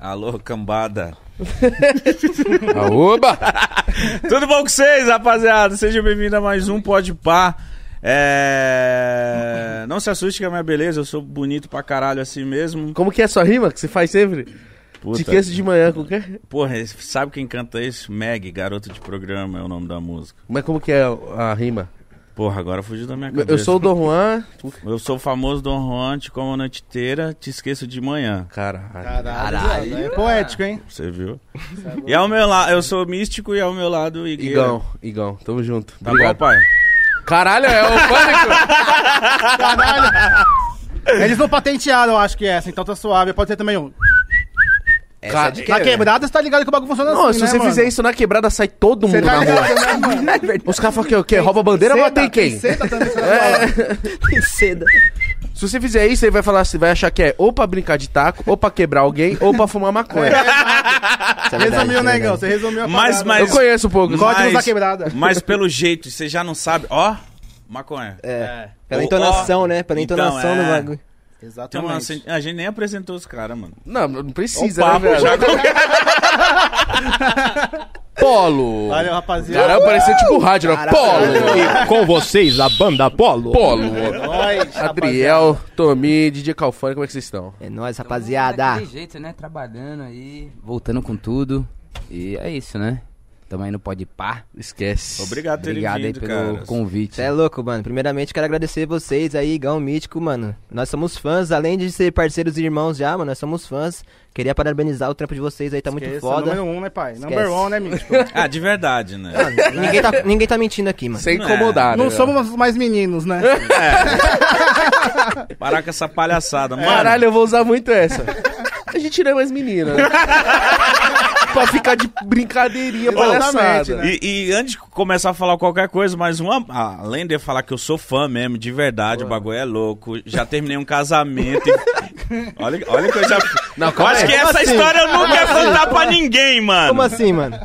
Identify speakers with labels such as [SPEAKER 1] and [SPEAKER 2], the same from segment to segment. [SPEAKER 1] Alô, cambada.
[SPEAKER 2] Oba!
[SPEAKER 1] Tudo bom com vocês, rapaziada? Seja bem-vindo a mais um Pode Pá. É... Não se assuste com a minha beleza, eu sou bonito pra caralho assim mesmo.
[SPEAKER 2] Como que é a sua rima que você faz sempre?
[SPEAKER 1] Puta.
[SPEAKER 2] Te esqueço de manhã, como que é?
[SPEAKER 1] Porra, sabe quem canta isso? Meg, garoto de programa é o nome da música.
[SPEAKER 2] Mas como que é a rima?
[SPEAKER 1] Porra, agora fugiu da minha cabeça.
[SPEAKER 2] Eu sou o Dom Juan.
[SPEAKER 1] Eu sou o famoso Don Juan, te como a noite inteira, te esqueço de manhã.
[SPEAKER 2] Caralho.
[SPEAKER 3] Caralho. É poético, hein?
[SPEAKER 1] Você viu? E ao meu lado, eu sou místico e ao meu lado, Igueira.
[SPEAKER 2] Igão, Igão, tamo junto.
[SPEAKER 1] Tá bom, pai?
[SPEAKER 2] Caralho, é o pânico?
[SPEAKER 3] Eles não patentearam, eu acho que é essa, então tá suave. Pode ser também um.
[SPEAKER 4] Essa é de
[SPEAKER 3] Tá quebrada, você tá ligado que o bagulho funciona
[SPEAKER 2] Não,
[SPEAKER 3] assim,
[SPEAKER 2] se você
[SPEAKER 3] né,
[SPEAKER 2] fizer isso na quebrada, sai todo mundo
[SPEAKER 3] Você
[SPEAKER 2] na
[SPEAKER 3] tá
[SPEAKER 2] rua. É
[SPEAKER 3] ligado, né, mano?
[SPEAKER 2] Os caras falam que o quê? Rouba a bandeira,
[SPEAKER 3] Seda,
[SPEAKER 2] matei quem? é
[SPEAKER 3] tem seda também, você tá
[SPEAKER 4] Que seda.
[SPEAKER 2] Se você fizer isso, ele vai falar assim, vai achar que é ou pra brincar de taco, ou pra quebrar alguém, ou pra fumar maconha.
[SPEAKER 4] Isso é verdade,
[SPEAKER 3] Resumiu,
[SPEAKER 4] isso é
[SPEAKER 3] né, Igão?
[SPEAKER 4] verdade.
[SPEAKER 3] Você resumiu a
[SPEAKER 1] Mas-
[SPEAKER 3] parada.
[SPEAKER 1] mas-
[SPEAKER 2] Eu conheço um pouco.
[SPEAKER 3] Códigos da quebrada.
[SPEAKER 1] Mas pelo jeito, você já não sabe. Ó, maconha. Ó,
[SPEAKER 4] É. Pela entonação, né? Pela
[SPEAKER 1] Então,
[SPEAKER 4] entonação
[SPEAKER 1] é.
[SPEAKER 4] do bagulho.
[SPEAKER 1] Então,
[SPEAKER 3] Exatamente.
[SPEAKER 1] mano, assim, a gente nem apresentou os caras, mano.
[SPEAKER 2] Não, não precisa,
[SPEAKER 1] É um Papo
[SPEAKER 2] né, velho?
[SPEAKER 1] já com-
[SPEAKER 2] Polo.
[SPEAKER 3] Valeu, rapaziada.
[SPEAKER 2] Caralho, parecia tipo rádio, né? Polo.
[SPEAKER 5] com vocês, a banda Polo.
[SPEAKER 2] Polo.
[SPEAKER 3] Nós,
[SPEAKER 2] Adriel, é Tomi, DJ Calfani, como é que vocês estão?
[SPEAKER 4] É nóis,
[SPEAKER 6] Daquele
[SPEAKER 4] rapaziada.
[SPEAKER 6] jeito, né? Trabalhando aí, voltando com tudo. E é isso, né? Tamo aí no Pode Par.
[SPEAKER 2] Esquece.
[SPEAKER 1] Obrigado por terem
[SPEAKER 6] Obrigado aí
[SPEAKER 1] vindo,
[SPEAKER 6] pelo
[SPEAKER 1] cara.
[SPEAKER 6] convite.
[SPEAKER 4] Você é louco, mano. Primeiramente, quero agradecer vocês aí, Igão Mítico, mano. Nós somos fãs, além de ser parceiros e irmãos já, mano, nós somos fãs. Queria parabenizar o trampo de vocês aí, tá muito
[SPEAKER 3] Esqueça,
[SPEAKER 4] foda.
[SPEAKER 3] Número um, né, pai? Number
[SPEAKER 4] Esquece.
[SPEAKER 3] one, né, Mítico?
[SPEAKER 1] Ah, de verdade, né?
[SPEAKER 4] Ninguém tá, ninguém tá mentindo aqui, mano.
[SPEAKER 2] Sem
[SPEAKER 1] Não é.
[SPEAKER 2] incomodar, né,
[SPEAKER 3] Não
[SPEAKER 2] velho?
[SPEAKER 3] somos mais meninos, né?
[SPEAKER 1] Parar com essa palhaçada, mano.
[SPEAKER 2] Caralho, eu vou usar muito essa. A gente não é mais menina. né? pra ficar de brincadeirinha
[SPEAKER 3] Exatamente,
[SPEAKER 2] palhaçada.
[SPEAKER 3] né?
[SPEAKER 1] E, e antes de começar a falar qualquer coisa, mais uma. ah, Além de eu falar que eu sou fã mesmo, de verdade, o bagulho é louco. Já terminei um casamento. e- olha, olha que eu já.
[SPEAKER 2] Não,
[SPEAKER 1] Eu
[SPEAKER 2] calma
[SPEAKER 1] acho
[SPEAKER 4] assim?
[SPEAKER 2] aí.
[SPEAKER 1] que essa é história eu não quero contar pra ninguém, mano.
[SPEAKER 4] Como assim, mano?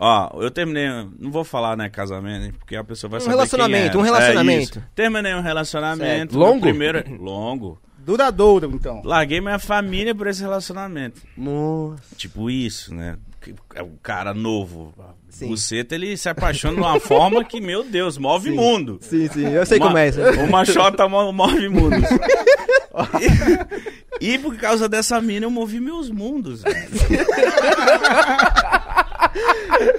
[SPEAKER 1] Ó, eu terminei. Não vou falar, né, casamento, porque a pessoa vai saber. quem
[SPEAKER 4] relacionamento,
[SPEAKER 1] é.
[SPEAKER 4] um relacionamento.
[SPEAKER 1] É isso. terminei um relacionamento.
[SPEAKER 2] Certo. Longo?
[SPEAKER 1] meu Primeiro, longo.
[SPEAKER 3] Duradouro, então.
[SPEAKER 1] Larguei minha família por esse relacionamento.
[SPEAKER 2] Nossa.
[SPEAKER 1] Tipo isso, né? Que- É um cara novo.
[SPEAKER 4] Sim.
[SPEAKER 1] Buceta, ele se apaixona de uma forma que, meu Deus, move mundo.
[SPEAKER 4] Sim, sim, eu sei
[SPEAKER 1] Uma-
[SPEAKER 4] como é isso.
[SPEAKER 1] O Machota mo- move mundos. e, e por causa dessa mina eu movi meus mundos.
[SPEAKER 4] É
[SPEAKER 1] velho.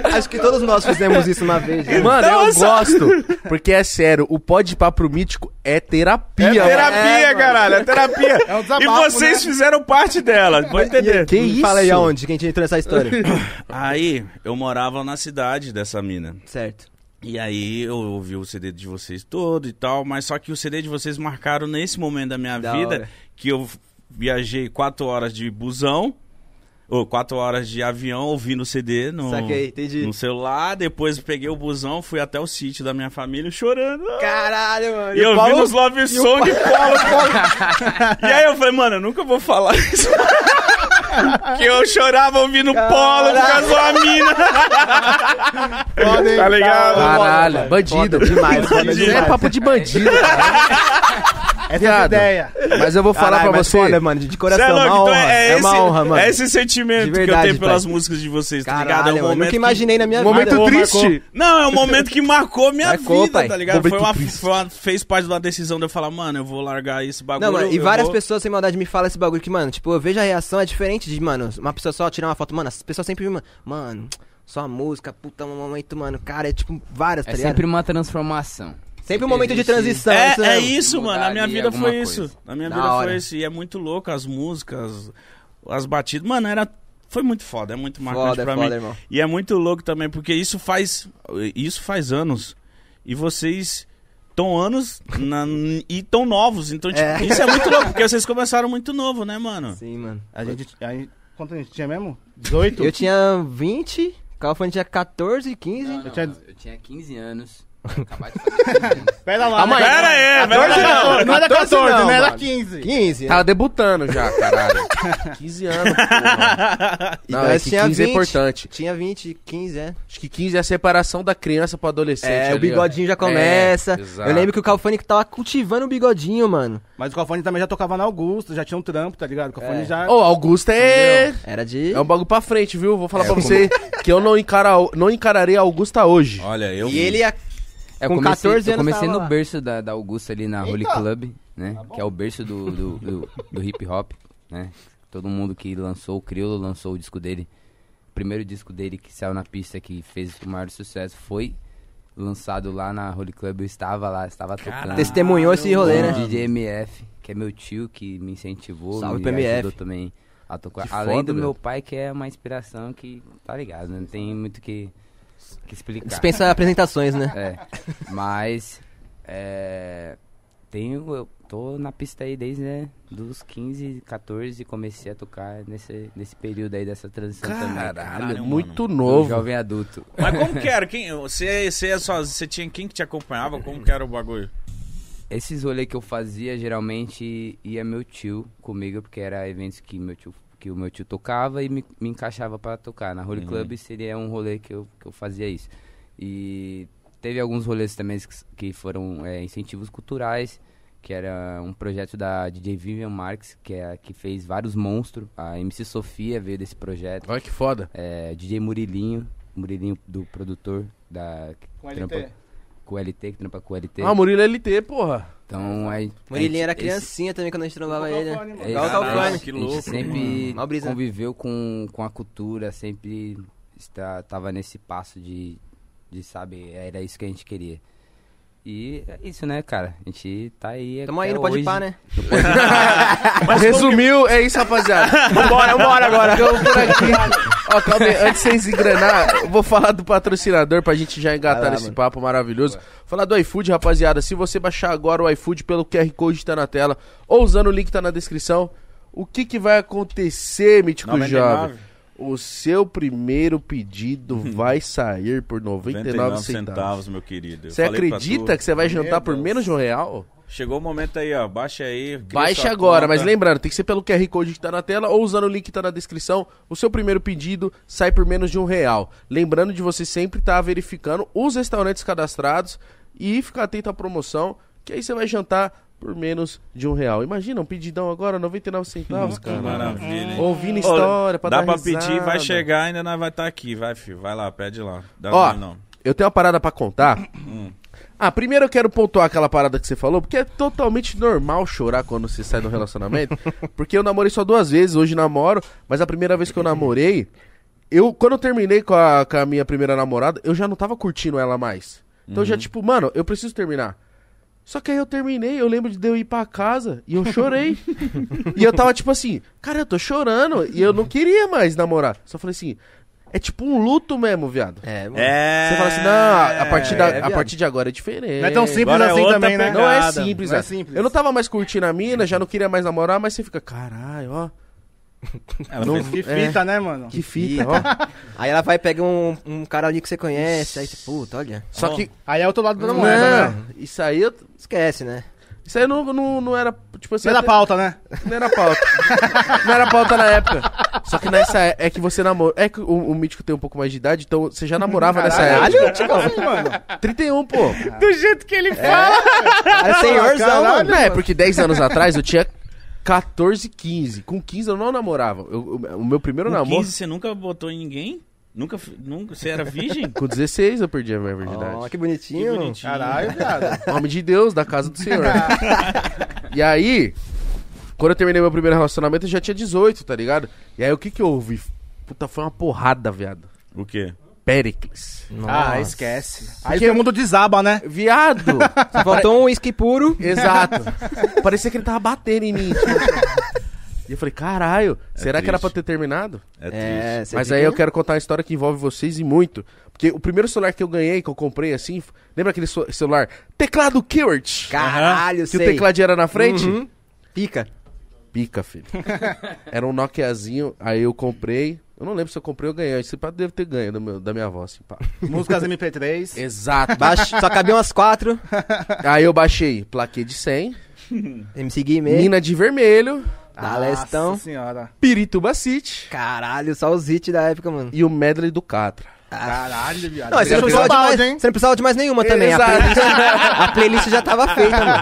[SPEAKER 4] Acho que todos nós fizemos isso uma vez. né?
[SPEAKER 2] Mano, eu
[SPEAKER 1] Então, essa-
[SPEAKER 2] gosto. Porque é sério, o pode pá pro mítico é terapia.
[SPEAKER 1] É terapia,
[SPEAKER 2] mano.
[SPEAKER 1] caralho, é terapia.
[SPEAKER 3] É um
[SPEAKER 1] e
[SPEAKER 3] desabafo,
[SPEAKER 1] vocês
[SPEAKER 4] né?
[SPEAKER 1] fizeram parte dela, vou entender.
[SPEAKER 2] Que
[SPEAKER 4] Me
[SPEAKER 2] isso?
[SPEAKER 4] Fala aí aonde que a gente entrou nessa história.
[SPEAKER 1] Aí, eu morava na cidade dessa mina.
[SPEAKER 4] certo.
[SPEAKER 1] E aí eu ouvi o CD de vocês todo e tal, mas só que o CD de vocês marcaram nesse momento da minha
[SPEAKER 4] Da
[SPEAKER 1] vida
[SPEAKER 4] hora.
[SPEAKER 1] que eu viajei quatro horas de busão, ou quatro horas de avião ouvindo o CD no,
[SPEAKER 4] Saquei, entendi.
[SPEAKER 1] no celular, depois peguei o busão, fui até o sítio da minha família chorando.
[SPEAKER 4] Caralho, mano.
[SPEAKER 1] E eu vi nos Love Song e Paulo, Paulo. E aí eu falei, mano, eu nunca vou falar isso. que eu chorava ouvindo Polo por causa de uma mina.
[SPEAKER 3] Podem.
[SPEAKER 1] Tá ligado?
[SPEAKER 2] Caralho, bandido.
[SPEAKER 4] demais, foda
[SPEAKER 2] Isso é
[SPEAKER 4] demais.
[SPEAKER 2] papo de bandido. cara.
[SPEAKER 3] Essa é a
[SPEAKER 2] Viado.
[SPEAKER 3] ideia.
[SPEAKER 2] Mas eu vou falar
[SPEAKER 4] Caralho,
[SPEAKER 2] pra
[SPEAKER 4] mas
[SPEAKER 2] você.
[SPEAKER 4] Foda, mano, de
[SPEAKER 1] Cê
[SPEAKER 4] coração,
[SPEAKER 1] é louco,
[SPEAKER 4] uma
[SPEAKER 1] então
[SPEAKER 4] honra. É, uma
[SPEAKER 1] esse,
[SPEAKER 4] honra, mano.
[SPEAKER 1] É esse sentimento
[SPEAKER 4] De
[SPEAKER 1] que eu
[SPEAKER 4] verdade,
[SPEAKER 1] tenho pelas
[SPEAKER 4] pai.
[SPEAKER 1] músicas de vocês, tá ligado? É um
[SPEAKER 4] Caralho, eu
[SPEAKER 1] momento
[SPEAKER 4] nunca imaginei na minha
[SPEAKER 2] Um
[SPEAKER 4] vida.
[SPEAKER 2] momento triste.
[SPEAKER 1] Que... Não, é um momento que marcou minha
[SPEAKER 4] Marcou,
[SPEAKER 1] vida,
[SPEAKER 4] pai.
[SPEAKER 1] tá ligado? Foi
[SPEAKER 2] Momento
[SPEAKER 1] uma,
[SPEAKER 2] triste.
[SPEAKER 1] foi uma- fez parte de uma decisão de eu falar, mano, eu vou largar esse bagulho.
[SPEAKER 4] Não, mano, e
[SPEAKER 1] eu
[SPEAKER 4] várias
[SPEAKER 1] vou...
[SPEAKER 4] pessoas sem maldade me falam esse bagulho que, mano, tipo, eu vejo a reação, é diferente de, mano, uma pessoa só tirar uma foto, mano, as pessoas sempre, mano, mano, só a música, puta, um momento, mano, cara, é tipo, várias, tá
[SPEAKER 6] É
[SPEAKER 4] ligado?
[SPEAKER 6] sempre uma transformação.
[SPEAKER 4] Sempre um momento de
[SPEAKER 6] Existe-
[SPEAKER 4] transição. né? isso
[SPEAKER 1] É, é
[SPEAKER 4] mesmo.
[SPEAKER 1] isso,
[SPEAKER 6] Mudar
[SPEAKER 1] mano. A minha
[SPEAKER 6] ali
[SPEAKER 1] vida
[SPEAKER 6] alguma
[SPEAKER 1] foi
[SPEAKER 6] coisa.
[SPEAKER 1] isso. A minha
[SPEAKER 4] Da
[SPEAKER 1] vida
[SPEAKER 4] hora.
[SPEAKER 1] foi isso. E é muito louco as músicas, as batidas. Mano, era. Foi muito foda, é muito marcante
[SPEAKER 4] Foda,
[SPEAKER 1] pra
[SPEAKER 4] foda,
[SPEAKER 1] mim.
[SPEAKER 4] irmão.
[SPEAKER 1] E é muito louco também, porque isso faz. Isso faz anos. E vocês estão anos na- e tão novos. Então, tipo,
[SPEAKER 4] É.
[SPEAKER 1] isso é muito louco, porque vocês começaram muito novo, né, mano?
[SPEAKER 4] Sim, mano.
[SPEAKER 3] A gente, a gente... Quanto a gente tinha mesmo? 18?
[SPEAKER 4] Eu tinha 20, Calfone tinha 14, 15.
[SPEAKER 6] Não, não,
[SPEAKER 3] tinha-
[SPEAKER 6] não, eu tinha 15 anos. Acabar de fazer.
[SPEAKER 3] Pera lá. né?
[SPEAKER 2] Amanhã.
[SPEAKER 1] Pera aí, pera aí.
[SPEAKER 3] Não, não era 14,
[SPEAKER 2] 14 não,
[SPEAKER 3] né? Era
[SPEAKER 2] mano.
[SPEAKER 3] 15.
[SPEAKER 4] 15,
[SPEAKER 2] Tava debutando já, caralho. 15 anos, porra.
[SPEAKER 4] Não,
[SPEAKER 2] Não, é
[SPEAKER 4] mas
[SPEAKER 2] que
[SPEAKER 4] tinha
[SPEAKER 2] 15 é
[SPEAKER 4] 20.
[SPEAKER 2] importante.
[SPEAKER 4] Tinha 20, 15, é.
[SPEAKER 2] Acho que 15 é a separação da criança pro adolescente.
[SPEAKER 4] É,
[SPEAKER 2] ali,
[SPEAKER 4] o bigodinho
[SPEAKER 2] ó.
[SPEAKER 4] já começa.
[SPEAKER 2] É, exato.
[SPEAKER 4] eu lembro que o Calfânico tava cultivando o bigodinho, mano.
[SPEAKER 3] Mas o Cafone também já tocava na Augusta, já tinha um trampo, tá ligado? O Cafone
[SPEAKER 4] É.
[SPEAKER 3] já.
[SPEAKER 2] Ô, Augusto é.
[SPEAKER 4] Era de.
[SPEAKER 2] É um bagulho pra frente, viu? Vou falar
[SPEAKER 4] É,
[SPEAKER 2] pra
[SPEAKER 4] eu
[SPEAKER 2] você que eu não, encara, não encararei a Augusta hoje.
[SPEAKER 1] Olha, eu.
[SPEAKER 4] E ele. ia-
[SPEAKER 6] É, Eu
[SPEAKER 4] Com
[SPEAKER 6] comecei,
[SPEAKER 4] 14
[SPEAKER 6] eu
[SPEAKER 4] anos
[SPEAKER 6] comecei
[SPEAKER 4] tava
[SPEAKER 6] no
[SPEAKER 4] lá.
[SPEAKER 6] berço da, da Augusta ali na Holy Club, né? que é o berço do, do, do- do hip hop, né? Todo mundo que lançou, o Criolo lançou o disco dele. O primeiro disco dele que saiu na pista que fez o maior sucesso foi lançado lá na Holy Club. Eu estava lá, estava tocando.
[SPEAKER 4] Testemunhou esse rolê, né?
[SPEAKER 6] O DJ MF, que é meu tio, que me incentivou,
[SPEAKER 4] Salve
[SPEAKER 6] me
[SPEAKER 4] pro MF.
[SPEAKER 6] ajudou também a tocar.
[SPEAKER 2] Que
[SPEAKER 6] Além
[SPEAKER 2] foda,
[SPEAKER 6] do
[SPEAKER 2] velho.
[SPEAKER 6] meu pai, que é uma inspiração que, tá ligado, né? não tem muito o que, que explicar.
[SPEAKER 4] Dispensa apresentações, né?
[SPEAKER 6] É, mas é, tenho, eu tô na pista aí desde né, dos 15, 14 comecei a tocar nesse, nesse período aí dessa transição também.
[SPEAKER 2] Caralho, é
[SPEAKER 1] mano.
[SPEAKER 2] muito
[SPEAKER 6] é um Do
[SPEAKER 2] novo.
[SPEAKER 6] Jovem adulto.
[SPEAKER 1] Mas como que era? Quem, você, você, é só, você tinha quem que te acompanhava? Como que era o bagulho?
[SPEAKER 6] Esses rolês que eu fazia, geralmente ia meu tio comigo, porque era eventos que, meu tio, que o meu tio tocava e me, me encaixava pra tocar. Na Holy Club seria um rolê que eu, que eu fazia isso. E teve alguns rolês também que, s- que foram é, incentivos culturais, que era um projeto da DJ Vivian Marx, que, é, a que fez vários monstros. A MC Sofia veio desse projeto.
[SPEAKER 2] Olha que foda.
[SPEAKER 6] É, DJ Murilinho, Murilinho do produtor da... que
[SPEAKER 3] Com LT.
[SPEAKER 6] trampa Com o LT, que trampa com o LT.
[SPEAKER 2] Ah,
[SPEAKER 4] é
[SPEAKER 2] Murilo LT, porra.
[SPEAKER 6] Então, aí.
[SPEAKER 4] Murilinho era
[SPEAKER 6] a gente- esse-
[SPEAKER 4] criancinha também quando a gente trombava
[SPEAKER 3] Igual o
[SPEAKER 4] ele. né?
[SPEAKER 3] Calfone, mano.
[SPEAKER 6] esse-
[SPEAKER 4] Igual o Calfone.
[SPEAKER 1] Caralho, que
[SPEAKER 6] É a gente
[SPEAKER 1] louco,
[SPEAKER 6] sempre
[SPEAKER 4] mano. Ó, Uhum. brisa.
[SPEAKER 6] conviveu com, com a cultura, sempre está, tava nesse passo de, de saber, era isso que a gente queria. E é isso, né, cara? A gente tá aí.
[SPEAKER 4] Tamo aí,
[SPEAKER 6] até
[SPEAKER 4] não pode
[SPEAKER 6] hoje.
[SPEAKER 4] pá, né?
[SPEAKER 2] Resumiu, é isso, rapaziada. Vambora, vambora agora. Eu Então, por aqui. Ó, calma aí, antes de vocês engrenar, eu vou falar do patrocinador pra gente já engatar
[SPEAKER 4] Vai lá,
[SPEAKER 2] esse
[SPEAKER 4] mano.
[SPEAKER 2] papo maravilhoso. Falar do iFood, rapaziada. Se você baixar agora o iFood pelo QR Code que tá na tela ou usando o link que tá na descrição, o que que vai acontecer, Mítico
[SPEAKER 1] 99?
[SPEAKER 2] Jovem? O seu primeiro pedido vai sair por 99, centavos.
[SPEAKER 1] meu querido. Eu
[SPEAKER 2] Você
[SPEAKER 1] falei pra
[SPEAKER 2] acredita
[SPEAKER 1] tu.
[SPEAKER 2] que você vai jantar
[SPEAKER 3] Meu
[SPEAKER 2] por
[SPEAKER 3] Deus.
[SPEAKER 2] menos de um real?
[SPEAKER 1] Chegou o momento aí, ó. Baixa aí. cria
[SPEAKER 2] Baixe
[SPEAKER 1] sua
[SPEAKER 2] agora,
[SPEAKER 1] conta.
[SPEAKER 2] mas lembrando, tem que ser pelo QR Code que tá na tela ou usando o link que tá na descrição. O seu primeiro pedido sai por menos de um real. Lembrando de você sempre estar verificando os restaurantes cadastrados e ficar atento à promoção, que aí você vai jantar por menos de um real. Imagina, um pedidão agora, 99 centavos,
[SPEAKER 1] Que
[SPEAKER 2] cara.
[SPEAKER 1] maravilha, hein?
[SPEAKER 2] Ouvindo história, pra
[SPEAKER 1] Hum, Dá
[SPEAKER 2] dar
[SPEAKER 1] pra
[SPEAKER 2] risada.
[SPEAKER 1] pedir, vai chegar, ainda nós vai estar aqui. Vai, filho. Vai lá, pede lá. Dá
[SPEAKER 2] Ó,
[SPEAKER 1] ruim, não. Hum.
[SPEAKER 2] eu tenho uma parada pra contar. Ah, primeiro eu quero pontuar aquela parada que você falou, porque é totalmente normal chorar quando você sai do relacionamento. porque eu namorei só duas vezes, hoje namoro, mas a primeira vez que eu namorei, eu quando eu terminei com a, com a minha primeira namorada, eu já não tava curtindo ela mais. Então
[SPEAKER 1] Uhum.
[SPEAKER 2] eu já tipo, mano, eu preciso terminar. Só que aí eu terminei, eu lembro de eu ir pra casa e eu chorei. e eu tava tipo assim, cara, eu tô chorando e eu não queria mais namorar. Só falei assim, é tipo um luto mesmo, viado.
[SPEAKER 4] É, mano.
[SPEAKER 1] É.
[SPEAKER 2] Você fala assim, não, a partir, da-
[SPEAKER 4] é,
[SPEAKER 2] a
[SPEAKER 4] viado.
[SPEAKER 2] partir de agora é diferente.
[SPEAKER 3] Não é tão simples
[SPEAKER 1] Agora é
[SPEAKER 3] assim
[SPEAKER 1] outra
[SPEAKER 3] também, né?
[SPEAKER 1] pegada.
[SPEAKER 2] Não é simples,
[SPEAKER 3] Não é
[SPEAKER 2] né?
[SPEAKER 3] simples.
[SPEAKER 2] Eu não tava mais curtindo a mina, já não queria mais namorar, mas você fica, caralho, ó,
[SPEAKER 1] Ela
[SPEAKER 2] Não-
[SPEAKER 1] fez-
[SPEAKER 3] Que fita, né, mano?
[SPEAKER 2] que fita, ó.
[SPEAKER 4] Aí ela vai pegar um, um cara ali que você conhece, aí você, puta, olha.
[SPEAKER 2] Só que,
[SPEAKER 3] Aí é outro lado da
[SPEAKER 2] não,
[SPEAKER 3] moeda, né?
[SPEAKER 2] isso aí, eu-
[SPEAKER 4] Esquece, né?
[SPEAKER 2] isso aí não, não, não era, tipo assim...
[SPEAKER 3] Você da
[SPEAKER 2] até-
[SPEAKER 3] pauta, né?
[SPEAKER 2] Não era pauta. não era pauta na época. Só que nessa é é que você namorou. É que o, o Mítico tem um pouco mais de idade, então você já namorava nessa época.
[SPEAKER 3] Tipo assim, mano.
[SPEAKER 2] 31, pô.
[SPEAKER 4] Cara, É senhorzão, mano.
[SPEAKER 2] É, porque 10 anos atrás eu tinha 14, 15. Com 15 eu não namorava. Eu- eu- o meu primeiro
[SPEAKER 1] Com
[SPEAKER 2] namoro.
[SPEAKER 1] 15, você nunca botou em ninguém? Nunca, fi- nunca, você era virgem?
[SPEAKER 2] Com 16 eu perdi a minha virgindade.
[SPEAKER 4] Ó, que bonitinho.
[SPEAKER 3] Caralho, viado.
[SPEAKER 2] Homem de Deus, da casa do Senhor. e aí, quando eu terminei meu primeiro relacionamento, eu já tinha 18, tá ligado? E aí o que que eu ouvi? Puta, foi uma porrada, viado.
[SPEAKER 1] O quê?
[SPEAKER 2] Péricles.
[SPEAKER 3] Ah,
[SPEAKER 4] Nossa.
[SPEAKER 3] esquece. Aí todo mundo desaba, né?
[SPEAKER 2] Viado!
[SPEAKER 4] Só faltou um uísque puro.
[SPEAKER 2] Exato. Parecia que ele tava batendo em mim. tipo. E eu falei, caralho, será que era pra
[SPEAKER 1] triste.
[SPEAKER 2] ter terminado?
[SPEAKER 1] É, triste.
[SPEAKER 4] É, você
[SPEAKER 2] Mas
[SPEAKER 4] fica-
[SPEAKER 2] aí eu quero contar uma história que envolve vocês e muito. Porque o primeiro celular que eu ganhei, que eu comprei assim, f- lembra aquele so- celular? Teclado Kiwert!
[SPEAKER 4] Caralho,
[SPEAKER 2] Que o
[SPEAKER 4] sei.
[SPEAKER 2] tecladinho era na frente?
[SPEAKER 4] Uhum. Pica.
[SPEAKER 2] Pica, filho. Era um Nokiazinho, aí eu comprei. Eu não lembro se eu comprei ou ganhei. Esse pá deve ter ganho do meu- da minha avó, assim, pá.
[SPEAKER 3] Músicas MP3.
[SPEAKER 2] Exato.
[SPEAKER 4] Baixo, só cabia umas quatro.
[SPEAKER 2] Aí eu baixei plaquê de 100,
[SPEAKER 4] MC Guimê.
[SPEAKER 2] Mina de Vermelho,
[SPEAKER 4] Palestão.
[SPEAKER 3] Nossa senhora.
[SPEAKER 2] Pirituba City
[SPEAKER 4] Caralho, só os hits da época, mano.
[SPEAKER 2] e o medley do Catra.
[SPEAKER 3] Caralho, viado.
[SPEAKER 4] Não, é você
[SPEAKER 3] Você
[SPEAKER 4] não, precisava de
[SPEAKER 3] balde,
[SPEAKER 4] mais,
[SPEAKER 3] hein?
[SPEAKER 4] você não precisava de mais nenhuma também. A
[SPEAKER 2] Exato.
[SPEAKER 4] playlist, a playlist já tava feita, mano.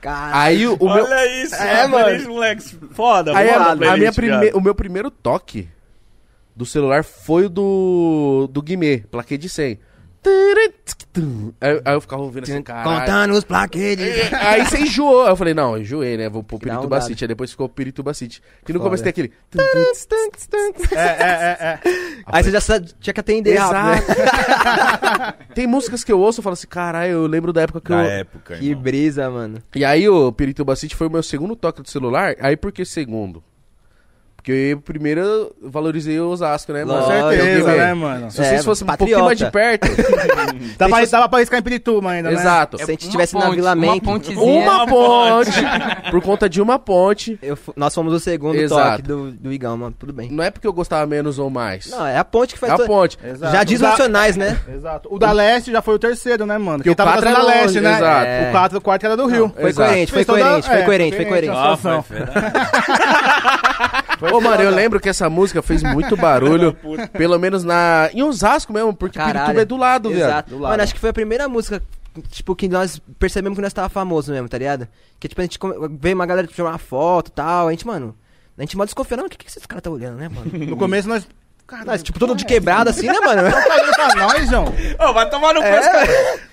[SPEAKER 4] Caralho.
[SPEAKER 2] Aí o, o meu...
[SPEAKER 1] Olha isso,
[SPEAKER 4] É,
[SPEAKER 1] é,
[SPEAKER 4] mano.
[SPEAKER 1] mano. moleque. Foda,
[SPEAKER 2] Aí a-
[SPEAKER 1] foda,
[SPEAKER 2] a
[SPEAKER 1] playlist,
[SPEAKER 2] minha
[SPEAKER 1] viado.
[SPEAKER 2] prime- o meu primeiro toque do celular foi o do, do Guimê, plaquê de 100. Aí, aí eu ficava ouvindo assim, caralho.
[SPEAKER 4] Contando os plaquetes.
[SPEAKER 2] Aí você enjoou. Aí eu falei, não, eu enjoei, né? Vou pôr
[SPEAKER 4] Que dá
[SPEAKER 2] Pirituba
[SPEAKER 4] um
[SPEAKER 2] City. Aí depois ficou Pirituba City. Que no
[SPEAKER 4] Foda.
[SPEAKER 2] começo tem aquele...
[SPEAKER 3] É, é, é, é.
[SPEAKER 4] Aí você já sa- tinha que atender rápido, né?
[SPEAKER 2] tem músicas que eu ouço e falo assim, caralho, eu lembro da época que
[SPEAKER 1] Da
[SPEAKER 2] eu...
[SPEAKER 1] época,
[SPEAKER 4] Que
[SPEAKER 1] irmão.
[SPEAKER 4] brisa, mano.
[SPEAKER 2] E aí o Pirituba City foi o meu segundo toque do celular. Aí por que segundo? Porque primeiro eu valorizei o Osasco, né, mano?
[SPEAKER 3] Com
[SPEAKER 4] Lógico,
[SPEAKER 3] certeza,
[SPEAKER 2] Alguém-
[SPEAKER 3] né, mano?
[SPEAKER 2] Se vocês
[SPEAKER 4] É,
[SPEAKER 2] fossem um
[SPEAKER 4] patriota.
[SPEAKER 2] pouquinho mais de perto.
[SPEAKER 3] Dá pra, dava pra riscar em Pirituba ainda, né?
[SPEAKER 2] Exato.
[SPEAKER 4] Se a gente
[SPEAKER 6] Uma
[SPEAKER 4] estivesse na
[SPEAKER 6] ponte,
[SPEAKER 4] Vila
[SPEAKER 6] É Uma
[SPEAKER 4] Mento.
[SPEAKER 6] pontezinha.
[SPEAKER 2] Uma ponte. Por conta de uma ponte.
[SPEAKER 4] eu fu- nós fomos o segundo
[SPEAKER 2] Exato.
[SPEAKER 4] toque do, do Igão, mano. Tudo bem.
[SPEAKER 2] Não é porque eu gostava menos ou mais.
[SPEAKER 4] Não, é a ponte que
[SPEAKER 2] é
[SPEAKER 4] faz.
[SPEAKER 2] a
[SPEAKER 4] to-
[SPEAKER 2] ponte.
[SPEAKER 3] Exato.
[SPEAKER 4] Já diz
[SPEAKER 3] O
[SPEAKER 4] os
[SPEAKER 3] da,
[SPEAKER 4] nacionais, né?
[SPEAKER 3] Exato. O da Leste já foi o terceiro, né, mano?
[SPEAKER 2] Porque o
[SPEAKER 3] Quem tava
[SPEAKER 2] quatro
[SPEAKER 3] fazendo
[SPEAKER 2] é
[SPEAKER 3] da
[SPEAKER 2] longe,
[SPEAKER 3] Leste, né?
[SPEAKER 2] exato.
[SPEAKER 3] O 4 o quarto era do Rio.
[SPEAKER 4] Foi
[SPEAKER 2] Exato.
[SPEAKER 4] coerente, foi
[SPEAKER 3] Fez toda-
[SPEAKER 4] coerente, foi
[SPEAKER 3] é,
[SPEAKER 4] coerente, foi
[SPEAKER 3] coerente,
[SPEAKER 4] coerente.
[SPEAKER 3] ó.
[SPEAKER 1] Ah, foi, foi.
[SPEAKER 2] Ô, mano, eu lembro que essa música fez muito barulho. pelo menos na. Em Osasco mesmo, porque
[SPEAKER 4] Caralho.
[SPEAKER 2] Pirituba é do lado,
[SPEAKER 4] Exato.
[SPEAKER 2] velho. Do lado.
[SPEAKER 4] Mano, acho que foi a primeira música, tipo, que nós percebemos que nós tava famoso mesmo, tá ligado? Que, tipo, a gente come- veio uma galera tirar uma foto e tal, a gente, mano... A gente mal desconfiando, o que, que esses caras tá olhando, né, mano?
[SPEAKER 3] No começo nós. Caralho,
[SPEAKER 4] Nós, tipo, todo de quebrado assim, né, mano?
[SPEAKER 3] tá olhando pra nós, João.
[SPEAKER 1] Ô, vai tomar no cu,
[SPEAKER 2] É,
[SPEAKER 1] esse cara.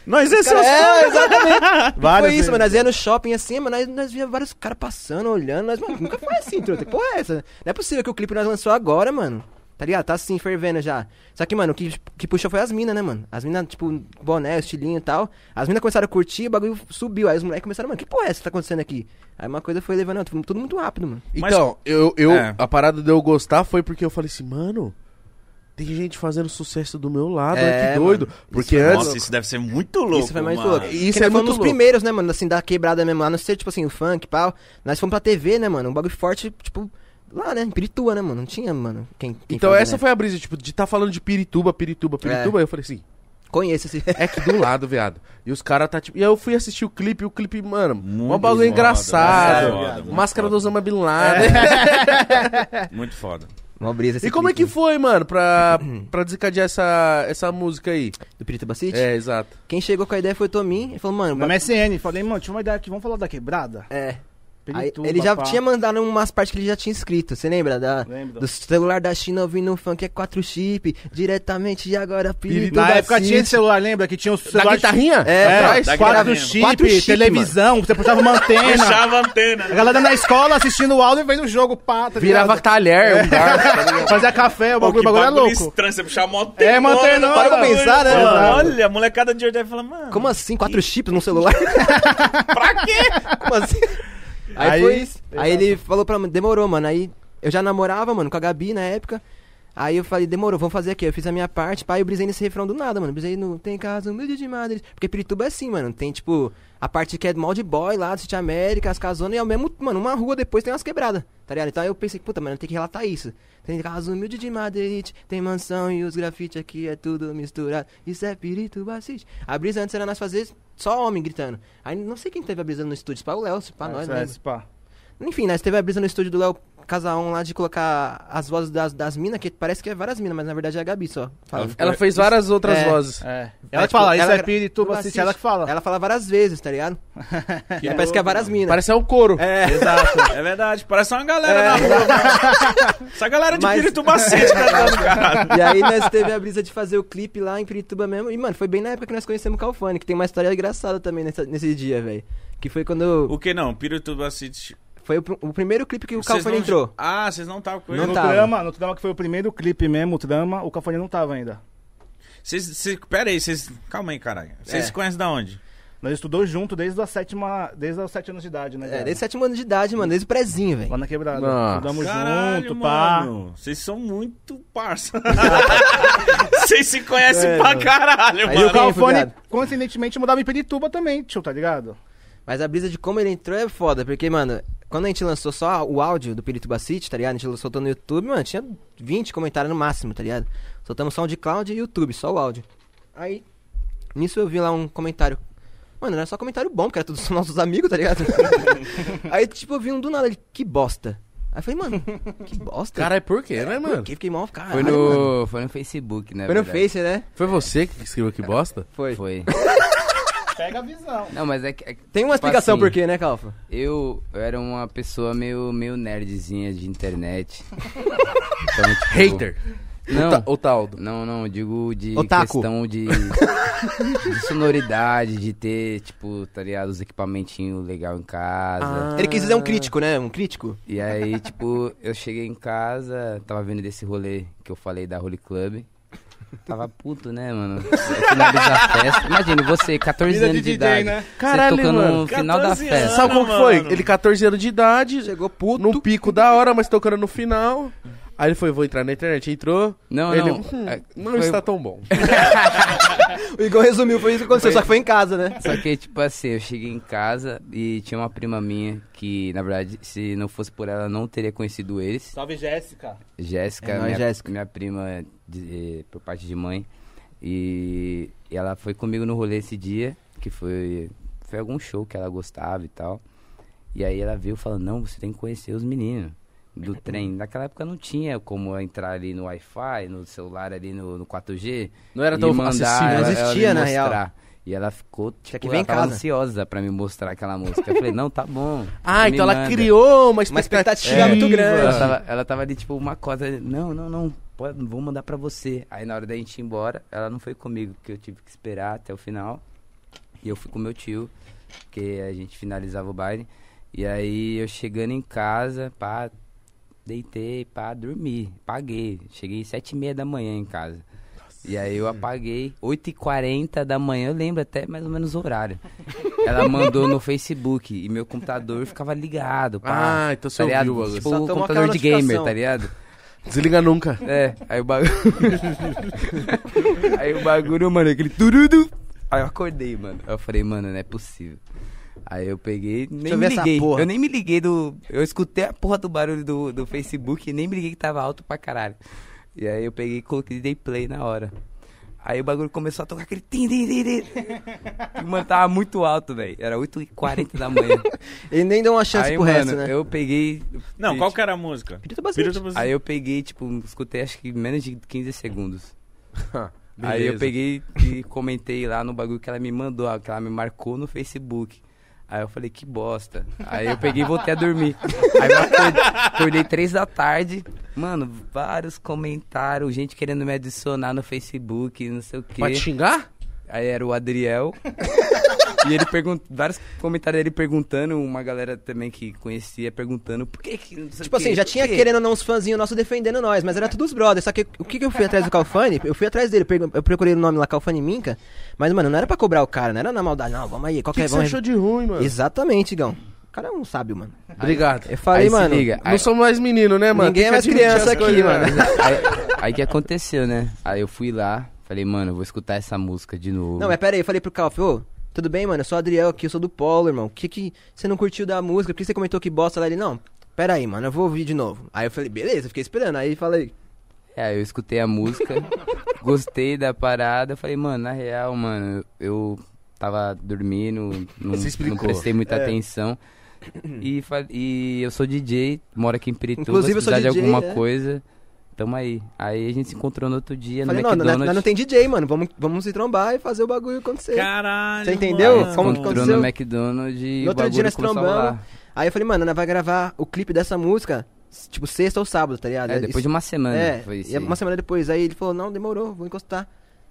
[SPEAKER 1] Nós é seus fãs.
[SPEAKER 4] é, exatamente.
[SPEAKER 3] Várias
[SPEAKER 4] foi isso,
[SPEAKER 3] vezes.
[SPEAKER 4] mano. Nós ia no shopping assim, mano, nós, nós via vários caras passando, olhando. Nós, mano, nunca foi assim, truta. Que Porra, é essa? Não é possível que o clipe nós lançou agora, mano. Tá ligado? Tá assim, fervendo já. Só que, mano, o que, que puxou foi as minas, né, mano? As minas, tipo, boné, estilinho e tal. As minas começaram a curtir, o bagulho subiu. Aí os moleques começaram, mano, que porra é essa que tá acontecendo aqui? Aí uma coisa foi levando, a outra, foi tudo muito rápido, mano.
[SPEAKER 1] Mas-
[SPEAKER 2] Então, eu, eu,
[SPEAKER 1] É.
[SPEAKER 2] a parada de eu gostar foi porque eu falei assim, mano, tem gente fazendo sucesso do meu lado, olha
[SPEAKER 4] É,
[SPEAKER 2] que doido.
[SPEAKER 4] mano.
[SPEAKER 2] Porque
[SPEAKER 4] Isso é
[SPEAKER 2] antes.
[SPEAKER 1] Nossa, isso deve ser muito louco,
[SPEAKER 4] Isso foi mais
[SPEAKER 1] mano.
[SPEAKER 4] louco.
[SPEAKER 2] E isso
[SPEAKER 4] Porque
[SPEAKER 2] é
[SPEAKER 4] nós
[SPEAKER 2] muito
[SPEAKER 4] fomos os
[SPEAKER 2] louco.
[SPEAKER 4] primeiros, né, mano? Assim, da quebrada mesmo. A não ser, tipo assim, o funk, pau. Nós fomos pra TV, né, mano? Um bagulho forte, tipo, lá, né? Em Pirituba, né, mano? Não tinha, mano, quem, quem
[SPEAKER 2] Então
[SPEAKER 4] fazer,
[SPEAKER 2] essa
[SPEAKER 4] né?
[SPEAKER 2] foi a brisa, tipo, de tá falando de Pirituba,
[SPEAKER 4] É.
[SPEAKER 2] Pirituba, Pirituba, eu falei assim,
[SPEAKER 4] Conheço esse...
[SPEAKER 2] É que do lado, viado. E os caras tá tipo. E aí eu fui assistir o clipe, e o clipe, mano,
[SPEAKER 1] Muito
[SPEAKER 2] um bagulho
[SPEAKER 1] foda,
[SPEAKER 2] engraçado.
[SPEAKER 1] muito foda, muito
[SPEAKER 2] Máscara do
[SPEAKER 1] foda. É.
[SPEAKER 2] Osama Bin Laden.
[SPEAKER 1] Muito foda.
[SPEAKER 4] Uma brisa esse
[SPEAKER 2] E como é
[SPEAKER 4] clipe,
[SPEAKER 2] que foi, mano, pra, pra desencadear essa, essa música aí?
[SPEAKER 4] né? Do Pirituba City?
[SPEAKER 2] É, exato.
[SPEAKER 4] Quem chegou com a ideia foi o Tomin. Ele falou, mano...
[SPEAKER 3] Na
[SPEAKER 4] ba-
[SPEAKER 3] MSN, falei, mano, tinha uma ideia aqui, vamos falar da quebrada?
[SPEAKER 4] É. Aí,
[SPEAKER 3] Pirituba,
[SPEAKER 4] ele já
[SPEAKER 3] pá.
[SPEAKER 4] tinha mandado umas partes que ele já tinha escrito. Você lembra? Da,
[SPEAKER 3] Lembro.
[SPEAKER 4] do celular da China ouvindo um funk é 4 chip. Diretamente de agora, Pirituba
[SPEAKER 3] Na época
[SPEAKER 4] City.
[SPEAKER 3] tinha esse celular, lembra? Que tinha o
[SPEAKER 2] Da
[SPEAKER 3] celular.
[SPEAKER 2] guitarrinha?
[SPEAKER 4] É,
[SPEAKER 2] atrás?
[SPEAKER 1] da guitarra.
[SPEAKER 3] Quatro
[SPEAKER 1] Quatro
[SPEAKER 3] chip,
[SPEAKER 4] chip,
[SPEAKER 3] televisão, você puxava
[SPEAKER 2] É,
[SPEAKER 3] uma antena.
[SPEAKER 1] Fechava a antena.
[SPEAKER 3] A galera na escola assistindo o áudio e vendo o jogo, pá, tá
[SPEAKER 2] Virava
[SPEAKER 3] ligado?
[SPEAKER 4] É.
[SPEAKER 2] talher, um garfo.
[SPEAKER 3] Fazia café, o
[SPEAKER 1] Pô,
[SPEAKER 3] bagulho, o
[SPEAKER 1] que
[SPEAKER 3] bagulho é louco.
[SPEAKER 1] estranho, você puxar a moto.
[SPEAKER 3] É, mó antenona,
[SPEAKER 1] Para pra
[SPEAKER 3] mano.
[SPEAKER 1] pensar, né?
[SPEAKER 3] Exato.
[SPEAKER 1] mano? Olha, a molecada de hoje deve falar, mano.
[SPEAKER 4] Como assim? 4 chips num celular?
[SPEAKER 2] é?"
[SPEAKER 1] Pra quê?
[SPEAKER 4] Como assim? Aí,
[SPEAKER 3] Aí-
[SPEAKER 4] foi isso. Aí ele falou pra mim, demorou, mano. Aí eu já namorava, mano, com a Gabi na época. Aí eu falei, demorou, vamos fazer aqui. Eu fiz a minha parte, pai, eu brisei nesse refrão do nada, mano. Brisei no Tem Casa Humilde de Madrid. Porque Pirituba é assim, mano. Tem, tipo, a parte que é mal de boy lá, do City América, as casonas, e ao mesmo, mano, uma rua depois tem umas quebradas, tá ligado? Então aí eu pensei, puta, mano, tem que relatar isso. Tem casa humilde de Madrid, tem mansão e os grafites aqui é tudo misturado. Isso é Pirituba City. A brisa antes era nós fazer só homem gritando. Aí não sei quem teve a brisa no estúdio, pra o Léo, se pra nós, né?
[SPEAKER 3] é, pá.
[SPEAKER 4] Enfim, nós teve a brisa no estúdio do Léo Casaon lá de colocar as vozes das, das minas, que parece que é várias minas, mas na verdade é a Gabi só. Fala.
[SPEAKER 2] Ela fez várias outras
[SPEAKER 4] É.
[SPEAKER 2] vozes.
[SPEAKER 3] É.
[SPEAKER 4] Aí,
[SPEAKER 3] Ela que
[SPEAKER 4] tipo,
[SPEAKER 3] fala, isso
[SPEAKER 4] ela
[SPEAKER 3] é
[SPEAKER 4] gra-
[SPEAKER 3] Pirituba, assiste, ela que fala.
[SPEAKER 4] Ela fala várias vezes, tá ligado? Aí parece que é várias minas.
[SPEAKER 2] Parece um couro.
[SPEAKER 1] Exato. É verdade, parece uma galera na rua. mano. Essa galera de
[SPEAKER 4] É. Mas-
[SPEAKER 1] Pirituba City cantando, cara.
[SPEAKER 4] E aí nós teve a brisa de fazer o clipe lá em Pirituba mesmo. E, mano, foi bem na época que nós conhecemos o Calfani, que tem uma história engraçada também nessa- nesse dia, velho. Que foi quando.
[SPEAKER 1] O que não? Pirituba City.
[SPEAKER 4] Foi o, pr- o primeiro clipe que o
[SPEAKER 1] Vocês
[SPEAKER 4] Calfani
[SPEAKER 1] não-
[SPEAKER 4] entrou.
[SPEAKER 1] Ah, vocês não estavam com ele.
[SPEAKER 4] Não
[SPEAKER 3] No
[SPEAKER 4] tava.
[SPEAKER 3] trama, no trama que foi o primeiro clipe mesmo, o trama, o Cafone não tava ainda.
[SPEAKER 1] Vocês, vocês- pera aí, vocês. Calma aí, caralho. Vocês
[SPEAKER 4] É.
[SPEAKER 1] se conhecem da onde?
[SPEAKER 3] Nós estudou junto desde a sétima, desde os sete anos de idade, né?
[SPEAKER 4] É,
[SPEAKER 3] cara?
[SPEAKER 4] desde sétimo ano de idade, mano, desde o prezinho, velho.
[SPEAKER 3] Lá na quebrada.
[SPEAKER 2] Nossa.
[SPEAKER 3] Estudamos junto, pá.
[SPEAKER 1] mano. Vocês são muito parça. Vocês se conhecem pra caralho,
[SPEAKER 4] Aí
[SPEAKER 1] mano.
[SPEAKER 3] E o Calfone,
[SPEAKER 4] Obrigado.
[SPEAKER 3] coincidentemente, mudava em Pirituba também, tio, tá ligado?
[SPEAKER 4] Mas a brisa de como ele entrou é foda, porque, mano, Quando a gente lançou só o áudio do Pirituba City, tá ligado? A gente lançou todo no YouTube, mano, tinha 20 comentários no máximo, tá ligado? Soltamos SoundCloud e YouTube, só o áudio. Aí, nisso eu vi lá um comentário. Mano, era só comentário bom, porque era todos nossos amigos, tá ligado? aí, tipo, eu vi um do nada, ele, que bosta. Aí eu falei, mano, que bosta.
[SPEAKER 2] Cara, é por quê, né,
[SPEAKER 4] Por
[SPEAKER 2] mano?
[SPEAKER 4] quê? Fiquei mal, cara.
[SPEAKER 6] Foi
[SPEAKER 4] É
[SPEAKER 6] no, foi no Facebook, né?
[SPEAKER 4] Foi no Face, né?
[SPEAKER 2] Foi você que escreveu que bosta?
[SPEAKER 4] Foi.
[SPEAKER 6] Foi.
[SPEAKER 3] Pega a visão.
[SPEAKER 6] Não, mas é que. é que,
[SPEAKER 4] Tem uma
[SPEAKER 6] tipo
[SPEAKER 4] explicação
[SPEAKER 6] assim,
[SPEAKER 4] por quê, né, Calfa?
[SPEAKER 6] Eu, eu era uma pessoa meio, meio nerdzinha de internet. Então, tipo,
[SPEAKER 2] Hater.
[SPEAKER 6] Não,
[SPEAKER 2] O Taldo.
[SPEAKER 6] não, não, eu digo de
[SPEAKER 4] Otaku.
[SPEAKER 6] questão de, de sonoridade, de ter, tipo, tá ligado, os equipamentinhos legal em
[SPEAKER 2] Ah.
[SPEAKER 6] casa.
[SPEAKER 4] Ele quis dizer um crítico, né? Um crítico.
[SPEAKER 6] E aí, tipo, eu cheguei em casa, tava vendo desse rolê que eu falei da Holy Club. Tava puto, né, mano? Eu finalizar a festa. Imagina, você, 14
[SPEAKER 3] Vida
[SPEAKER 6] anos
[SPEAKER 3] de
[SPEAKER 6] de,
[SPEAKER 3] DJ,
[SPEAKER 6] idade.
[SPEAKER 3] né?
[SPEAKER 6] Você
[SPEAKER 2] Caralho,
[SPEAKER 6] tocando
[SPEAKER 2] mano.
[SPEAKER 6] no final da
[SPEAKER 1] 14
[SPEAKER 6] festa.
[SPEAKER 2] Sabe como que
[SPEAKER 1] Mano.
[SPEAKER 2] foi? Ele, 14 anos de idade,
[SPEAKER 4] Chegou puto.
[SPEAKER 2] num pico da hora, mas tocando no final. Aí ele foi, vou entrar na internet. Entrou.
[SPEAKER 6] Não,
[SPEAKER 2] ele,
[SPEAKER 6] não.
[SPEAKER 2] "Hum,
[SPEAKER 6] é,
[SPEAKER 2] não
[SPEAKER 6] foi-
[SPEAKER 2] está tão bom.
[SPEAKER 4] O Igor resumiu, foi isso que aconteceu, só que foi em casa, né?
[SPEAKER 6] Só que, tipo assim, eu cheguei em casa e tinha uma prima minha que, na verdade, se não fosse por ela, eu não teria conhecido eles.
[SPEAKER 3] Salve, Jéssica.
[SPEAKER 6] Jéssica,
[SPEAKER 4] É nóis,
[SPEAKER 6] minha,
[SPEAKER 4] Jéssica.
[SPEAKER 6] minha prima de- eh, por parte de mãe. E ela foi comigo no rolê esse dia, que foi, foi algum show que ela gostava e tal. E aí ela veio falando, não, você tem que conhecer os meninos do trem. Naquela época não tinha como entrar ali no Wi-Fi, no celular ali no, no 4G.
[SPEAKER 2] Não era tão
[SPEAKER 6] e mandar,
[SPEAKER 2] acessível.
[SPEAKER 6] ela-
[SPEAKER 4] Não
[SPEAKER 6] ela
[SPEAKER 4] existia,
[SPEAKER 6] me
[SPEAKER 4] na real.
[SPEAKER 6] mostrar. E ela ficou, tipo,
[SPEAKER 4] que ver em
[SPEAKER 6] ela tava
[SPEAKER 4] casa.
[SPEAKER 6] ansiosa pra me mostrar aquela música. Eu falei, não, tá bom.
[SPEAKER 2] Ah,
[SPEAKER 6] você me
[SPEAKER 2] então ela
[SPEAKER 6] manda."
[SPEAKER 2] criou uma
[SPEAKER 4] Uma
[SPEAKER 2] expectativa.
[SPEAKER 4] expectativa
[SPEAKER 2] É.
[SPEAKER 4] muito
[SPEAKER 6] Ela
[SPEAKER 4] um grande.
[SPEAKER 6] tava, ela tava ali, tipo, uma coisa. Não, não, não. Pode, vou mandar pra você. Aí na hora da gente ir embora, ela não foi comigo, porque eu tive que esperar até o final. E eu fui com meu tio, porque a gente finalizava o baile. E aí eu chegando em casa, pá, deitei, pá, dormi. Paguei. Cheguei às sete e meia da manhã em casa. E aí eu apaguei, 8h40 da manhã, eu lembro até mais ou menos o horário. Ela mandou no Facebook e meu computador ficava ligado, pá.
[SPEAKER 2] Ah, então você
[SPEAKER 6] Tá ligado?
[SPEAKER 2] ouviu agora.
[SPEAKER 6] Tipo,
[SPEAKER 4] Só
[SPEAKER 6] o
[SPEAKER 4] tomou
[SPEAKER 6] computador
[SPEAKER 4] aquela
[SPEAKER 6] de gamer,
[SPEAKER 4] notificação.
[SPEAKER 6] tá ligado?
[SPEAKER 2] Desliga nunca.
[SPEAKER 6] É, aí o bagulho. aí o bagulho, mano, aquele turudo. Aí eu acordei, mano. Aí eu falei, mano, não é possível. Aí eu peguei, nem
[SPEAKER 4] eu
[SPEAKER 6] me
[SPEAKER 4] ver essa
[SPEAKER 6] liguei.
[SPEAKER 4] porra.
[SPEAKER 6] Eu nem me liguei do. Eu escutei a porra do barulho do, do Facebook e nem me liguei que tava alto pra caralho. E aí eu peguei e coloquei dei play na hora. Aí o bagulho começou a tocar aquele. tim, tim, tim, tim. E, mano, tava muito alto, velho. Era 8h40 da manhã.
[SPEAKER 4] Ele nem deu uma chance
[SPEAKER 6] aí,
[SPEAKER 4] pro
[SPEAKER 6] mano,
[SPEAKER 4] resto, né?
[SPEAKER 6] eu peguei.
[SPEAKER 1] Não,
[SPEAKER 6] e,
[SPEAKER 1] qual que era a música?
[SPEAKER 4] Pirituba City.
[SPEAKER 6] Aí eu peguei, tipo, escutei acho que menos de 15 segundos. Aí
[SPEAKER 2] Beleza.
[SPEAKER 6] eu peguei e comentei lá no bagulho que ela me mandou, que ela me marcou no Facebook. Aí eu falei, que bosta. Aí eu peguei e voltei a dormir. Aí eu acordei, acordei três da tarde. Mano, vários comentários, gente querendo me adicionar no Facebook, não sei o quê.
[SPEAKER 2] Pra te xingar?
[SPEAKER 6] Aí era o Adriel. e ele perguntou. Vários comentários dele perguntando, uma galera também que conhecia perguntando por que que. não sei o
[SPEAKER 4] Tipo assim,
[SPEAKER 6] quê,
[SPEAKER 4] já
[SPEAKER 6] por
[SPEAKER 4] tinha
[SPEAKER 6] quê?"
[SPEAKER 4] querendo ou não uns fãzinhos nossos defendendo nós, mas era tudo os brothers. Só que o que, que eu fui atrás do Calfani? Eu fui atrás dele, pergu- eu procurei o nome lá, Calfani Minca. Mas, mano, não era pra cobrar o cara, não era na maldade, não, vamos aí,
[SPEAKER 2] O que,
[SPEAKER 4] qualquer
[SPEAKER 2] que você
[SPEAKER 4] vamos-
[SPEAKER 2] achou de ruim, mano?
[SPEAKER 4] Exatamente, Igão. O cara é um sábio, mano.
[SPEAKER 2] Obrigado.
[SPEAKER 4] Eu falei,
[SPEAKER 6] Aí se
[SPEAKER 4] mano.
[SPEAKER 6] liga.
[SPEAKER 2] Não somos mais menino, né, mano?
[SPEAKER 4] Ninguém
[SPEAKER 2] Tem
[SPEAKER 4] é
[SPEAKER 2] que
[SPEAKER 4] mais
[SPEAKER 2] admitir
[SPEAKER 4] criança
[SPEAKER 2] as
[SPEAKER 4] aqui,
[SPEAKER 2] coisas,
[SPEAKER 4] mano.
[SPEAKER 6] Aí, aí que aconteceu, né? Aí eu fui lá, falei, mano, eu vou escutar essa música de novo.
[SPEAKER 4] Não, é- mas pera aí, eu falei pro Calf, ô, tudo bem, mano? Eu sou o Adriel aqui, eu sou do Polo, irmão. O que que você não curtiu da música? Por que você comentou que bosta lá? Ele, não, pera aí, mano, eu vou ouvir de novo. Aí eu falei, beleza, fiquei esperando. Aí falei,
[SPEAKER 6] É, eu escutei a música, gostei da parada, eu falei, mano, na real, mano, eu tava dormindo, não,
[SPEAKER 2] Se explicou.
[SPEAKER 6] não prestei muita
[SPEAKER 4] É.
[SPEAKER 6] atenção. E, fa- e eu sou DJ, moro aqui em Pirituba,
[SPEAKER 4] Inclusive, eu
[SPEAKER 6] se
[SPEAKER 4] sou
[SPEAKER 6] precisar de
[SPEAKER 4] DJ,
[SPEAKER 6] alguma
[SPEAKER 4] é.
[SPEAKER 6] coisa, tamo aí. Aí a gente se encontrou no outro dia
[SPEAKER 4] falei
[SPEAKER 6] no
[SPEAKER 4] não, nós,
[SPEAKER 6] McDonald's.
[SPEAKER 4] nós não tem DJ, mano, vamos, vamos se trombar e fazer o bagulho acontecer.
[SPEAKER 1] Caralho.
[SPEAKER 4] Você entendeu?
[SPEAKER 1] mano.
[SPEAKER 4] Como que
[SPEAKER 6] encontrou
[SPEAKER 4] aconteceu?
[SPEAKER 6] no McDonald's e
[SPEAKER 4] No
[SPEAKER 6] o
[SPEAKER 4] outro dia
[SPEAKER 6] bagulho
[SPEAKER 4] nós
[SPEAKER 6] começou a
[SPEAKER 4] trombamos.
[SPEAKER 6] rolar.
[SPEAKER 4] Aí eu falei, mano, nós vai gravar o clipe dessa música, s- tipo, sexta ou sábado, tá ligado?
[SPEAKER 6] É, depois de uma semana
[SPEAKER 4] É,
[SPEAKER 6] foi isso
[SPEAKER 4] e
[SPEAKER 6] aí.
[SPEAKER 4] uma semana depois. Aí ele falou, não, demorou, vou encostar.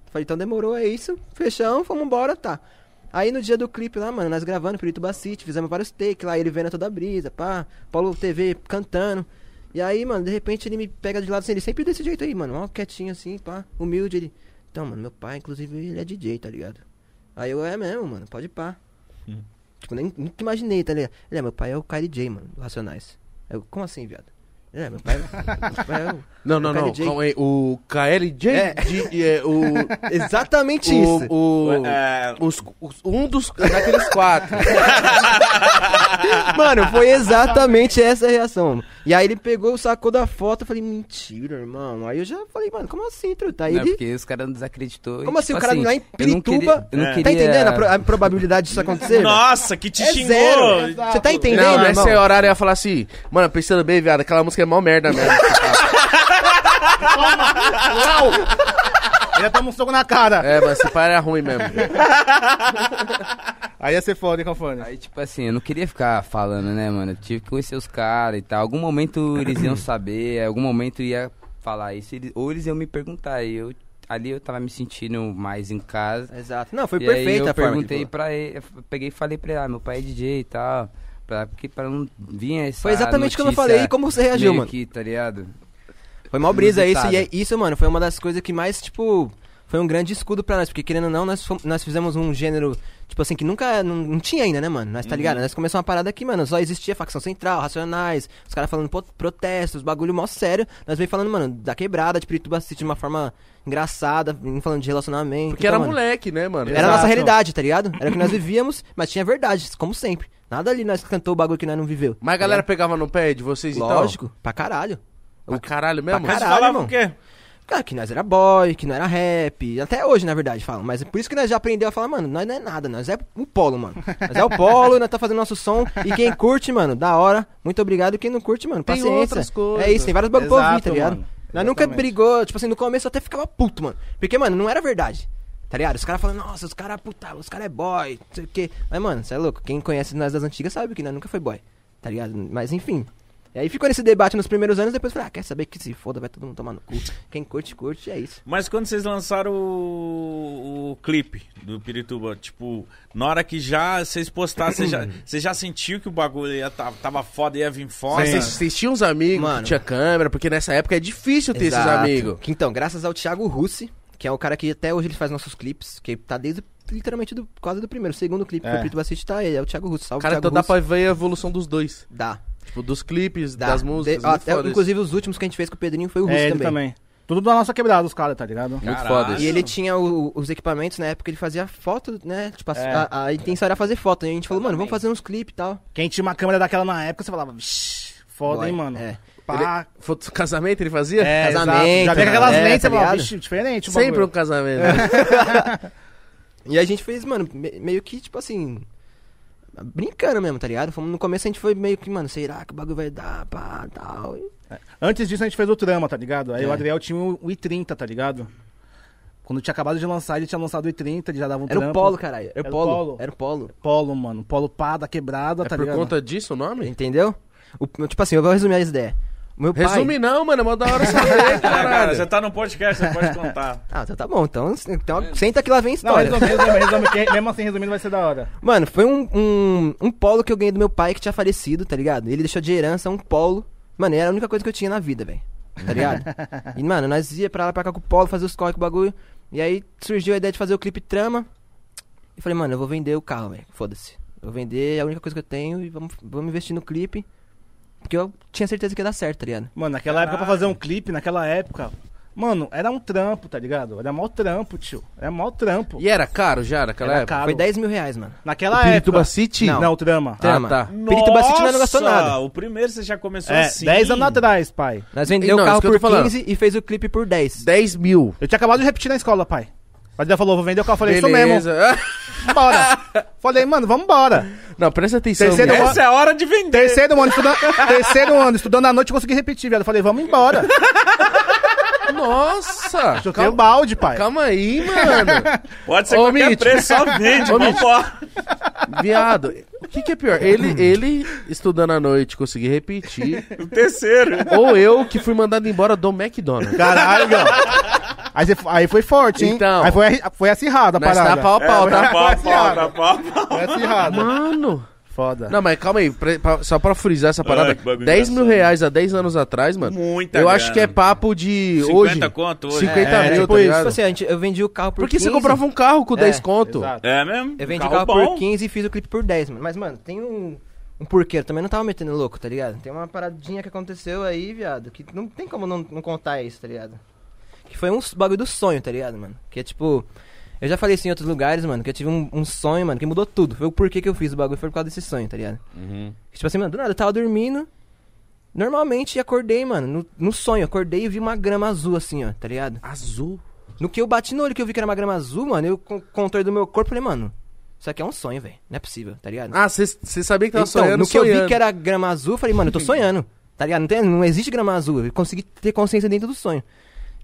[SPEAKER 4] Eu falei, então demorou, é isso. Fechamos, fomos embora, tá. Aí no dia do clipe lá, mano, nós gravando Pirituba City, fizemos vários takes lá, ele vendo a toda brisa, pá, Paulo TV cantando. E aí, mano, de repente ele me pega de lado assim, ele sempre desse jeito aí, mano, ó, quietinho assim, pá, humilde. Ele, então, mano, meu pai, inclusive, ele é DJ, tá ligado? Aí eu, é mesmo, mano, pode pá. Tipo, nem, nunca imaginei, tá ligado? Ele, é, meu pai é o Kylie J, mano, do Racionais. Eu, como assim, viado? É, meu pai. meu pai é o-
[SPEAKER 2] Não, não,
[SPEAKER 4] O
[SPEAKER 2] não.
[SPEAKER 4] KLJ.
[SPEAKER 2] Calma aí. O KLJ.
[SPEAKER 4] É.
[SPEAKER 2] de- é, o,
[SPEAKER 4] Exatamente isso.
[SPEAKER 2] o, o-
[SPEAKER 1] É,
[SPEAKER 2] os- os- um dos. Daqueles quatro.
[SPEAKER 4] Mano, foi exatamente essa a reação. mano. E aí ele pegou, sacou da foto, eu falei, mentira, irmão. Aí eu já falei, mano, como assim, truta? Aí
[SPEAKER 6] Não,
[SPEAKER 4] ele.
[SPEAKER 6] porque os caras não desacreditou. e,
[SPEAKER 4] Como assim,
[SPEAKER 6] tipo
[SPEAKER 4] o cara lá em
[SPEAKER 6] eu não queria-
[SPEAKER 4] Pirituba-
[SPEAKER 6] eu não
[SPEAKER 1] É.
[SPEAKER 6] queria-
[SPEAKER 4] Tá entendendo a, pro- a probabilidade disso acontecer?
[SPEAKER 1] Nossa, que te
[SPEAKER 4] é
[SPEAKER 1] xingou.
[SPEAKER 4] zero. Você tá entendendo,
[SPEAKER 2] não,
[SPEAKER 4] irmão?
[SPEAKER 2] esse é horário eu ia falar assim. Mano, pensando bem, viado, aquela música é mó merda mesmo.
[SPEAKER 3] Ele ia tomar um soco na cara.
[SPEAKER 2] é, mas esse pai era ruim mesmo.
[SPEAKER 4] Então,
[SPEAKER 3] Aí ia ser foda, hein, Calfone?
[SPEAKER 6] Aí, tipo assim, eu não queria ficar falando, né, mano? Eu tive que conhecer os caras e tal. Algum momento eles iam saber, algum momento ia falar isso, eles- ou eles iam me perguntar. E eu, ali eu tava me sentindo mais em casa.
[SPEAKER 4] Exato. Não, foi
[SPEAKER 6] e aí
[SPEAKER 4] perfeita
[SPEAKER 6] eu
[SPEAKER 4] a forma.
[SPEAKER 6] perguntei
[SPEAKER 4] que ele falou.
[SPEAKER 6] pra ele, eu peguei e falei pra ele, ah, meu pai é DJ e tal. Pra, porque pra não vir essa
[SPEAKER 4] Foi exatamente o que eu
[SPEAKER 6] notícia
[SPEAKER 4] falei e como você reagiu,
[SPEAKER 6] meio
[SPEAKER 4] mano.
[SPEAKER 6] que, tá ligado?
[SPEAKER 4] Foi mal brisa isso. E é-
[SPEAKER 6] inusitada.
[SPEAKER 4] isso, mano, foi uma das coisas que mais, tipo. Foi um grande escudo pra nós, porque querendo ou não, nós, fom- nós fizemos um gênero, tipo assim, que nunca. Não, não tinha ainda, né, mano? Nós
[SPEAKER 2] Uhum.
[SPEAKER 4] tá ligado? Nós começamos uma parada aqui, mano. Só existia facção central, racionais, os caras falando pot- protestos, bagulho mó sério. Nós veio falando, mano, da quebrada, tipo, de Pirituba City de uma forma engraçada, falando de relacionamento.
[SPEAKER 2] Porque era
[SPEAKER 4] então, mano,
[SPEAKER 2] moleque, né, mano?
[SPEAKER 4] Era a
[SPEAKER 3] Exato.
[SPEAKER 4] nossa realidade, tá ligado? Era o que nós vivíamos, mas tinha verdade, como sempre. Nada ali nós cantou o bagulho que nós não viveu.
[SPEAKER 2] Mas então, a galera pegava no pé de vocês,
[SPEAKER 4] É. Lógico, pra caralho.
[SPEAKER 2] então? Pra caralho mesmo?
[SPEAKER 4] pra
[SPEAKER 1] Mas
[SPEAKER 4] Caralho,
[SPEAKER 1] falava
[SPEAKER 4] irmão.
[SPEAKER 1] o quê?
[SPEAKER 4] Cara, ah, que nós era boy, que não era rap. Até hoje, na verdade, falam. Mas é por isso que nós já aprendeu a falar, mano, nós não é nada, nós é o polo, mano. Nós é o polo, nós tá fazendo nosso som. E quem curte, mano, da hora. Muito obrigado. E Quem não curte, mano,
[SPEAKER 2] Tem
[SPEAKER 4] paciência.
[SPEAKER 2] outras coisas.
[SPEAKER 4] É isso, tem vários bagulho pra ouvir,
[SPEAKER 3] Exato,
[SPEAKER 4] tá ligado?
[SPEAKER 3] mano.
[SPEAKER 4] Nós nunca
[SPEAKER 3] Exatamente.
[SPEAKER 4] brigou, tipo assim, no começo eu até ficava puto, mano. Porque, mano, não era verdade. Tá ligado? Os caras falam, nossa, os caras puta, os caras é boy, não sei o quê. Mas, mano, você é louco. Quem conhece nós das antigas sabe que nós nunca foi boy. Tá ligado? Mas enfim. E aí ficou nesse debate nos primeiros anos, depois eu falei, ah, quer saber que se foda, vai todo mundo tomar no cu. Quem curte, curte, é isso.
[SPEAKER 1] Mas quando vocês lançaram o, o clipe do Pirituba, tipo, na hora que já vocês postaram, você já,
[SPEAKER 2] Hum.
[SPEAKER 1] você já sentiu que o bagulho ia tá- tava foda, ia vir foda?
[SPEAKER 2] Mas vocês, vocês tinham uns amigos
[SPEAKER 4] Mano.
[SPEAKER 2] que tinha câmera, porque nessa época é difícil ter esses
[SPEAKER 4] Exato.
[SPEAKER 2] amigos.
[SPEAKER 4] Que, então, graças ao Thiago Russi, que é o cara que até hoje ele faz nossos clipes, que tá desde literalmente do, quase do primeiro. O segundo clipe que
[SPEAKER 3] É.
[SPEAKER 4] o Prito Bacite tá ele, é o Thiago Russi. Salve,
[SPEAKER 2] Cara,
[SPEAKER 4] Thiago
[SPEAKER 2] então dá
[SPEAKER 4] Russi.
[SPEAKER 2] pra ver a evolução dos dois.
[SPEAKER 4] Dá,
[SPEAKER 2] Tipo, dos clipes,
[SPEAKER 4] dá.
[SPEAKER 2] das músicas.
[SPEAKER 4] De-
[SPEAKER 2] muito
[SPEAKER 4] até-
[SPEAKER 2] foda isso.
[SPEAKER 4] inclusive, os últimos que a gente fez com o Pedrinho foi o Russi
[SPEAKER 3] É, ele
[SPEAKER 4] também.
[SPEAKER 3] também. Tudo da nossa quebrada, os caras, tá ligado?
[SPEAKER 1] Caralho.
[SPEAKER 6] foda
[SPEAKER 4] E ele tinha o- os equipamentos, na época ele fazia foto, né? Tipo, a,
[SPEAKER 3] É.
[SPEAKER 4] a- a intenção era fazer foto. E a gente falou, mano, vamos fazer uns clipes e tal.
[SPEAKER 3] Quem tinha uma câmera daquela na época, você falava, vixi, foda,
[SPEAKER 4] Boy,
[SPEAKER 3] hein, mano.
[SPEAKER 4] é.
[SPEAKER 3] Pá.
[SPEAKER 2] Foto casamento ele fazia?
[SPEAKER 3] É, exato.
[SPEAKER 4] casamento,
[SPEAKER 3] Já vê aquelas
[SPEAKER 4] mano, é,
[SPEAKER 3] lentes,
[SPEAKER 4] tá
[SPEAKER 3] você falava,
[SPEAKER 4] ligado?
[SPEAKER 3] vixi, diferente. o
[SPEAKER 2] Sempre um
[SPEAKER 3] bagulho."
[SPEAKER 2] casamento.
[SPEAKER 4] É,
[SPEAKER 2] né?
[SPEAKER 4] E a gente fez, mano, me- meio que, tipo assim. Brincando mesmo, tá ligado? Fomos- No começo a gente foi meio que, mano, será que o bagulho vai dar, pá, tal.
[SPEAKER 3] Um
[SPEAKER 4] E
[SPEAKER 3] Antes disso, a gente fez o trama, tá ligado? Aí
[SPEAKER 4] É.
[SPEAKER 3] o Adriel tinha o o I30, tá ligado? Quando tinha acabado de lançar, ele tinha lançado o I30, ele já dava um
[SPEAKER 4] Era o
[SPEAKER 3] trampo.
[SPEAKER 4] Polo, caralho. Era
[SPEAKER 3] Era
[SPEAKER 4] o
[SPEAKER 3] o
[SPEAKER 4] Polo.
[SPEAKER 3] Polo.
[SPEAKER 4] Era o Polo.
[SPEAKER 3] Polo, mano. Polo pá da quebrada,
[SPEAKER 2] É
[SPEAKER 3] tá
[SPEAKER 2] por
[SPEAKER 3] ligado?
[SPEAKER 2] conta disso o nome?
[SPEAKER 4] Entendeu? O- tipo assim, eu vou resumir as ideias. O Meu pai...
[SPEAKER 2] Resume não, mano. É mó da hora saber,
[SPEAKER 1] Ah, cara, você
[SPEAKER 2] caralho.
[SPEAKER 1] tá no podcast, você pode contar.
[SPEAKER 4] Ah, então tá bom. Então, então senta que lá vem a
[SPEAKER 3] É. Não,
[SPEAKER 4] história.
[SPEAKER 3] resume, resume, resume. que mesmo assim, resumindo, vai ser da hora.
[SPEAKER 4] Mano, foi um, um, um polo que eu ganhei do meu pai que tinha falecido, tá ligado? Ele deixou de herança um polo. Mano, era a única coisa que eu tinha na vida, velho. Tá ligado? e, mano, nós ia pra lá pra cá com o polo, fazer os corre com o bagulho. E aí surgiu a ideia de fazer o clipe trama. E falei, mano, eu vou vender o carro, velho. Foda-se. Eu vou vender, é a única coisa que eu tenho e vamos, vamos investir no clipe. Porque eu tinha certeza que ia dar certo, tá ligado?
[SPEAKER 3] Mano, naquela época pra fazer um clipe, naquela época. Mano, era um trampo, tá ligado? Era mó trampo, tio. Era mó trampo.
[SPEAKER 2] E era caro já naquela
[SPEAKER 3] Era
[SPEAKER 2] época?
[SPEAKER 3] caro.
[SPEAKER 4] Foi 10 mil reais, mano.
[SPEAKER 3] Naquela
[SPEAKER 2] O Pirituba
[SPEAKER 3] época.
[SPEAKER 2] City?
[SPEAKER 3] Não, o trama.
[SPEAKER 2] Ah,
[SPEAKER 4] Trama.
[SPEAKER 2] tá.
[SPEAKER 4] Pirituba City não gastou
[SPEAKER 1] Nossa,
[SPEAKER 4] nada.
[SPEAKER 1] O primeiro você já começou
[SPEAKER 3] É,
[SPEAKER 1] assim.
[SPEAKER 3] 10 anos atrás, pai.
[SPEAKER 4] Nós vendeu
[SPEAKER 2] Não,
[SPEAKER 4] o
[SPEAKER 2] isso
[SPEAKER 4] carro
[SPEAKER 2] que eu tô
[SPEAKER 4] por
[SPEAKER 2] falando.
[SPEAKER 4] 15 e fez o clipe por 10.
[SPEAKER 2] 10 mil.
[SPEAKER 3] Eu tinha acabado de repetir na escola, pai. O Adriano falou, vou vender o carro. Eu falei, isso
[SPEAKER 2] Beleza.
[SPEAKER 3] mesmo, bora. falei, mano, vambora.
[SPEAKER 2] Não, presta atenção.
[SPEAKER 3] Terceiro
[SPEAKER 2] mano.
[SPEAKER 1] Essa é a hora de vender.
[SPEAKER 3] Terceiro ano, estudando, terceiro ano, estudando à noite, eu consegui repetir, viado. Eu falei, vamos embora.
[SPEAKER 2] Nossa.
[SPEAKER 3] Joguei o balde, pai.
[SPEAKER 2] Calma aí, mano.
[SPEAKER 1] Pode ser
[SPEAKER 2] Ô,
[SPEAKER 1] qualquer
[SPEAKER 2] Mitch.
[SPEAKER 1] preço, só vende,
[SPEAKER 2] Ô, Mitch.
[SPEAKER 1] vambora.
[SPEAKER 2] Viado, o que, que é pior? Ele, ele estudando à noite consegui repetir.
[SPEAKER 1] O terceiro.
[SPEAKER 2] ou eu que fui mandado embora do McDonald's.
[SPEAKER 3] Caralho, ó. Aí, você- aí foi forte, hein?
[SPEAKER 2] Então.
[SPEAKER 3] Aí foi, arri- foi acirrada a
[SPEAKER 2] Nós tá
[SPEAKER 3] parada.
[SPEAKER 2] pau a pau,
[SPEAKER 1] Tá
[SPEAKER 2] tá?
[SPEAKER 1] pau, pau, tá pau, pau.
[SPEAKER 3] Foi acirrada.
[SPEAKER 2] Mano.
[SPEAKER 3] Foda.
[SPEAKER 2] Não, mas calma aí, pra- pra- só pra frisar essa parada.
[SPEAKER 1] Ai, que bagulho
[SPEAKER 2] 10 mil
[SPEAKER 1] engraçado.
[SPEAKER 2] reais há 10 anos atrás, mano.
[SPEAKER 1] Muita
[SPEAKER 2] Eu
[SPEAKER 1] grana.
[SPEAKER 2] acho que é papo de
[SPEAKER 1] 50
[SPEAKER 2] hoje.
[SPEAKER 1] conto hoje.
[SPEAKER 2] 50
[SPEAKER 3] É,
[SPEAKER 2] mil,
[SPEAKER 3] tipo
[SPEAKER 2] tá
[SPEAKER 3] isso.
[SPEAKER 2] ligado?
[SPEAKER 4] Tipo assim, a gente- eu vendi o carro por
[SPEAKER 2] Porque
[SPEAKER 4] 15.
[SPEAKER 2] você comprava um carro com
[SPEAKER 4] É,
[SPEAKER 2] 10 conto.
[SPEAKER 3] Exato.
[SPEAKER 1] É mesmo?
[SPEAKER 4] Eu vendi
[SPEAKER 1] Carro
[SPEAKER 4] o carro
[SPEAKER 1] bom.
[SPEAKER 4] por 15 e fiz o clipe por 10, mano. Mas, mano, tem um, um porqueiro. Também não tava metendo louco, tá ligado? Tem uma paradinha que aconteceu aí, viado, que não tem como não, não contar isso, tá ligado? Que foi um s- bagulho do sonho, tá ligado, mano? Que é tipo. Eu já falei isso em outros lugares, mano, que eu tive um, um sonho, mano, que mudou tudo. Foi o porquê que eu fiz o bagulho, foi por causa desse sonho, tá ligado?
[SPEAKER 1] Uhum.
[SPEAKER 4] Tipo assim, mano, do nada, eu tava dormindo. Normalmente, e acordei, mano, no, no sonho, acordei e vi uma grama azul assim, ó, tá ligado?
[SPEAKER 2] Azul.
[SPEAKER 4] No que eu bati no olho que eu vi que era uma grama azul, mano, eu com o controle do meu corpo falei, mano, isso aqui é um sonho, velho. Não é possível, tá ligado?
[SPEAKER 2] Ah, você sabia que tava
[SPEAKER 4] então,
[SPEAKER 2] sonhando,
[SPEAKER 4] no que eu
[SPEAKER 2] sonhando.
[SPEAKER 4] vi que era grama azul, eu falei, mano, eu tô sonhando. Tá ligado? Não, tem- não existe grama azul. Eu consegui ter consciência dentro do sonho.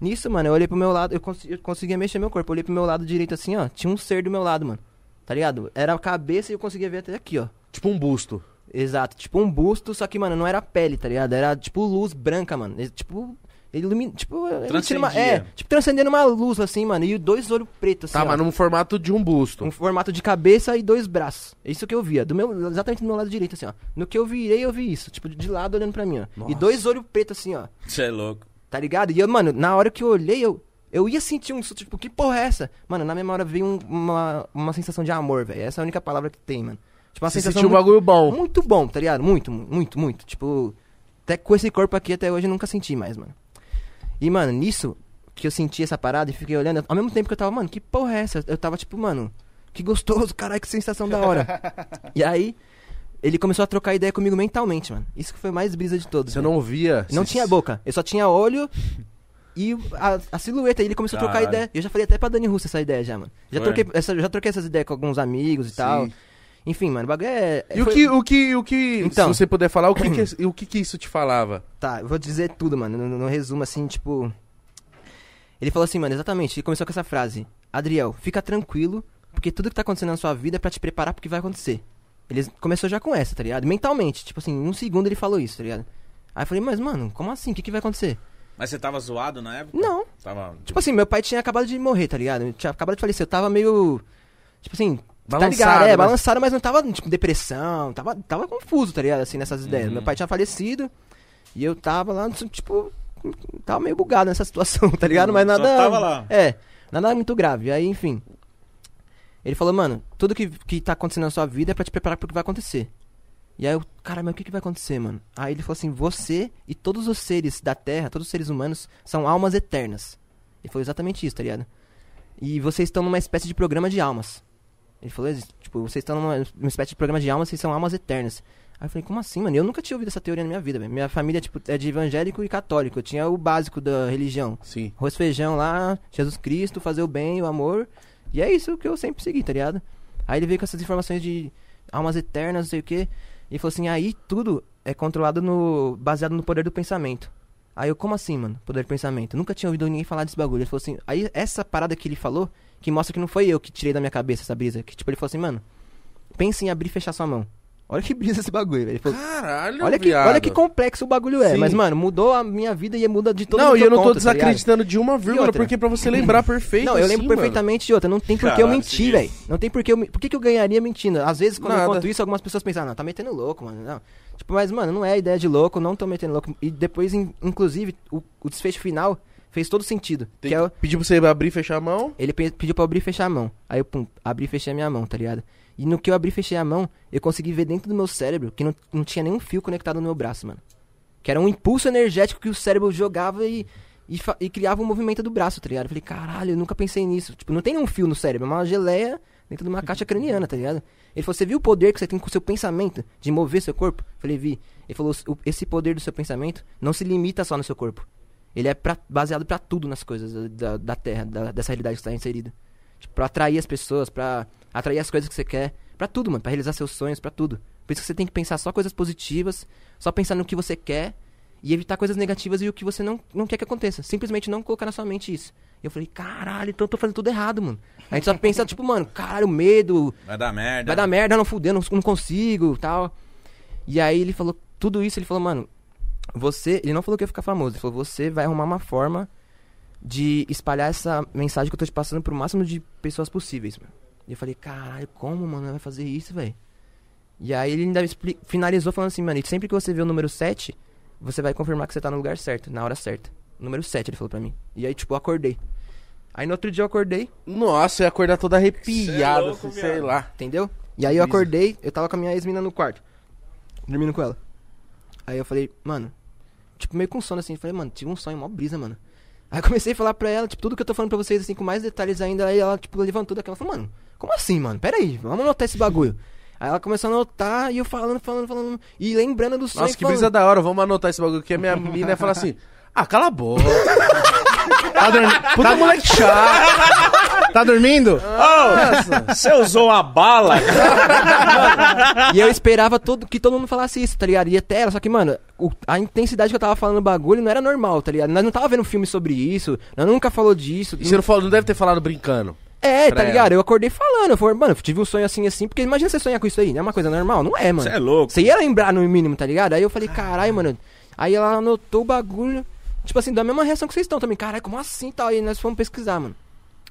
[SPEAKER 4] Nisso, mano, eu olhei pro meu lado, eu, consegui, eu conseguia mexer meu corpo. Eu olhei pro meu lado direito assim, ó. Tinha um ser do meu lado, mano. Tá ligado? Era a cabeça e eu conseguia ver até aqui, ó.
[SPEAKER 2] Tipo um busto.
[SPEAKER 4] Exato, tipo um busto, só que, mano, não era pele, tá ligado? Era tipo luz branca, mano. Ele, tipo, ele ilumina. Tipo, ele tira uma, é,
[SPEAKER 1] Transcendia.
[SPEAKER 4] tipo, transcendendo uma luz, assim, mano. E dois olhos pretos, assim.
[SPEAKER 2] Tá,
[SPEAKER 4] ó.
[SPEAKER 2] mas num formato de um busto.
[SPEAKER 4] Um formato de cabeça e dois braços. É Isso que eu via. Do meu, exatamente do meu lado direito, assim, ó. No que eu virei, eu vi isso. Tipo, de lado olhando pra mim, ó. E dois olhos pretos, assim, ó.
[SPEAKER 1] Você é louco.
[SPEAKER 4] Tá ligado? E eu, mano, na hora que eu olhei, eu. Eu ia sentir um. su- Tipo, que porra é essa? Mano, na mesma hora veio um- uma, uma sensação de amor, velho. Essa é a única palavra que tem, mano. Tipo, uma
[SPEAKER 2] Você
[SPEAKER 4] sensação.
[SPEAKER 2] sentiu um
[SPEAKER 4] muito-
[SPEAKER 2] bagulho bom.
[SPEAKER 4] muito bom, tá ligado? Muito, mu- muito, muito. Tipo, até com esse corpo aqui até hoje eu nunca senti mais, mano. E, mano, nisso que eu senti essa parada e fiquei olhando, ao mesmo tempo que eu tava, mano, que porra é essa? Eu tava tipo, mano, que gostoso, caralho, que sensação da hora. e aí, ele começou a trocar ideia comigo mentalmente, mano. Isso que foi mais brisa de todos.
[SPEAKER 2] Você
[SPEAKER 4] velho.
[SPEAKER 2] não via.
[SPEAKER 4] Não
[SPEAKER 2] cê-
[SPEAKER 4] tinha boca, eu só tinha olho e a, a silhueta. E ele começou a trocar
[SPEAKER 1] Caralho.
[SPEAKER 4] ideia. Eu já falei até pra Dani Russo essa ideia já, mano. Já
[SPEAKER 1] Foi?
[SPEAKER 4] troquei, essa, já troquei essas ideias com alguns amigos e tal. Enfim, mano, o bagulho é.
[SPEAKER 2] E
[SPEAKER 4] foi-
[SPEAKER 2] o que, o que, o que,
[SPEAKER 4] Então.
[SPEAKER 2] se você puder falar, o que, que- o que que isso te falava?
[SPEAKER 4] Tá, eu vou dizer tudo, mano. No, no resumo, assim, tipo. Ele falou assim, mano, exatamente. Ele começou com essa frase: Adriel, fica tranquilo, porque tudo que tá acontecendo na sua vida é pra te preparar pro que vai acontecer. Ele começou já com essa, tá ligado? Mentalmente, tipo assim, em um segundo ele falou isso, tá ligado? Aí eu falei, mas mano, como assim? O que, que vai acontecer?
[SPEAKER 1] Mas você tava zoado na época?
[SPEAKER 4] Não.
[SPEAKER 1] Tava.
[SPEAKER 4] Tipo assim, meu pai tinha acabado de morrer, tá ligado? Eu Tinha acabado de falecer. Eu tava meio. Tipo assim.
[SPEAKER 2] Balançado,
[SPEAKER 4] tá ligado? É,
[SPEAKER 2] né?
[SPEAKER 4] balançado, mas não tava, tipo, depressão. Tava, tava confuso, tá ligado? Assim, nessas
[SPEAKER 2] Uhum.
[SPEAKER 4] ideias. Meu pai tinha falecido. E eu tava lá, tipo. Tava meio bugado nessa situação, tá ligado? Mas
[SPEAKER 1] Só
[SPEAKER 4] nada.
[SPEAKER 1] tava lá.
[SPEAKER 4] É. Nada muito grave. Aí, enfim. Ele falou, mano, tudo que, que tá acontecendo na sua vida é pra te preparar pro que vai acontecer. E aí eu, cara, mas o que, que vai acontecer, mano? Aí ele falou assim, você e todos os seres da Terra, todos os seres humanos, são almas eternas. E foi exatamente isso, tá ligado? E vocês estão numa espécie de programa de almas. Ele falou, "Ex- tipo, vocês estão numa, numa espécie de programa de almas, vocês são almas eternas. Aí eu falei, como assim, mano? Eu nunca tinha ouvido essa teoria na minha vida, velho. Minha família, tipo, é de evangélico e católico. Eu tinha o básico da religião.
[SPEAKER 2] Sim.
[SPEAKER 4] Arroz, feijão lá, Jesus Cristo, fazer o bem, o amor. E é isso que eu sempre segui, tá ligado? Aí ele veio com essas informações de almas eternas, não sei o quê. E falou assim, aí tudo é controlado no... baseado no poder do pensamento. Aí eu, como assim, mano? Poder do pensamento. Nunca tinha ouvido ninguém falar desse bagulho. Ele falou assim, aí essa parada que ele falou, que mostra que não foi eu que tirei da minha cabeça essa brisa. Que tipo, ele falou assim, mano, pensa em abrir e fechar sua mão. Olha que brisa esse bagulho, velho. Ele falou,
[SPEAKER 2] Caralho,
[SPEAKER 4] olha que,
[SPEAKER 2] viado.
[SPEAKER 4] olha que complexo o bagulho é.
[SPEAKER 2] Sim.
[SPEAKER 4] Mas, mano, mudou a minha vida e muda de todo
[SPEAKER 2] Não,
[SPEAKER 4] mundo
[SPEAKER 2] e
[SPEAKER 4] que
[SPEAKER 2] eu não tô
[SPEAKER 4] conto, tá ligado?
[SPEAKER 2] desacreditando de uma
[SPEAKER 4] E
[SPEAKER 2] vírgula,
[SPEAKER 4] outra?
[SPEAKER 2] porque pra você lembrar perfeito
[SPEAKER 4] Não, eu lembro
[SPEAKER 2] assim, mano.
[SPEAKER 4] perfeitamente de outra. Não tem por que eu
[SPEAKER 1] Caralho,
[SPEAKER 4] mentir,
[SPEAKER 1] sinistro.
[SPEAKER 4] velho. Não tem por que eu. me- Por que, que eu ganharia mentindo? Às vezes, quando eu
[SPEAKER 2] Nada.
[SPEAKER 4] conto isso, algumas pessoas pensam, "Ah, não, tá metendo louco, mano. Não. Tipo, mas, mano, não é ideia de louco, não tô metendo louco. E depois, in- inclusive, o, o desfecho final fez todo sentido.
[SPEAKER 2] Tem
[SPEAKER 4] que é o-
[SPEAKER 2] que pedir pra você abrir e fechar a mão.
[SPEAKER 4] ele pe- pediu pra eu abrir e fechar a mão. Aí eu, pum, abri e fechei a minha mão, tá ligado? E no que eu abri e fechei a mão, eu consegui ver dentro do meu cérebro que não, não tinha nenhum fio conectado no meu braço, mano. Que era um impulso energético que o cérebro jogava e, e, fa- e criava um movimento do braço, tá ligado? Eu falei, caralho, eu nunca pensei nisso. Tipo, não tem nenhum fio no cérebro, é uma geleia dentro de uma caixa craniana, tá ligado? Ele falou, você viu o poder que você tem com o seu pensamento de mover seu corpo? Eu falei, vi. Ele falou, "O- esse poder do seu pensamento não se limita só no seu corpo. Ele é pra- baseado pra tudo nas coisas da, da- da Terra, da- dessa realidade que você tá inserida. Tipo, pra atrair as pessoas, pra atrair as coisas que você quer. Pra tudo, mano. Pra realizar seus sonhos, pra tudo. Por isso que você tem que pensar só coisas positivas, só pensar no que você quer e evitar coisas negativas e o que você não, não quer que aconteça. Simplesmente não colocar na sua mente isso. E eu falei, caralho, então eu tô fazendo tudo errado, mano. A gente só pensa, tipo, mano, caralho, medo,
[SPEAKER 1] Vai dar merda.
[SPEAKER 4] Vai dar merda, não fuder, não, não consigo tal. E aí ele falou, tudo isso, ele falou, mano, você. Ele não falou que ia ficar famoso, ele falou, você vai arrumar uma forma de espalhar essa mensagem que eu tô te passando pro máximo de pessoas possíveis, mano. E eu falei, caralho, como, mano, vai fazer isso, velho? E aí ele ainda expli- finalizou falando assim, mano, e sempre que você vê o número 7, você vai confirmar que você tá no lugar certo, na hora certa. Número 7, ele falou pra mim. E aí, tipo, eu acordei. Aí no outro dia eu acordei,
[SPEAKER 2] Nossa, eu ia acordar todo
[SPEAKER 1] Cê é
[SPEAKER 2] arrepiado,
[SPEAKER 1] louco,
[SPEAKER 2] assim, sei
[SPEAKER 1] viado.
[SPEAKER 2] lá.
[SPEAKER 4] Entendeu? E aí eu acordei, eu tava com a minha ex-mina no quarto. dormindo com ela. Aí eu falei, mano, tipo, meio com sono assim. Falei, mano, tive um sonho, mó brisa, mano. Aí eu comecei a falar pra ela, tipo, tudo que eu tô falando pra vocês, assim, com mais detalhes ainda. Aí ela, tipo, levantou daquela e falou, mano, como assim, mano? Pera aí, vamos anotar esse bagulho. Aí ela começou a anotar e eu falando, falando, falando. E lembrando do sonho.
[SPEAKER 2] Nossa, que
[SPEAKER 4] falando.
[SPEAKER 2] brisa da hora, vamos anotar esse bagulho que a minha mina ia falar assim: Ah, cala a boca.
[SPEAKER 5] Tá, dormi-
[SPEAKER 2] Puta moleque chato. É.
[SPEAKER 5] tá dormindo?
[SPEAKER 2] Nossa.
[SPEAKER 1] Você usou a bala?
[SPEAKER 4] E eu esperava todo, que todo mundo falasse isso, tá ligado? E até ela, só que, mano, o- a intensidade que eu tava falando do bagulho não era normal, tá ligado? Nós não tava vendo filme sobre isso, nós nunca falou disso.
[SPEAKER 2] E você não, falou, não deve ter falado brincando.
[SPEAKER 4] É,
[SPEAKER 2] pra
[SPEAKER 4] tá
[SPEAKER 2] ela.
[SPEAKER 4] ligado? Eu acordei falando, eu falei, mano, eu tive um sonho assim, assim, porque imagina você sonhar com isso aí, não é uma coisa normal, não é, mano.
[SPEAKER 1] Você é louco.
[SPEAKER 4] Você ia lembrar no mínimo, tá ligado? Aí eu falei, caralho, mano. Aí ela anotou o bagulho, tipo assim, da mesma reação que vocês estão também, caralho, como assim tal? Aí nós fomos pesquisar, mano.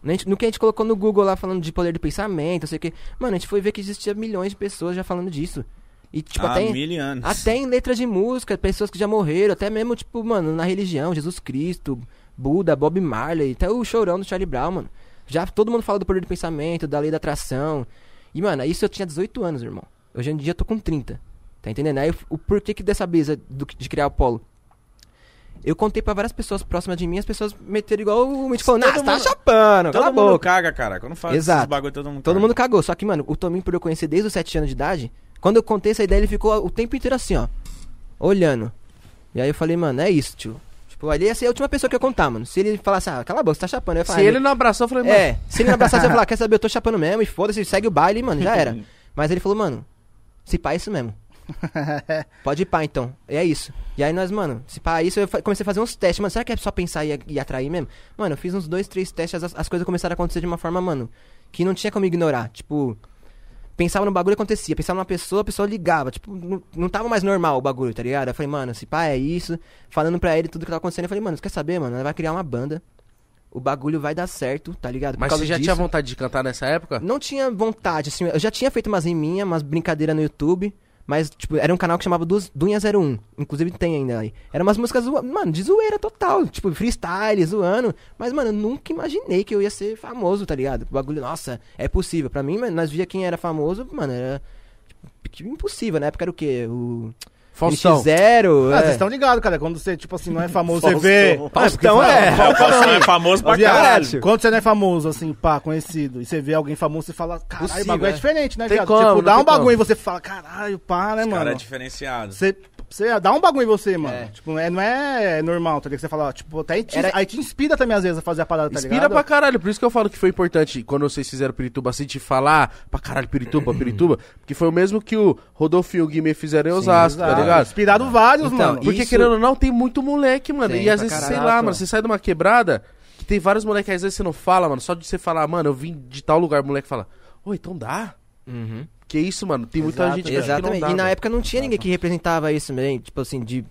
[SPEAKER 4] A gente- No que a gente colocou no Google lá falando de poder do pensamento, não sei o que. Mano, a gente foi ver que existia milhões de pessoas já falando disso. E, tipo,
[SPEAKER 1] Há
[SPEAKER 4] até. em-
[SPEAKER 1] Ah, mil anos.
[SPEAKER 4] até em letras de música, pessoas que já morreram, até mesmo, tipo, mano, na religião, Jesus Cristo, Buda, Bob Marley, até o chorão do Charlie Brown, mano. Já todo mundo fala do poder do pensamento, da lei da atração. E, mano, isso eu tinha 18 anos, irmão. Hoje em dia eu tô com 30. Tá entendendo? Aí eu- o porquê que dessa brisa do- de criar o polo? Eu contei pra várias pessoas próximas de mim, as pessoas meteram igual o Mitch falando, ah, você
[SPEAKER 1] Todo
[SPEAKER 4] tá
[SPEAKER 1] mundo-
[SPEAKER 4] chapando, cala
[SPEAKER 1] Todo
[SPEAKER 4] a
[SPEAKER 1] mundo
[SPEAKER 4] boca.
[SPEAKER 1] caga, cara. Quando faz
[SPEAKER 4] Exato.
[SPEAKER 1] esses bagulho, todo mundo
[SPEAKER 4] Todo
[SPEAKER 2] É.
[SPEAKER 1] caga.
[SPEAKER 4] mundo cagou. Só que, mano, o Tominho, por eu conhecer desde os 7 anos de idade, quando eu contei essa ideia, ele ficou o tempo inteiro assim, ó. Olhando. E aí eu falei, mano, é isso, tio. Tipo, ele ia ser a última pessoa que eu ia contar, mano. Se ele falasse, ah, cala a boca, você tá chapando. Eu ia falar,
[SPEAKER 2] Se
[SPEAKER 4] "Ah,
[SPEAKER 2] ele não abraçou, eu falei, mano.
[SPEAKER 4] é, se ele me abraçasse, eu ia falar, quer saber, eu tô chapando mesmo, e foda-se, segue o baile, mano, já era. Mas ele falou, mano, se pá, é isso mesmo. Pode ir pá, então. E é isso. E aí nós, mano, se pá, é isso, eu fa- comecei a fazer uns testes, mano, será que é só pensar e, e atrair mesmo? Mano, eu fiz uns dois, três testes, as, as coisas começaram a acontecer de uma forma, mano, que não tinha como ignorar. Tipo, pensava no bagulho e acontecia. Pensava numa pessoa, a pessoa ligava. Tipo, não, não tava mais normal o bagulho, tá ligado? Eu falei, mano, se pá, é isso. Falando pra ele tudo que tava acontecendo, eu falei, mano, você quer saber, mano? Ela vai criar uma banda. O bagulho vai dar certo, tá ligado? Por
[SPEAKER 2] Mas
[SPEAKER 4] causa
[SPEAKER 2] você já
[SPEAKER 4] disso.
[SPEAKER 2] tinha vontade de cantar nessa época?
[SPEAKER 4] Não tinha vontade, assim. Eu já tinha feito umas riminhas, umas brincadeiras no YouTube. Mas, tipo, era um canal que chamava Duas- Dunha01. Inclusive tem ainda aí. Eram umas músicas, zoa- mano, de zoeira total. Tipo, freestyle, zoando. Mas, mano, eu nunca imaginei que eu ia ser famoso, tá ligado? O bagulho, nossa, é possível. Pra mim, mano, nós via quem era famoso, mano, era. Tipo, impossível. Na época era o quê? O.
[SPEAKER 2] Faustão.
[SPEAKER 4] Zero. é.
[SPEAKER 3] Ah, vocês estão ligados, cara. Quando você, tipo assim, não é famoso, você vê. Então
[SPEAKER 4] Faustão, é.
[SPEAKER 1] O Faustão
[SPEAKER 3] assim.
[SPEAKER 1] é famoso pra
[SPEAKER 3] Viado,
[SPEAKER 1] caralho.
[SPEAKER 3] Quando você não é famoso, assim, pá, conhecido, e você vê alguém famoso, você fala, caralho, o
[SPEAKER 2] Possível,
[SPEAKER 3] bagulho é
[SPEAKER 2] é.
[SPEAKER 3] diferente, né,
[SPEAKER 2] Tem
[SPEAKER 3] viado?
[SPEAKER 2] como,
[SPEAKER 3] tipo,
[SPEAKER 2] não
[SPEAKER 3] dá
[SPEAKER 2] tem
[SPEAKER 3] um bagulho
[SPEAKER 2] como.
[SPEAKER 3] e você fala, caralho, pá, né,
[SPEAKER 1] Os
[SPEAKER 3] mano?
[SPEAKER 1] caras é diferenciado.
[SPEAKER 3] Você, você dá um bagulho em você, mano.
[SPEAKER 4] É.
[SPEAKER 3] Tipo, não é- não é normal, tá ligado? Você fala, ó, tipo, até aí te,
[SPEAKER 4] Era-
[SPEAKER 3] aí te inspira também, às vezes, a fazer a parada, tá
[SPEAKER 2] Inspira
[SPEAKER 3] ligado?
[SPEAKER 2] pra caralho, por isso que eu falo que foi importante quando vocês fizeram Pirituba, assim, de falar pra caralho, Pirituba, Pirituba, porque foi o mesmo que o Rodolfo e o Guimê fizeram em Osasco, tá
[SPEAKER 3] Exato.
[SPEAKER 2] ligado?
[SPEAKER 3] Inspiraram vários,
[SPEAKER 4] Então,
[SPEAKER 3] mano.
[SPEAKER 2] Porque
[SPEAKER 4] Isso-
[SPEAKER 2] querendo ou não, tem muito moleque, mano,
[SPEAKER 4] Tem
[SPEAKER 2] e às
[SPEAKER 4] pra
[SPEAKER 2] vezes, sei
[SPEAKER 4] caralho.
[SPEAKER 2] lá, mano, você sai de uma quebrada, que tem vários moleques, às vezes você não fala, mano, só de você falar, mano, eu vim de tal lugar, o moleque fala, ô, então dá,
[SPEAKER 4] Uhum.
[SPEAKER 2] que isso, mano, tem muita
[SPEAKER 3] Exato,
[SPEAKER 2] gente Tipo, que acha que não
[SPEAKER 4] Exatamente.
[SPEAKER 2] dá, né?
[SPEAKER 4] e na
[SPEAKER 2] mano.
[SPEAKER 4] época não tinha ninguém que representava isso também, tipo assim, de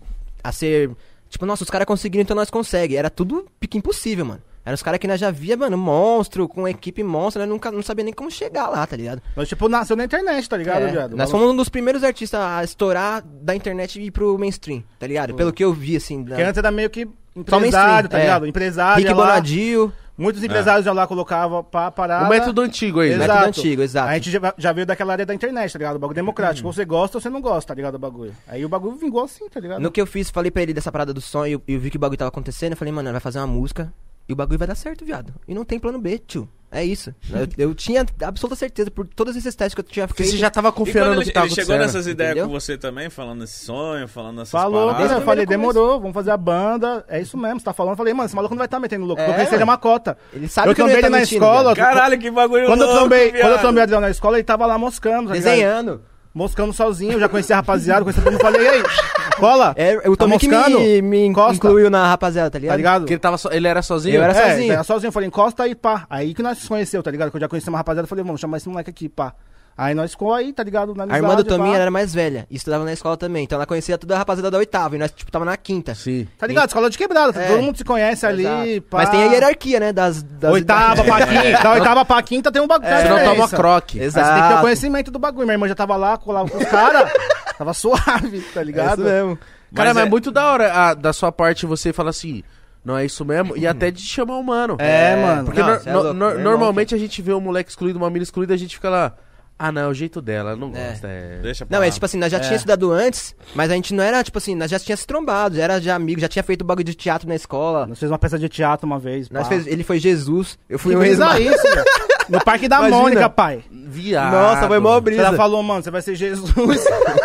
[SPEAKER 4] a ser. Tipo, nossa, os caras conseguiram, então nós consegue. Era tudo pique impossível, mano. Eram os caras que nós já via, mano, monstro, com equipe monstro, nós nunca não sabia nem como chegar lá, tá ligado?
[SPEAKER 3] Mas, tipo, nasceu na internet, tá ligado,
[SPEAKER 4] É,
[SPEAKER 3] viado?
[SPEAKER 4] Nós fomos um dos primeiros artistas a estourar da internet e ir pro mainstream, tá ligado? Pelo que eu vi, assim, da...
[SPEAKER 3] Porque
[SPEAKER 2] é
[SPEAKER 3] antes era meio que
[SPEAKER 4] mainstream,
[SPEAKER 3] empresário, tá
[SPEAKER 4] é.
[SPEAKER 3] ligado? Empresário,
[SPEAKER 4] Rick
[SPEAKER 3] ia lá,
[SPEAKER 4] Bonadio,
[SPEAKER 3] muitos empresários já lá colocavam pra parar.
[SPEAKER 2] O método antigo aí, né?
[SPEAKER 3] Exato.
[SPEAKER 4] método antigo, exato.
[SPEAKER 3] A gente já, já veio daquela área da internet, tá ligado? O bagulho democrático. Ou você gosta ou você não gosta, tá ligado? O bagulho. Aí o bagulho vingou assim, tá ligado?
[SPEAKER 4] No que eu fiz, falei pra ele dessa parada do som e eu, eu vi que o bagulho tava acontecendo. Eu falei, mano, vai fazer uma música e o bagulho vai dar certo, viado. E não tem plano B, tio. É isso. Eu, eu tinha absoluta certeza por todos esses testes que eu tinha
[SPEAKER 2] Porque
[SPEAKER 4] feito.
[SPEAKER 2] você já tava
[SPEAKER 1] E
[SPEAKER 2] confiando
[SPEAKER 1] quando
[SPEAKER 2] no
[SPEAKER 1] ele,
[SPEAKER 2] que tava
[SPEAKER 1] ele chegou
[SPEAKER 2] acontecendo.
[SPEAKER 1] nessas ideias
[SPEAKER 4] entendeu?
[SPEAKER 1] com você também, falando esse sonho, falando essas
[SPEAKER 3] Falou,
[SPEAKER 1] paradas.
[SPEAKER 3] cara, eu falei,
[SPEAKER 4] Primeiro começo.
[SPEAKER 3] demorou, vamos fazer a banda. É isso mesmo, você tá falando. Eu falei, mano, esse maluco não vai estar metendo louco.
[SPEAKER 4] É,
[SPEAKER 3] eu pensei
[SPEAKER 4] mano.
[SPEAKER 3] ele é uma cota.
[SPEAKER 4] Ele sabe
[SPEAKER 3] eu
[SPEAKER 4] que eu não
[SPEAKER 3] trombei
[SPEAKER 4] ia
[SPEAKER 3] ele
[SPEAKER 4] tá
[SPEAKER 3] na
[SPEAKER 4] mentindo,
[SPEAKER 3] escola.
[SPEAKER 4] viado.
[SPEAKER 1] Caralho, que bagulho
[SPEAKER 3] Quando eu
[SPEAKER 1] louco,
[SPEAKER 3] trombei, quando eu
[SPEAKER 1] viado.
[SPEAKER 3] trombei o Adriano na escola, ele tava lá moscando. tá ligado?
[SPEAKER 4] Desenhando.
[SPEAKER 3] Moscando sozinho, eu já conhecia a rapaziada, conhecia todo mundo. Falei, e aí, cola?
[SPEAKER 4] É, o
[SPEAKER 3] tá
[SPEAKER 4] Tommy que
[SPEAKER 3] moscando?
[SPEAKER 4] me, me
[SPEAKER 3] Encosta.
[SPEAKER 4] incluiu na rapaziada, tá ligado?
[SPEAKER 3] Tá ligado?
[SPEAKER 2] Porque ele, tava so- ele era sozinho?
[SPEAKER 4] Eu era
[SPEAKER 3] É,
[SPEAKER 4] sozinho.
[SPEAKER 3] Era sozinho, eu falei, encosta aí, pá. Aí que nós se conheceu, tá ligado? Que eu já conheci uma rapaziada, eu falei, vamos chamar esse moleque aqui, pá. Aí nós ficou aí, tá ligado? Na
[SPEAKER 4] A irmã do
[SPEAKER 3] amizade, pá.
[SPEAKER 4] Tominho era mais velha e estudava na escola também. Então ela conhecia toda a rapaziada da oitava e nós, tipo, tava na quinta.
[SPEAKER 2] Sim.
[SPEAKER 3] Tá ligado? Escola de quebrada, tá-
[SPEAKER 4] É.
[SPEAKER 3] todo mundo se conhece ali,
[SPEAKER 4] Exato.
[SPEAKER 3] pá.
[SPEAKER 4] Mas tem a hierarquia, né? Das, das É.
[SPEAKER 3] Oitava pra quinta, da oitava pra quinta tem um bagulho.
[SPEAKER 2] Senão toma croque.
[SPEAKER 3] Mas tem que ter o
[SPEAKER 4] Exato.
[SPEAKER 3] conhecimento do bagulho. Minha irmã já tava lá, colava com os caras, tava suave, tá ligado?
[SPEAKER 4] É isso mesmo.
[SPEAKER 2] Cara,
[SPEAKER 1] Mas
[SPEAKER 2] mas,
[SPEAKER 1] é-
[SPEAKER 2] é muito da hora a- da sua parte você falar assim, não é isso mesmo? E até de chamar o mano.
[SPEAKER 3] É, mano.
[SPEAKER 2] Porque
[SPEAKER 4] Não,
[SPEAKER 2] nor-
[SPEAKER 4] cê Uhum. é
[SPEAKER 2] no-
[SPEAKER 4] louco,
[SPEAKER 2] nor-
[SPEAKER 4] meu irmão,
[SPEAKER 2] normalmente a gente vê um moleque excluído, uma mina excluída, a gente fica lá, Ah, não, é o jeito dela, ela não
[SPEAKER 4] É.
[SPEAKER 2] gosta. É.
[SPEAKER 1] Deixa pra
[SPEAKER 4] Não,
[SPEAKER 1] lá.
[SPEAKER 4] é tipo assim, nós já
[SPEAKER 3] É.
[SPEAKER 4] tínhamos estudado antes, mas a gente não era, tipo assim, nós já tínhamos se trombado, já era já amigo, já tinha feito bagulho de teatro na escola.
[SPEAKER 3] Nós fez uma peça de teatro uma vez.
[SPEAKER 4] Nós
[SPEAKER 3] pá.
[SPEAKER 4] fez, ele foi Jesus, eu fui um
[SPEAKER 3] Que
[SPEAKER 4] o
[SPEAKER 3] brisa
[SPEAKER 4] Esma.
[SPEAKER 3] isso, velho? No Parque da
[SPEAKER 4] Imagina.
[SPEAKER 3] Mônica, pai.
[SPEAKER 2] Viado.
[SPEAKER 4] Nossa, foi
[SPEAKER 6] Ah,
[SPEAKER 4] mó brisa.
[SPEAKER 3] Ela falou, mano, você vai ser Jesus.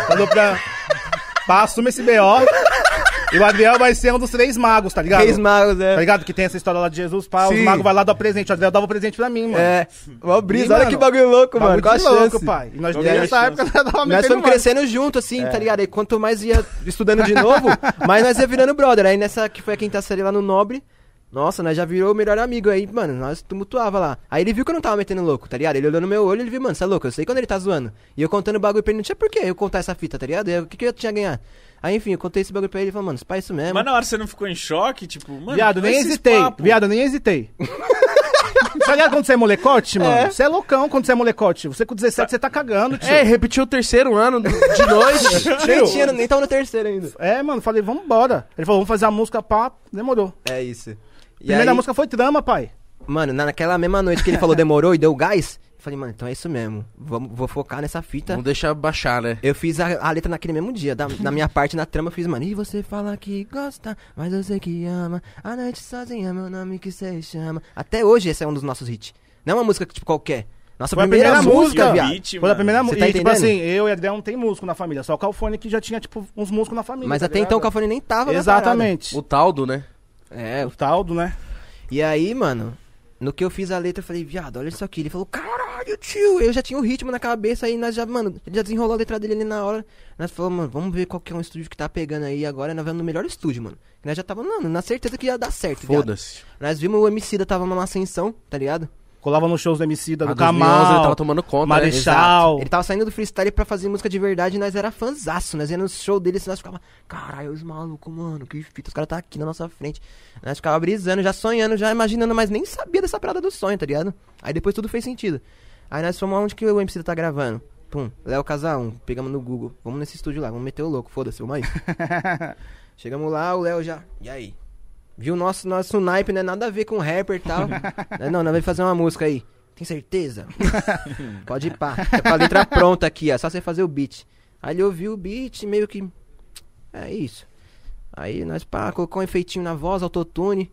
[SPEAKER 3] falou pra. Pá, assume esse B.O. E o Adriel vai ser um dos três magos, tá ligado?
[SPEAKER 4] Três magos,
[SPEAKER 3] Tá
[SPEAKER 4] é.
[SPEAKER 3] ligado? Que tem essa história lá de Jesus, pá, os
[SPEAKER 4] Sim.
[SPEAKER 3] magos vai lá dar presente. O Adriel dava o presente pra mim, mano.
[SPEAKER 4] É, mó brisa,
[SPEAKER 3] E,
[SPEAKER 4] olha
[SPEAKER 3] mano,
[SPEAKER 4] que bagulho louco, mano,
[SPEAKER 3] Bagulho
[SPEAKER 4] qual a
[SPEAKER 3] de
[SPEAKER 4] chance? é
[SPEAKER 3] louco, pai. E nós
[SPEAKER 1] Não
[SPEAKER 3] desde
[SPEAKER 1] tem
[SPEAKER 3] essa época nós tava
[SPEAKER 4] Nós
[SPEAKER 3] metendo
[SPEAKER 4] fomos
[SPEAKER 3] mais.
[SPEAKER 4] crescendo junto, assim,
[SPEAKER 3] É.
[SPEAKER 4] tá ligado? E quanto mais ia estudando de novo, mais nós ia virando brother. Aí nessa que foi a quinta série lá no Nobre, nossa, nós já virou o melhor amigo. Aí, mano, nós tumultuava lá. Aí ele viu que eu não tava metendo louco, tá ligado? Ele olhou no meu olho e ele viu, mano, você é louco, eu sei quando ele tá zoando. E eu contando o bagulho pra ele, não tinha por que eu contar essa fita, tá ligado? E eu- O que, que eu tinha a ganhar? Aí, enfim, eu contei esse bagulho pra ele e falou, mano, isso faz isso mesmo.
[SPEAKER 1] Mas na hora você não ficou em choque? Tipo, mano.
[SPEAKER 3] Viado, nem
[SPEAKER 1] esses
[SPEAKER 3] hesitei.
[SPEAKER 1] papos.
[SPEAKER 3] Viado, nem hesitei. Tá ligado quando você é molecote, mano? Você é loucão quando você é molecote. Você com 17, você tá cagando, tio.
[SPEAKER 2] É, repetiu o terceiro ano de noite.
[SPEAKER 4] É, nem, tinha, nem tava no terceiro ainda.
[SPEAKER 3] É, mano, falei, vambora. Ele falou, vamos fazer a música, pá, demorou.
[SPEAKER 4] É isso. E
[SPEAKER 3] Primeira
[SPEAKER 4] aí-
[SPEAKER 3] música foi trama, pai.
[SPEAKER 4] Mano, na- naquela mesma noite que ele falou demorou e deu gás, eu falei, mano, então é isso mesmo. Vamos, vou focar nessa fita.
[SPEAKER 2] não deixa baixar, né?
[SPEAKER 4] Eu fiz a, a letra naquele mesmo dia. Da- na minha parte, na trama, eu fiz, mano. E você fala que gosta, mas eu sei que ama. A noite sozinha, é meu nome que você chama. Até hoje, esse é um dos nossos hits. Não é uma música, tipo, qualquer. Nossa
[SPEAKER 3] Foi a
[SPEAKER 4] primeira,
[SPEAKER 3] primeira
[SPEAKER 4] música,
[SPEAKER 3] música,
[SPEAKER 4] viado.
[SPEAKER 1] Beat,
[SPEAKER 3] Foi a
[SPEAKER 1] mano.
[SPEAKER 3] primeira
[SPEAKER 4] Você
[SPEAKER 3] música.
[SPEAKER 4] tá
[SPEAKER 3] e, tipo
[SPEAKER 4] entendendo?
[SPEAKER 3] assim, eu e Adriel não tem músico na família, só o Calfone que já tinha, tipo, uns músicos na família.
[SPEAKER 4] Mas
[SPEAKER 3] tá
[SPEAKER 4] até então o
[SPEAKER 3] ligado?
[SPEAKER 4] Cafone nem tava na
[SPEAKER 3] Exatamente.
[SPEAKER 2] O taldo, né?
[SPEAKER 4] parada. É,
[SPEAKER 3] O Taldo, né?
[SPEAKER 4] E aí, mano, no que eu fiz a letra, eu falei, viado, olha isso aqui. Ele falou, caralho, tio. Eu já tinha o ritmo na cabeça aí, nós já, mano, ele já desenrolou a letra dele ali na hora. Nós falamos, mano, vamos ver qual que é um estúdio que tá pegando aí agora. Nós vamos no melhor estúdio, mano. Que Nós já tava, mano, na certeza que ia dar certo, viado.
[SPEAKER 2] Foda-se.
[SPEAKER 4] Nós vimos o MC da tava numa ascensão, tá ligado?
[SPEAKER 3] Colava nos shows do MC, da
[SPEAKER 2] A
[SPEAKER 3] do
[SPEAKER 2] 2011 ele tava
[SPEAKER 3] Kamal,
[SPEAKER 2] tomando conta, né?
[SPEAKER 3] Marechal.
[SPEAKER 4] Ele tava saindo do freestyle pra fazer música de verdade e nós era fanzaço. Nós ia no show dele e nós ficava, caralho, os malucos, mano, que fita, os caras tá aqui na nossa frente. Nós ficava brisando, já sonhando, já imaginando, mas nem sabia dessa parada do sonho, tá ligado? Aí depois tudo fez sentido. Aí nós fomos aonde que o MC tá gravando. Pum, Léo Casal, um, pegamos no Google, vamos nesse estúdio lá, vamos meter o louco, foda-se, vamos aí. Chegamos lá, o Léo já. E aí? Viu nosso, nosso naipe, né? Nada a ver com rapper e tal. Aí, não, nós vamos fazer uma música aí. Tem certeza? Pode ir pá. Tá com a letra pronta aqui, ó. Só você fazer o beat. Aí ele ouviu o beat, meio que. É isso. Aí nós, pá, colocou um efeitinho na voz, autotune.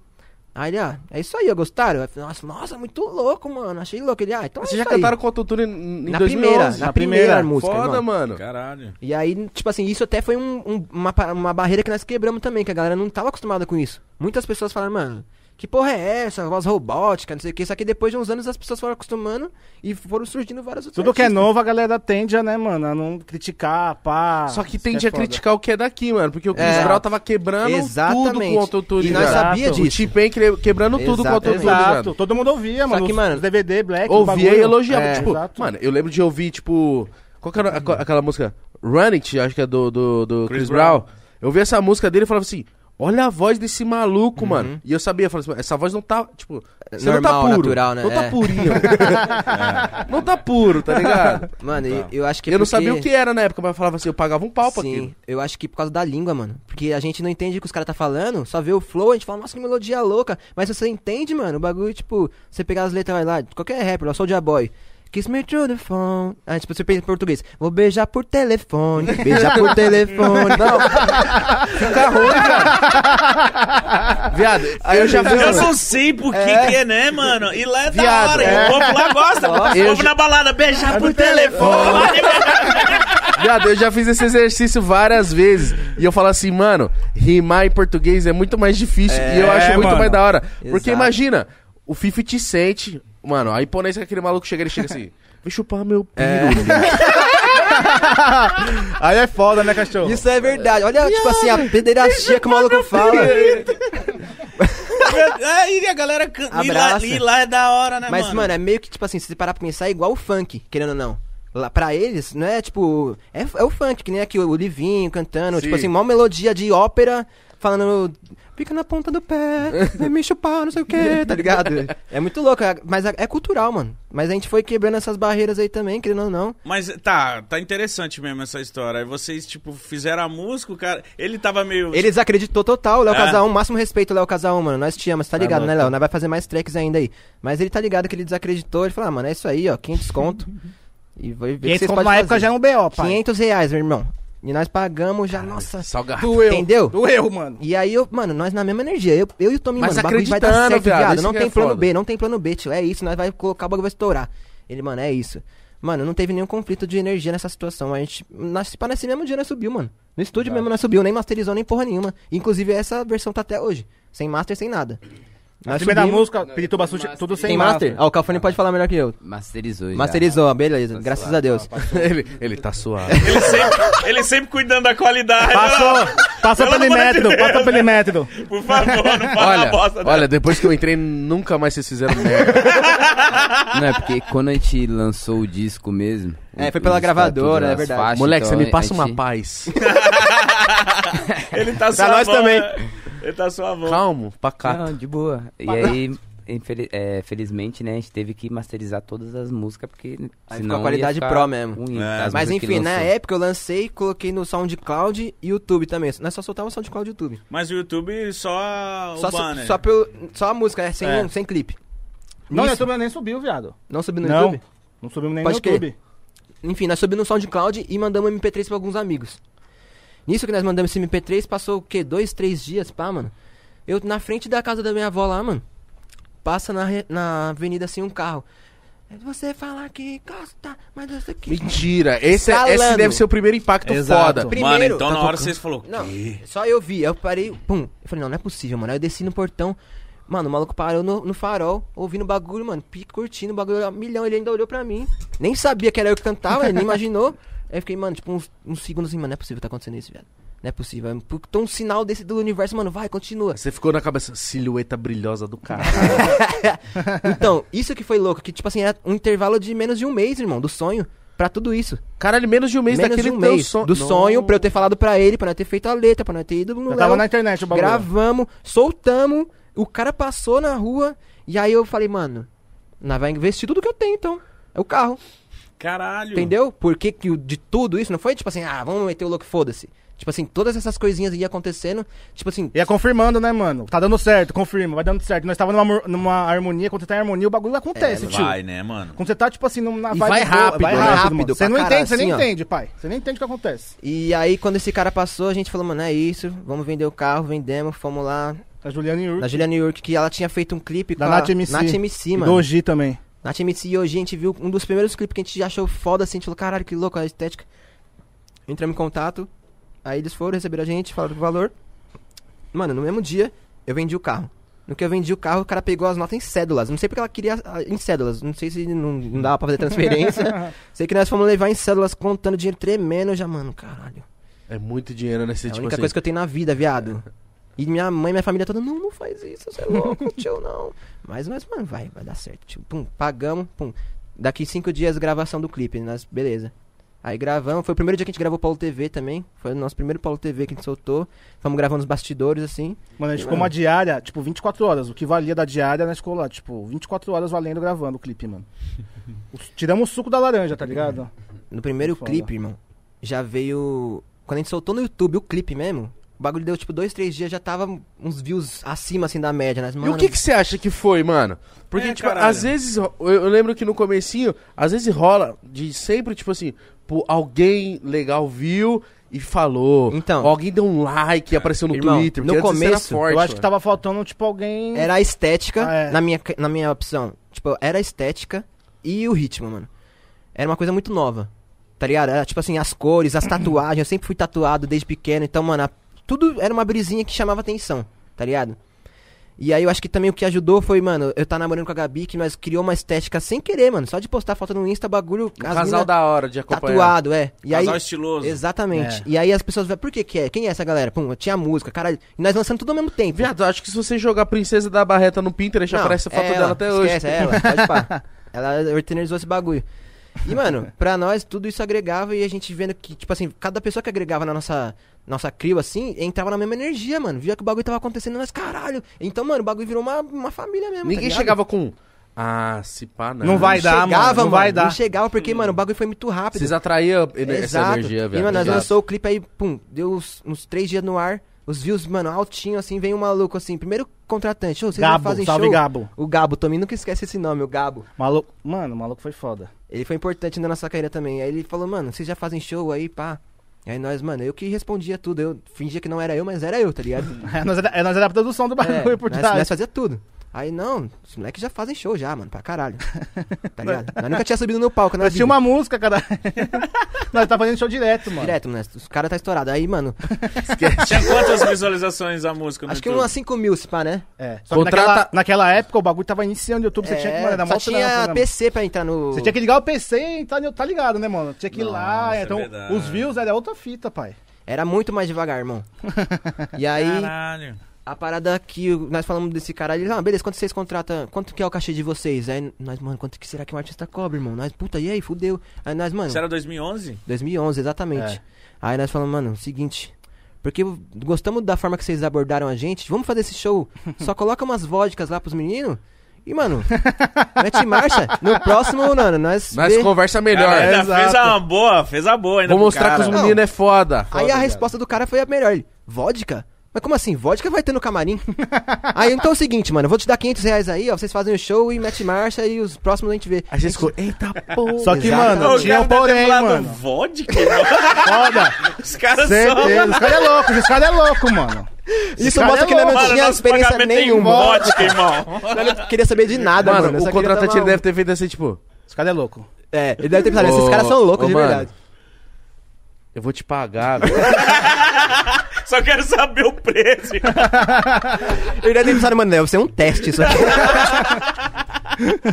[SPEAKER 4] Aí ele, ah, é isso aí, ó, gostaram? Eu falei, Nossa, nossa, muito louco, mano. Achei louco. Ele, ah, então é
[SPEAKER 2] Vocês
[SPEAKER 4] isso
[SPEAKER 2] já
[SPEAKER 4] aí.
[SPEAKER 2] cantaram com o Totune em
[SPEAKER 4] na
[SPEAKER 2] 2011?
[SPEAKER 4] primeira, na
[SPEAKER 3] na
[SPEAKER 4] primeira
[SPEAKER 3] primeira.
[SPEAKER 4] música,
[SPEAKER 2] Foda,
[SPEAKER 4] irmão.
[SPEAKER 2] mano.
[SPEAKER 1] Caralho.
[SPEAKER 4] E aí, tipo assim, isso até foi um- um- uma, pa- uma barreira que nós quebramos também, que a galera não tava acostumada com isso. Muitas pessoas falaram, mano, que porra é essa? Voz robótica, não sei o que. Só que depois de uns anos as pessoas foram acostumando e foram surgindo várias outras
[SPEAKER 3] Tudo que é
[SPEAKER 4] artistas.
[SPEAKER 3] novo, a galera tende a, né, mano, a não criticar, pá.
[SPEAKER 2] Só que
[SPEAKER 3] Isso é
[SPEAKER 2] tende a
[SPEAKER 3] foda.
[SPEAKER 2] criticar o que é daqui, mano. Porque o Chris
[SPEAKER 4] É.
[SPEAKER 2] Brown tava quebrando tudo
[SPEAKER 4] Exatamente.
[SPEAKER 2] com o autotune.
[SPEAKER 4] E nós
[SPEAKER 2] velho.
[SPEAKER 4] sabia
[SPEAKER 2] O
[SPEAKER 4] disso.
[SPEAKER 2] T-Pain cre- quebrando tudo com o autotune.
[SPEAKER 3] Exato,
[SPEAKER 2] velho.
[SPEAKER 3] todo mundo ouvia,
[SPEAKER 4] Só
[SPEAKER 3] mano.
[SPEAKER 4] É que,
[SPEAKER 3] os-
[SPEAKER 4] mano,
[SPEAKER 3] os DVD, Black,
[SPEAKER 2] Ouvia e elogiava.
[SPEAKER 3] É,
[SPEAKER 2] Tipo,
[SPEAKER 3] exato.
[SPEAKER 2] mano, eu lembro de ouvir, tipo... Qual que era aqua- aquela música? Run It, acho que é do, do, do Chris,
[SPEAKER 1] Chris
[SPEAKER 2] Brown. Eu ouvi essa música dele e falava assim... Olha a voz desse maluco, mano. E eu sabia, eu falei assim, "Mano, essa voz não tá, tipo... Você não tá
[SPEAKER 4] normal,
[SPEAKER 2] puro.
[SPEAKER 4] natural, né?
[SPEAKER 2] Não tá
[SPEAKER 4] É.
[SPEAKER 2] purinho. Não tá puro, tá ligado?
[SPEAKER 4] Mano, eu, eu acho que é
[SPEAKER 2] eu não
[SPEAKER 4] porque-
[SPEAKER 2] sabia o que era na época, mas eu falava assim, eu pagava um pau pra
[SPEAKER 4] Sim,
[SPEAKER 2] aquilo.
[SPEAKER 4] eu acho que por causa da língua, mano. Porque a gente não entende o que os caras tá falando, só vê o flow, a gente fala, nossa, que melodia louca. Mas se você entende, mano, o bagulho, tipo, você pegar as letras, vai lá, qualquer rapper, eu sou o Diaboy. Kiss me through the phone. Ah, tipo, você pensa em português. Vou beijar por telefone. Beijar por telefone. Não. Fica ruim,
[SPEAKER 2] Viado, aí eu já
[SPEAKER 1] Eu
[SPEAKER 4] assim,
[SPEAKER 1] não sei por que que é, né, mano? E lá é
[SPEAKER 2] Viado,
[SPEAKER 1] da hora.
[SPEAKER 2] é.
[SPEAKER 1] E o povo lá gosta.
[SPEAKER 2] eu
[SPEAKER 1] o povo
[SPEAKER 2] já-
[SPEAKER 1] na balada beijar por telefone.
[SPEAKER 2] Viado, eu já fiz esse exercício várias vezes. E eu falo assim, mano, rimar em português é muito mais difícil. e eu acho muito
[SPEAKER 3] mano.
[SPEAKER 2] mais da hora. Porque
[SPEAKER 4] Exato.
[SPEAKER 2] imagina, o Fifi te sente, mano, a imponência que aquele maluco chega, ele chega assim, vem chupar meu piro.
[SPEAKER 3] Aí é foda, né, cachorro?
[SPEAKER 4] Isso é verdade. Olha, tipo assim, a pederastia que o maluco fala.
[SPEAKER 1] é, e a galera canta. E lá,
[SPEAKER 4] Abraça.
[SPEAKER 1] e lá é da hora, né,
[SPEAKER 4] Mas,
[SPEAKER 1] mano?
[SPEAKER 4] mano, é meio que, tipo assim, se você parar pra pensar, é igual o funk, querendo ou não. Lá, pra eles, não é tipo. É, é o funk, que nem aqui o, o Livinho cantando, tipo assim, mó melodia de ópera, falando. Fica na ponta do pé, vem me chupar, não sei o que, tá ligado? É muito louco, é- mas é, é cultural, mano. Mas a gente foi quebrando essas barreiras aí também, querendo ou não.
[SPEAKER 1] Mas tá, tá interessante mesmo essa história. Aí vocês, tipo, fizeram a música, o cara. Ele tava meio.
[SPEAKER 4] Eles acreditou total, o Léo
[SPEAKER 1] É.
[SPEAKER 4] Casal, máximo respeito, Léo Casal, mano. Nós te amamos, tá ligado, né, Léo? Nós vai fazer mais tracks ainda aí. Mas ele tá ligado que ele desacreditou, ele falou, ah, mano, é isso aí, ó, 500 conto. E vai ver o que
[SPEAKER 3] 500
[SPEAKER 4] vocês
[SPEAKER 3] conto
[SPEAKER 4] podem
[SPEAKER 3] na época
[SPEAKER 4] fazer.
[SPEAKER 3] já é um BO, pai.
[SPEAKER 4] 500 reais, meu irmão. E nós pagamos já, nossa.
[SPEAKER 2] Salgado.
[SPEAKER 3] Doeu.
[SPEAKER 4] Entendeu?
[SPEAKER 3] Doeu, mano.
[SPEAKER 4] E aí, eu, mano, nós na mesma energia. Eu, eu e o Tominho,
[SPEAKER 2] Mas
[SPEAKER 4] mano, o bagulho vai dar
[SPEAKER 2] acreditando,
[SPEAKER 4] certo,
[SPEAKER 2] viado,
[SPEAKER 4] viado.
[SPEAKER 2] isso
[SPEAKER 4] Não
[SPEAKER 2] que
[SPEAKER 4] tem
[SPEAKER 2] é
[SPEAKER 4] plano
[SPEAKER 2] foda.
[SPEAKER 4] B, não tem plano B, tio. É isso, nós vai colocar o bagulho vai estourar. Ele, mano, é isso. Mano, não teve nenhum conflito de energia nessa situação. A gente, nós, pra nesse mesmo dia, nós subiu, mano. No
[SPEAKER 2] Tá.
[SPEAKER 4] estúdio mesmo, nós subiu. Nem masterizou, nem porra nenhuma. Inclusive, essa versão tá até hoje. Sem master, sem nada.
[SPEAKER 3] A
[SPEAKER 4] Nós
[SPEAKER 3] primeira da
[SPEAKER 4] subimos-
[SPEAKER 3] música, Pirituba Sushi, tudo sem
[SPEAKER 4] Tem master? Ó, o Calfone
[SPEAKER 2] Tá.
[SPEAKER 4] pode falar melhor que eu. Tá
[SPEAKER 6] Masterizou já.
[SPEAKER 4] Masterizou, beleza. graças a Deus.
[SPEAKER 2] ele, ele tá suado.
[SPEAKER 1] Ele sempre, ele sempre cuidando da qualidade.
[SPEAKER 3] Passou, passou
[SPEAKER 1] Pelo
[SPEAKER 3] pelo
[SPEAKER 1] amor de
[SPEAKER 3] método,
[SPEAKER 1] Deus.
[SPEAKER 3] passou pelo método.
[SPEAKER 1] Por favor, não fala
[SPEAKER 2] Olha,
[SPEAKER 1] na bosta né? dela.
[SPEAKER 2] olha, depois que eu entrei, nunca mais vocês fizeram merda.
[SPEAKER 6] Não, é porque quando a gente lançou o disco mesmo.
[SPEAKER 4] É, foi
[SPEAKER 6] o-
[SPEAKER 4] pela
[SPEAKER 6] os
[SPEAKER 4] gravadora,
[SPEAKER 6] estatutos,
[SPEAKER 4] é
[SPEAKER 6] as
[SPEAKER 4] verdade.
[SPEAKER 6] faixas,
[SPEAKER 2] Moleque,
[SPEAKER 6] então
[SPEAKER 2] você
[SPEAKER 6] a
[SPEAKER 2] me passa uma
[SPEAKER 6] gente-
[SPEAKER 2] paz.
[SPEAKER 1] Ele tá
[SPEAKER 2] Pra nós
[SPEAKER 1] suavão,
[SPEAKER 2] também.
[SPEAKER 1] né? Ele tá suavão.
[SPEAKER 2] Calmo, pacato.
[SPEAKER 6] Não, de boa. E aí, infeli- é, felizmente, né, a gente teve que masterizar todas as músicas, porque
[SPEAKER 4] Aí ficou
[SPEAKER 6] senão
[SPEAKER 4] tá. a qualidade
[SPEAKER 6] ia ficar
[SPEAKER 4] pro mesmo.
[SPEAKER 6] ruim,
[SPEAKER 1] É.
[SPEAKER 6] as
[SPEAKER 4] Mas
[SPEAKER 6] músicas que
[SPEAKER 4] enfim, né, na
[SPEAKER 6] lançou.
[SPEAKER 4] época eu lancei, coloquei no SoundCloud e YouTube também. Nós só soltava SoundCloud e YouTube.
[SPEAKER 1] Mas o YouTube só o
[SPEAKER 4] Só,
[SPEAKER 1] banner.
[SPEAKER 4] só, pelo, só a música, né? Sem,
[SPEAKER 1] É.
[SPEAKER 4] sem clipe.
[SPEAKER 3] Não,
[SPEAKER 4] Isso.
[SPEAKER 3] o YouTube nem subiu, viado.
[SPEAKER 4] Não subi no
[SPEAKER 3] Não.
[SPEAKER 4] YouTube?
[SPEAKER 3] Não subimos nem
[SPEAKER 4] Pode
[SPEAKER 3] no YouTube.
[SPEAKER 4] Enfim, nós subimos no SoundCloud e mandamos MP3 pra alguns amigos. Nisso que nós mandamos esse MP3, passou o quê? Dois, três dias, pá, mano. Eu na frente da casa da minha avó lá, mano. Passa na, re- na avenida assim um carro. Você fala que gosta, mas você que.
[SPEAKER 2] Mentira, esse, é, esse
[SPEAKER 4] Salando.
[SPEAKER 2] deve ser o primeiro impacto
[SPEAKER 3] Exato.
[SPEAKER 2] foda.
[SPEAKER 1] Mano,
[SPEAKER 4] Primeiro,
[SPEAKER 1] então
[SPEAKER 4] tá
[SPEAKER 1] na hora
[SPEAKER 4] tocando.
[SPEAKER 1] vocês falaram.
[SPEAKER 4] Não,
[SPEAKER 1] "Quê?"
[SPEAKER 4] só eu vi. Eu parei, pum. Eu falei, não, não é possível, mano. Aí eu desci no portão. Mano, o maluco parou no, no farol, ouvindo o bagulho, mano, pi- curtindo o bagulho, a milhão, ele ainda olhou pra mim. Nem sabia que era eu que cantava, ele nem imaginou. Aí eu fiquei, mano, tipo, uns, uns segundos assim, mano, não é possível tá acontecendo isso, velho. Não é possível. Aí, puta, um sinal desse do universo, mano, vai, continua.
[SPEAKER 2] Você ficou na cabeça, silhueta brilhosa do cara.
[SPEAKER 4] Então, isso que foi louco, que, tipo assim, era um intervalo de menos de um mês, irmão, do sonho, pra tudo isso.
[SPEAKER 2] Caralho, menos de um mês
[SPEAKER 4] menos
[SPEAKER 2] daquele
[SPEAKER 4] de um
[SPEAKER 2] teu
[SPEAKER 4] mês
[SPEAKER 2] son-
[SPEAKER 4] do
[SPEAKER 2] Não.
[SPEAKER 4] sonho, pra eu ter falado pra ele, pra nós ter feito a letra, pra um nós ter ido no
[SPEAKER 3] Já tava
[SPEAKER 4] Léo.
[SPEAKER 3] na internet o bagulho.
[SPEAKER 4] Gravamos, soltamos, o cara passou na rua, e aí eu falei, mano, nós vai investir tudo que eu tenho, então. É o carro,
[SPEAKER 1] Caralho.
[SPEAKER 4] entendeu? Porque que o- de tudo isso não foi tipo assim, ah, vamos meter o louco, foda-se. Tipo assim, todas essas coisinhas iam acontecendo, tipo assim,
[SPEAKER 3] E é confirmando, né, mano? Tá dando certo, confirma, vai dando certo. Nós tava numa, mor- numa harmonia, quando você tá em harmonia, o bagulho acontece,
[SPEAKER 4] É,
[SPEAKER 3] tio.
[SPEAKER 1] Vai, né, mano?
[SPEAKER 3] Quando você tá, tipo assim, numa
[SPEAKER 2] E
[SPEAKER 3] vibe
[SPEAKER 2] vai
[SPEAKER 3] boa,
[SPEAKER 2] rápido,
[SPEAKER 3] vai
[SPEAKER 2] né?
[SPEAKER 3] rápido,
[SPEAKER 4] Rápido
[SPEAKER 3] mano.
[SPEAKER 4] pra
[SPEAKER 3] Você não
[SPEAKER 4] caralho,
[SPEAKER 3] entende, você nem
[SPEAKER 4] assim, ó.
[SPEAKER 3] entende, pai. Você nem entende o que acontece.
[SPEAKER 4] e aí quando esse cara passou, a gente falou, mano, é isso, vamos vender o carro, vendemos, fomos lá
[SPEAKER 3] A Juliana e
[SPEAKER 4] na
[SPEAKER 3] Ur...
[SPEAKER 4] Juliana New York, que ela tinha feito um clipe
[SPEAKER 3] Da
[SPEAKER 4] com
[SPEAKER 3] Nath
[SPEAKER 4] a
[SPEAKER 3] MC.
[SPEAKER 4] Nath MC,
[SPEAKER 3] e
[SPEAKER 4] mano.
[SPEAKER 3] do G também.
[SPEAKER 4] Na Team MC hoje a gente viu um dos primeiros clipes que a gente achou foda, assim, a gente falou, caralho, que louco a estética. Entramos em contato, aí eles foram, receberam a gente, falaram do valor. Mano, no mesmo dia, eu vendi o carro. No que eu vendi o carro, o cara pegou as notas em cédulas. Não sei porque ela queria ah, em cédulas. Não sei se não, não dava pra fazer transferência. sei que nós fomos levar em cédulas contando dinheiro tremendo. Eu já, mano, caralho.
[SPEAKER 2] É muito dinheiro nesse
[SPEAKER 4] É a
[SPEAKER 2] tipo
[SPEAKER 4] única
[SPEAKER 2] assim.
[SPEAKER 4] coisa que eu tenho na vida, viado. E minha mãe, minha família toda, não, não faz isso, você é louco, tio, não. Mas nós, mano, vai, vai dar certo. Tio. Pum, pagamos, pum. Daqui cinco dias, gravação do clipe, nós, beleza. Aí gravamos, foi o primeiro dia que a gente gravou Paulo TV também. Foi o nosso primeiro Paulo TV que a gente soltou. Fomos gravando os bastidores, assim.
[SPEAKER 3] Mano, a gente ficou uma diária, tipo, 24 horas. O que valia da diária, nós ficou lá, tipo, 24 horas valendo gravando o clipe, mano. Os- Tiramos o suco da laranja, tá ligado?
[SPEAKER 4] No primeiro
[SPEAKER 3] Foda.
[SPEAKER 4] clipe, irmão, já veio. Quando a gente soltou no YouTube o clipe mesmo, o bagulho deu tipo dois, três dias, já tava uns views acima, assim, da média, né?
[SPEAKER 2] E o que que você acha que foi, mano? Porque,
[SPEAKER 1] É,
[SPEAKER 2] tipo,
[SPEAKER 1] caralho.
[SPEAKER 2] às vezes, ro- eu, eu lembro que no comecinho, às vezes rola de sempre, tipo assim, pô, alguém legal viu e falou.
[SPEAKER 4] Então.
[SPEAKER 2] Ou alguém deu um like e apareceu no
[SPEAKER 4] Irmão,
[SPEAKER 2] Twitter.
[SPEAKER 4] no
[SPEAKER 2] porque antes isso era
[SPEAKER 4] começo,
[SPEAKER 2] forte,
[SPEAKER 3] Eu acho que
[SPEAKER 2] mano.
[SPEAKER 3] tava faltando, tipo, alguém.
[SPEAKER 4] Era a estética
[SPEAKER 3] Ah, é.
[SPEAKER 4] na, minha, na minha opção. Tipo, era a estética e o ritmo, mano. Era uma coisa muito nova. Tá ligado? Era tipo assim, as cores, as tatuagens. Eu sempre fui tatuado desde pequeno. Então, mano, a- tudo era uma brisinha que chamava atenção. Tá ligado? E aí eu acho que também o que ajudou foi, mano, eu tá namorando com a Gabi, que nós criou uma estética sem querer, mano. Só de postar foto no Insta, bagulho.
[SPEAKER 2] Um
[SPEAKER 4] as
[SPEAKER 2] casal
[SPEAKER 4] mina
[SPEAKER 2] da hora de acompanhar.
[SPEAKER 4] tatuado, é. E aí,
[SPEAKER 1] Casal estiloso.
[SPEAKER 3] É.
[SPEAKER 4] exatamente. E aí as pessoas vão, por que que é? Quem é essa galera? Pum, tinha música, caralho. E nós lançando tudo ao mesmo tempo.
[SPEAKER 2] Viado, eu acho que se você jogar Princesa da Barreta no Pinterest,
[SPEAKER 4] Não,
[SPEAKER 2] aparece a foto
[SPEAKER 4] é ela,
[SPEAKER 2] dela até hoje.
[SPEAKER 4] Esquece, é ela, pode pá. Ela eternizou esse bagulho. E, mano, pra nós, tudo isso agregava e a gente vendo que, tipo assim, cada pessoa que agregava na nossa, nossa crew, assim, entrava na mesma energia, mano. Via que o bagulho tava acontecendo, nós, caralho. Então, mano, o bagulho virou uma, uma família mesmo. tá
[SPEAKER 2] Ninguém
[SPEAKER 4] ligado?
[SPEAKER 2] chegava com. Ah, se pá, não.
[SPEAKER 3] Não vai dar,
[SPEAKER 4] chegava,
[SPEAKER 3] mano. Não vai dar.
[SPEAKER 4] Não chegava, porque, mano, o bagulho foi muito rápido.
[SPEAKER 2] Vocês atraíam ener- essa
[SPEAKER 4] Exato.
[SPEAKER 2] energia,
[SPEAKER 4] E,
[SPEAKER 2] velho.
[SPEAKER 4] mano, nós
[SPEAKER 2] Exato.
[SPEAKER 4] lançou o clipe aí, pum, deu uns, uns três dias no ar. Os views, mano, altinho, assim, vem um maluco, assim, primeiro contratante. Ô, vocês não
[SPEAKER 3] Gabo,
[SPEAKER 4] fazem
[SPEAKER 3] salve
[SPEAKER 4] show?
[SPEAKER 3] Gabo.
[SPEAKER 4] O Gabo, também nunca esquece esse nome, o Gabo.
[SPEAKER 3] Maluco. Mano, o maluco foi foda.
[SPEAKER 4] Ele foi importante na nossa carreira também. Aí ele falou, mano, vocês já fazem show aí, pá. Aí nós, mano, eu que respondia tudo. Eu fingia que não era eu, mas era eu, tá ligado?
[SPEAKER 3] É, nós, era, é, nós era a produção do bagulho
[SPEAKER 4] É,
[SPEAKER 3] por
[SPEAKER 4] nós,
[SPEAKER 3] trás.
[SPEAKER 4] nós fazia tudo. Aí, não, os moleques já fazem show já, mano, pra caralho. Tá ligado? nós nunca tinha subido no palco, né, na
[SPEAKER 3] Nós
[SPEAKER 4] vida.
[SPEAKER 3] tinha uma música, cara. nós tá fazendo show direto, mano.
[SPEAKER 4] Direto, né? Os caras tá estourado. Aí, mano,
[SPEAKER 1] Tinha quantas visualizações a música no
[SPEAKER 4] acho que
[SPEAKER 1] YouTube?
[SPEAKER 4] umas 5 mil, se pá, né?
[SPEAKER 3] É. Só que
[SPEAKER 2] Contrata-
[SPEAKER 3] naquela, naquela época o bagulho tava iniciando o YouTube, você tinha que, mano, era mó
[SPEAKER 4] É, só tinha
[SPEAKER 3] trampo, né,
[SPEAKER 4] PC pra entrar no...
[SPEAKER 3] Você tinha que ligar o PC e tá, tá ligado, né, mano? Tinha que ir lá,
[SPEAKER 1] é
[SPEAKER 3] então
[SPEAKER 1] verdade.
[SPEAKER 3] os views era outra fita, pai.
[SPEAKER 4] Era muito mais devagar, irmão. e aí,
[SPEAKER 1] Caralho.
[SPEAKER 4] a parada que o- nós falamos desse cara, ele, ah, beleza, quanto vocês contratam, quanto que é o cachê de vocês? Aí nós, mano, quanto que será que um artista cobra, irmão? Nós, puta, e aí, fudeu. Aí nós, mano,
[SPEAKER 1] Isso era 2011?
[SPEAKER 4] 2011, exatamente.
[SPEAKER 3] É.
[SPEAKER 4] Aí nós falamos, mano, seguinte, porque gostamos da forma que vocês abordaram a gente, vamos fazer esse show, só coloca umas vodkas lá pros meninos. E, mano, mete marcha. No próximo, mano, nós.
[SPEAKER 2] Nós
[SPEAKER 4] vê.
[SPEAKER 2] conversa melhor.
[SPEAKER 1] Cara, ainda
[SPEAKER 3] exato.
[SPEAKER 1] fez a boa, fez a boa ainda
[SPEAKER 2] Vou
[SPEAKER 1] pro
[SPEAKER 2] mostrar que
[SPEAKER 1] cara.
[SPEAKER 2] os meninos é foda.
[SPEAKER 4] Aí a resposta do cara foi a melhor. Ele, vodka? Mas como assim? Vodka vai ter no camarim? aí então é o seguinte, mano, eu vou te dar 500 reais aí, ó, vocês fazem o show e mete marcha e os próximos a gente vê.
[SPEAKER 2] Aí você ficou, eita porra.
[SPEAKER 3] Só que,
[SPEAKER 4] Exatamente.
[SPEAKER 3] mano,
[SPEAKER 1] Ô,
[SPEAKER 3] tinha
[SPEAKER 1] o
[SPEAKER 3] um
[SPEAKER 1] cara tá deve ter
[SPEAKER 3] porém,
[SPEAKER 1] falado
[SPEAKER 3] mano.
[SPEAKER 1] vodka? mano.
[SPEAKER 3] Foda.
[SPEAKER 1] Os caras
[SPEAKER 3] Certeza. Os caras é louco, os caras é louco, mano.
[SPEAKER 4] Isso
[SPEAKER 3] cara
[SPEAKER 4] mostra
[SPEAKER 3] é
[SPEAKER 4] que ele
[SPEAKER 1] são...
[SPEAKER 4] não
[SPEAKER 1] Mano,
[SPEAKER 4] tinha
[SPEAKER 1] nosso
[SPEAKER 4] experiência
[SPEAKER 1] pagamento é tem
[SPEAKER 4] nenhuma.
[SPEAKER 1] vodka, irmão.
[SPEAKER 4] Ele não queria saber de nada, mano.
[SPEAKER 2] Mano, o
[SPEAKER 3] tá
[SPEAKER 2] contratante ele deve ter feito assim, tipo.
[SPEAKER 3] Os caras é louco.
[SPEAKER 4] ter... É, ele deve ter pensado, esses
[SPEAKER 2] Ô,
[SPEAKER 4] caras são loucos
[SPEAKER 2] ô,
[SPEAKER 4] de
[SPEAKER 2] mano,
[SPEAKER 4] verdade.
[SPEAKER 2] Eu vou te pagar, velho.
[SPEAKER 1] Só quero saber o preço.
[SPEAKER 4] Ele deve ter pensado, mano, deve ser um teste isso aqui.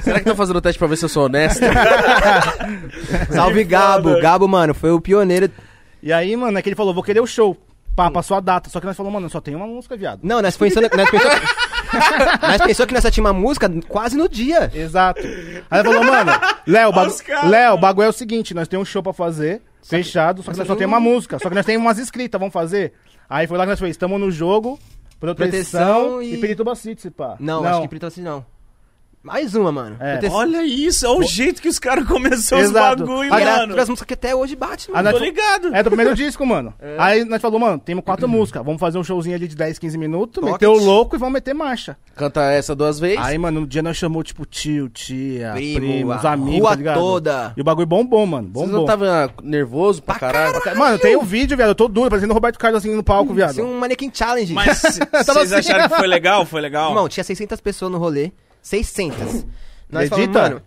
[SPEAKER 2] Será que estão fazendo o teste pra ver se eu sou honesto?
[SPEAKER 4] é-" Salve
[SPEAKER 1] Que
[SPEAKER 4] Gabo.
[SPEAKER 1] foda.
[SPEAKER 4] Gabo, mano, foi o pioneiro.
[SPEAKER 3] E aí, mano, é que ele falou, vou querer o show.
[SPEAKER 4] Hum.
[SPEAKER 3] Pá, passou a data. Só que nós falamos, mano, só tem uma música, viado.
[SPEAKER 4] Não, nós pensamos. Nós pensou, nós pensou que nós só tínhamos uma música quase no dia.
[SPEAKER 3] Exato. Aí ele falou, mano, Léo, bagu...
[SPEAKER 1] Os caras,
[SPEAKER 3] Léo, o bagulho é o seguinte, nós temos um show pra fazer, fechado, só que nós só temos uma música, só que nós temos umas escritas, vamos fazer? Aí foi lá que nós fez, estamos no jogo, proteção,
[SPEAKER 4] Proteção
[SPEAKER 3] e...
[SPEAKER 4] e
[SPEAKER 3] Pirituba City, se pá.
[SPEAKER 4] Não, acho que Pritão assim não. Mais uma, mano.
[SPEAKER 3] É.
[SPEAKER 4] Proteção.
[SPEAKER 1] Olha isso, olha o jeito que os caras começaram os
[SPEAKER 3] Exato.
[SPEAKER 1] bagulho,
[SPEAKER 4] Olha,
[SPEAKER 1] mano.
[SPEAKER 4] as músicas que até hoje bate,
[SPEAKER 3] Ah,
[SPEAKER 4] mano.
[SPEAKER 3] nós
[SPEAKER 1] Tô
[SPEAKER 3] fa-
[SPEAKER 1] ligado.
[SPEAKER 3] É do primeiro disco, mano. Aí nós falou, mano, temos quatro músicas, vamos fazer um showzinho ali de 10, 15 minutos,
[SPEAKER 4] Pocket.
[SPEAKER 3] meter o louco e vamos meter marcha.
[SPEAKER 2] Canta essa duas vezes.
[SPEAKER 3] Aí, mano, no dia nós chamou, tipo, tio, tia,
[SPEAKER 4] Primo,
[SPEAKER 3] primo,
[SPEAKER 4] a
[SPEAKER 3] os amigos,
[SPEAKER 4] rua
[SPEAKER 3] tá ligado?
[SPEAKER 4] toda.
[SPEAKER 3] E o bagulho bombom, mano,
[SPEAKER 2] Vocês
[SPEAKER 3] bombom.
[SPEAKER 2] não estavam nervoso pra caralho?
[SPEAKER 3] Mano, tem um vídeo, viado, eu tô duro, parecendo o Roberto Carlos assim no palco, viado.
[SPEAKER 4] Assim, um Mannequin Challenge.
[SPEAKER 1] Mas c-
[SPEAKER 3] Tava
[SPEAKER 1] vocês
[SPEAKER 3] assim.
[SPEAKER 1] acharam que foi legal? Foi legal?
[SPEAKER 4] Irmão, tinha 600 pessoas no rolê. 600. Nós falamos,
[SPEAKER 3] Acredita?
[SPEAKER 4] mano,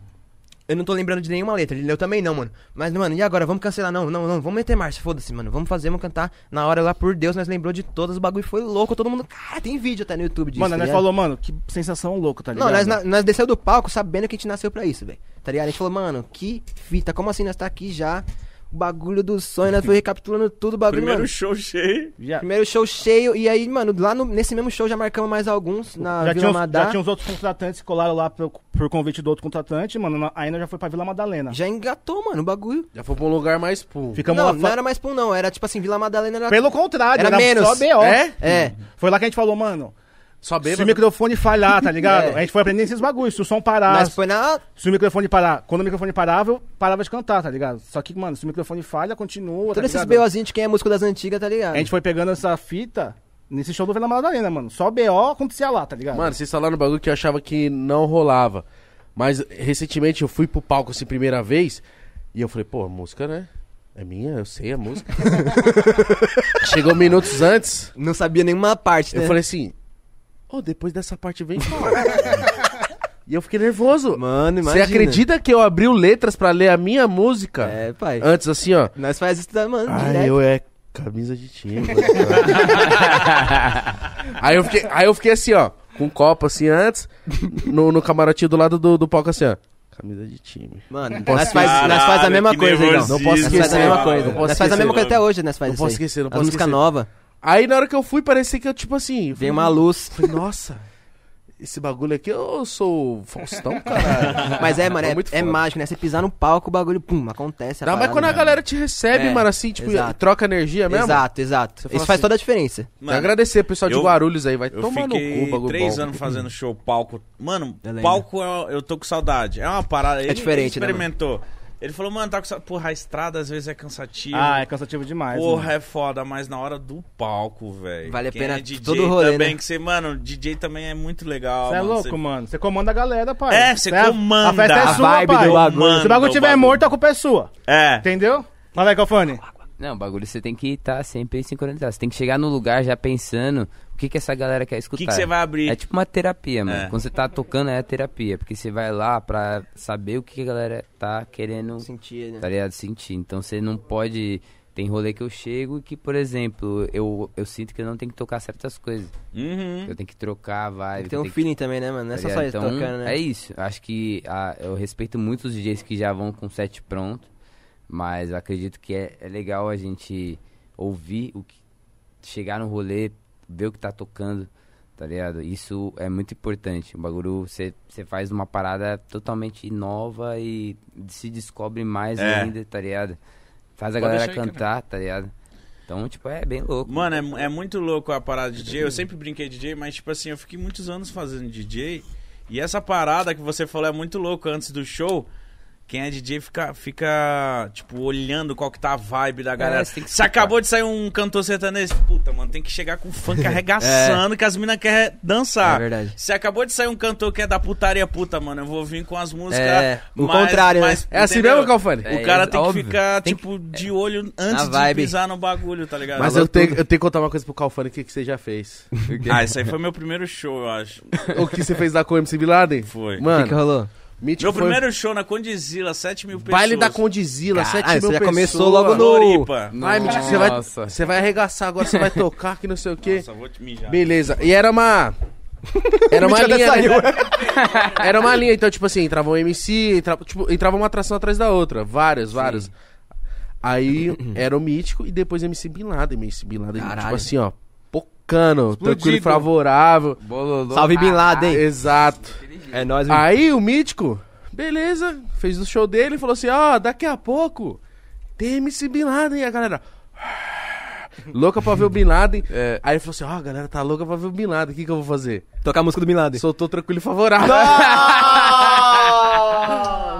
[SPEAKER 4] eu não tô lembrando de nenhuma letra. Ele leu também não, mano. Mas, mano, e agora? Vamos cancelar? Não, não, não. Vamos meter marcha. Foda-se, mano. Vamos fazer, vamos cantar. Na hora lá, por Deus, nós lembrou de todas. O bagulho foi louco. Todo mundo... Cara, tem vídeo até no YouTube disso,
[SPEAKER 3] Mano,
[SPEAKER 4] tá
[SPEAKER 3] nós
[SPEAKER 4] ligado?
[SPEAKER 3] falou, mano, que sensação louca, tá ligado?
[SPEAKER 4] Não, nós, na- nós desceu do palco sabendo que a gente nasceu pra isso, velho. Tá ligado? A gente falou, mano, que fita. Como assim nós tá aqui já? O bagulho do sonho, nós foi recapitulando tudo o bagulho,
[SPEAKER 1] Primeiro
[SPEAKER 4] mano.
[SPEAKER 1] show cheio.
[SPEAKER 3] Já,
[SPEAKER 4] É. Primeiro show cheio, e aí, mano, lá no- nesse mesmo show já marcamos mais alguns na
[SPEAKER 3] já,
[SPEAKER 4] Vila
[SPEAKER 3] tinha uns,
[SPEAKER 4] Madá.
[SPEAKER 3] já tinha uns outros contratantes que colaram lá pro- por convite do outro contratante, mano. na- Aí nós já foi pra Vila Madalena.
[SPEAKER 4] Já engatou, mano, o bagulho.
[SPEAKER 2] Já foi pra um lugar mais pum.
[SPEAKER 3] Ficamos
[SPEAKER 4] não,
[SPEAKER 3] lá.
[SPEAKER 4] não
[SPEAKER 3] fa-
[SPEAKER 4] era mais pum, não. Era tipo assim, Vila Madalena era.
[SPEAKER 3] Pelo contrário,
[SPEAKER 4] Era
[SPEAKER 3] era,
[SPEAKER 4] menos.
[SPEAKER 3] só B.O.
[SPEAKER 2] É?
[SPEAKER 4] É.
[SPEAKER 3] Foi lá que a gente falou, mano,
[SPEAKER 2] Só
[SPEAKER 3] se o
[SPEAKER 2] bêbado.
[SPEAKER 3] microfone falhar, tá ligado?
[SPEAKER 4] É.
[SPEAKER 3] A gente foi aprendendo esses bagulhos. Se o som
[SPEAKER 2] Ah,
[SPEAKER 3] parar,
[SPEAKER 4] Nós foi
[SPEAKER 2] tá
[SPEAKER 4] na.
[SPEAKER 3] se o microfone parar. Quando o microfone parava, eu parava de cantar, tá ligado? Só que, mano, se o microfone falha, continua, tá
[SPEAKER 4] Todos esses
[SPEAKER 3] ligado?
[SPEAKER 4] BOzinhos de quem é músico das antigas, tá ligado?
[SPEAKER 3] A gente foi pegando essa fita nesse show do Vila Madalena, mano. Só B.O. acontecia lá, tá ligado?
[SPEAKER 2] Mano, vocês falaram um bagulho que eu achava que não rolava. Mas recentemente eu fui pro palco assim, primeira vez. E eu falei, pô, a música, né? É minha, eu sei a música. Chegou minutos antes,
[SPEAKER 4] Não sabia nenhuma parte, né?
[SPEAKER 2] eu falei assim, ô, depois dessa parte vem qual?" E eu fiquei nervoso.
[SPEAKER 4] Mano,
[SPEAKER 2] Você
[SPEAKER 4] imagina.
[SPEAKER 2] acredita que eu abri o letras pra ler a minha música?
[SPEAKER 4] É, pai.
[SPEAKER 2] Antes, assim, ó.
[SPEAKER 4] Nós faz isso, da- mano,
[SPEAKER 2] Ai,
[SPEAKER 4] direto.
[SPEAKER 2] eu é camisa de time. né, mano. aí, eu fiquei, aí eu fiquei assim, ó, com um copo assim antes, no, no camarote do lado do, do palco assim, ó. Camisa de time.
[SPEAKER 4] Mano,
[SPEAKER 2] posso
[SPEAKER 4] nós faz,
[SPEAKER 1] esquecer.
[SPEAKER 4] nós faz a
[SPEAKER 1] Caralho,
[SPEAKER 4] mesma
[SPEAKER 1] que
[SPEAKER 4] coisa, Igão.
[SPEAKER 1] nervosismo.
[SPEAKER 4] Não posso esquecer. Nós faz a mesma
[SPEAKER 1] Não
[SPEAKER 4] coisa.
[SPEAKER 1] posso
[SPEAKER 4] nós
[SPEAKER 2] esquecer,
[SPEAKER 4] faz a mesma coisa
[SPEAKER 1] mano.
[SPEAKER 4] até hoje, nós faz
[SPEAKER 2] Não
[SPEAKER 4] isso
[SPEAKER 2] posso
[SPEAKER 4] aí.
[SPEAKER 2] esquecer, não
[SPEAKER 4] As
[SPEAKER 2] posso
[SPEAKER 4] música
[SPEAKER 2] esquecer.
[SPEAKER 4] nova,
[SPEAKER 2] Aí na hora que eu fui, parecia que eu, tipo assim.
[SPEAKER 4] vem uma luz.
[SPEAKER 2] Falei, nossa, esse bagulho aqui eu sou o Faustão, cara.
[SPEAKER 4] Mas é, mano, é,
[SPEAKER 2] É muito
[SPEAKER 4] é
[SPEAKER 2] foda.
[SPEAKER 4] mágico, né? Você pisar no palco, o bagulho, pum, acontece.
[SPEAKER 2] Dá mais
[SPEAKER 4] parada,
[SPEAKER 2] quando a
[SPEAKER 4] mano.
[SPEAKER 2] galera te recebe,
[SPEAKER 4] É,
[SPEAKER 2] mano, assim, tipo,
[SPEAKER 4] exato.
[SPEAKER 2] troca energia mesmo.
[SPEAKER 4] Exato, exato.
[SPEAKER 2] Você
[SPEAKER 4] Isso
[SPEAKER 2] fala
[SPEAKER 4] faz
[SPEAKER 2] assim,
[SPEAKER 4] toda a diferença.
[SPEAKER 2] Mano, agradecer, pessoal de
[SPEAKER 1] eu-
[SPEAKER 2] Guarulhos aí, vai
[SPEAKER 1] Eu
[SPEAKER 2] tomar no
[SPEAKER 1] fiquei
[SPEAKER 2] cu, bagulho.
[SPEAKER 1] três
[SPEAKER 2] bom.
[SPEAKER 1] anos fazendo show palco. Mano,
[SPEAKER 4] Eu lembro.
[SPEAKER 1] palco é- eu tô com saudade. É uma parada. ele
[SPEAKER 4] diferente, né,
[SPEAKER 1] experimentou. Ele falou, mano, tá com essa. Porra, a estrada às vezes é cansativa.
[SPEAKER 3] Ah, é cansativo demais.
[SPEAKER 1] Porra, é foda, mas na hora do palco, velho.
[SPEAKER 4] um. Vale a
[SPEAKER 1] quem
[SPEAKER 4] pena
[SPEAKER 1] é DJ
[SPEAKER 4] todo o rolê,
[SPEAKER 1] também,
[SPEAKER 4] né?
[SPEAKER 1] que você, mano, DJ também é muito legal.
[SPEAKER 3] Você é
[SPEAKER 1] mano,
[SPEAKER 3] louco,
[SPEAKER 1] você-
[SPEAKER 3] mano. Você comanda a galera, pai.
[SPEAKER 1] É, você
[SPEAKER 3] a-
[SPEAKER 1] comanda.
[SPEAKER 3] A festa é
[SPEAKER 1] A
[SPEAKER 3] sua,
[SPEAKER 4] vibe
[SPEAKER 3] pai.
[SPEAKER 4] do bagulho.
[SPEAKER 3] Se o bagulho
[SPEAKER 1] Manda o
[SPEAKER 3] tiver
[SPEAKER 1] bagulho.
[SPEAKER 3] morto, a culpa é sua.
[SPEAKER 1] É.
[SPEAKER 3] Entendeu? Fala aí, Calfane.
[SPEAKER 6] Não, o bagulho você tem que estar sempre sincronizado. Você tem que chegar no lugar já pensando o que, que essa galera quer
[SPEAKER 1] O
[SPEAKER 6] escutar.
[SPEAKER 1] que
[SPEAKER 4] tá.
[SPEAKER 1] que você vai abrir?
[SPEAKER 6] É tipo uma terapia, mano.
[SPEAKER 1] É.
[SPEAKER 6] Quando você tá tocando, é a terapia. Porque você vai lá pra saber o que a galera tá querendo
[SPEAKER 4] Sentir, né?
[SPEAKER 6] tá ligado? Sentir. Então você não pode. Tem rolê que eu chego que, por exemplo, eu, eu sinto que eu não tenho que tocar certas coisas.
[SPEAKER 1] Uhum.
[SPEAKER 6] Eu tenho que trocar a vibe.
[SPEAKER 4] Tem um
[SPEAKER 6] eu tenho que-
[SPEAKER 4] feeling também, né, mano? Não é
[SPEAKER 6] tá
[SPEAKER 4] só só
[SPEAKER 6] ligado?
[SPEAKER 4] isso
[SPEAKER 6] Então,
[SPEAKER 4] tocando, né?
[SPEAKER 6] É isso. Acho que ah, eu respeito muito os DJs que já vão com set pronto, mas eu acredito que é, é legal a gente ouvir o que. chegar no rolê, ver o que tá tocando, tá ligado? Isso é muito importante. O bagulho, você você faz uma parada totalmente nova e se descobre mais
[SPEAKER 1] É.
[SPEAKER 6] ainda, tá ligado? Faz a
[SPEAKER 1] Pode
[SPEAKER 6] galera
[SPEAKER 1] deixar aí, cara.
[SPEAKER 6] cantar, tá ligado? Então, tipo, é bem louco.
[SPEAKER 1] Mano, é mu- é, muito louco a parada de DJ. Eu sempre brinquei de DJ, mas, tipo assim, eu fiquei muitos anos fazendo DJ. E essa parada que você falou é muito louca antes do show. Quem é DJ fica, fica tipo, olhando qual que tá a vibe da galera.
[SPEAKER 6] você tem que
[SPEAKER 1] Se
[SPEAKER 6] escutar.
[SPEAKER 1] acabou de sair um cantor sertanejo, puta, mano, tem que chegar com o funk arregaçando que as minas querem
[SPEAKER 4] É
[SPEAKER 1] dançar.
[SPEAKER 4] verdade.
[SPEAKER 1] Se acabou de sair um cantor que é da putaria puta, mano, eu vou vir com as músicas.
[SPEAKER 4] É, o
[SPEAKER 1] mais-
[SPEAKER 4] contrário, né?
[SPEAKER 1] mais-
[SPEAKER 2] É assim
[SPEAKER 1] entendeu?
[SPEAKER 2] mesmo, Calfani?
[SPEAKER 6] É,
[SPEAKER 1] O cara tem
[SPEAKER 6] óbvio.
[SPEAKER 1] que ficar,
[SPEAKER 6] Tem
[SPEAKER 1] tipo, de olho antes de
[SPEAKER 4] vibe.
[SPEAKER 1] pisar no bagulho, tá ligado?
[SPEAKER 2] Mas eu tenho, eu tenho que contar uma coisa pro Calfani, o que, que você já fez?
[SPEAKER 1] Ah, isso aí foi meu primeiro show, eu acho.
[SPEAKER 2] o que você fez lá com o MC Bin Laden?
[SPEAKER 1] Foi.
[SPEAKER 4] O que,
[SPEAKER 2] Mano,
[SPEAKER 4] que rolou?
[SPEAKER 2] mítico
[SPEAKER 1] meu
[SPEAKER 2] foi
[SPEAKER 1] primeiro show na Condizila, 7 mil pessoas.
[SPEAKER 2] baile da Condizila,
[SPEAKER 4] Caralho,
[SPEAKER 2] 7 mil
[SPEAKER 4] você já
[SPEAKER 2] pessoas.
[SPEAKER 4] começou logo no-
[SPEAKER 1] Floripa.
[SPEAKER 2] Vai, Mítico, você vai,
[SPEAKER 6] Nossa.
[SPEAKER 2] você vai arregaçar agora, você vai tocar, que não sei o quê.
[SPEAKER 1] Nossa, vou te mijar.
[SPEAKER 2] Beleza. E era uma. Era uma
[SPEAKER 4] Mentira,
[SPEAKER 2] linha. né?
[SPEAKER 4] saiu.
[SPEAKER 2] Era uma linha, então, tipo assim, entrava um MC, entrava, tipo, entrava uma atração atrás da outra. Várias, várias. Aí era o mítico e depois MC Bin Laden. MC Bin Laden, tipo
[SPEAKER 4] Caralho.
[SPEAKER 2] assim, ó, pocano, tranquilo e favorável.
[SPEAKER 6] Bololô.
[SPEAKER 4] Salve Bin Laden.
[SPEAKER 2] Exato.
[SPEAKER 4] É nóis, Bin
[SPEAKER 2] Aí o mítico, beleza, fez o show dele e falou assim: ó, daqui a pouco tem MC Bin Laden. E a galera. "Ah, Louca pra ver o Bin Laden. Aí ele falou assim: ó, a galera tá louca pra ver o Bin Laden, o que, que eu vou fazer?
[SPEAKER 4] Tocar a música do Bin Laden.
[SPEAKER 2] Soltou tranquilo e favorável.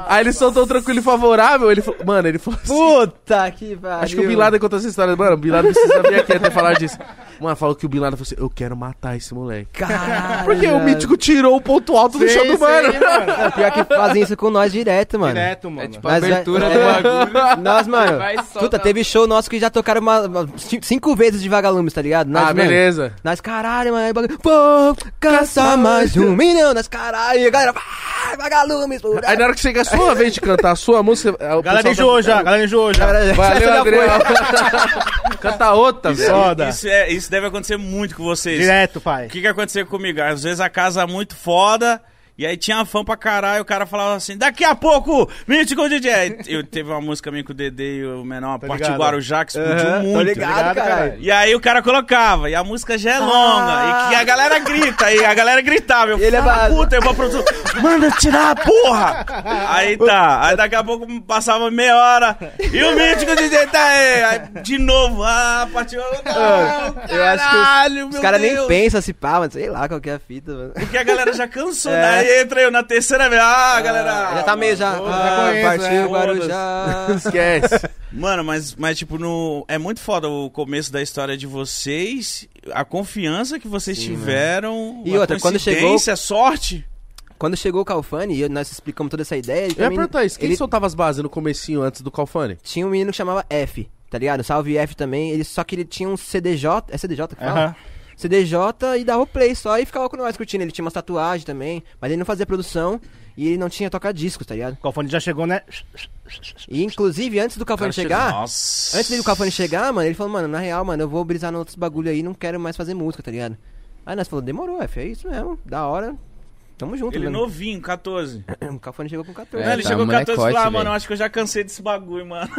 [SPEAKER 2] Aí ele soltou tranquilo e favorável. Ele falou, mano, ele falou assim.
[SPEAKER 4] Puta que pariu.
[SPEAKER 2] Acho que o Bin Laden contou essa história. Mano, o Bin Laden precisa vir aqui até falar disso. Mano, falou que o Bin Laden falou assim: Eu quero matar esse moleque.
[SPEAKER 4] Caralho.
[SPEAKER 2] Porque o mítico tirou o ponto alto do show do mano.
[SPEAKER 4] É, pior que fazem isso com nós direto, mano.
[SPEAKER 3] Direto, mano.
[SPEAKER 6] É tipo a
[SPEAKER 4] Mas é-
[SPEAKER 6] abertura
[SPEAKER 4] é.
[SPEAKER 6] do bagulho.
[SPEAKER 4] Nós, mano.
[SPEAKER 6] Vai e solta.
[SPEAKER 4] Puta, teve show nosso que já tocaram uma- uma- ci- cinco vezes de vagalumes, tá ligado? Nós,
[SPEAKER 2] Ah,
[SPEAKER 4] mano,
[SPEAKER 2] beleza.
[SPEAKER 4] Nós, caralho, mano. aí bagulho. Pô, caça mais um milhão. Nós, caralho. E a galera, vai, vagalumes. pô.
[SPEAKER 2] Aí na hora que chega a sua vez de cantar a sua música. a- o pessoal
[SPEAKER 3] Galera
[SPEAKER 2] tá-
[SPEAKER 3] enjoou já, galera enjoou já.
[SPEAKER 4] Galera, essa
[SPEAKER 2] Valeu,
[SPEAKER 4] já
[SPEAKER 2] Adriel.
[SPEAKER 4] foi.
[SPEAKER 2] Canta outra, velho.
[SPEAKER 3] Foda.
[SPEAKER 1] Isso, é, isso deve acontecer muito com vocês.
[SPEAKER 3] Direto, pai.
[SPEAKER 1] O que que aconteceu comigo? Às vezes a casa é muito foda... E aí tinha fã pra caralho, o cara falava assim, daqui a pouco, mítico DJ. Aí Eu teve uma música minha com o Dede e o menor, a
[SPEAKER 2] Tá
[SPEAKER 3] Tô
[SPEAKER 1] parte
[SPEAKER 3] ligado.
[SPEAKER 1] Guarujá, que explodiu
[SPEAKER 4] Aham,
[SPEAKER 1] muito.
[SPEAKER 4] Tô ligado,
[SPEAKER 3] ligado,
[SPEAKER 4] caralho.
[SPEAKER 3] caralho.
[SPEAKER 1] E aí o cara colocava, e a música já é longa, e
[SPEAKER 4] Ah.
[SPEAKER 1] que a galera grita, e a galera gritava. Eu
[SPEAKER 4] E ele é
[SPEAKER 1] falo,
[SPEAKER 4] vaza.
[SPEAKER 1] puta, eu vou pro outro, manda tirar a porra! Aí tá, aí daqui a pouco passava meia hora, e o mítico DJ tá aí, aí de novo, ah, partiu. Ah,
[SPEAKER 4] Eu acho que os-
[SPEAKER 1] caralho,
[SPEAKER 4] Os
[SPEAKER 1] meu
[SPEAKER 4] caras nem
[SPEAKER 1] Deus.
[SPEAKER 4] pensam se pá, mano. Sei lá qual que é a fita, mano.
[SPEAKER 1] Porque a galera já cansou,
[SPEAKER 4] É.
[SPEAKER 1] daí entra eu na terceira vez, ah, galera.
[SPEAKER 4] já tá meio já.
[SPEAKER 1] mano,
[SPEAKER 4] Ah,
[SPEAKER 3] conheço,
[SPEAKER 4] partiu
[SPEAKER 1] é,
[SPEAKER 4] o Guarujá.
[SPEAKER 2] Esquece.
[SPEAKER 1] Mano, mas, mas tipo, no... é muito foda o começo da história de vocês, a confiança que vocês tiveram.
[SPEAKER 4] né? E
[SPEAKER 1] a
[SPEAKER 4] outra, quando chegou-
[SPEAKER 1] coincidência, sorte.
[SPEAKER 4] Quando chegou o Calfani e eu- nós explicamos toda essa ideia,
[SPEAKER 2] Eu
[SPEAKER 4] ele
[SPEAKER 2] ia
[SPEAKER 4] também-
[SPEAKER 2] perguntar isso. Quem
[SPEAKER 4] ele
[SPEAKER 2] soltava as bases no comecinho antes do Calfani?
[SPEAKER 4] tinha um menino que chamava F, tá ligado? Salve F também, ele só que ele tinha um CDJ, é CDJ que fala?
[SPEAKER 3] Aham.
[SPEAKER 4] CDJ e dava o play só e ficava com nós curtindo, ele tinha umas tatuagens também, mas ele não fazia produção e ele não tinha tocar discos, tá ligado?
[SPEAKER 3] O Calfone já chegou, né?
[SPEAKER 4] E inclusive antes do Calfani chegar,
[SPEAKER 1] Nossa.
[SPEAKER 4] Ah, Antes do Cafone chegar, mano, ele falou, mano, na real, mano, eu vou brisar nos outros bagulho aí, não quero mais fazer música, tá ligado? Aí nós falou, demorou, F, é isso mesmo, da hora, tamo junto,
[SPEAKER 1] Ele é
[SPEAKER 4] mano.
[SPEAKER 1] novinho, 14.
[SPEAKER 4] O Cafone chegou com 14.
[SPEAKER 6] É,
[SPEAKER 1] Não, ele
[SPEAKER 6] tá
[SPEAKER 1] chegou com 14 e falou,
[SPEAKER 6] molecote,
[SPEAKER 1] ah, mano,
[SPEAKER 6] velho.
[SPEAKER 1] eu acho que eu já cansei desse bagulho, mano.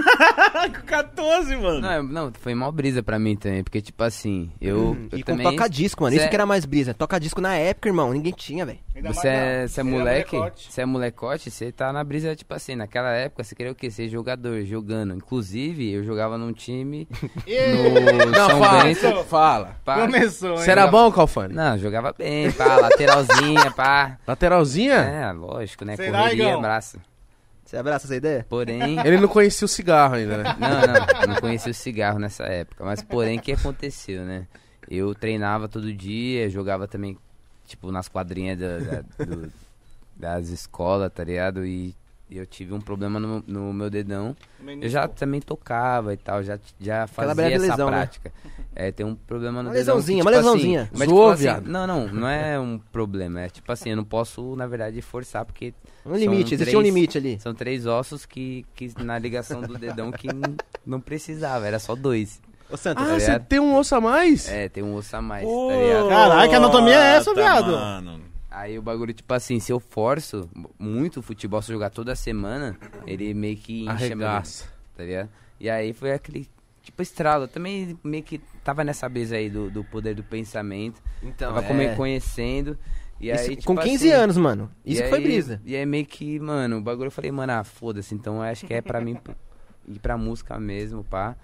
[SPEAKER 1] com 14, mano.
[SPEAKER 6] Não,
[SPEAKER 4] Ah,
[SPEAKER 6] é- não, foi mal brisa pra mim também, porque tipo assim, eu, eu
[SPEAKER 4] Uhum. E com
[SPEAKER 6] também...
[SPEAKER 4] toca disco, mano,
[SPEAKER 6] Cê- é
[SPEAKER 4] isso que era mais brisa. Toca disco na época, irmão, ninguém tinha, velho.
[SPEAKER 6] Você é, você é moleque, você é molecote, você tá na brisa, tipo assim, naquela época você queria o quê? Ser jogador, jogando. Inclusive, eu jogava num time no São Bento.
[SPEAKER 2] Fala.
[SPEAKER 6] pá.
[SPEAKER 3] Começou, hein?
[SPEAKER 2] Você era bom, Calfani?
[SPEAKER 6] Não, jogava bem, pá, lateralzinha, pá.
[SPEAKER 2] Lateralzinha?
[SPEAKER 6] É, lógico, né?
[SPEAKER 3] Será,
[SPEAKER 6] Correria,
[SPEAKER 3] Igão?
[SPEAKER 6] braço.
[SPEAKER 4] Você abraça essa ideia?
[SPEAKER 6] Porém.
[SPEAKER 2] Ele não conhecia o cigarro ainda, né?
[SPEAKER 6] Não, não, não conheci o cigarro nessa época. Mas porém, o que aconteceu, né? Eu treinava todo dia, jogava também, tipo, nas quadrinhas da- da- do- das escolas, tá ligado? E eu tive um problema no, no meu dedão. Eu já também tocava e tal, já, já fazia
[SPEAKER 4] breve
[SPEAKER 6] essa
[SPEAKER 4] lesão, né?
[SPEAKER 6] prática. É, tem um problema no
[SPEAKER 4] Uma
[SPEAKER 6] dedão.
[SPEAKER 4] lesãozinha,
[SPEAKER 6] que,
[SPEAKER 4] uma
[SPEAKER 6] tipo assim,
[SPEAKER 4] lesãozinha.
[SPEAKER 6] mas, tipo
[SPEAKER 2] Zoou,
[SPEAKER 6] assim,
[SPEAKER 2] viado.
[SPEAKER 6] Não, não, não é um problema. É tipo assim, eu não posso, na verdade, forçar, porque
[SPEAKER 4] Um limite, existe um
[SPEAKER 6] três-
[SPEAKER 4] limite ali.
[SPEAKER 6] são três ossos que, que na ligação do dedão que n- não precisava, era só dois.
[SPEAKER 4] Ô, Santa,
[SPEAKER 2] Ah,
[SPEAKER 6] Tá
[SPEAKER 2] você
[SPEAKER 6] ligado?
[SPEAKER 2] tem um osso a mais?
[SPEAKER 6] É, tem um osso a mais, tá ligado?
[SPEAKER 3] Caralho, que anatomia é essa,
[SPEAKER 1] Puta,
[SPEAKER 3] viado?
[SPEAKER 1] Tá, Mano.
[SPEAKER 6] Aí o bagulho, tipo assim, se eu forço muito o futebol, se eu jogar toda semana, ele meio que enche meu dedo,
[SPEAKER 2] Arregaça.
[SPEAKER 6] tá ligado? E aí foi aquele, tipo, estralo. Eu também meio que tava nessa brisa aí do, do poder do pensamento.
[SPEAKER 4] Então,
[SPEAKER 6] tava come- conhecendo. é. E
[SPEAKER 4] Isso-
[SPEAKER 6] aí, tipo
[SPEAKER 4] com 15
[SPEAKER 6] assim,
[SPEAKER 4] anos, mano. Isso
[SPEAKER 6] E
[SPEAKER 4] que foi
[SPEAKER 6] aí-
[SPEAKER 4] brisa.
[SPEAKER 6] E aí meio que, mano, o bagulho eu falei, mano, ah, foda-se, então eu acho que é pra mim p- ir pra música mesmo, pá.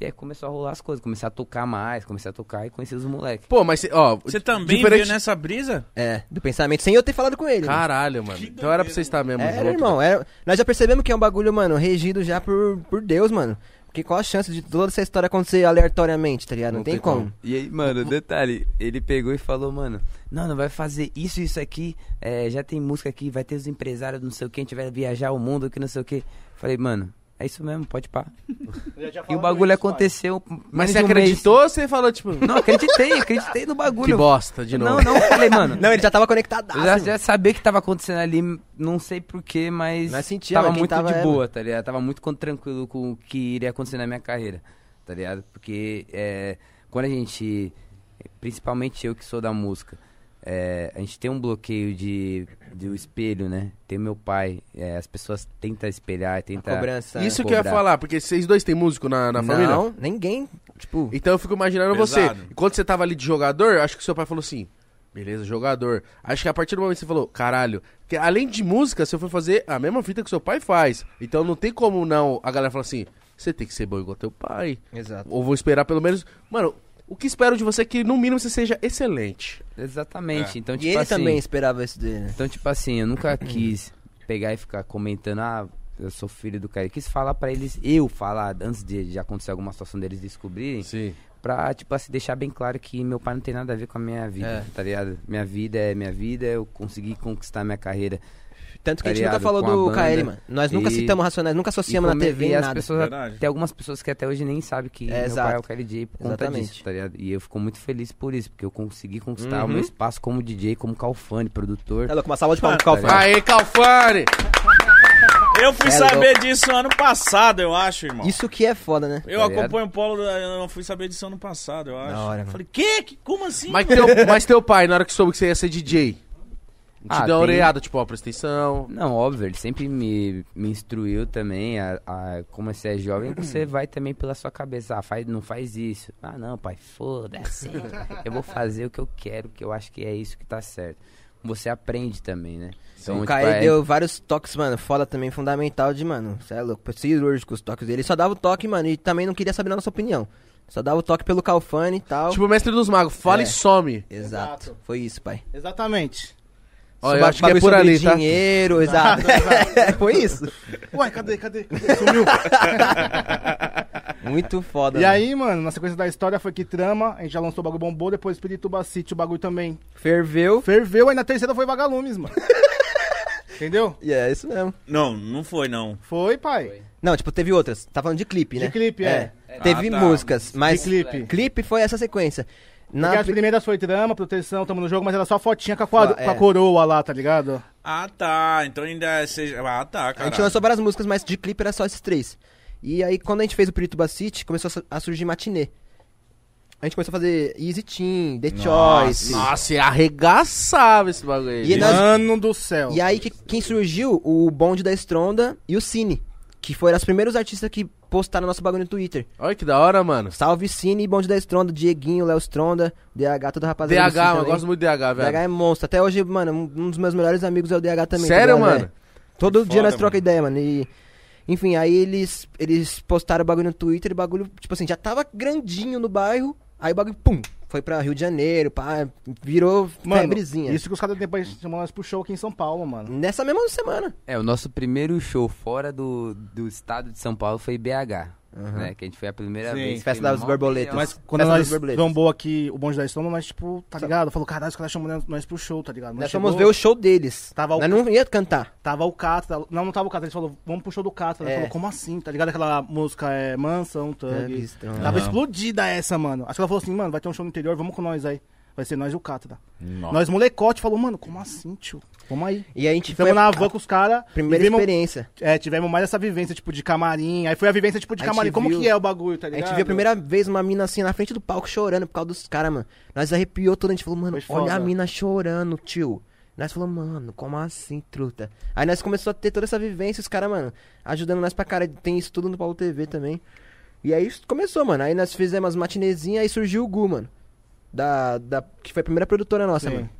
[SPEAKER 6] E aí começou a rolar as coisas, comecei a tocar mais, comecei a tocar e conheci os moleques.
[SPEAKER 2] Pô, mas, cê- ó...
[SPEAKER 1] Você também
[SPEAKER 2] diferente-
[SPEAKER 1] veio nessa brisa?
[SPEAKER 4] É, do pensamento, sem eu ter falado com
[SPEAKER 6] né?
[SPEAKER 4] ele.
[SPEAKER 2] Caralho, mano. Então era pra você estar mesmo
[SPEAKER 6] É,
[SPEAKER 4] Era,
[SPEAKER 2] junto.
[SPEAKER 4] irmão. Era... Nós já percebemos que é um bagulho, mano, regido já por, por Deus, mano. Porque qual a chance de toda essa história acontecer aleatoriamente, tá ligado? Não, tem, como.
[SPEAKER 6] E aí, mano, detalhe, ele pegou e falou, mano, não, não vai fazer isso, isso aqui, é, já tem música aqui, vai ter os empresários, não sei o que, a gente vai viajar o mundo, que não sei o que. Falei, mano, é isso mesmo, pode pá. E o bagulho aconteceu.
[SPEAKER 2] Mas
[SPEAKER 6] menos
[SPEAKER 2] você
[SPEAKER 6] de um mês.
[SPEAKER 2] acreditou ou você falou, tipo...
[SPEAKER 6] Não, acreditei, acreditei no
[SPEAKER 2] Que
[SPEAKER 6] bagulho.
[SPEAKER 2] bosta, de novo.
[SPEAKER 6] Não, não, falei, mano.
[SPEAKER 4] Não, ele já tava conectado.
[SPEAKER 6] Eu já, já sabia que tava acontecendo ali, não sei porquê, mas.
[SPEAKER 4] Nós sentia,
[SPEAKER 6] tava
[SPEAKER 4] mas quem
[SPEAKER 6] muito
[SPEAKER 4] tava
[SPEAKER 6] de
[SPEAKER 4] era.
[SPEAKER 6] boa, tá ligado? Tava muito con- tranquilo com o que iria acontecer na minha carreira, tá ligado? Porque é, quando a gente. Principalmente eu que sou da música, é, a gente tem um bloqueio de, de um espelho, né? Tem meu pai, é, as pessoas tentam espelhar, tentam.
[SPEAKER 4] Cobrança. né?
[SPEAKER 2] Isso que eu ia
[SPEAKER 6] Cobrar.
[SPEAKER 2] falar, porque vocês dois têm músico na, na família?
[SPEAKER 4] Não, ninguém. Tipo,
[SPEAKER 2] Então eu fico imaginando
[SPEAKER 1] Pesado.
[SPEAKER 2] você. Enquanto você tava ali de jogador, acho que seu pai falou assim: beleza, jogador. Acho que a partir do momento que você falou, caralho, que além de música, você foi fazer a mesma fita que seu pai faz. Então não tem como não. A galera fala assim: você tem que ser bom igual teu pai.
[SPEAKER 4] Exato.
[SPEAKER 2] Ou vou esperar pelo menos. Mano, o que espero de você é que no mínimo você seja excelente.
[SPEAKER 6] Exatamente. Então,
[SPEAKER 4] É. e
[SPEAKER 6] tipo
[SPEAKER 4] ele
[SPEAKER 6] assim,
[SPEAKER 4] também esperava isso dele, né?
[SPEAKER 6] Então, tipo assim, eu nunca quis pegar e ficar comentando, ah, eu sou filho do cara. Eu quis falar pra eles, eu falar, antes de, de acontecer alguma situação deles descobrirem,
[SPEAKER 2] Sim.
[SPEAKER 6] pra, tipo assim, deixar bem claro que meu pai não tem nada a ver com a minha vida,
[SPEAKER 4] É.
[SPEAKER 6] tá ligado? Minha vida é minha vida, eu consegui conquistar minha carreira.
[SPEAKER 4] Tanto que a gente
[SPEAKER 6] Tá
[SPEAKER 4] nunca
[SPEAKER 6] ligado?
[SPEAKER 4] falou
[SPEAKER 6] Com a
[SPEAKER 4] do
[SPEAKER 6] banda.
[SPEAKER 4] KL, mano. Nós nunca
[SPEAKER 6] E-
[SPEAKER 4] citamos Racionais, nunca associamos
[SPEAKER 6] E
[SPEAKER 4] na
[SPEAKER 6] come-
[SPEAKER 4] TV,
[SPEAKER 6] e as
[SPEAKER 4] nada.
[SPEAKER 6] pessoas,
[SPEAKER 1] Verdade.
[SPEAKER 6] Tem algumas pessoas que até hoje nem sabem que
[SPEAKER 4] É,
[SPEAKER 6] meu pai é
[SPEAKER 4] exato.
[SPEAKER 6] o Kelly J por conta
[SPEAKER 4] Exatamente.
[SPEAKER 6] disso, tá ligado? E eu fico muito feliz por isso, porque eu consegui conquistar o
[SPEAKER 4] Uhum.
[SPEAKER 6] meu espaço como DJ, como calfane, produtor.
[SPEAKER 4] Tá louco, uma salva de palmas pro Calfão.
[SPEAKER 2] Aê, Calfani!
[SPEAKER 1] Eu fui
[SPEAKER 4] É
[SPEAKER 1] saber disso ano passado, eu acho, irmão.
[SPEAKER 4] Isso que é foda, né?
[SPEAKER 1] Eu
[SPEAKER 6] Tá ligado?
[SPEAKER 1] acompanho o Polo, eu não fui saber disso ano passado, eu acho.
[SPEAKER 4] Da hora, mano.
[SPEAKER 1] Falei, que? que? Como assim?
[SPEAKER 2] Mas teu, mas teu pai, na hora que soube que você ia ser DJ, te
[SPEAKER 6] Ah,
[SPEAKER 2] deu uma
[SPEAKER 6] tem-
[SPEAKER 2] oreada, tipo, ó, presta atenção.
[SPEAKER 6] Não, óbvio, ele sempre me, me instruiu também. A, a- como você é jovem, você vai também pela sua cabeça. Ah, faz, não faz isso. Ah, não, pai, foda-se. Eu vou fazer o que eu quero, que eu acho que é isso que tá certo. Você aprende também, né?
[SPEAKER 4] o
[SPEAKER 6] tipo,
[SPEAKER 4] Caê
[SPEAKER 6] é-
[SPEAKER 4] deu vários toques, mano, foda também, fundamental de, mano, cê é louco, cirúrgico os toques dele. Ele só dava o toque, mano, e também não queria saber da nossa opinião. Só dava o toque pelo Calfani e tal.
[SPEAKER 2] Tipo, mestre dos magos, fala
[SPEAKER 4] É.
[SPEAKER 2] e some.
[SPEAKER 4] Exato.
[SPEAKER 3] Exato.
[SPEAKER 4] Foi isso, pai.
[SPEAKER 3] Exatamente.
[SPEAKER 2] Ó, eu
[SPEAKER 4] Sobre-
[SPEAKER 2] acho que é
[SPEAKER 4] bagulho
[SPEAKER 2] por
[SPEAKER 4] sobre
[SPEAKER 2] ali, tá?
[SPEAKER 4] dinheiro, exato. Foi isso.
[SPEAKER 3] Ué, cadê, cadê? cadê? Sumiu.
[SPEAKER 4] Muito foda.
[SPEAKER 3] E
[SPEAKER 4] mano.
[SPEAKER 3] aí, mano, na sequência da história foi que trama, a gente já lançou o bagulho bombou, depois Pirituba City, o bagulho também
[SPEAKER 4] Ferveu.
[SPEAKER 3] ferveu, aí na terceira foi vagalumes, mano. Entendeu?
[SPEAKER 4] E é isso mesmo.
[SPEAKER 1] Não, não foi, não.
[SPEAKER 3] Foi, pai.
[SPEAKER 4] Não, tipo, teve outras. Tá falando de clipe,
[SPEAKER 3] De
[SPEAKER 4] né?
[SPEAKER 3] clipe, é.
[SPEAKER 4] Teve
[SPEAKER 1] Ah, tá.
[SPEAKER 4] músicas, mas.
[SPEAKER 3] clipe.
[SPEAKER 4] Clipe foi essa sequência. Na
[SPEAKER 3] Porque as
[SPEAKER 4] pri-
[SPEAKER 3] primeiras foi trama, proteção, tamo no jogo, mas era só fotinha com a, quadro-
[SPEAKER 4] Ah, é.
[SPEAKER 3] com a coroa lá, tá ligado?
[SPEAKER 1] Ah, tá. Então ainda seja. Ah, tá,
[SPEAKER 4] A
[SPEAKER 1] cara.
[SPEAKER 4] gente lançou várias músicas, mas de clipe era só esses três. E aí, quando a gente fez o Pirituba City, começou a su- a surgir matinê. A gente começou a fazer Easy Team, The Choice.
[SPEAKER 2] Nossa, e arregaçava esse bagulho aí.
[SPEAKER 4] E nós-
[SPEAKER 3] Mano do céu.
[SPEAKER 4] E aí, que, quem surgiu? O Bonde da Estronda e o Cine, que foram os primeiros artistas que postaram nosso bagulho no Twitter.
[SPEAKER 2] Olha que da hora, mano.
[SPEAKER 4] Salve Cine e Bonde da Estronda, Dieguinho, Léo Estronda, DH, toda a rapaziada. do
[SPEAKER 2] DH,
[SPEAKER 4] Cine
[SPEAKER 2] mano, eu
[SPEAKER 4] também.
[SPEAKER 2] gosto muito de DH, velho.
[SPEAKER 4] DH é monstro. Até hoje, mano, um um dos meus melhores amigos é o DH também. tá
[SPEAKER 2] Sério,
[SPEAKER 4] ligado,
[SPEAKER 2] mano?
[SPEAKER 4] né? Todo
[SPEAKER 1] Que
[SPEAKER 4] dia nós
[SPEAKER 1] foda,
[SPEAKER 4] troca
[SPEAKER 1] mano.
[SPEAKER 4] ideia, mano. E, enfim, aí eles, eles postaram o bagulho no Twitter, o bagulho, tipo assim, já tava grandinho no bairro, aí o bagulho, pum, foi foi pra Rio de Janeiro, pá, virou
[SPEAKER 3] Mano,
[SPEAKER 4] febrezinha. Hum,
[SPEAKER 3] isso que os caras depois chamam nós pro show aqui em São Paulo, mano.
[SPEAKER 4] Nessa mesma semana.
[SPEAKER 6] É, o nosso primeiro show fora do, do estado de São Paulo foi BH, né? Que a gente foi a primeira
[SPEAKER 1] Sim.
[SPEAKER 6] vez.
[SPEAKER 4] Festa
[SPEAKER 6] foi
[SPEAKER 4] das
[SPEAKER 6] mó
[SPEAKER 4] Borboletas.
[SPEAKER 6] legal.
[SPEAKER 3] Mas quando
[SPEAKER 4] Festa
[SPEAKER 3] nós
[SPEAKER 4] dos Borboletas.
[SPEAKER 3] trombou aqui o bonde da Estoma, nós, tipo, tá ligado? Falou, caralho, os caras chamam nós pro show, tá ligado? Nós
[SPEAKER 4] Nós fomos ver
[SPEAKER 3] chegou,
[SPEAKER 4] o show deles.
[SPEAKER 3] Tava o-
[SPEAKER 4] Nós não ia cantar.
[SPEAKER 3] Tava o Catra, não, não tava o Catra, eles falou, vamos pro show do Catra. Nós
[SPEAKER 4] É.
[SPEAKER 3] falou, como assim? Tá ligado? Aquela música é Mansão, Thug.
[SPEAKER 4] Thug, Thug.
[SPEAKER 3] Tava explodida essa, mano. Acho que ela falou assim, mano, vai ter um show no interior, vamos com nós aí. Vai ser nós e o Catra. Nós molecote, falou, mano, como assim, tio? Vamos aí.
[SPEAKER 4] E a gente
[SPEAKER 3] Ficamos
[SPEAKER 4] foi
[SPEAKER 3] na van com os caras.
[SPEAKER 4] primeira
[SPEAKER 3] e vimos-
[SPEAKER 4] experiência.
[SPEAKER 3] É, tivemos mais essa vivência, tipo, de camarim. Aí foi a vivência, tipo, de
[SPEAKER 4] A gente
[SPEAKER 3] camarim. Como
[SPEAKER 4] viu-
[SPEAKER 3] que é o bagulho, tá
[SPEAKER 4] A
[SPEAKER 3] ligado?
[SPEAKER 4] gente viu a primeira vez uma mina assim na frente do palco chorando por causa dos caras, mano. Nós arrepiou tudo, a gente falou, mano,
[SPEAKER 3] Foi foda.
[SPEAKER 4] olha a mina chorando, tio. Nós falou, mano, como assim, truta? Aí nós começou a ter toda essa vivência, os caras, mano, ajudando nós pra cara. Tem isso tudo no Paulo TV também. E aí isso começou, mano. Aí nós fizemos as matinezinhas, aí surgiu o Gu, mano. Da, da, que foi a primeira produtora nossa,
[SPEAKER 3] Sim.
[SPEAKER 4] mano.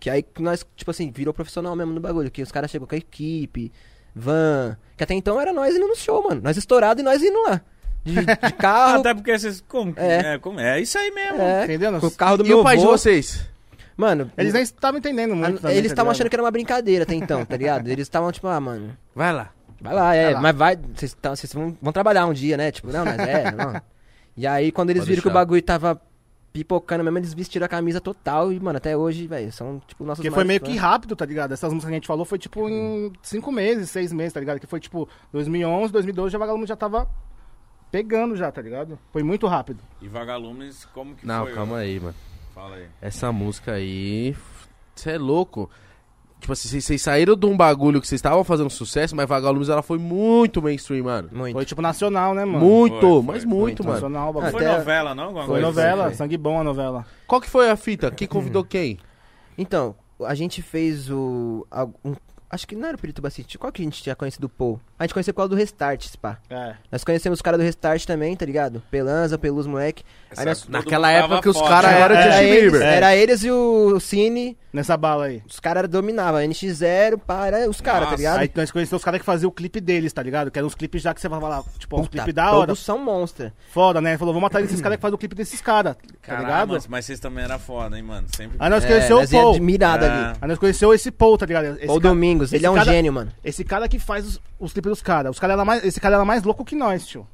[SPEAKER 4] Que aí que nós, tipo assim, virou profissional mesmo no bagulho. Que os caras chegou com a equipe, van. Que até então era nós indo no show, mano. Nós estourado e nós indo lá. De, de
[SPEAKER 1] Ah,
[SPEAKER 4] carro.
[SPEAKER 1] Até porque vocês. Como, que-
[SPEAKER 4] É.
[SPEAKER 1] é. como- é isso aí mesmo.
[SPEAKER 4] é,
[SPEAKER 3] Entendendo?
[SPEAKER 4] com o carro do
[SPEAKER 2] E
[SPEAKER 4] meu
[SPEAKER 2] o pai de
[SPEAKER 4] avô.
[SPEAKER 2] vocês?
[SPEAKER 4] Mano,
[SPEAKER 3] Eles nem estavam entendendo
[SPEAKER 4] a-
[SPEAKER 3] muito. também,
[SPEAKER 4] Ah, eles
[SPEAKER 3] tá
[SPEAKER 4] estavam
[SPEAKER 3] ligado?
[SPEAKER 4] achando que era uma brincadeira até então, tá ligado? Eles estavam tipo, ah, mano,
[SPEAKER 2] Vai lá.
[SPEAKER 4] vai lá, é,
[SPEAKER 3] Vai lá.
[SPEAKER 4] mas vai, vocês tão- vocês vão, vão trabalhar um dia, né? Tipo, não, mas é, não. E aí, quando eles
[SPEAKER 2] Pode
[SPEAKER 4] viram que o
[SPEAKER 2] deixar.
[SPEAKER 4] bagulho tava pipocando mesmo, eles vestiram a camisa total e, mano, até hoje, velho, são, tipo, nossos
[SPEAKER 3] Porque foi
[SPEAKER 4] maiores
[SPEAKER 3] meio
[SPEAKER 4] fãs.
[SPEAKER 3] que rápido, tá ligado? Essas músicas que a gente falou foi tipo em cinco meses, seis meses, tá ligado? Que foi tipo 2011, 2012, já Vagalume já tava pegando já, tá ligado? Foi muito rápido.
[SPEAKER 1] E Vagalumes, como que
[SPEAKER 2] Não,
[SPEAKER 1] foi?
[SPEAKER 2] calma aí, mano.
[SPEAKER 1] Fala aí.
[SPEAKER 2] Essa música aí. Você é louco. Tipo assim, vocês- vocês saíram de um bagulho que vocês estavam fazendo sucesso, mas Vagalumes ela foi muito mainstream, mano.
[SPEAKER 4] Muito.
[SPEAKER 3] Foi tipo nacional, né, mano?
[SPEAKER 2] muito,
[SPEAKER 1] Foi, foi,
[SPEAKER 2] mas
[SPEAKER 1] foi.
[SPEAKER 2] muito, mano.
[SPEAKER 3] Nacional,
[SPEAKER 1] Não
[SPEAKER 3] o bagulho.
[SPEAKER 1] foi
[SPEAKER 4] Até-
[SPEAKER 1] novela, não? Alguma
[SPEAKER 4] Foi
[SPEAKER 3] Foi
[SPEAKER 1] coisa?
[SPEAKER 3] novela,
[SPEAKER 4] foi.
[SPEAKER 3] sangue bom a novela.
[SPEAKER 2] Qual que foi a fita? Quem convidou quem?
[SPEAKER 4] Então, a gente fez o... algum- acho que não era o Pirituba City, qual que a gente tinha conhecido o Paul? A gente conheceu por causa do Restart, Spa.
[SPEAKER 3] É.
[SPEAKER 4] Nós conhecemos os caras do Restart também, tá ligado? Pelanza, Pelus, moleque.
[SPEAKER 1] Essa-
[SPEAKER 4] Aí nós-
[SPEAKER 1] todo
[SPEAKER 2] Naquela
[SPEAKER 1] mundo
[SPEAKER 2] época
[SPEAKER 1] tava
[SPEAKER 2] que os
[SPEAKER 1] foda. né?
[SPEAKER 2] caras
[SPEAKER 3] Era
[SPEAKER 2] eram
[SPEAKER 3] o É.
[SPEAKER 4] era
[SPEAKER 2] Justin
[SPEAKER 4] eles,
[SPEAKER 2] Bieber.
[SPEAKER 4] era eles e o Cine,
[SPEAKER 3] Nessa bala aí.
[SPEAKER 4] os caras dominavam. NX0, para, os caras, tá
[SPEAKER 1] Nossa.
[SPEAKER 4] ligado?
[SPEAKER 3] Aí nós conhecemos os caras que faziam o clipe deles, tá ligado? Que eram os clipes já que você falava lá, tipo, uns
[SPEAKER 4] Puta,
[SPEAKER 3] clipes da hora.
[SPEAKER 4] Todos são monstra.
[SPEAKER 3] Foda, né? Falou, vamos matar esses caras que fazem o clipe desses caras, tá
[SPEAKER 1] Caralho,
[SPEAKER 3] ligado?
[SPEAKER 1] mas- mas vocês também eram foda, hein, mano? Sempre.
[SPEAKER 3] Aí nós
[SPEAKER 4] É,
[SPEAKER 3] conhecemos
[SPEAKER 4] nós é
[SPEAKER 3] o Paul.
[SPEAKER 4] admirado
[SPEAKER 1] Ah.
[SPEAKER 4] ali.
[SPEAKER 3] Aí nós conhecemos esse Paul, tá ligado? Esse
[SPEAKER 4] Paul
[SPEAKER 3] cara-
[SPEAKER 4] Domingos, ele
[SPEAKER 3] esse
[SPEAKER 4] é um
[SPEAKER 3] cara-
[SPEAKER 4] gênio, mano.
[SPEAKER 3] Esse cara que faz os, os clipes dos caras. Os cara era mais, esse cara era mais louco que nós, tio.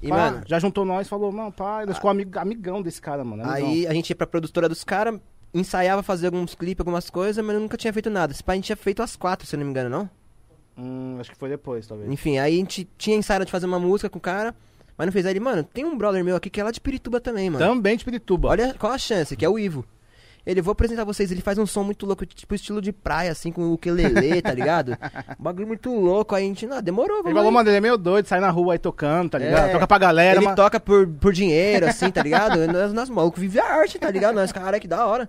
[SPEAKER 4] E,
[SPEAKER 3] Pá,
[SPEAKER 4] mano,
[SPEAKER 3] já juntou nós e falou, não, pá, nós ficou amigo, amigão desse cara, mano. amigão.
[SPEAKER 4] aí a gente ia pra produtora dos caras, ensaiava fazer alguns clipes, algumas coisas, mas eu nunca tinha feito nada. Esse pai a gente tinha feito às quatro, se eu não me engano, não?
[SPEAKER 3] Hum, acho que foi depois, talvez.
[SPEAKER 4] Enfim, aí a gente tinha ensaio de fazer uma música com o cara, mas não fez. Aí ele, mano, tem um brother meu aqui que é lá de Pirituba também, mano.
[SPEAKER 3] Também de Pirituba.
[SPEAKER 4] Olha qual a chance, que é o Ivo. Ele, vou apresentar vocês, ele faz um som muito louco, tipo estilo de praia, assim, com o ukelele, tá ligado? Um bagulho muito louco, aí a gente, não, demorou,
[SPEAKER 3] ele
[SPEAKER 4] vamos
[SPEAKER 3] falou,
[SPEAKER 4] aí."
[SPEAKER 3] mano, ele é meio doido, sai na rua aí tocando, tá ligado?
[SPEAKER 4] É.
[SPEAKER 3] Toca pra galera,
[SPEAKER 4] Ele
[SPEAKER 3] mas...
[SPEAKER 4] toca por, por dinheiro, assim, tá ligado? nós, nós malucos vive a arte, tá ligado? Nós, cara, que da hora.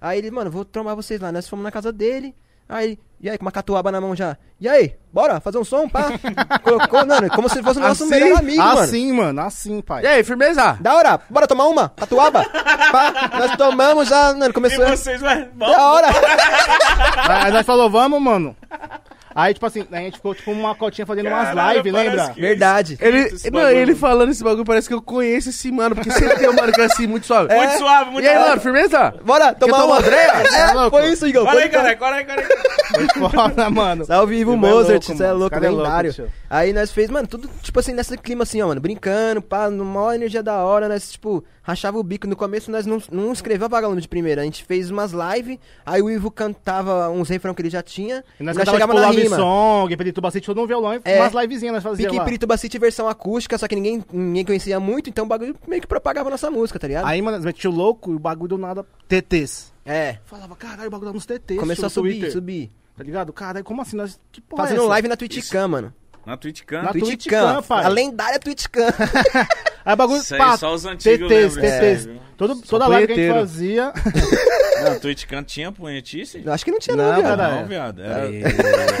[SPEAKER 4] Aí ele, mano, vou trombar vocês lá. Nós fomos na casa dele. Aí, ele, e aí, com uma catuaba na mão já. E aí, bora fazer um som, pá? Colocou, mano, como se fosse o nosso melhor amigo, mano. É,
[SPEAKER 3] assim, mano. assim, pai.
[SPEAKER 2] E aí, firmeza?
[SPEAKER 4] Da hora, bora tomar uma? Catuaba? Pá, nós tomamos já, mano,
[SPEAKER 1] E
[SPEAKER 4] começou.
[SPEAKER 1] vocês, é vai.
[SPEAKER 4] Da hora!
[SPEAKER 3] Aí nós falou, vamos, mano. Aí, tipo assim, a gente ficou tipo uma cotinha fazendo umas
[SPEAKER 1] Caralho,
[SPEAKER 3] lives,
[SPEAKER 1] parece
[SPEAKER 3] lembra?
[SPEAKER 1] que-
[SPEAKER 4] Verdade.
[SPEAKER 2] Ele,
[SPEAKER 1] Esse
[SPEAKER 2] não,
[SPEAKER 1] bagulho.
[SPEAKER 2] ele falando esse bagulho parece que eu conheço esse mano, porque sempre tem um mano que é assim, muito suave.
[SPEAKER 1] Muito suave, muito
[SPEAKER 2] E aí,
[SPEAKER 1] suave.
[SPEAKER 2] mano, firmeza?
[SPEAKER 4] Bora tomar
[SPEAKER 2] tomar
[SPEAKER 4] uma.
[SPEAKER 2] uma breja?
[SPEAKER 3] Tá
[SPEAKER 4] É,
[SPEAKER 3] louco?
[SPEAKER 4] foi isso, Igor.
[SPEAKER 1] Olha
[SPEAKER 4] foi
[SPEAKER 1] aí,
[SPEAKER 4] isso.
[SPEAKER 1] cara, olha aí, cara.
[SPEAKER 3] Foda, mano.
[SPEAKER 4] Salve, Ivo
[SPEAKER 3] Esse cara é
[SPEAKER 4] Mozart,
[SPEAKER 3] louco,
[SPEAKER 4] você é
[SPEAKER 3] mano.
[SPEAKER 4] louco,
[SPEAKER 3] Esse cara é louco,
[SPEAKER 4] lendário.
[SPEAKER 3] tio.
[SPEAKER 4] aí nós fez, mano, tudo, tipo assim, nesse clima assim, ó, mano, brincando, pá, numa maior energia da hora, nós, tipo, rachava o bico. No começo nós não, não escrevia vagalume de primeira, a gente fez umas lives, aí o Ivo cantava uns refrão que ele já tinha,
[SPEAKER 3] E nós cantava, tipo, Love Song, Pirituba City, todo um violão e
[SPEAKER 4] É.
[SPEAKER 3] umas livezinhas nós fazíamos
[SPEAKER 4] Pique
[SPEAKER 3] lá.
[SPEAKER 4] Pirituba City versão acústica, só que ninguém, ninguém conhecia muito, então o bagulho meio que propagava a nossa música, tá ligado?
[SPEAKER 3] Aí, mano, nós metia o louco e o bagulho do nada, TTs.
[SPEAKER 4] é,
[SPEAKER 3] Falava, caralho, o bagulho lá nos TTs.
[SPEAKER 4] começou
[SPEAKER 3] tio,
[SPEAKER 4] a subir,
[SPEAKER 3] Twitter.
[SPEAKER 4] subir.
[SPEAKER 3] Tá ligado? Caralho, como assim? Nós, que porra
[SPEAKER 4] Fazendo
[SPEAKER 3] é essa?
[SPEAKER 4] live na Twitchcam, mano.
[SPEAKER 1] Na Twitch Cam.
[SPEAKER 3] Na Twitch
[SPEAKER 4] Twitchcam,
[SPEAKER 3] Cam, pai.
[SPEAKER 4] a lendária Twitchcam.
[SPEAKER 3] Aí o bagulho,
[SPEAKER 1] Isso aí,
[SPEAKER 3] pá,
[SPEAKER 1] só um os antigos
[SPEAKER 3] TTs,
[SPEAKER 1] lembram
[SPEAKER 3] TTs.
[SPEAKER 1] disso aí, viu?
[SPEAKER 3] Todo, toda live que a gente
[SPEAKER 2] punheteiro.
[SPEAKER 3] fazia...
[SPEAKER 1] Na Twitch Cam tinha punhetice?
[SPEAKER 4] Acho que não tinha não, viado.
[SPEAKER 1] Não,
[SPEAKER 3] caralho.
[SPEAKER 1] viado. é. era-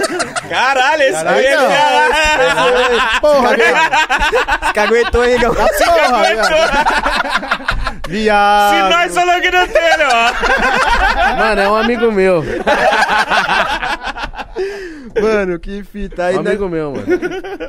[SPEAKER 1] Caralho, esse
[SPEAKER 3] Caralho,
[SPEAKER 1] aí,
[SPEAKER 3] não.
[SPEAKER 1] caralho.
[SPEAKER 3] Porra, viado.
[SPEAKER 4] Que aguentou, hein, Igão?
[SPEAKER 3] Porra, viado.
[SPEAKER 1] Se
[SPEAKER 3] Viado.
[SPEAKER 1] nós falamos que não tem, né, ó.
[SPEAKER 2] Mano, é um amigo meu.
[SPEAKER 4] Mano, que fita. Aí
[SPEAKER 2] Um
[SPEAKER 4] nós-
[SPEAKER 2] amigo meu, mano.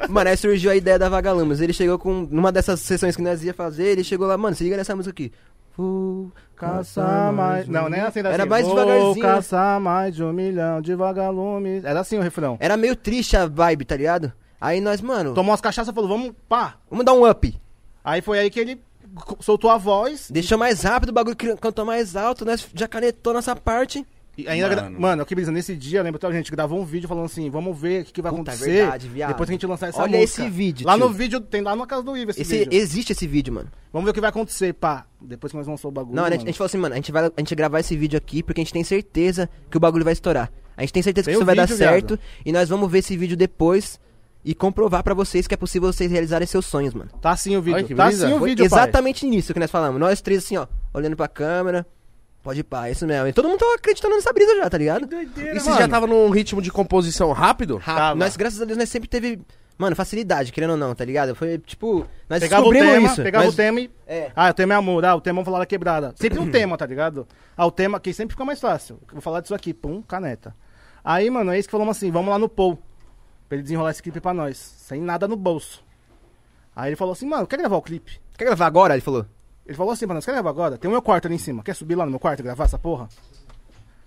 [SPEAKER 4] Mano, aí surgiu a ideia da Vagalumas. Ele chegou com. Numa dessas sessões que nós ia fazer, ele chegou lá, mano, se liga nessa música aqui. Vou
[SPEAKER 3] Caçar mais.
[SPEAKER 4] um
[SPEAKER 3] Não, nem assim
[SPEAKER 4] Era
[SPEAKER 3] assim.
[SPEAKER 4] mais
[SPEAKER 3] Vou
[SPEAKER 4] devagarzinho. né?
[SPEAKER 3] caçar mais de um milhão de vagalumes. Era assim o refrão.
[SPEAKER 4] Era meio triste a vibe, tá ligado? Aí nós, mano,
[SPEAKER 3] Tomou as cachaças e falou, vamos, pá.
[SPEAKER 4] vamos dar um up.
[SPEAKER 3] Aí foi aí que ele co- soltou a voz.
[SPEAKER 4] Deixou mais rápido, o bagulho cri- cantou mais alto, nós já canetou nossa parte.
[SPEAKER 3] E ainda gra-
[SPEAKER 1] Mano.
[SPEAKER 3] mano. que brisa, nesse dia, eu lembro até, a gente gravou um vídeo falando assim, vamos ver o que, que vai
[SPEAKER 4] Puta, é
[SPEAKER 3] acontecer.
[SPEAKER 4] verdade, viado.
[SPEAKER 3] Depois que a gente lançar essa
[SPEAKER 4] Olha
[SPEAKER 3] música.
[SPEAKER 4] esse vídeo,
[SPEAKER 3] Lá
[SPEAKER 4] tio.
[SPEAKER 3] no vídeo, tem lá na casa do Ivo esse,
[SPEAKER 4] Esse-
[SPEAKER 3] vídeo.
[SPEAKER 4] existe esse vídeo, mano.
[SPEAKER 3] Vamos ver o que vai acontecer, pá. Depois que nós lançamos o bagulho.
[SPEAKER 4] Não, a gente,
[SPEAKER 3] mano.
[SPEAKER 4] a gente falou assim, mano, a gente vai a gente gravar esse vídeo aqui porque a gente tem certeza que o bagulho vai estourar. A gente tem certeza
[SPEAKER 3] Tem
[SPEAKER 4] que isso
[SPEAKER 3] o
[SPEAKER 4] vai dar
[SPEAKER 3] vídeo, viado.
[SPEAKER 4] certo e nós vamos ver esse vídeo depois e comprovar pra vocês que é possível vocês realizarem seus sonhos, mano.
[SPEAKER 3] Tá sim o vídeo.
[SPEAKER 2] Olha que
[SPEAKER 3] tá
[SPEAKER 2] brisa.
[SPEAKER 3] sim o
[SPEAKER 4] Foi
[SPEAKER 3] vídeo, pai.
[SPEAKER 4] exatamente nisso que nós falamos. Nós três assim, ó, olhando pra câmera. Pode ir, pá, é isso mesmo. E todo mundo tava acreditando nessa brisa já, tá ligado?
[SPEAKER 2] E você já tava num ritmo de composição rápido?
[SPEAKER 4] Rápido.
[SPEAKER 3] Tava.
[SPEAKER 4] Nós, graças a Deus, nós sempre teve, mano, facilidade, querendo ou não, tá ligado? Foi tipo, nós
[SPEAKER 3] Pegava o
[SPEAKER 4] descobrimos
[SPEAKER 3] tema,
[SPEAKER 4] isso.
[SPEAKER 3] pegava
[SPEAKER 4] nós-
[SPEAKER 3] o tema e...
[SPEAKER 4] É.
[SPEAKER 3] Ah, o tema é amor. Ah, o tema vamos falar da quebrada. Sempre
[SPEAKER 4] Uhum.
[SPEAKER 3] um tema, tá ligado? Ah, o tema que sempre fica mais fácil. Vou falar disso aqui. Pum, caneta. Aí, mano, é isso que falamos assim. Vamos lá no Paul. Pra ele desenrolar esse clipe pra nós. Sem nada no bolso. Aí ele falou assim, mano, quer gravar o clipe?
[SPEAKER 4] Quer gravar agora? Ele falou.
[SPEAKER 3] Ele falou assim pra nós, quer gravar agora? Tem o meu quarto ali em cima. Quer subir lá no meu quarto e gravar essa porra?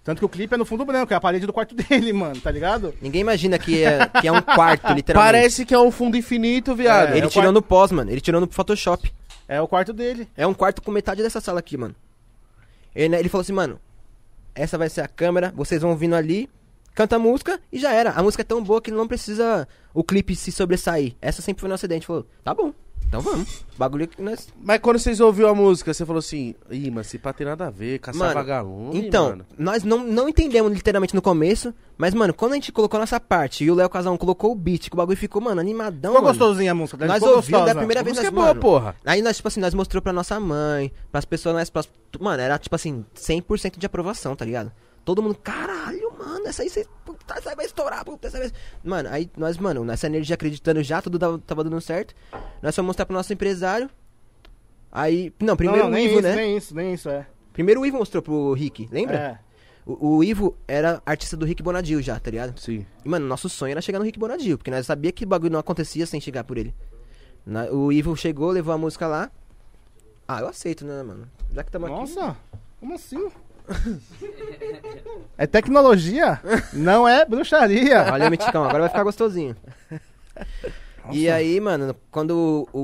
[SPEAKER 3] Tanto que o clipe é no fundo branco. É a parede do quarto dele, mano. Tá ligado?
[SPEAKER 4] Ninguém imagina que é, que é um quarto, literalmente.
[SPEAKER 2] Parece que é um fundo infinito, viado.
[SPEAKER 3] É,
[SPEAKER 4] Ele
[SPEAKER 3] o
[SPEAKER 4] tirou
[SPEAKER 3] quarto-
[SPEAKER 4] no pós, mano. Ele tirou no Photoshop.
[SPEAKER 3] É o quarto dele.
[SPEAKER 4] É um quarto com metade dessa sala aqui, mano. Ele, né, ele falou assim, mano, essa vai ser a câmera, vocês vão vindo ali, canta a música e já era. A música é tão boa que não precisa o clipe se sobressair. Essa sempre foi nossa ideia. A gente falou, tá bom, então vamos. Bagulho que nós.
[SPEAKER 2] Mas quando vocês ouviram a música, você falou assim: Ih, mas se pá tem nada a ver, caçar
[SPEAKER 4] Mano,
[SPEAKER 2] vagalume.
[SPEAKER 4] então,
[SPEAKER 2] mano."
[SPEAKER 4] nós não, não entendemos literalmente no começo, mas, mano, quando a gente colocou a nossa parte e o Léo Casão colocou o beat, que o bagulho ficou, mano, animadão.
[SPEAKER 3] Ficou
[SPEAKER 4] mano.
[SPEAKER 3] gostosinha a música. tá?
[SPEAKER 4] Nós
[SPEAKER 3] Ficou
[SPEAKER 4] ouvimos da
[SPEAKER 3] gostosa.
[SPEAKER 4] primeira
[SPEAKER 2] A
[SPEAKER 4] vez
[SPEAKER 2] música é
[SPEAKER 4] nós,
[SPEAKER 2] boa,
[SPEAKER 4] mano,
[SPEAKER 2] porra.
[SPEAKER 4] Aí nós, tipo assim, nós mostrou pra nossa mãe, pras pessoas, nós, pras, mano, era tipo assim, 100% de aprovação, tá ligado? Todo mundo, caralho, mano, essa aí, cê, puta, essa aí vai estourar, puta, essa vez. Mano, aí nós, mano, nessa energia acreditando já, tudo dava- tava dando certo. Nós fomos mostrar pro nosso empresário. Aí, não,
[SPEAKER 3] Não,
[SPEAKER 4] primeiro
[SPEAKER 3] não,
[SPEAKER 4] o
[SPEAKER 3] nem
[SPEAKER 4] Ivo,
[SPEAKER 3] isso,
[SPEAKER 4] né?
[SPEAKER 3] nem isso, nem isso, é.
[SPEAKER 4] Primeiro o Ivo mostrou pro Rick, lembra?
[SPEAKER 3] É.
[SPEAKER 4] O, o Ivo era artista do Rick Bonadil já, tá ligado?
[SPEAKER 2] Sim.
[SPEAKER 4] E, mano, nosso sonho era chegar no Rick Bonadil, porque nós sabia que o bagulho não acontecia sem chegar por ele. Na- o Ivo chegou, levou a música lá. Ah, eu aceito, né, mano? Já que estamos aqui.
[SPEAKER 3] Nossa, como assim? é tecnologia, não é bruxaria.
[SPEAKER 4] Olha, Miticão, agora vai ficar gostosinho. E aí, mano, quando o,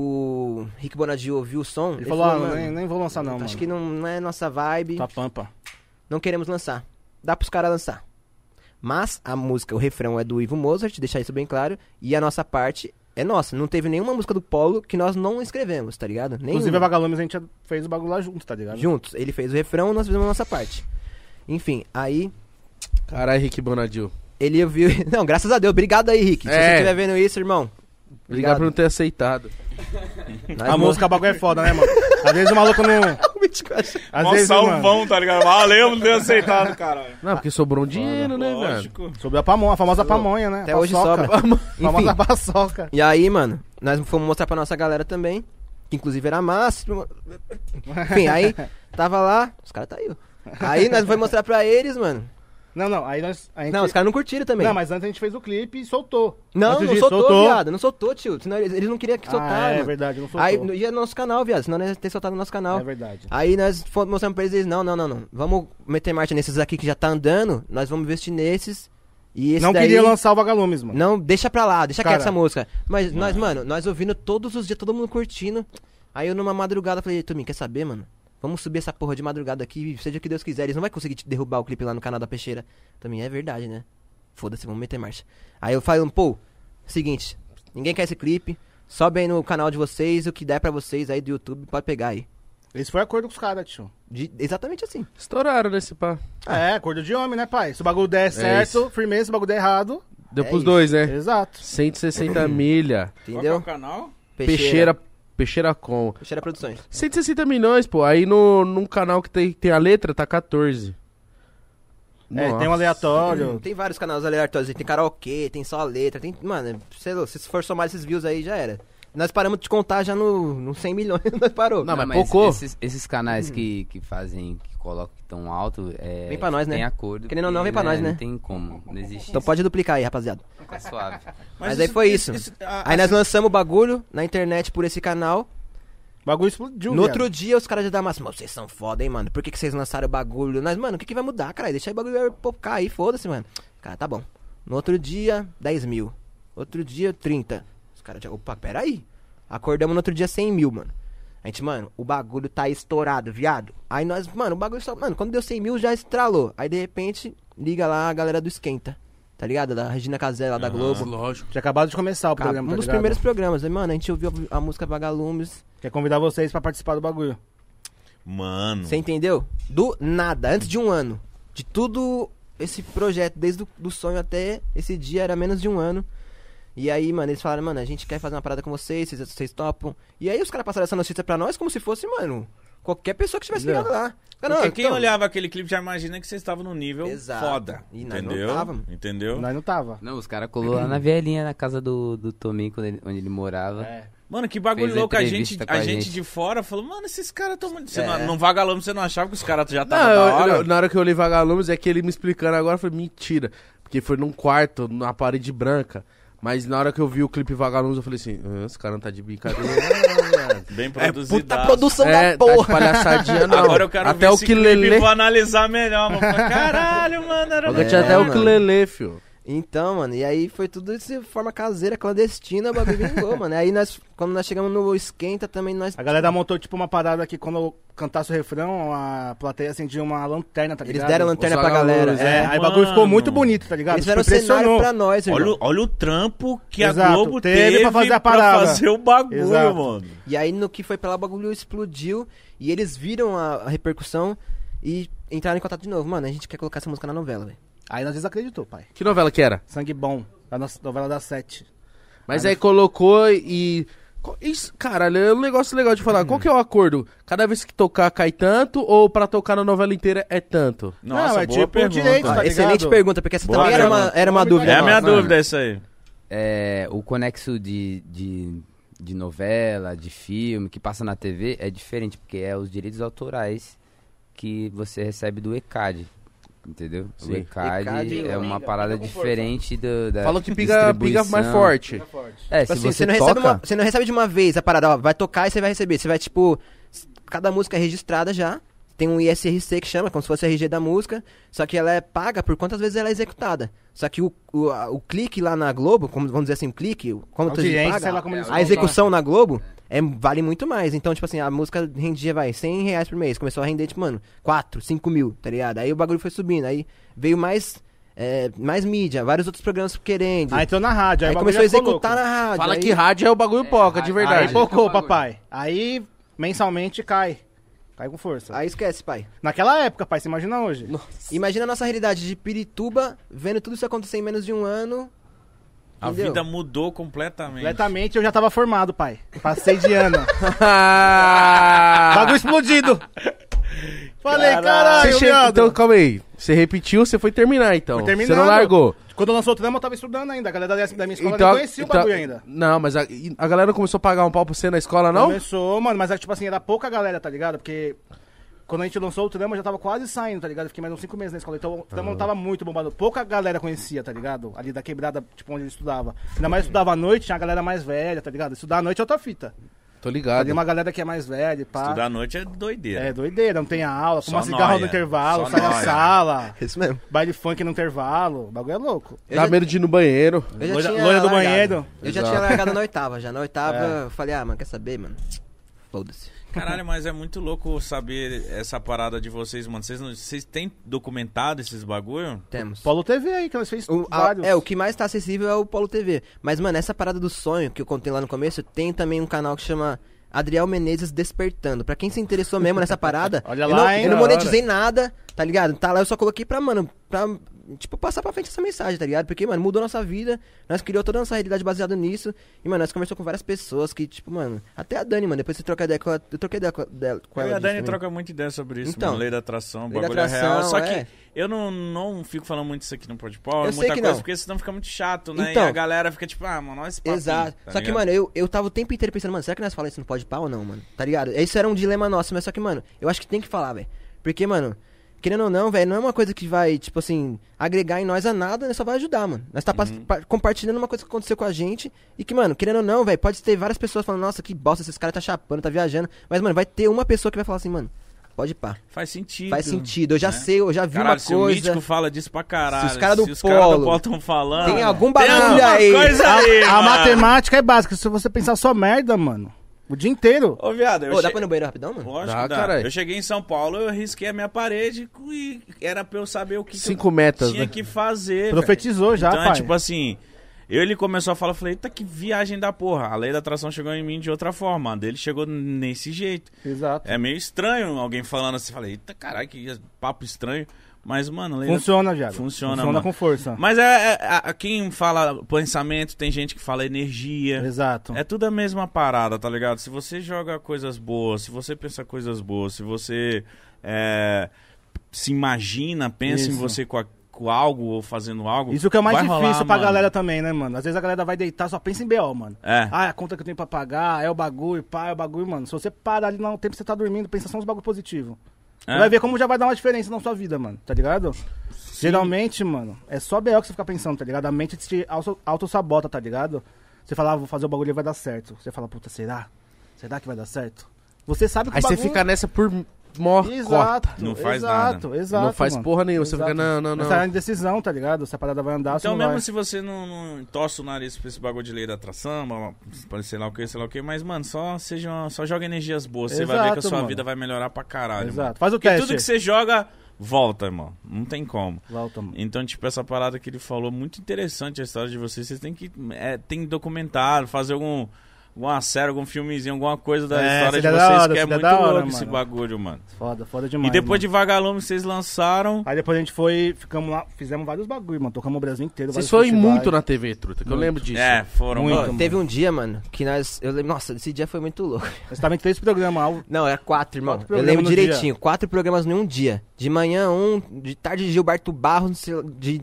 [SPEAKER 4] o Rick Bonadil ouviu o som,
[SPEAKER 3] Ele falou, ah, nem, nem vou lançar não,
[SPEAKER 4] acho
[SPEAKER 3] mano.
[SPEAKER 4] que não, não é nossa vibe,
[SPEAKER 3] Tua pampa.
[SPEAKER 4] não queremos lançar. Dá pros caras lançar. Mas a música, o refrão é do Ivo Mozart, deixar isso bem claro, e a nossa parte é nossa. Não teve nenhuma música do Polo que nós não escrevemos, tá ligado?
[SPEAKER 3] Inclusive, é
[SPEAKER 4] Nenhuma.
[SPEAKER 3] a Vagalumes a gente fez o bagulho lá junto, tá ligado?
[SPEAKER 4] juntos. Ele fez o refrão, nós fizemos a nossa parte. Enfim, aí
[SPEAKER 2] Caralho, Rick Bonadil.
[SPEAKER 4] ele ouviu. Não, graças a Deus. Obrigado aí, Rick. Se
[SPEAKER 2] É.
[SPEAKER 4] você estiver vendo isso, irmão.
[SPEAKER 2] Obrigado por não ter aceitado.
[SPEAKER 4] Nós
[SPEAKER 3] A
[SPEAKER 4] mo-
[SPEAKER 3] música, o bagulho é foda, né, mano? Às vezes o maluco não... Às
[SPEAKER 1] Mó
[SPEAKER 3] vezes, mano,
[SPEAKER 1] salvão, tá ligado? Valeu, não ter aceitado, caralho.
[SPEAKER 2] Não, porque sobrou um dinheiro, né, velho?
[SPEAKER 1] Lógico.
[SPEAKER 3] sobre a pamonha, a famosa pamonha, né?
[SPEAKER 4] Até hoje
[SPEAKER 3] Paçoca.
[SPEAKER 4] sobra.
[SPEAKER 3] A famosa paçoca.
[SPEAKER 4] E aí, mano, nós fomos mostrar pra nossa galera também. Que inclusive era massa. tipo, Enfim, aí tava lá. Os caras tá aí. ó. Aí nós vamos mostrar pra eles, mano.
[SPEAKER 3] Não, não, aí nós... A gente...
[SPEAKER 4] Não, os caras não curtiram também.
[SPEAKER 3] Não, mas antes a gente fez o clipe e soltou.
[SPEAKER 4] Não,
[SPEAKER 3] Antes
[SPEAKER 4] não
[SPEAKER 3] de-
[SPEAKER 4] soltou, viado. Não soltou, tio. Senão eles, eles não queriam que
[SPEAKER 3] Ah,
[SPEAKER 4] soltasse.
[SPEAKER 3] é
[SPEAKER 4] mano.
[SPEAKER 3] verdade, não soltou.
[SPEAKER 4] Aí no- ia no nosso canal, viado. Senão nós ia ter soltado no nosso canal.
[SPEAKER 3] É verdade.
[SPEAKER 4] Aí nós fomos- mostramos pra eles, eles, não, não, não, não. Vamos meter marcha nesses aqui que já tá andando, nós vamos investir nesses. E esse
[SPEAKER 3] não
[SPEAKER 4] daí,
[SPEAKER 3] queria lançar o Vagalumes, mano.
[SPEAKER 4] Não, deixa pra lá, deixa
[SPEAKER 3] Cara.
[SPEAKER 4] quieto essa música. Mas nós, mano, nós ouvindo todos os dias, todo mundo curtindo. Aí eu numa madrugada falei, Tominho, quer saber, mano? Vamos subir essa porra de madrugada aqui, seja o que Deus quiser. Eles não vão conseguir te derrubar o clipe lá no canal da Peixeira. Tominho, é verdade, né? Foda-se, vamos meter marcha. Aí eu falo, pô, seguinte, ninguém quer esse clipe, sobe aí no canal de vocês, o que der pra vocês aí do YouTube, pode pegar aí.
[SPEAKER 3] Esse foi acordo com os caras, tio.
[SPEAKER 4] De- exatamente assim.
[SPEAKER 2] Estouraram nesse pá.
[SPEAKER 4] Ah.
[SPEAKER 3] É, acordo de homem, né, pai? Se o bagulho der certo,
[SPEAKER 2] isso.
[SPEAKER 3] firmeza, se o bagulho der errado,
[SPEAKER 2] Deu
[SPEAKER 4] É
[SPEAKER 2] pros
[SPEAKER 4] isso.
[SPEAKER 2] dois, né?
[SPEAKER 3] exato.
[SPEAKER 2] 160 milha.
[SPEAKER 1] Qual que é o
[SPEAKER 4] Entendeu?
[SPEAKER 1] canal?
[SPEAKER 2] Peixeira. Peixeira com.
[SPEAKER 4] Peixeira Produções.
[SPEAKER 2] 160 milhões, pô. Aí no, num canal que tem, tem a letra, tá 14.
[SPEAKER 3] É, tem um aleatório.
[SPEAKER 4] Tem vários canais aleatórios, tem karaokê, tem só a letra, tem. Mano, sei lá, se for somar esses views aí, já era. Nós paramos de contar já no, no 100 milhões, nós parou.
[SPEAKER 2] Não, mas pocô.
[SPEAKER 6] Esses, esses canais que, que fazem, que colocam tão alto, é,
[SPEAKER 4] Hum. Vem pra nós, né?
[SPEAKER 6] Tem acordo.
[SPEAKER 4] Querendo ou não,
[SPEAKER 6] porque,
[SPEAKER 4] vem pra nós, né?
[SPEAKER 6] Não tem como, não existe.
[SPEAKER 4] Então pode duplicar aí, rapaziada.
[SPEAKER 6] isso, tá suave.
[SPEAKER 4] Mas aí foi isso.
[SPEAKER 1] a-
[SPEAKER 4] Aí nós lançamos o bagulho na internet por esse canal.
[SPEAKER 3] O bagulho explodiu.
[SPEAKER 4] No
[SPEAKER 3] viado.
[SPEAKER 4] outro dia, os caras já da massa, mano, vocês são foda, hein, mano? Por que, que vocês lançaram o bagulho? Nós, mano, o que, que vai mudar, cara? Deixa o bagulho popcar aí, foda-se, mano. Cara, tá bom. No outro dia, 10 mil. Outro dia, 30. Os caras já, opa, peraí. Acordamos no outro dia, 100 mil, mano. A gente, mano, o bagulho tá estourado, viado. Aí nós, mano, o bagulho só. Mano, quando deu 100 mil, já estralou. Aí de repente, liga lá a galera do Esquenta. Tá ligado? Da Regina Casé, lá da
[SPEAKER 1] É
[SPEAKER 4] Globo.
[SPEAKER 2] Lógico.
[SPEAKER 3] Tinha acabado de começar o
[SPEAKER 4] Cara,
[SPEAKER 3] programa,
[SPEAKER 4] um
[SPEAKER 3] tá
[SPEAKER 4] dos
[SPEAKER 3] ligado?
[SPEAKER 4] primeiros programas. Aí, mano, a gente ouviu a, a música Vagalumes.
[SPEAKER 3] Quer convidar vocês pra participar do bagulho.
[SPEAKER 1] Mano.
[SPEAKER 4] Você entendeu? Do nada, antes de um ano. De tudo esse projeto, desde o do sonho até esse dia, era menos de um ano. E aí, mano, eles falaram, mano, a gente quer fazer uma parada com vocês, vocês, vocês topam. E aí os caras passaram essa notícia pra nós como se fosse, mano, qualquer pessoa que tivesse ligado lá. Cara,
[SPEAKER 1] Porque
[SPEAKER 4] não,
[SPEAKER 1] quem
[SPEAKER 4] então-
[SPEAKER 1] olhava aquele clipe já imagina que vocês estavam no nível
[SPEAKER 4] Exato.
[SPEAKER 1] foda.
[SPEAKER 4] E nós não
[SPEAKER 1] entendeu?
[SPEAKER 4] tava, mano.
[SPEAKER 1] entendeu?
[SPEAKER 3] Nós não tava.
[SPEAKER 6] Não, os caras colou lá na velhinha, na casa do, do Tominho, quando ele- onde ele morava.
[SPEAKER 4] É.
[SPEAKER 1] Mano, que bagulho
[SPEAKER 6] Fez a
[SPEAKER 1] louco. A gente,
[SPEAKER 6] entrevista com
[SPEAKER 1] a
[SPEAKER 6] a
[SPEAKER 1] gente
[SPEAKER 6] gente.
[SPEAKER 1] de fora falou, mano, esses caras tão muito. Você
[SPEAKER 4] É.
[SPEAKER 1] não, não vagalume, você não achava que os caras já
[SPEAKER 2] Não,
[SPEAKER 1] estavam da hora?
[SPEAKER 2] eu- eu- na hora que eu olhei Vagalumes, é que ele me explicando agora, eu falei, mentira. Porque foi num quarto, na parede branca. Mas na hora que eu vi o clipe Vagalumes, eu falei assim, "Ah, esse cara não tá de brincadeira.
[SPEAKER 1] Bem
[SPEAKER 4] É
[SPEAKER 1] produzido.
[SPEAKER 4] puta produção
[SPEAKER 2] é,
[SPEAKER 4] da
[SPEAKER 2] tá de
[SPEAKER 4] porra.
[SPEAKER 2] palhaçadinha não.
[SPEAKER 1] Agora eu quero
[SPEAKER 2] Até
[SPEAKER 1] ver
[SPEAKER 2] o
[SPEAKER 1] esse
[SPEAKER 2] que
[SPEAKER 1] clipe e
[SPEAKER 2] Lelê...
[SPEAKER 1] vou analisar melhor, mano. Fala, Caralho, mano, era
[SPEAKER 2] Eu
[SPEAKER 4] É,
[SPEAKER 2] tinha até o que
[SPEAKER 4] mano.
[SPEAKER 2] Lelê, fio.
[SPEAKER 4] Então, mano, e aí foi tudo de forma caseira, clandestina, o bagulho vingou, mano. Aí nós, quando nós chegamos no Esquenta também, nós.
[SPEAKER 2] Tá
[SPEAKER 3] A galera montou tipo uma parada que quando eu cantasse o refrão, a plateia acendia uma lanterna, tá
[SPEAKER 4] Eles
[SPEAKER 3] ligado?
[SPEAKER 4] deram lanterna
[SPEAKER 2] Os
[SPEAKER 4] pra galera.
[SPEAKER 2] vagalumes, né?
[SPEAKER 3] É,
[SPEAKER 4] É.
[SPEAKER 3] aí o bagulho ficou
[SPEAKER 1] Mano.
[SPEAKER 3] muito bonito, tá ligado?
[SPEAKER 4] Eles
[SPEAKER 3] Tipo,
[SPEAKER 4] fizeram um cenário
[SPEAKER 3] impressionou.
[SPEAKER 4] pra nós, irmão.
[SPEAKER 1] Olha, o- olha o trampo que a
[SPEAKER 3] Exato,
[SPEAKER 1] Globo teve,
[SPEAKER 3] teve pra fazer a parada.
[SPEAKER 1] fazer o bagulho,
[SPEAKER 3] Exato.
[SPEAKER 1] mano.
[SPEAKER 4] E aí no que foi pra lá, o bagulho explodiu e eles viram a, a repercussão e entraram em contato de novo. Mano, a gente quer colocar essa música na novela, velho.
[SPEAKER 3] Aí nós desacreditou, pai.
[SPEAKER 2] Que novela que era?
[SPEAKER 3] Sangue Bom, da nossa novela das sete.
[SPEAKER 2] Mas aí colocou e. co- Isso, caralho, é um negócio legal de falar. Qual
[SPEAKER 3] Uhum.
[SPEAKER 2] que é o acordo? Cada vez que tocar cai tanto ou pra tocar na novela inteira é tanto?
[SPEAKER 1] Nossa,
[SPEAKER 3] é
[SPEAKER 1] boa
[SPEAKER 3] tipo
[SPEAKER 1] pergunta.
[SPEAKER 3] direito, tá
[SPEAKER 4] Ah, excelente
[SPEAKER 3] ligado? né,
[SPEAKER 4] pergunta, porque essa
[SPEAKER 1] Boa
[SPEAKER 4] também era uma,
[SPEAKER 1] pergunta.
[SPEAKER 4] era uma
[SPEAKER 3] Muito
[SPEAKER 4] dúvida.
[SPEAKER 1] É a minha
[SPEAKER 6] Nossa.
[SPEAKER 1] dúvida essa aí.
[SPEAKER 6] É, o conexo de, de, de novela, de filme, que passa na TV, é diferente, porque é os direitos autorais que você recebe do ECAD. Entendeu?
[SPEAKER 2] Sim.
[SPEAKER 6] O ECAD,
[SPEAKER 4] ECAD,
[SPEAKER 6] é uma parada diferente do,
[SPEAKER 3] É.
[SPEAKER 6] da.
[SPEAKER 2] Falam que pica, pica mais
[SPEAKER 6] distribuição.
[SPEAKER 2] forte.
[SPEAKER 6] É,
[SPEAKER 4] Tipo
[SPEAKER 6] se
[SPEAKER 4] assim,
[SPEAKER 6] você,
[SPEAKER 4] você, não
[SPEAKER 6] toca,
[SPEAKER 4] recebe uma, você não recebe de uma vez a parada, ó, vai tocar e você vai receber. Você vai, tipo, s- cada música é registrada já. Tem um ISRC que chama, como se fosse a RG da música. Só que ela é paga por quantas vezes ela é executada. Só que o, o, a- o clique lá na Globo, como, vamos dizer assim, o clique, o- como tu
[SPEAKER 3] Audiência,
[SPEAKER 4] paga,
[SPEAKER 3] sei lá como eles
[SPEAKER 4] a
[SPEAKER 3] contam.
[SPEAKER 4] execução na Globo é, vale muito mais. Então, tipo assim, a música rendia, vai, 100 reais por mês. Começou a render, tipo, mano, 4, 5 mil, tá ligado? Aí o bagulho foi subindo. Aí veio mais, é, mais mídia, vários outros programas querendo.
[SPEAKER 3] Aí entrou na rádio, aí,
[SPEAKER 4] Aí
[SPEAKER 3] o
[SPEAKER 4] começou a
[SPEAKER 3] bagulho já é ficou
[SPEAKER 4] executar
[SPEAKER 3] louco.
[SPEAKER 4] na rádio.
[SPEAKER 2] Fala
[SPEAKER 4] aí-
[SPEAKER 2] que rádio é o bagulho poca, de
[SPEAKER 6] rádio-
[SPEAKER 2] verdade.
[SPEAKER 3] Aí
[SPEAKER 6] rádio.
[SPEAKER 3] pocou,
[SPEAKER 6] Bagulho.
[SPEAKER 3] papai. Aí mensalmente cai. Cai com força.
[SPEAKER 4] Aí esquece, pai.
[SPEAKER 3] Naquela época, pai, você imagina hoje.
[SPEAKER 4] Imagina a nossa realidade de Pirituba, vendo tudo isso acontecer em menos de um ano.
[SPEAKER 1] A
[SPEAKER 4] Entendeu?
[SPEAKER 1] vida mudou completamente.
[SPEAKER 3] Completamente eu já tava formado, pai. Passei de ano.
[SPEAKER 2] Ah!
[SPEAKER 3] Bagulho explodido. Falei, caralho,
[SPEAKER 2] Você chega-
[SPEAKER 3] viado.
[SPEAKER 2] Então, calma aí. Você repetiu, você foi terminar então.
[SPEAKER 3] Fui
[SPEAKER 2] Você não
[SPEAKER 3] terminando.
[SPEAKER 2] largou.
[SPEAKER 3] Quando lançou o trama, eu tava estudando ainda. A galera da da minha escola
[SPEAKER 2] Então,
[SPEAKER 3] nem conhecia
[SPEAKER 2] então-
[SPEAKER 3] o bagulho ainda.
[SPEAKER 2] Não, mas a, a galera não começou a pagar um pau pra você na escola, não?
[SPEAKER 3] Começou, mano, mas é que, tipo assim, era pouca galera, tá ligado? Porque quando a gente lançou o trama, eu já tava quase saindo, tá ligado? Eu Fiquei mais uns cinco meses na escola, então o trama não tava muito bombado. Pouca galera conhecia, tá ligado? Ali da quebrada, tipo, onde ele estudava. Ainda mais estudava à noite, tinha a galera mais velha, tá ligado? Estudar à noite é outra fita.
[SPEAKER 2] Tô
[SPEAKER 3] Tá
[SPEAKER 2] ligado.
[SPEAKER 3] ligado? uma galera que é mais velha, e pá.
[SPEAKER 1] Estudar à noite é doideira.
[SPEAKER 3] É, doideira, não tem aula, fuma
[SPEAKER 1] Só
[SPEAKER 3] cigarro
[SPEAKER 1] nóia.
[SPEAKER 3] no intervalo,
[SPEAKER 1] Só
[SPEAKER 3] sai da
[SPEAKER 1] nóia.
[SPEAKER 3] sala,
[SPEAKER 4] Isso mesmo.
[SPEAKER 3] baile funk no intervalo, o bagulho é louco.
[SPEAKER 2] Dá medo de ir no banheiro.
[SPEAKER 4] Eu
[SPEAKER 3] Loira- loira do banheiro. É.
[SPEAKER 4] Eu já
[SPEAKER 2] Exato.
[SPEAKER 4] tinha largado na oitava, já. Na oitava, eu falei, ah, mano, quer saber, mano? Foda-se.
[SPEAKER 1] Caralho, mas é muito louco saber essa parada de vocês, mano. Vocês, não- vocês têm documentado esses bagulho?
[SPEAKER 4] Temos.
[SPEAKER 3] Polo TV aí, que nós fez
[SPEAKER 4] O- a-
[SPEAKER 3] vários.
[SPEAKER 4] é, o que mais tá acessível é o Polo TV. Mas, mano, essa parada do sonho que eu contei lá no começo, tem também um canal que chama Adriel Menezes Despertando. Pra quem se interessou mesmo nessa parada,
[SPEAKER 3] Olha
[SPEAKER 4] eu,
[SPEAKER 3] lá,
[SPEAKER 4] não,
[SPEAKER 3] hein,
[SPEAKER 4] eu não
[SPEAKER 3] da hora.
[SPEAKER 4] monetizei nada, tá ligado? Tá lá, eu só coloquei pra, mano, pra, tipo, passar pra frente essa mensagem, tá ligado? Porque, mano, mudou nossa vida, nós criou toda a nossa realidade baseada nisso. E, mano, nós conversamos com várias pessoas que, tipo, mano, até a Dani, mano, depois você troca ideia com ela, eu troquei ideia com dela- com
[SPEAKER 1] Eu
[SPEAKER 4] ela.
[SPEAKER 1] e a
[SPEAKER 4] disso
[SPEAKER 1] Dani
[SPEAKER 4] também.
[SPEAKER 1] troca muita ideia sobre isso,
[SPEAKER 4] é Então,
[SPEAKER 1] mano. Lei da atração,
[SPEAKER 4] lei da
[SPEAKER 1] bagulho é
[SPEAKER 4] atração,
[SPEAKER 1] real. Só
[SPEAKER 4] é.
[SPEAKER 1] que eu não, não fico falando muito isso aqui no Pode Pau,
[SPEAKER 4] Eu
[SPEAKER 1] é
[SPEAKER 4] sei
[SPEAKER 1] muita
[SPEAKER 4] que
[SPEAKER 1] coisa,
[SPEAKER 4] não.
[SPEAKER 1] porque senão fica muito chato, né?
[SPEAKER 4] Então.
[SPEAKER 1] e a galera fica tipo, ah, mano, olha esse papinho,
[SPEAKER 4] Exato.
[SPEAKER 1] tá
[SPEAKER 4] só que,
[SPEAKER 1] ligado?
[SPEAKER 4] mano, eu, eu tava o tempo inteiro pensando, mano, será que nós falamos isso no pode pau ou não, mano? Tá ligado? Isso era um dilema nosso, mas só que, mano, eu acho que tem que falar, velho. Porque, mano, querendo ou não, velho, não é uma coisa que vai, tipo assim, agregar em nós a nada, né? Só vai ajudar, mano. Nós tá pass-
[SPEAKER 1] Uhum.
[SPEAKER 4] pa- compartilhando uma coisa que aconteceu com a gente e que, mano, querendo ou não, velho, pode ter várias pessoas falando, nossa, que bosta, esses caras tá chapando, tá viajando. Mas, mano, vai ter uma pessoa que vai falar assim, mano, pode pá.
[SPEAKER 1] Faz sentido.
[SPEAKER 4] Faz sentido, eu já
[SPEAKER 1] né?
[SPEAKER 4] sei, eu já vi
[SPEAKER 1] Caralho,
[SPEAKER 4] uma
[SPEAKER 1] se o
[SPEAKER 4] coisa.
[SPEAKER 1] Mítico fala disso pra caralho.
[SPEAKER 4] Se os cara do
[SPEAKER 1] se os cara
[SPEAKER 4] polo-
[SPEAKER 1] do polo estão falando.
[SPEAKER 4] Tem algum
[SPEAKER 1] tem
[SPEAKER 4] bagulho
[SPEAKER 1] alguma
[SPEAKER 4] aí.
[SPEAKER 1] coisa
[SPEAKER 3] A,
[SPEAKER 1] aí,
[SPEAKER 3] a
[SPEAKER 1] mano.
[SPEAKER 3] matemática é básica. Se você pensar só merda, mano, o dia inteiro.
[SPEAKER 1] Ô, viado, eu
[SPEAKER 4] Ô, dá
[SPEAKER 1] che-
[SPEAKER 4] pra ir no banheiro rapidão, mano?
[SPEAKER 1] Lógico,
[SPEAKER 2] Dá,
[SPEAKER 1] que dá.
[SPEAKER 2] caralho.
[SPEAKER 1] Eu cheguei em São Paulo, eu risquei a minha parede e era pra eu saber o que, que eu
[SPEAKER 2] Cinco metas,
[SPEAKER 1] tinha
[SPEAKER 2] né?
[SPEAKER 1] que fazer. velho.
[SPEAKER 3] Profetizou já,
[SPEAKER 1] então, é
[SPEAKER 3] pai.
[SPEAKER 1] tipo assim, eu ele começou a falar, eu falei, eita, que viagem da porra. A lei da atração chegou em mim de outra forma, a dele chegou nesse jeito.
[SPEAKER 3] Exato.
[SPEAKER 1] É meio estranho alguém falando assim, falei, eita, caralho, que papo estranho. Mas, mano, a lei da-
[SPEAKER 3] Funciona, viado.
[SPEAKER 1] é Funciona,
[SPEAKER 3] Funciona
[SPEAKER 1] mano.
[SPEAKER 3] com força.
[SPEAKER 1] Mas é, é- a, a quem fala pensamento, tem gente que fala energia.
[SPEAKER 3] Exato.
[SPEAKER 1] É tudo a mesma parada, tá ligado? Se você joga coisas boas, se você pensa coisas boas, se você é, se imagina, pensa em
[SPEAKER 3] Isso.
[SPEAKER 1] você com, a- com algo ou fazendo algo.
[SPEAKER 3] Isso que é o mais
[SPEAKER 1] tipo, vai
[SPEAKER 3] difícil
[SPEAKER 1] rolar,
[SPEAKER 3] pra
[SPEAKER 1] mano.
[SPEAKER 3] galera também, né, mano? Às vezes a galera vai deitar, só pensa em BO, mano.
[SPEAKER 1] É.
[SPEAKER 3] Ah, a conta que eu tenho pra pagar, é o bagulho, pá, é o bagulho, mano. Se você parar ali no tempo que você tá dormindo, pensa só nos bagulho positivo.
[SPEAKER 1] É.
[SPEAKER 3] Você Vai ver como já vai dar uma diferença na sua vida, mano, tá ligado? Geralmente, mano, é só BO que você fica pensando, tá ligado? A mente te auto- auto-sabota, tá ligado? Você fala, ah, vou fazer o bagulho e vai dar certo. Você fala, puta, será? Será que vai dar certo? Você sabe que
[SPEAKER 2] Aí
[SPEAKER 3] o
[SPEAKER 2] você
[SPEAKER 3] bagulho...
[SPEAKER 2] fica nessa por mó
[SPEAKER 3] Exato,
[SPEAKER 1] Não faz
[SPEAKER 3] exato, exato.
[SPEAKER 2] Não faz
[SPEAKER 3] mano.
[SPEAKER 2] porra nenhuma, você
[SPEAKER 3] Exato.
[SPEAKER 2] fica, não, não, não.
[SPEAKER 3] Essa indecisão, tá ligado? Se a parada vai andar, você
[SPEAKER 1] Então,
[SPEAKER 3] não
[SPEAKER 1] mesmo
[SPEAKER 3] vai.
[SPEAKER 1] se você não, não torce o nariz pra esse bagulho de lei da atração, blá, blá, sei lá o que, sei lá o que, mas, mano, só, seja, uma- só joga energias boas. Você vai ver que a
[SPEAKER 3] Exato,
[SPEAKER 1] sua
[SPEAKER 3] mano.
[SPEAKER 1] vida vai melhorar pra caralho. Mano.
[SPEAKER 3] Exato. Faz o
[SPEAKER 1] Porque
[SPEAKER 3] teste.
[SPEAKER 1] tudo que você joga, volta, irmão. Não tem como.
[SPEAKER 3] Volta, mano.
[SPEAKER 1] Então, tipo, essa parada que ele falou, muito interessante a história de vocês. Vocês têm que. É, tem que documentar, fazer algum. Alguma série, algum filmezinho, alguma coisa da
[SPEAKER 3] É,
[SPEAKER 1] história de
[SPEAKER 3] seria da
[SPEAKER 1] vocês,
[SPEAKER 3] hora,
[SPEAKER 1] que é
[SPEAKER 3] seria
[SPEAKER 1] muito
[SPEAKER 3] da hora,
[SPEAKER 1] louco esse
[SPEAKER 3] mano.
[SPEAKER 1] bagulho, mano.
[SPEAKER 3] Foda, foda demais.
[SPEAKER 1] e depois
[SPEAKER 3] mano.
[SPEAKER 1] de Vagalume, vocês lançaram.
[SPEAKER 3] Aí depois a gente foi, ficamos lá, fizemos vários bagulho, mano. Tocamos o Brasil inteiro.
[SPEAKER 2] Vocês
[SPEAKER 3] vários
[SPEAKER 2] foram
[SPEAKER 3] festivais.
[SPEAKER 1] né?
[SPEAKER 2] muito na TV, truta, que eu lembro disso.
[SPEAKER 1] É, foram.
[SPEAKER 3] Muito,
[SPEAKER 1] Ó,
[SPEAKER 4] Ó, teve um dia, mano, que nós. Eu lembro, nossa, esse dia foi muito louco.
[SPEAKER 3] Nós tava em três programas. ao-
[SPEAKER 4] Não, era quatro, irmão.
[SPEAKER 3] Quatro
[SPEAKER 4] eu
[SPEAKER 3] programas
[SPEAKER 4] lembro
[SPEAKER 3] no
[SPEAKER 4] direitinho. Quatro programas em um dia. De manhã um, de tarde Gilberto Barros, não sei lá, de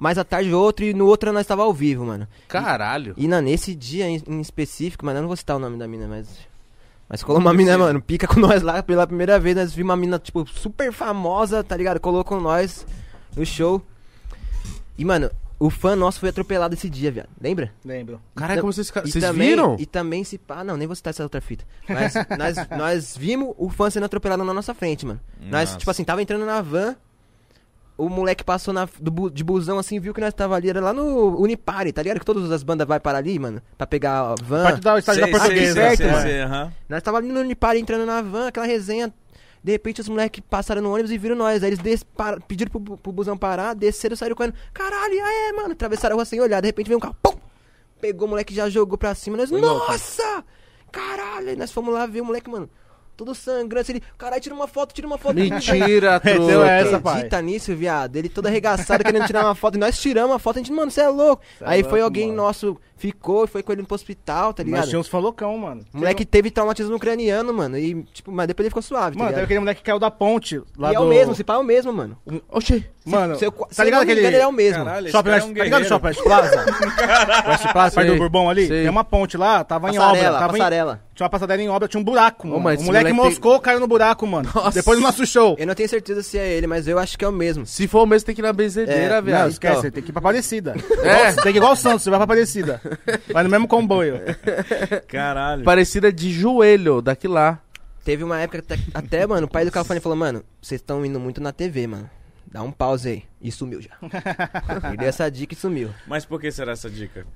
[SPEAKER 4] mais à tarde outro, e no outro nós tava ao vivo, mano.
[SPEAKER 2] Caralho.
[SPEAKER 4] E não, nesse dia em, em específico, mano, eu não vou citar o nome da mina, mas. Mas colou uma mina, mano, pica com nós lá pela primeira vez. Nós vimos uma mina, tipo, super famosa, tá ligado? Colou com nós no show. E, mano, o fã nosso foi atropelado esse dia, viado. Lembra?
[SPEAKER 3] Lembro.
[SPEAKER 2] Caralho,
[SPEAKER 4] Não,
[SPEAKER 2] como vocês, ficaram-
[SPEAKER 4] E
[SPEAKER 2] vocês
[SPEAKER 4] também-
[SPEAKER 2] viram?
[SPEAKER 4] E também se pá. Não, nem vou citar essa outra fita. Mas nós, nós vimos o fã sendo atropelado na nossa frente, mano. Nós,
[SPEAKER 1] Nossa.
[SPEAKER 4] tipo assim, tava entrando na van. O moleque passou na, do bu- de busão assim, viu que nós tava ali. Era lá no Unipare, tá ligado? Que todas as bandas vai para ali, mano. Pra pegar a van.
[SPEAKER 3] Parte da estádio da
[SPEAKER 1] Ah, sei, sei,
[SPEAKER 3] portuguesa. É.
[SPEAKER 1] sei,
[SPEAKER 4] certo,
[SPEAKER 1] sei,
[SPEAKER 4] mano.
[SPEAKER 1] sei, aham.
[SPEAKER 4] Nós tava ali no Unipare entrando na van, aquela resenha. De repente os moleques passaram no ônibus e viram nós. Aí eles des- para- pediram pro, bu- pro busão parar, desceram, saíram correndo. Caralho, e aí, mano? Atravessaram a rua sem olhar. De repente veio um carro, pum! Pegou o moleque e já jogou pra cima. Nós, nossa! Caralho! Aí nós fomos lá ver o moleque, mano. Todo sangrante, ele, caralho, tira uma foto, tira uma foto.
[SPEAKER 2] Mentira,
[SPEAKER 3] Meteu
[SPEAKER 2] truta.
[SPEAKER 3] essa.
[SPEAKER 4] Acredita nisso, viado. Ele todo arregaçado querendo tirar uma foto. E nós tiramos a foto. A gente, mano, você é louco. aí foi
[SPEAKER 3] louco,
[SPEAKER 4] alguém
[SPEAKER 3] mano. um
[SPEAKER 4] nosso, ficou e foi com ele pro hospital, tá ligado?
[SPEAKER 3] Nós tínhamos fã loucão, mano.
[SPEAKER 4] O moleque teve traumatismo ucraniano, mano. E, tipo, mas depois ele ficou
[SPEAKER 3] Mano,
[SPEAKER 4] suave, tá
[SPEAKER 3] teve
[SPEAKER 4] ligado?
[SPEAKER 3] aquele moleque que caiu da ponte. Lá
[SPEAKER 4] E é
[SPEAKER 3] do...
[SPEAKER 4] o mesmo, se pá é o mesmo, mano.
[SPEAKER 2] Oxê.
[SPEAKER 3] Mano,
[SPEAKER 4] se eu,
[SPEAKER 3] tá ligado aquele...
[SPEAKER 4] Ele é o mesmo.
[SPEAKER 1] Caralho, esse
[SPEAKER 3] Shopping
[SPEAKER 1] cara é
[SPEAKER 3] West-
[SPEAKER 1] um
[SPEAKER 3] tá ligado o
[SPEAKER 1] guerreiro.
[SPEAKER 3] Shopping West Plaza? West Plaza, perto
[SPEAKER 2] Sei,
[SPEAKER 3] do Bourbon ali?
[SPEAKER 2] sei.
[SPEAKER 3] Tem uma ponte lá, tava em obra.
[SPEAKER 4] Passarela,
[SPEAKER 3] Tava em-
[SPEAKER 4] passarela.
[SPEAKER 3] Tinha uma passadeira em obra, tinha um buraco, mano.
[SPEAKER 2] mas
[SPEAKER 3] o
[SPEAKER 2] esse
[SPEAKER 3] moleque
[SPEAKER 2] moleque tem-
[SPEAKER 3] moscou, caiu no buraco, mano.
[SPEAKER 2] Nossa.
[SPEAKER 3] Depois do nosso show.
[SPEAKER 4] Eu não tenho certeza se é ele, mas eu acho que é o mesmo.
[SPEAKER 2] Se for o mesmo, tem que ir na benzedeira,
[SPEAKER 4] É,
[SPEAKER 2] velho.
[SPEAKER 3] não, esquece,
[SPEAKER 4] então.
[SPEAKER 3] tem que ir pra Aparecida.
[SPEAKER 2] É.
[SPEAKER 3] Tem que ir igual o Santos, você vai pra Aparecida. Vai no mesmo comboio.
[SPEAKER 1] Caralho.
[SPEAKER 2] Parecida de joelho, daqui lá.
[SPEAKER 4] Teve uma época que até, até, mano, o pai do Califórnia falou, mano, vocês estão indo muito na TV, mano. Dá um pause aí. E sumiu já. Ele deu essa dica e sumiu.
[SPEAKER 1] Mas por que será essa dica?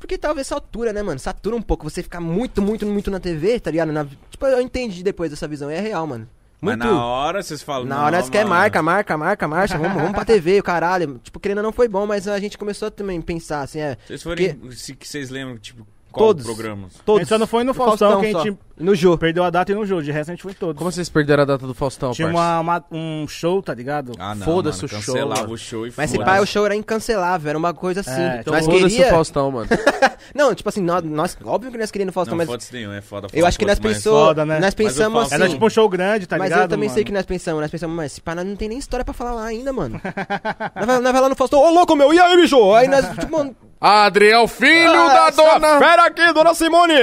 [SPEAKER 4] Porque talvez satura, né, mano? Satura um pouco. Você ficar muito, muito, muito na TV, tá ligado? Na- Tipo, eu entendi depois dessa visão. E é real, mano.
[SPEAKER 1] Mas
[SPEAKER 4] Muito.
[SPEAKER 1] na hora vocês falam.
[SPEAKER 4] Na
[SPEAKER 1] não,
[SPEAKER 4] hora nós quer
[SPEAKER 1] mano.
[SPEAKER 4] marca, marca, marca, marca, vamos, vamos pra TV, o caralho. Tipo, querendo ou não foi bom, mas a gente começou também a pensar assim, é.
[SPEAKER 1] Vocês forem. Se que vocês lembram, tipo, qual
[SPEAKER 4] Todos.
[SPEAKER 1] programa?
[SPEAKER 3] A gente só não foi no
[SPEAKER 4] Do
[SPEAKER 3] Faustão, que a gente
[SPEAKER 4] só. No jogo.
[SPEAKER 3] perdeu a data e no jogo. De resto a gente foi em todos.
[SPEAKER 2] Como
[SPEAKER 4] assim,
[SPEAKER 2] vocês perderam a data do Faustão,
[SPEAKER 3] Tinha
[SPEAKER 2] parça?
[SPEAKER 3] uma- uma- um show, tá ligado?
[SPEAKER 1] Ah, não.
[SPEAKER 2] Foda-se
[SPEAKER 1] mano,
[SPEAKER 2] o show,
[SPEAKER 1] Cancelava
[SPEAKER 2] mano.
[SPEAKER 1] o show e
[SPEAKER 4] Mas se
[SPEAKER 1] foda-se.
[SPEAKER 4] pá, o show era incancelável, era uma coisa assim.
[SPEAKER 3] É,
[SPEAKER 2] Então
[SPEAKER 4] nós
[SPEAKER 2] foda-se o
[SPEAKER 4] queria...
[SPEAKER 2] Faustão, mano.
[SPEAKER 4] Não, tipo assim, nós, nós- óbvio que nós queríamos o Faustão,
[SPEAKER 1] Não,
[SPEAKER 4] mas
[SPEAKER 1] foda-se nenhum, é foda.
[SPEAKER 4] eu acho que nós
[SPEAKER 1] foda-se, mas-
[SPEAKER 4] pensou,
[SPEAKER 3] foda, né?
[SPEAKER 4] nós
[SPEAKER 1] Mas é o
[SPEAKER 4] pensamos
[SPEAKER 1] Faustão-
[SPEAKER 3] Era
[SPEAKER 4] assim.
[SPEAKER 3] tipo um show grande, tá
[SPEAKER 4] mas
[SPEAKER 3] ligado?
[SPEAKER 4] eu também
[SPEAKER 3] mano?
[SPEAKER 4] sei que nós pensamos, nós pensamos, mas esse pá, nós não tem nem história pra falar lá ainda, mano. nós, vai, nós vai lá no Faustão, ô louco meu, e aí, bicho? Aí nós, tipo, mano,
[SPEAKER 3] Ah,
[SPEAKER 2] Adriel, filho da dona...
[SPEAKER 4] Fera aqui, dona Simone!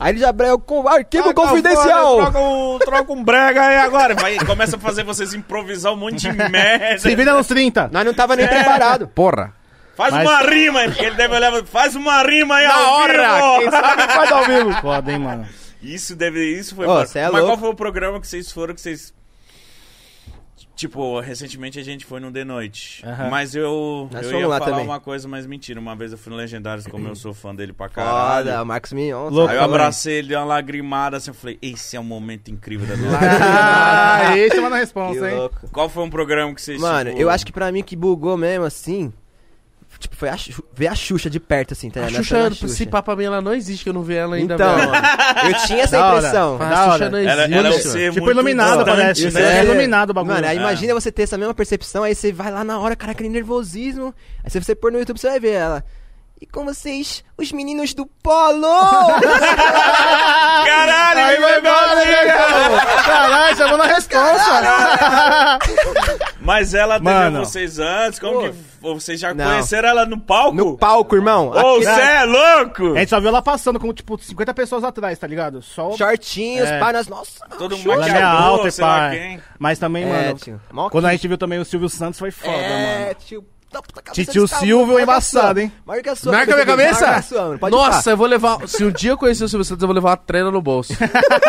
[SPEAKER 4] Aí ele já breu, com arquivo
[SPEAKER 1] Taca
[SPEAKER 3] né,
[SPEAKER 4] confidencial.
[SPEAKER 1] fora, Troca um, troca um brega aí agora. Vai, começa a fazer vocês improvisar um monte de merda.
[SPEAKER 3] Se vira nos 30.
[SPEAKER 4] Nós não
[SPEAKER 3] É.
[SPEAKER 4] tava nem preparado.
[SPEAKER 2] Porra.
[SPEAKER 1] Faz
[SPEAKER 3] Mas-
[SPEAKER 1] uma rima aí, porque ele deve olhar. Faz uma rima aí ao vivo.
[SPEAKER 3] Faz ao vivo. Foda, hein, mano.
[SPEAKER 1] Isso deve. Isso foi.
[SPEAKER 4] Ô,
[SPEAKER 1] massa.
[SPEAKER 4] cê é
[SPEAKER 1] Mas
[SPEAKER 4] louco.
[SPEAKER 1] qual foi o programa que vocês foram que vocês. Tipo, recentemente a gente foi no The Noite.
[SPEAKER 3] Aham.
[SPEAKER 1] Mas eu.
[SPEAKER 4] Nós
[SPEAKER 1] eu
[SPEAKER 4] fomos
[SPEAKER 1] ia
[SPEAKER 4] lá
[SPEAKER 1] falar
[SPEAKER 4] também. Uhum.
[SPEAKER 1] uma coisa, mas mentira. Uma vez eu fui no Legendários, como eu sou fã dele pra caralho.
[SPEAKER 4] Foda, Marcos Mignon.
[SPEAKER 3] Louco.
[SPEAKER 1] Aí eu
[SPEAKER 3] também.
[SPEAKER 1] abracei ele, dei uma lagrimada assim, eu falei, esse é um momento incrível da minha vida.
[SPEAKER 3] Ah, esse é uma
[SPEAKER 4] Que
[SPEAKER 3] resposta, hein?
[SPEAKER 4] louco.
[SPEAKER 1] Qual foi um programa que vocês.
[SPEAKER 4] Mano,
[SPEAKER 1] tipo,
[SPEAKER 4] eu acho que pra mim que bugou mesmo, assim. Tipo, foi a Xu- ver a Xuxa de perto, assim, tá
[SPEAKER 3] É,
[SPEAKER 2] A
[SPEAKER 4] ligado?
[SPEAKER 2] Xuxa,
[SPEAKER 4] Nessa- na
[SPEAKER 2] esse papo mim, ela não existe, que eu não vi ela ainda.
[SPEAKER 4] Então,
[SPEAKER 2] velho.
[SPEAKER 4] mano, eu tinha essa
[SPEAKER 3] Da hora.
[SPEAKER 4] impressão.
[SPEAKER 3] Vai,
[SPEAKER 2] a
[SPEAKER 3] da
[SPEAKER 2] Xuxa
[SPEAKER 3] hora.
[SPEAKER 2] não
[SPEAKER 1] Ela,
[SPEAKER 2] existe.
[SPEAKER 1] ela é um
[SPEAKER 2] mano.
[SPEAKER 1] ser
[SPEAKER 3] Tipo,
[SPEAKER 1] muito
[SPEAKER 3] iluminado,
[SPEAKER 1] distante,
[SPEAKER 3] parece,
[SPEAKER 1] né?
[SPEAKER 3] né? É iluminado o bagulho.
[SPEAKER 4] Mano, aí
[SPEAKER 1] É.
[SPEAKER 4] imagina você ter essa mesma percepção, aí você vai lá na hora, cara, aquele nervosismo. Aí se você pôr no YouTube, você vai ver ela. E com vocês, os meninos do Polo!
[SPEAKER 1] Caralho,
[SPEAKER 3] Aí
[SPEAKER 1] me
[SPEAKER 3] vai embora,
[SPEAKER 1] pegou assim, cara.
[SPEAKER 3] Caralho, chamou na resposta.
[SPEAKER 1] Mas ela teve
[SPEAKER 3] Mano.
[SPEAKER 1] vocês antes, como
[SPEAKER 4] Pô.
[SPEAKER 1] que vocês já
[SPEAKER 4] Não.
[SPEAKER 1] conheceram ela no palco?
[SPEAKER 4] no palco, irmão.
[SPEAKER 1] Ô,
[SPEAKER 4] Aquele-
[SPEAKER 1] cê é louco!
[SPEAKER 3] A gente só viu ela passando com, tipo, 50 pessoas atrás, tá ligado? Só o...
[SPEAKER 4] Shortinhos,
[SPEAKER 3] É.
[SPEAKER 4] pá, nas... Nossa!
[SPEAKER 1] Todo mundo
[SPEAKER 3] Ela é alta, e pá. Mas também,
[SPEAKER 4] É,
[SPEAKER 3] mano,
[SPEAKER 4] tio. Mó
[SPEAKER 3] quando a gente viu também o Silvio Santos, foi foda,
[SPEAKER 4] é,
[SPEAKER 3] mano.
[SPEAKER 4] tio.
[SPEAKER 3] Titio Silvio é embaçado, hein?
[SPEAKER 4] Marca a sua.
[SPEAKER 2] Marca
[SPEAKER 4] seu
[SPEAKER 2] minha
[SPEAKER 4] Silvio,
[SPEAKER 2] cabeça?
[SPEAKER 3] é
[SPEAKER 4] Marca a sua, mano. Pode
[SPEAKER 2] Nossa, eu vou levar. Se um dia eu conhecer o Silvio Santos, eu vou levar uma trela no bolso.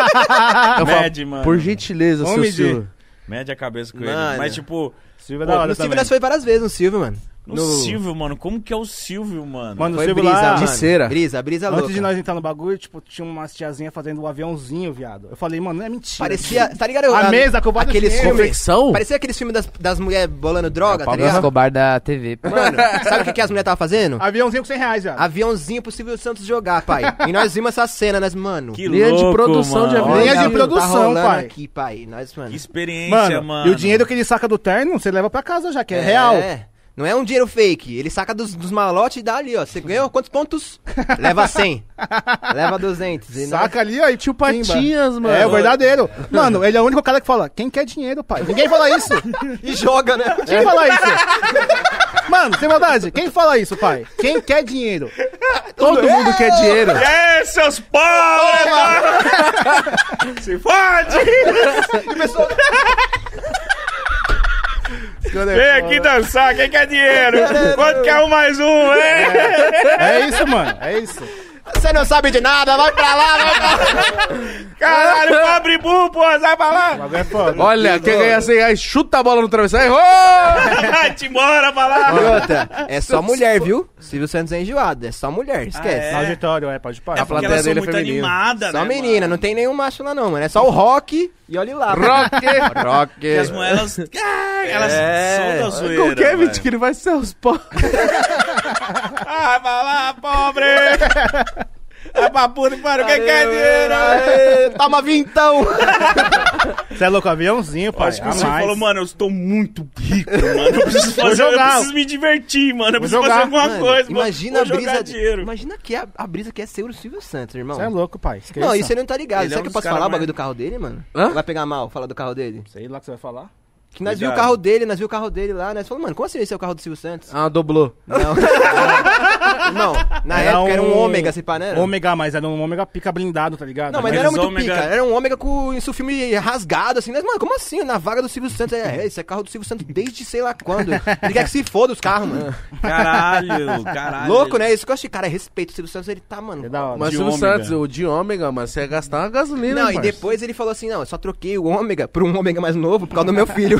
[SPEAKER 2] eu falo,
[SPEAKER 1] Ah, Mede, mano.
[SPEAKER 2] Por gentileza,
[SPEAKER 3] Vamos
[SPEAKER 2] seu
[SPEAKER 3] medir.
[SPEAKER 2] Silvio.
[SPEAKER 1] Mede a cabeça com ele.
[SPEAKER 4] Mano.
[SPEAKER 1] Mas, tipo,
[SPEAKER 3] Silvio é
[SPEAKER 4] Pô,
[SPEAKER 3] da hora
[SPEAKER 4] no Silvio
[SPEAKER 3] também.
[SPEAKER 4] nós foi várias vezes, no Silvio, mano.
[SPEAKER 1] o Silvio, mano, como que é o Silvio, mano?
[SPEAKER 3] Mano, o
[SPEAKER 4] Foi
[SPEAKER 3] Silvio
[SPEAKER 4] brisa,
[SPEAKER 3] lá...
[SPEAKER 4] mano. é
[SPEAKER 2] De cera.
[SPEAKER 4] Brisa, brisa louca.
[SPEAKER 3] Antes de nós entrar no bagulho, tipo, tinha umas tiazinhas fazendo um aviãozinho, viado. Eu falei, mano, é mentira.
[SPEAKER 4] Parecia, tá ligado?
[SPEAKER 3] A
[SPEAKER 4] Ah,
[SPEAKER 3] mesa com vários
[SPEAKER 4] aqueles
[SPEAKER 3] filmes.
[SPEAKER 4] filmes.
[SPEAKER 2] Confecção?
[SPEAKER 4] Parecia aqueles filmes das, das mulheres bolando droga, tá
[SPEAKER 2] Pablo
[SPEAKER 4] ligado?
[SPEAKER 6] Escobar da TV. pô.
[SPEAKER 4] Mano, sabe o que, que as mulheres estavam fazendo?
[SPEAKER 3] Aviãozinho com 100 reais, viado.
[SPEAKER 4] Aviãozinho pro Silvio Santos jogar, pai. E nós vimos essa cena, nós, mano.
[SPEAKER 1] que
[SPEAKER 2] linha de
[SPEAKER 1] louco,
[SPEAKER 2] produção
[SPEAKER 1] mano.
[SPEAKER 2] de avião.
[SPEAKER 3] Linha de
[SPEAKER 4] mano,
[SPEAKER 3] produção,
[SPEAKER 4] rolando
[SPEAKER 3] pai.
[SPEAKER 4] aqui, pai. Nós, mano.
[SPEAKER 1] Que experiência,
[SPEAKER 3] Mano,
[SPEAKER 1] mano.
[SPEAKER 3] e o dinheiro que ele saca do terno, você leva pra casa já, que é, real.
[SPEAKER 4] É. Não é um dinheiro fake. Ele saca dos, dos malotes e dá ali, ó. Você ganhou quantos pontos? Leva 100. Leva 200. E nós-
[SPEAKER 3] Saca ali, aí,
[SPEAKER 2] Tio
[SPEAKER 3] tio
[SPEAKER 2] Patinhas, mano.
[SPEAKER 3] É, o verdadeiro. Mano, ele é o único cara que fala, quem quer dinheiro, pai? Ninguém fala isso.
[SPEAKER 4] E joga, né?
[SPEAKER 3] Quem fala isso? Mano, sem maldade, quem fala isso, pai? Quem quer dinheiro?
[SPEAKER 2] Todo mundo quer dinheiro.
[SPEAKER 1] É, seus pobres, mano! Se fode! Vem aqui dançar, quem quer dinheiro? Quanto quer um mais um, hein?
[SPEAKER 3] É isso, mano, é isso.
[SPEAKER 4] Você não sabe de nada, vai pra lá, vai pra lá.
[SPEAKER 1] Caralho, pobre burro, pô, sai pra lá!
[SPEAKER 3] Agora é foda.
[SPEAKER 2] Olha, quer ganhar 100 reais, chuta a bola no travessão. Errou!
[SPEAKER 1] Te embora pra lá!
[SPEAKER 4] E outra, é só mulher, viu? Silvio Santos é enjoado, é só mulher, esquece.
[SPEAKER 1] Ah, é?
[SPEAKER 3] Auditório, é, pode
[SPEAKER 1] É
[SPEAKER 3] parar.
[SPEAKER 1] porque
[SPEAKER 2] plateia
[SPEAKER 1] elas são
[SPEAKER 2] dele é
[SPEAKER 1] muito
[SPEAKER 2] feminina.
[SPEAKER 1] animadas,
[SPEAKER 4] Só
[SPEAKER 1] né,
[SPEAKER 4] menina,
[SPEAKER 1] mano?
[SPEAKER 4] não tem nenhum macho lá não, mano. É só o rock e olha lá.
[SPEAKER 2] Rock! Rock!
[SPEAKER 1] Porque as moedas... Ah, elas
[SPEAKER 4] É.
[SPEAKER 1] são da zoeira,
[SPEAKER 2] Qualquer
[SPEAKER 1] velho.
[SPEAKER 2] vídeo que ele vai ser os pó.
[SPEAKER 1] Ah, vai lá, pobre! Vai pra puta, mano, quem quer dinheiro?
[SPEAKER 4] Aê, Toma vintão!
[SPEAKER 3] Você é louco, aviãozinho, pai.
[SPEAKER 1] Acho que
[SPEAKER 3] a
[SPEAKER 1] você
[SPEAKER 3] mais.
[SPEAKER 1] falou, mano, eu estou muito rico, mano. Eu preciso fazer, eu
[SPEAKER 3] jogar.
[SPEAKER 1] preciso me divertir, mano. Eu preciso
[SPEAKER 3] jogar.
[SPEAKER 1] fazer alguma
[SPEAKER 4] Mano,
[SPEAKER 1] coisa, mano.
[SPEAKER 4] imagina
[SPEAKER 1] Vou
[SPEAKER 4] a brisa.
[SPEAKER 1] jogar dinheiro.
[SPEAKER 4] Imagina que a, a brisa que é ser o Silvio Santos, irmão.
[SPEAKER 3] Você é louco, pai. Esqueça.
[SPEAKER 4] não, isso você não tá ligado.
[SPEAKER 1] Ele é
[SPEAKER 4] Será
[SPEAKER 1] um
[SPEAKER 4] que
[SPEAKER 1] dos
[SPEAKER 4] eu posso
[SPEAKER 1] caras
[SPEAKER 4] falar o
[SPEAKER 1] mais-
[SPEAKER 4] bagulho do carro dele, mano?
[SPEAKER 2] Hã?
[SPEAKER 4] Vai pegar mal falar do carro dele?
[SPEAKER 3] Sei lá o que você vai falar.
[SPEAKER 4] Que nós
[SPEAKER 1] Cuidado.
[SPEAKER 4] vimos o carro dele, nós vimos o carro dele lá, nós falamos, mano, como assim esse é o carro do Silvio Santos?
[SPEAKER 2] Ah, doblou.
[SPEAKER 4] Não. Não, na
[SPEAKER 3] Era
[SPEAKER 4] época era um
[SPEAKER 3] um-
[SPEAKER 4] ômega, se pá, né?
[SPEAKER 3] Ômega, mas era um ômega pica blindado, tá ligado?
[SPEAKER 4] Não, mas
[SPEAKER 1] Mas
[SPEAKER 4] não era
[SPEAKER 1] os
[SPEAKER 4] muito
[SPEAKER 1] ômega-
[SPEAKER 4] pica. Era um ômega com isso filme rasgado, assim. Mas, mano, como assim? Na vaga do Silvio Santos. É, é, esse é carro do Silvio Santos desde sei lá quando. Ele quer que se foda os carros, mano.
[SPEAKER 1] Caralho, caralho.
[SPEAKER 4] Louco, né? Isso que eu achei. Cara, respeito. O Silvio Santos, ele tá, mano.
[SPEAKER 3] É da hora.
[SPEAKER 2] Mas
[SPEAKER 1] De
[SPEAKER 2] Silvio
[SPEAKER 1] ômega.
[SPEAKER 2] Santos, o de ômega, mano, você ia gastar uma gasolina,
[SPEAKER 4] Não, e
[SPEAKER 2] parça.
[SPEAKER 4] depois ele falou assim: não, eu só troquei o ômega por um ômega mais novo por causa do meu filho.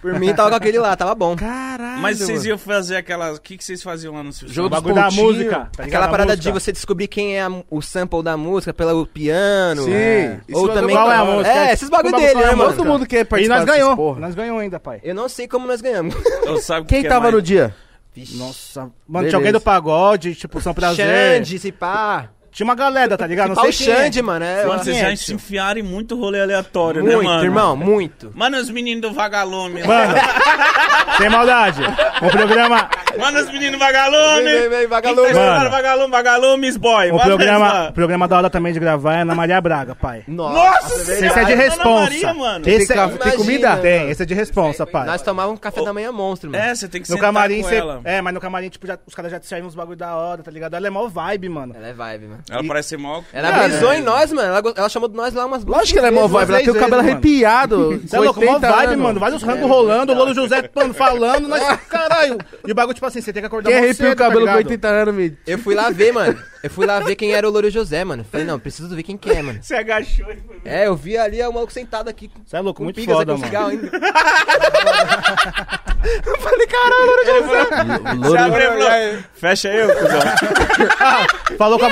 [SPEAKER 4] por mim, tava com aquele lá, tava bom.
[SPEAKER 2] Caralho,
[SPEAKER 1] Mas vocês
[SPEAKER 2] mano.
[SPEAKER 1] iam fazer aquelas... O que, que vocês faziam lá no seu
[SPEAKER 3] O
[SPEAKER 2] Jogo
[SPEAKER 3] bagulho da
[SPEAKER 2] pontinhos.
[SPEAKER 3] música. tá ligado?
[SPEAKER 4] Aquela
[SPEAKER 3] Da
[SPEAKER 4] parada
[SPEAKER 3] música.
[SPEAKER 4] de você descobrir quem é a- o sample da música pelo piano.
[SPEAKER 2] Sim.
[SPEAKER 4] É.
[SPEAKER 2] Esse
[SPEAKER 4] Ou
[SPEAKER 2] bagulho
[SPEAKER 4] também.
[SPEAKER 3] qual é a música?
[SPEAKER 4] É, esses bagulho
[SPEAKER 3] Qual
[SPEAKER 4] dele,
[SPEAKER 3] bagulho
[SPEAKER 4] né,
[SPEAKER 3] é a
[SPEAKER 4] mano?
[SPEAKER 2] Todo mundo quer
[SPEAKER 3] E
[SPEAKER 2] participar
[SPEAKER 3] nós
[SPEAKER 2] dessas
[SPEAKER 3] ganhou.
[SPEAKER 2] porra.
[SPEAKER 3] Nós ganhou ainda, pai.
[SPEAKER 4] Eu não sei como nós ganhamos.
[SPEAKER 1] Eu sabe o
[SPEAKER 2] Quem
[SPEAKER 1] que
[SPEAKER 2] tava
[SPEAKER 1] é
[SPEAKER 2] no
[SPEAKER 1] mais...
[SPEAKER 2] dia?
[SPEAKER 3] Nossa, mano,
[SPEAKER 2] Beleza.
[SPEAKER 3] tinha alguém do pagode, tipo, São Prazer.
[SPEAKER 4] Xande, se pá.
[SPEAKER 3] Tinha uma galera, tá ligado? Não
[SPEAKER 4] Pá,
[SPEAKER 3] sei
[SPEAKER 4] o
[SPEAKER 3] quem é.
[SPEAKER 4] Xande, mano. É,
[SPEAKER 1] Mano, vocês já
[SPEAKER 3] Quem é,
[SPEAKER 1] se
[SPEAKER 3] tio?
[SPEAKER 1] enfiaram em muito rolê aleatório, né,
[SPEAKER 4] muito,
[SPEAKER 1] mano?
[SPEAKER 4] irmão, muito.
[SPEAKER 1] Mano, os meninos do vagalume. lá.
[SPEAKER 3] Mano, sem maldade. Um programa,
[SPEAKER 1] Manda os meninos vagalume.
[SPEAKER 4] Vem, vem, vem, vagalume.
[SPEAKER 1] Quem tá escutando
[SPEAKER 3] Mano.
[SPEAKER 1] vagalume, vagalumes, boy.
[SPEAKER 3] O
[SPEAKER 1] Manda
[SPEAKER 3] programa,
[SPEAKER 1] eles
[SPEAKER 3] o
[SPEAKER 1] lá.
[SPEAKER 3] programa da hora também de gravar é Ana Maria Braga, pai.
[SPEAKER 1] Nossa
[SPEAKER 3] Esse é de
[SPEAKER 1] Ana
[SPEAKER 3] responsa.
[SPEAKER 1] Maria, mano.
[SPEAKER 3] Esse é-
[SPEAKER 2] Tem
[SPEAKER 4] que- tem comida?
[SPEAKER 3] Tem, esse é de responsa, pai.
[SPEAKER 4] Nós tomávamos um café da manhã monstro, mano.
[SPEAKER 1] É, você tem que
[SPEAKER 3] No
[SPEAKER 1] sentar
[SPEAKER 3] camarim,
[SPEAKER 1] com
[SPEAKER 3] cê-
[SPEAKER 1] ela.
[SPEAKER 3] É, mas no camarim, tipo, já- os caras já te servem uns bagulho da hora, tá ligado? Ela é mó vibe, mano.
[SPEAKER 4] Ela é vibe, mano.
[SPEAKER 1] Ela parece ser mó...
[SPEAKER 4] Ela
[SPEAKER 2] Cara,
[SPEAKER 4] brisou
[SPEAKER 2] é.
[SPEAKER 4] em nós, mano. Ela, go- ela chamou de nós lá umas
[SPEAKER 2] Lógico que ela é mó
[SPEAKER 3] Duas
[SPEAKER 2] vibe, ela tem o
[SPEAKER 3] vezes,
[SPEAKER 2] cabelo
[SPEAKER 3] mano.
[SPEAKER 2] arrepiado.
[SPEAKER 3] Você é louco, mó vibe, mano.
[SPEAKER 2] Vai
[SPEAKER 3] Vários
[SPEAKER 1] É,
[SPEAKER 3] rangos rolando, o Lolo José mano, falando, nós, caralho. E o bagulho, tipo assim, você tem que acordar
[SPEAKER 2] Quem
[SPEAKER 3] mó
[SPEAKER 2] arrepia o
[SPEAKER 3] cedo, tá
[SPEAKER 2] cabelo com
[SPEAKER 3] ligado?
[SPEAKER 2] 80 anos, me...
[SPEAKER 4] Eu fui lá ver, mano. Eu fui lá ver quem era o Louro José, mano. Falei, não, preciso ver quem que é, mano.
[SPEAKER 1] Você agachou e foi...
[SPEAKER 4] É, eu vi ali é o maluco sentado aqui. com-
[SPEAKER 3] Você é louco,
[SPEAKER 4] com
[SPEAKER 3] muito
[SPEAKER 4] pigas,
[SPEAKER 3] foda,
[SPEAKER 4] né, com
[SPEAKER 3] mano.
[SPEAKER 4] cigarro ainda. eu falei, caralho, Louro José.
[SPEAKER 1] Você abriu e falou, Fecha eu, cuzão.
[SPEAKER 3] Falou com a...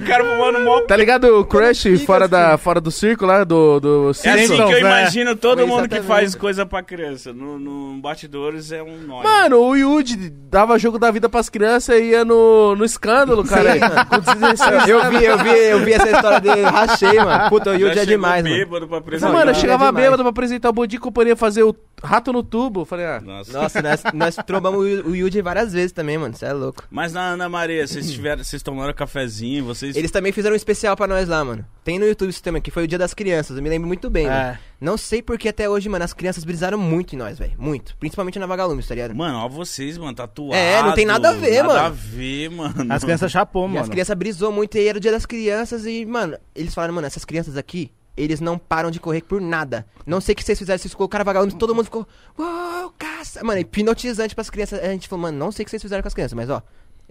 [SPEAKER 1] O cara fumando mó...
[SPEAKER 2] Tá ligado o Crush fora, da, fora do circo lá, do, do
[SPEAKER 1] É assim
[SPEAKER 2] Simpsons?
[SPEAKER 1] que eu
[SPEAKER 3] velho.
[SPEAKER 1] imagino todo
[SPEAKER 4] Exatamente.
[SPEAKER 1] mundo que faz coisa pra criança. No, no Batidores é um nó.
[SPEAKER 2] Mano, o Yudi dava jogo da vida pras crianças e ia no, no escândalo, cara. Com 16 anos.
[SPEAKER 4] Eu vi, eu vi, eu vi essa história dele, rachei, mano. Puta, o
[SPEAKER 1] Já
[SPEAKER 4] Yudi é
[SPEAKER 1] chegou
[SPEAKER 4] demais, mano.
[SPEAKER 1] bêbado pra
[SPEAKER 2] Não,
[SPEAKER 1] prisão.
[SPEAKER 2] mano, eu
[SPEAKER 4] não,
[SPEAKER 2] chegava
[SPEAKER 4] é demais.
[SPEAKER 2] bêbado pra apresentar o Bom Dia e Companhia, fazer o rato no tubo. Eu Falei, ah,
[SPEAKER 1] Nossa.
[SPEAKER 4] Nossa, nós, nós trombamos o Yu- o Yudi várias vezes também, mano. Você é louco.
[SPEAKER 1] Mas na Ana Maria, vocês tiveram, vocês tomaram cafezinho, vocês...
[SPEAKER 4] Eles também fizeram um especial pra nós lá, mano. Tem no YouTube isso também, que foi o Dia das Crianças. Eu me lembro muito bem,
[SPEAKER 3] É.
[SPEAKER 4] mano. Não sei porque até hoje, mano, as crianças brisaram muito em nós, velho. Muito. Principalmente na Vagalumes, tá ligado?
[SPEAKER 1] Mano, ó vocês, mano, tatuado.
[SPEAKER 4] É, não tem nada a ver,
[SPEAKER 1] Nada
[SPEAKER 4] mano.
[SPEAKER 1] a ver, mano.
[SPEAKER 3] As crianças chapou,
[SPEAKER 4] E
[SPEAKER 3] mano.
[SPEAKER 4] as crianças brisou muito e era o dia das crianças e, mano, eles falaram, mano, essas crianças aqui, eles não param de correr por nada. Não sei o que vocês fizeram, vocês colocaram vagalumes, todo mundo ficou, uau, caça. Mano, hipnotizante pras crianças. A gente falou, mano, não sei o que vocês fizeram com as crianças, mas ó,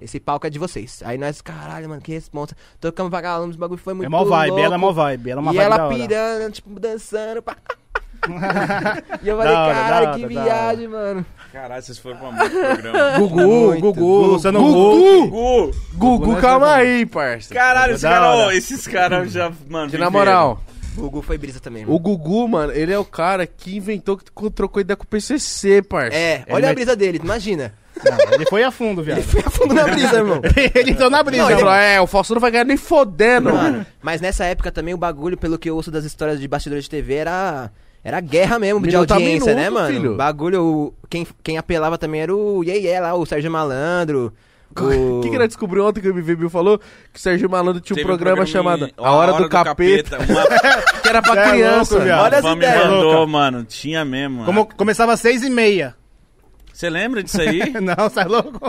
[SPEAKER 4] esse palco é de vocês. Aí nós, caralho, mano, que responsa. Tocamos vagalumes, o bagulho foi muito
[SPEAKER 3] É mó vibe,
[SPEAKER 4] louco.
[SPEAKER 3] ela é mó vibe. Ela é uma
[SPEAKER 4] e
[SPEAKER 3] vibe da
[SPEAKER 4] ela
[SPEAKER 3] hora.
[SPEAKER 4] pirando, tipo, dançando, pá. e eu
[SPEAKER 3] Da
[SPEAKER 4] falei,
[SPEAKER 3] hora, da
[SPEAKER 4] caralho,
[SPEAKER 3] hora,
[SPEAKER 4] que
[SPEAKER 3] da
[SPEAKER 4] viagem, mano.
[SPEAKER 1] Caralho, vocês foram pra muito programa.
[SPEAKER 3] Gugu, Gugu, Luciano Huck.
[SPEAKER 2] Gugu!
[SPEAKER 1] Gugu!
[SPEAKER 2] Gugu, calma aí, parça.
[SPEAKER 1] Caralho, esse
[SPEAKER 3] Da
[SPEAKER 1] cara,
[SPEAKER 3] hora.
[SPEAKER 1] ô, esses caras já, mano.
[SPEAKER 2] Que na moral,
[SPEAKER 4] O Gugu foi brisa também, mano.
[SPEAKER 2] o Gugu, mano, ele é o cara que inventou, que trocou ideia com o PCC, parça.
[SPEAKER 4] É, olha a brisa dele, imagina.
[SPEAKER 3] Não, ele foi a fundo, viado.
[SPEAKER 4] Foi a fundo na brisa, irmão.
[SPEAKER 3] ele entrou na brisa,
[SPEAKER 2] Não, ele
[SPEAKER 3] mano.
[SPEAKER 2] falou, é, o Faustão não vai ganhar nem fodendo.
[SPEAKER 4] Mano, mas nessa época também o bagulho, pelo que eu ouço das histórias de bastidores de TV, era. Era guerra mesmo de
[SPEAKER 2] Minuto a
[SPEAKER 4] audiência,
[SPEAKER 2] minuto,
[SPEAKER 4] né, mano?
[SPEAKER 2] filho.
[SPEAKER 4] Bagulho, o- quem, quem apelava também era o Ye Ye lá, o Sérgio Malandro. O
[SPEAKER 2] O que, que nós descobriu ontem que o MV Bill falou? Que o Sérgio Malandro tinha um programa, chamado A Hora, do, Capeta, que era pra
[SPEAKER 3] Cê é
[SPEAKER 2] criança.
[SPEAKER 3] louco, viado.
[SPEAKER 4] Olha
[SPEAKER 1] Olha
[SPEAKER 4] as
[SPEAKER 1] as me
[SPEAKER 4] ideias,
[SPEAKER 1] mandou,
[SPEAKER 3] louca.
[SPEAKER 1] mano. Tinha mesmo.
[SPEAKER 3] Como, começava às seis e meia.
[SPEAKER 1] Você lembra disso aí?
[SPEAKER 3] Não, sai louco.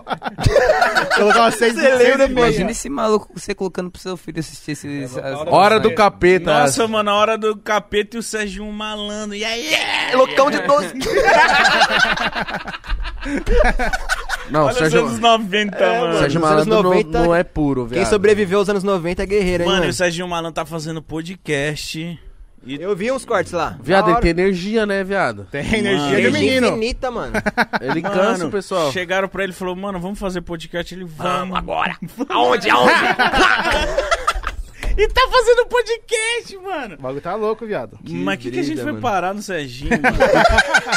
[SPEAKER 3] Colocava seis,
[SPEAKER 4] Você
[SPEAKER 3] seis
[SPEAKER 4] lembra,
[SPEAKER 3] e meia.
[SPEAKER 6] Imagina esse maluco você colocando pro seu filho assistir esses. as-
[SPEAKER 2] Hora do
[SPEAKER 6] as-
[SPEAKER 2] Capeta.
[SPEAKER 1] Nossa, mano, a Hora do Capeta e o Sérgio um malandro. E aí?
[SPEAKER 4] É loucão de 12.
[SPEAKER 2] Não,
[SPEAKER 1] Olha
[SPEAKER 2] Sérgio,
[SPEAKER 1] os anos 90, mano.
[SPEAKER 2] Sérgio
[SPEAKER 4] Nos anos
[SPEAKER 2] Malandro não-
[SPEAKER 4] 90,
[SPEAKER 2] não, é puro, velho.
[SPEAKER 4] quem sobreviveu aos anos 90 é guerreiro, hein,
[SPEAKER 1] Mano,
[SPEAKER 4] mano?
[SPEAKER 1] e o Sérgio Malandro tá fazendo podcast. E...
[SPEAKER 4] Eu vi uns cortes lá.
[SPEAKER 2] Viado,
[SPEAKER 4] Da
[SPEAKER 2] ele
[SPEAKER 4] hora.
[SPEAKER 2] tem energia, né, viado?
[SPEAKER 3] Tem energia
[SPEAKER 1] Mano.
[SPEAKER 3] de
[SPEAKER 4] Energia
[SPEAKER 3] menino.
[SPEAKER 4] infinita, mano.
[SPEAKER 2] Ele
[SPEAKER 1] Mano,
[SPEAKER 2] cansa o pessoal.
[SPEAKER 1] Chegaram pra ele e falou, mano, vamos fazer podcast. Ele, vamos. agora.
[SPEAKER 4] Aonde, aonde?
[SPEAKER 1] E tá fazendo podcast, mano.
[SPEAKER 3] O bagulho tá louco, viado.
[SPEAKER 1] Mas o que, que a gente
[SPEAKER 4] brisa,
[SPEAKER 1] foi
[SPEAKER 4] mano.
[SPEAKER 1] parar no Serginho, mano?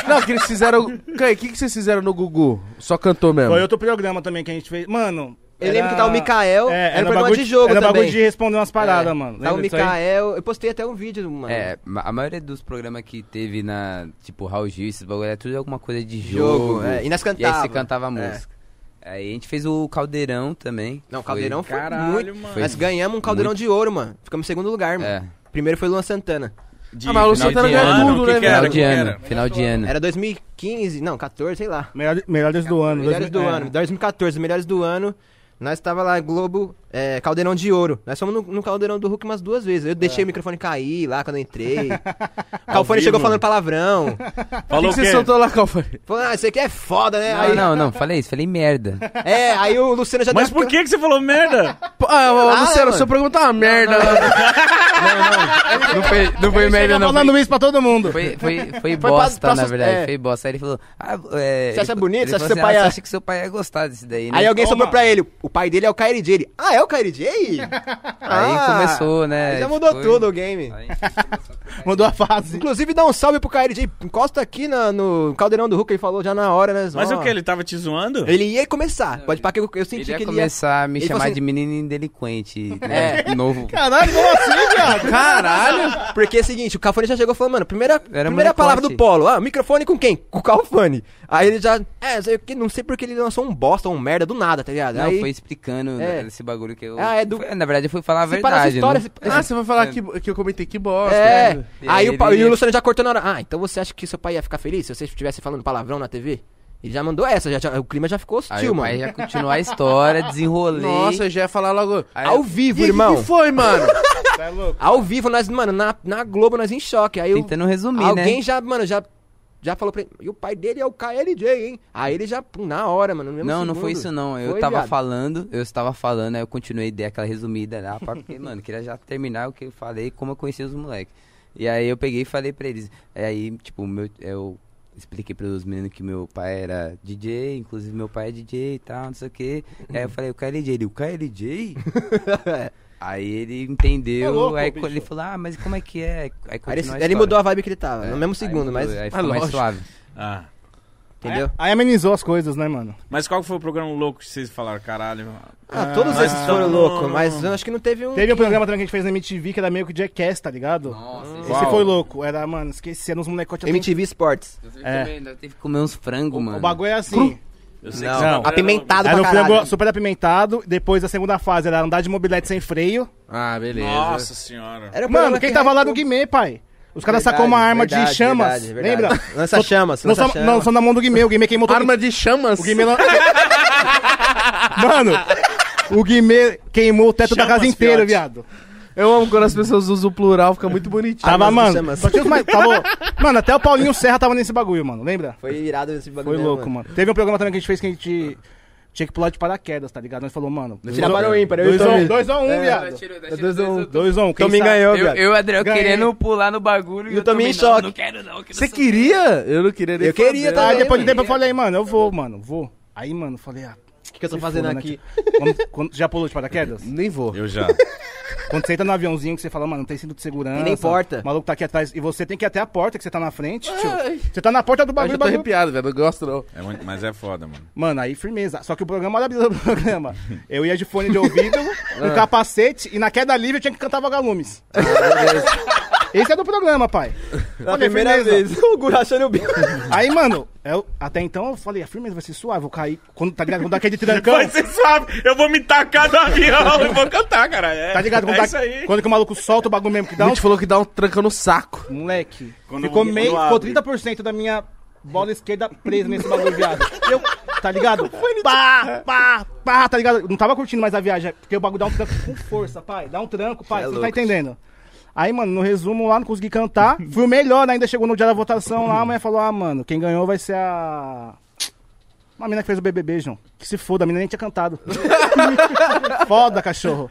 [SPEAKER 2] Não, que eles fizeram... Cara, o que, que vocês fizeram no Gugu? Só cantou mesmo.
[SPEAKER 3] Foi outro programa também que a gente fez. Mano.
[SPEAKER 4] Eu lembro que tá o Mikael,
[SPEAKER 3] É,
[SPEAKER 4] era,
[SPEAKER 3] era
[SPEAKER 4] um programa
[SPEAKER 3] bagulho
[SPEAKER 4] de jogo
[SPEAKER 3] Era
[SPEAKER 4] também.
[SPEAKER 3] bagulho de responder umas paradas,
[SPEAKER 4] É,
[SPEAKER 3] mano.
[SPEAKER 4] Tá o
[SPEAKER 3] Lembra disso aí?
[SPEAKER 4] Mikael, eu postei até um vídeo, mano.
[SPEAKER 6] É, ma- a maioria dos programas que teve na. Tipo, Raul Gil, esses bagulho, era tudo alguma coisa de jogo.
[SPEAKER 4] Jogo, é, e nós
[SPEAKER 6] E aí
[SPEAKER 4] cantava.
[SPEAKER 6] você cantava a
[SPEAKER 4] É.
[SPEAKER 6] música. Aí a gente fez o Caldeirão também.
[SPEAKER 4] Não, o
[SPEAKER 6] Foi-
[SPEAKER 4] Caldeirão foi,
[SPEAKER 1] Caralho,
[SPEAKER 4] muito...
[SPEAKER 1] mano.
[SPEAKER 2] Ah,
[SPEAKER 4] Nós ganhamos um Caldeirão de ouro, mano. Ficamos em segundo lugar, mano.
[SPEAKER 6] É.
[SPEAKER 4] Primeiro foi Luan Santana.
[SPEAKER 1] De
[SPEAKER 2] Ah, mas o
[SPEAKER 1] final
[SPEAKER 2] Santana
[SPEAKER 1] de
[SPEAKER 2] ganhou
[SPEAKER 1] ano,
[SPEAKER 2] tudo,
[SPEAKER 1] o que
[SPEAKER 2] né,
[SPEAKER 1] que
[SPEAKER 2] velho?
[SPEAKER 1] era,
[SPEAKER 6] Final
[SPEAKER 1] o que
[SPEAKER 6] de
[SPEAKER 1] que
[SPEAKER 6] ano.
[SPEAKER 1] era?
[SPEAKER 6] Final de ano.
[SPEAKER 4] Era 2015, não, 14, sei lá.
[SPEAKER 3] Melhor- melhores do ano.
[SPEAKER 4] Melhores do
[SPEAKER 3] dois- é.
[SPEAKER 4] ano, 2014, melhores do ano. Nós tava lá, Globo, é, Caldeirão de Ouro. Nós fomos no, no Caldeirão do Hulk umas duas vezes. Eu deixei o microfone cair lá quando eu entrei. o
[SPEAKER 1] Ao
[SPEAKER 4] Calfone
[SPEAKER 1] vivo.
[SPEAKER 4] chegou falando palavrão.
[SPEAKER 2] O que,
[SPEAKER 1] Falou
[SPEAKER 2] que
[SPEAKER 1] o quê?
[SPEAKER 2] você soltou lá, Calfari?
[SPEAKER 4] Falou, ah, isso aqui é foda, né?
[SPEAKER 6] Não,
[SPEAKER 4] aí,
[SPEAKER 6] Ah, não, não, falei isso, falei merda.
[SPEAKER 4] É, aí o Luciano já
[SPEAKER 1] Mas
[SPEAKER 4] deu-
[SPEAKER 1] por que, que você falou merda?
[SPEAKER 2] Ah, ô,
[SPEAKER 4] lá,
[SPEAKER 2] Luciano,
[SPEAKER 4] mano.
[SPEAKER 2] seu programa tá uma
[SPEAKER 3] Ah,
[SPEAKER 2] merda.
[SPEAKER 6] Não foi, não foi
[SPEAKER 3] Ele
[SPEAKER 6] merda,
[SPEAKER 3] chega
[SPEAKER 6] não.
[SPEAKER 3] tá falando isso pra todo mundo.
[SPEAKER 6] Foi, foi, foi,
[SPEAKER 4] pra-
[SPEAKER 6] bosta,
[SPEAKER 4] pra
[SPEAKER 6] na
[SPEAKER 4] sus-
[SPEAKER 6] verdade.
[SPEAKER 4] é.
[SPEAKER 6] Foi bosta. Aí ele falou: ah, é,
[SPEAKER 4] Você acha
[SPEAKER 6] ele-
[SPEAKER 4] bonito?
[SPEAKER 6] ele
[SPEAKER 4] Você acha
[SPEAKER 6] falou
[SPEAKER 4] que seu
[SPEAKER 6] assim,
[SPEAKER 4] pai
[SPEAKER 6] ah,
[SPEAKER 4] é-
[SPEAKER 6] você acha que seu pai ia gostar desse daí, né?
[SPEAKER 4] Aí alguém
[SPEAKER 1] Toma.
[SPEAKER 4] sobrou pra ele. O pai dele é o KLJ. Ele, ah, é? é o Kyrie J?
[SPEAKER 6] Aí começou, né?
[SPEAKER 4] Ah, Aí já mudou
[SPEAKER 6] Foi-
[SPEAKER 4] tudo o game.
[SPEAKER 6] Aí-
[SPEAKER 3] Mudou a fase.
[SPEAKER 4] Inclusive, dá um salve pro Kyrie J. Encosta aqui na- no caldeirão do Hulk, ele falou já na hora, né? Zó?
[SPEAKER 1] Mas o que? Ele tava te zoando?
[SPEAKER 4] Ele ia começar. Pode parar que eu, eu senti
[SPEAKER 6] Ele ia
[SPEAKER 4] que ele ia...
[SPEAKER 6] começar a me
[SPEAKER 4] ele
[SPEAKER 6] chamar
[SPEAKER 4] falou assim, É.
[SPEAKER 6] de menino indelinquente, né? Novo.
[SPEAKER 3] Caralho, como assim, viado?
[SPEAKER 4] Caralho! Porque é o seguinte, o Cafone já chegou falando, mano, primeira, primeira
[SPEAKER 6] molecote.
[SPEAKER 4] palavra do polo, ah, microfone com quem? Com o Calfone. Aí ele já, é, sei o que, não sei porque ele lançou um bosta, um merda do nada, tá ligado?
[SPEAKER 6] Não,
[SPEAKER 4] Aí,
[SPEAKER 6] foi explicando né,
[SPEAKER 4] É.
[SPEAKER 6] esse bagulho que eu.
[SPEAKER 4] Ah, é do-
[SPEAKER 6] Foi- na verdade, eu fui falar a
[SPEAKER 4] se parar essa
[SPEAKER 6] verdade.
[SPEAKER 4] história,
[SPEAKER 6] não-
[SPEAKER 4] se-
[SPEAKER 2] Ah, você vai falar
[SPEAKER 1] É.
[SPEAKER 2] que, que eu comentei que bosta.
[SPEAKER 4] É,
[SPEAKER 2] né?
[SPEAKER 6] E
[SPEAKER 4] aí
[SPEAKER 6] aí
[SPEAKER 4] o, pa-
[SPEAKER 6] ele-
[SPEAKER 4] e o Luciano já cortou na hora. Ah, então você acha que seu pai ia ficar feliz se você estivesse falando palavrão na TV? Ele já mandou essa, já, já- o clima já ficou
[SPEAKER 6] Aí
[SPEAKER 4] hostil,
[SPEAKER 6] o
[SPEAKER 4] mano.
[SPEAKER 6] pai já continuou a história, desenrolei.
[SPEAKER 2] Nossa, eu já ia falar logo.
[SPEAKER 6] Aí
[SPEAKER 4] Ao
[SPEAKER 6] eu-
[SPEAKER 2] E aí,
[SPEAKER 4] vivo,
[SPEAKER 2] que
[SPEAKER 4] irmão.
[SPEAKER 2] que foi, mano?
[SPEAKER 4] é
[SPEAKER 3] Tá louco.
[SPEAKER 4] Ao vivo, nós, mano, na, na Globo, nós em choque. Aí o-
[SPEAKER 6] tentando resumir,
[SPEAKER 4] alguém
[SPEAKER 6] né?
[SPEAKER 4] já, mano, já, já falou pra ele. E o pai dele é o KLJ, hein? Aí ele já, pum, na hora, mano, no mesmo
[SPEAKER 6] Não, não foi
[SPEAKER 4] segundo.
[SPEAKER 6] isso não. Eu
[SPEAKER 4] Foi,
[SPEAKER 6] tava
[SPEAKER 4] viado.
[SPEAKER 6] falando, eu estava falando, aí eu continuei, dei aquela resumida lá, pá, porque, mano, queria já terminar o que eu falei, como eu conheci os moleques. E aí eu peguei e falei pra eles. Aí, tipo, meu, eu expliquei pros meninos que meu pai era DJ, inclusive meu pai é DJ e tal, não sei o quê. E aí eu falei, o KLJ, ele, o KLJ? aí ele entendeu,
[SPEAKER 3] Ô, louco,
[SPEAKER 6] aí
[SPEAKER 3] bicho.
[SPEAKER 6] ele falou, ah, mas como é que é?
[SPEAKER 4] Aí ele,
[SPEAKER 6] Aí, continua a
[SPEAKER 4] ele
[SPEAKER 6] história.
[SPEAKER 4] mudou a vibe que ele tava,
[SPEAKER 6] É,
[SPEAKER 4] no mesmo
[SPEAKER 6] aí
[SPEAKER 4] segundo,
[SPEAKER 6] mudou,
[SPEAKER 4] mas.
[SPEAKER 6] Aí
[SPEAKER 2] Ah,
[SPEAKER 6] ficou mais
[SPEAKER 2] lógico.
[SPEAKER 6] suave.
[SPEAKER 1] Ah.
[SPEAKER 4] Entendeu?
[SPEAKER 3] Aí, aí amenizou as coisas, né, mano?
[SPEAKER 1] Mas qual que foi o programa louco que vocês falaram, caralho? mano?
[SPEAKER 4] Ah, todos
[SPEAKER 1] Ah,
[SPEAKER 4] esses foram
[SPEAKER 1] não.
[SPEAKER 4] loucos, mas eu acho que não teve um.
[SPEAKER 3] Teve um programa também que a gente fez na MTV, que era meio que Jackass, tá ligado?
[SPEAKER 6] Nossa,
[SPEAKER 3] Esse
[SPEAKER 1] Uau.
[SPEAKER 3] foi louco. Era, mano, esqueceram os molecotes. assim.
[SPEAKER 4] MTV Sports.
[SPEAKER 3] É.
[SPEAKER 6] Também, ainda teve que comer uns frangos,
[SPEAKER 3] O,
[SPEAKER 6] mano.
[SPEAKER 3] o bagulho é assim.
[SPEAKER 1] Eu sei
[SPEAKER 4] Não.
[SPEAKER 1] esse programa-
[SPEAKER 4] Apimentado
[SPEAKER 3] Era
[SPEAKER 4] pra
[SPEAKER 3] um frango
[SPEAKER 4] caralho.
[SPEAKER 3] super apimentado. Depois, a segunda fase, era andar de mobilete sem freio.
[SPEAKER 2] Ah, beleza.
[SPEAKER 1] Nossa senhora.
[SPEAKER 4] Era um
[SPEAKER 3] Mano,
[SPEAKER 4] programa
[SPEAKER 3] quem
[SPEAKER 4] que
[SPEAKER 3] tava lá no
[SPEAKER 4] hypou.
[SPEAKER 3] Guimê, pai? Os caras
[SPEAKER 4] Verdade,
[SPEAKER 3] sacou uma arma
[SPEAKER 4] verdade,
[SPEAKER 3] de chamas,
[SPEAKER 4] verdade, verdade.
[SPEAKER 3] lembra?
[SPEAKER 4] Lança chamas,
[SPEAKER 3] Não
[SPEAKER 4] lança
[SPEAKER 3] são,
[SPEAKER 4] chamas.
[SPEAKER 3] não são na mão do Guimê, o Guimê queimou todo
[SPEAKER 2] Arma de chamas?
[SPEAKER 3] O Guimê lan... Mano, o Guimê queimou o teto da
[SPEAKER 1] Chamas,
[SPEAKER 3] casa inteira,
[SPEAKER 1] fiote.
[SPEAKER 3] viado.
[SPEAKER 2] Eu amo quando as pessoas usam o plural, fica muito bonitinho.
[SPEAKER 3] Tava,
[SPEAKER 4] Chamas,
[SPEAKER 3] mano.
[SPEAKER 4] chamas.
[SPEAKER 3] Só tinha os mais- tava- Mano, até o Paulinho Serra tava nesse bagulho, mano. Lembra?
[SPEAKER 4] Foi irado esse bagulho. né,
[SPEAKER 3] Foi
[SPEAKER 4] mesmo,
[SPEAKER 3] louco, mano. Teve um programa também que a gente fez que a gente tinha que pular de paraquedas, tá ligado? Nós falou, mano.
[SPEAKER 4] Tira para o ímpar, eu É, e
[SPEAKER 3] 2
[SPEAKER 4] o Tommy.
[SPEAKER 3] a 1, um, viado.
[SPEAKER 6] Dois a um.
[SPEAKER 3] 2 a 1. Um, quem
[SPEAKER 4] Tommy
[SPEAKER 3] sabe?
[SPEAKER 4] Então ganhou,
[SPEAKER 6] Eu,
[SPEAKER 4] viado.
[SPEAKER 6] eu e o Adriel
[SPEAKER 3] Ganhei.
[SPEAKER 6] querendo pular no bagulho.
[SPEAKER 4] E eu também em
[SPEAKER 6] não,
[SPEAKER 4] choque.
[SPEAKER 6] Não quero não, que não
[SPEAKER 2] Você
[SPEAKER 6] sou-
[SPEAKER 2] queria? Eu não queria nem
[SPEAKER 4] Eu queria
[SPEAKER 2] fazer. Ah,
[SPEAKER 4] também.
[SPEAKER 3] Aí depois de
[SPEAKER 4] mano.
[SPEAKER 3] tempo eu falei, mano, eu vou, mano, vou. Aí, mano, eu falei, ah.
[SPEAKER 4] O que, que eu tô
[SPEAKER 3] se
[SPEAKER 4] fazendo
[SPEAKER 3] foda, né,
[SPEAKER 4] aqui?
[SPEAKER 3] tio? Quando- quando- já pulou de paraquedas?
[SPEAKER 2] Nem vou.
[SPEAKER 1] Eu já.
[SPEAKER 3] Quando você entra no aviãozinho que você fala, mano, não tem cinto de segurança.
[SPEAKER 4] E nem porta.
[SPEAKER 3] O maluco tá aqui atrás. E você tem que ir até a porta que você tá na frente, tio. Você tá na porta do
[SPEAKER 2] Eu
[SPEAKER 3] bagulho,
[SPEAKER 2] já tô
[SPEAKER 3] bagulho.
[SPEAKER 2] arrepiado, velho. Não gosto, não.
[SPEAKER 1] É muito- mas é foda, mano.
[SPEAKER 3] Mano, aí firmeza. Só que o programa era bizarro o programa. Eu ia de fone de ouvido,
[SPEAKER 4] Ah.
[SPEAKER 3] um capacete e na queda livre eu tinha que cantar vagalumes. Esse é do programa, pai.
[SPEAKER 4] Na
[SPEAKER 3] Olha,
[SPEAKER 4] primeira
[SPEAKER 3] firmeza.
[SPEAKER 4] vez, o Guru achando o bico.
[SPEAKER 3] Aí, mano, eu, até então eu falei, a firmeza vai ser suave, vou cair. Quando, tá ligado? Quando dá aquele trancão.
[SPEAKER 1] Vai ser suave. Eu vou me tacar do avião e vou cantar, cara. É,
[SPEAKER 3] Tá ligado? Quando,
[SPEAKER 1] É
[SPEAKER 3] dá-
[SPEAKER 1] isso aí.
[SPEAKER 3] quando que o maluco solta o bagulho mesmo que
[SPEAKER 2] A
[SPEAKER 3] dá um.
[SPEAKER 2] gente falou que dá um trancão no saco.
[SPEAKER 3] Moleque.
[SPEAKER 1] Quando
[SPEAKER 3] ficou
[SPEAKER 1] não-
[SPEAKER 3] meio.
[SPEAKER 1] não
[SPEAKER 3] Ficou
[SPEAKER 1] abre.
[SPEAKER 3] 30% da minha bola esquerda presa nesse bagulho, viado. Eu, tá ligado? Pá, pá, pá, tá ligado? Eu Não tava curtindo mais a viagem, porque o bagulho dá um tranco com força, pai. Dá um tranco, pai. você
[SPEAKER 4] É
[SPEAKER 3] não tá
[SPEAKER 4] louco.
[SPEAKER 3] entendendo. Aí, mano, no resumo lá, não consegui cantar. Fui o melhor, né? ainda chegou no dia da votação lá, a mulher falou: ah, mano, quem ganhou vai ser a. Uma mina que fez o BBB, João. Que se foda, a mina nem tinha cantado. foda, cachorro.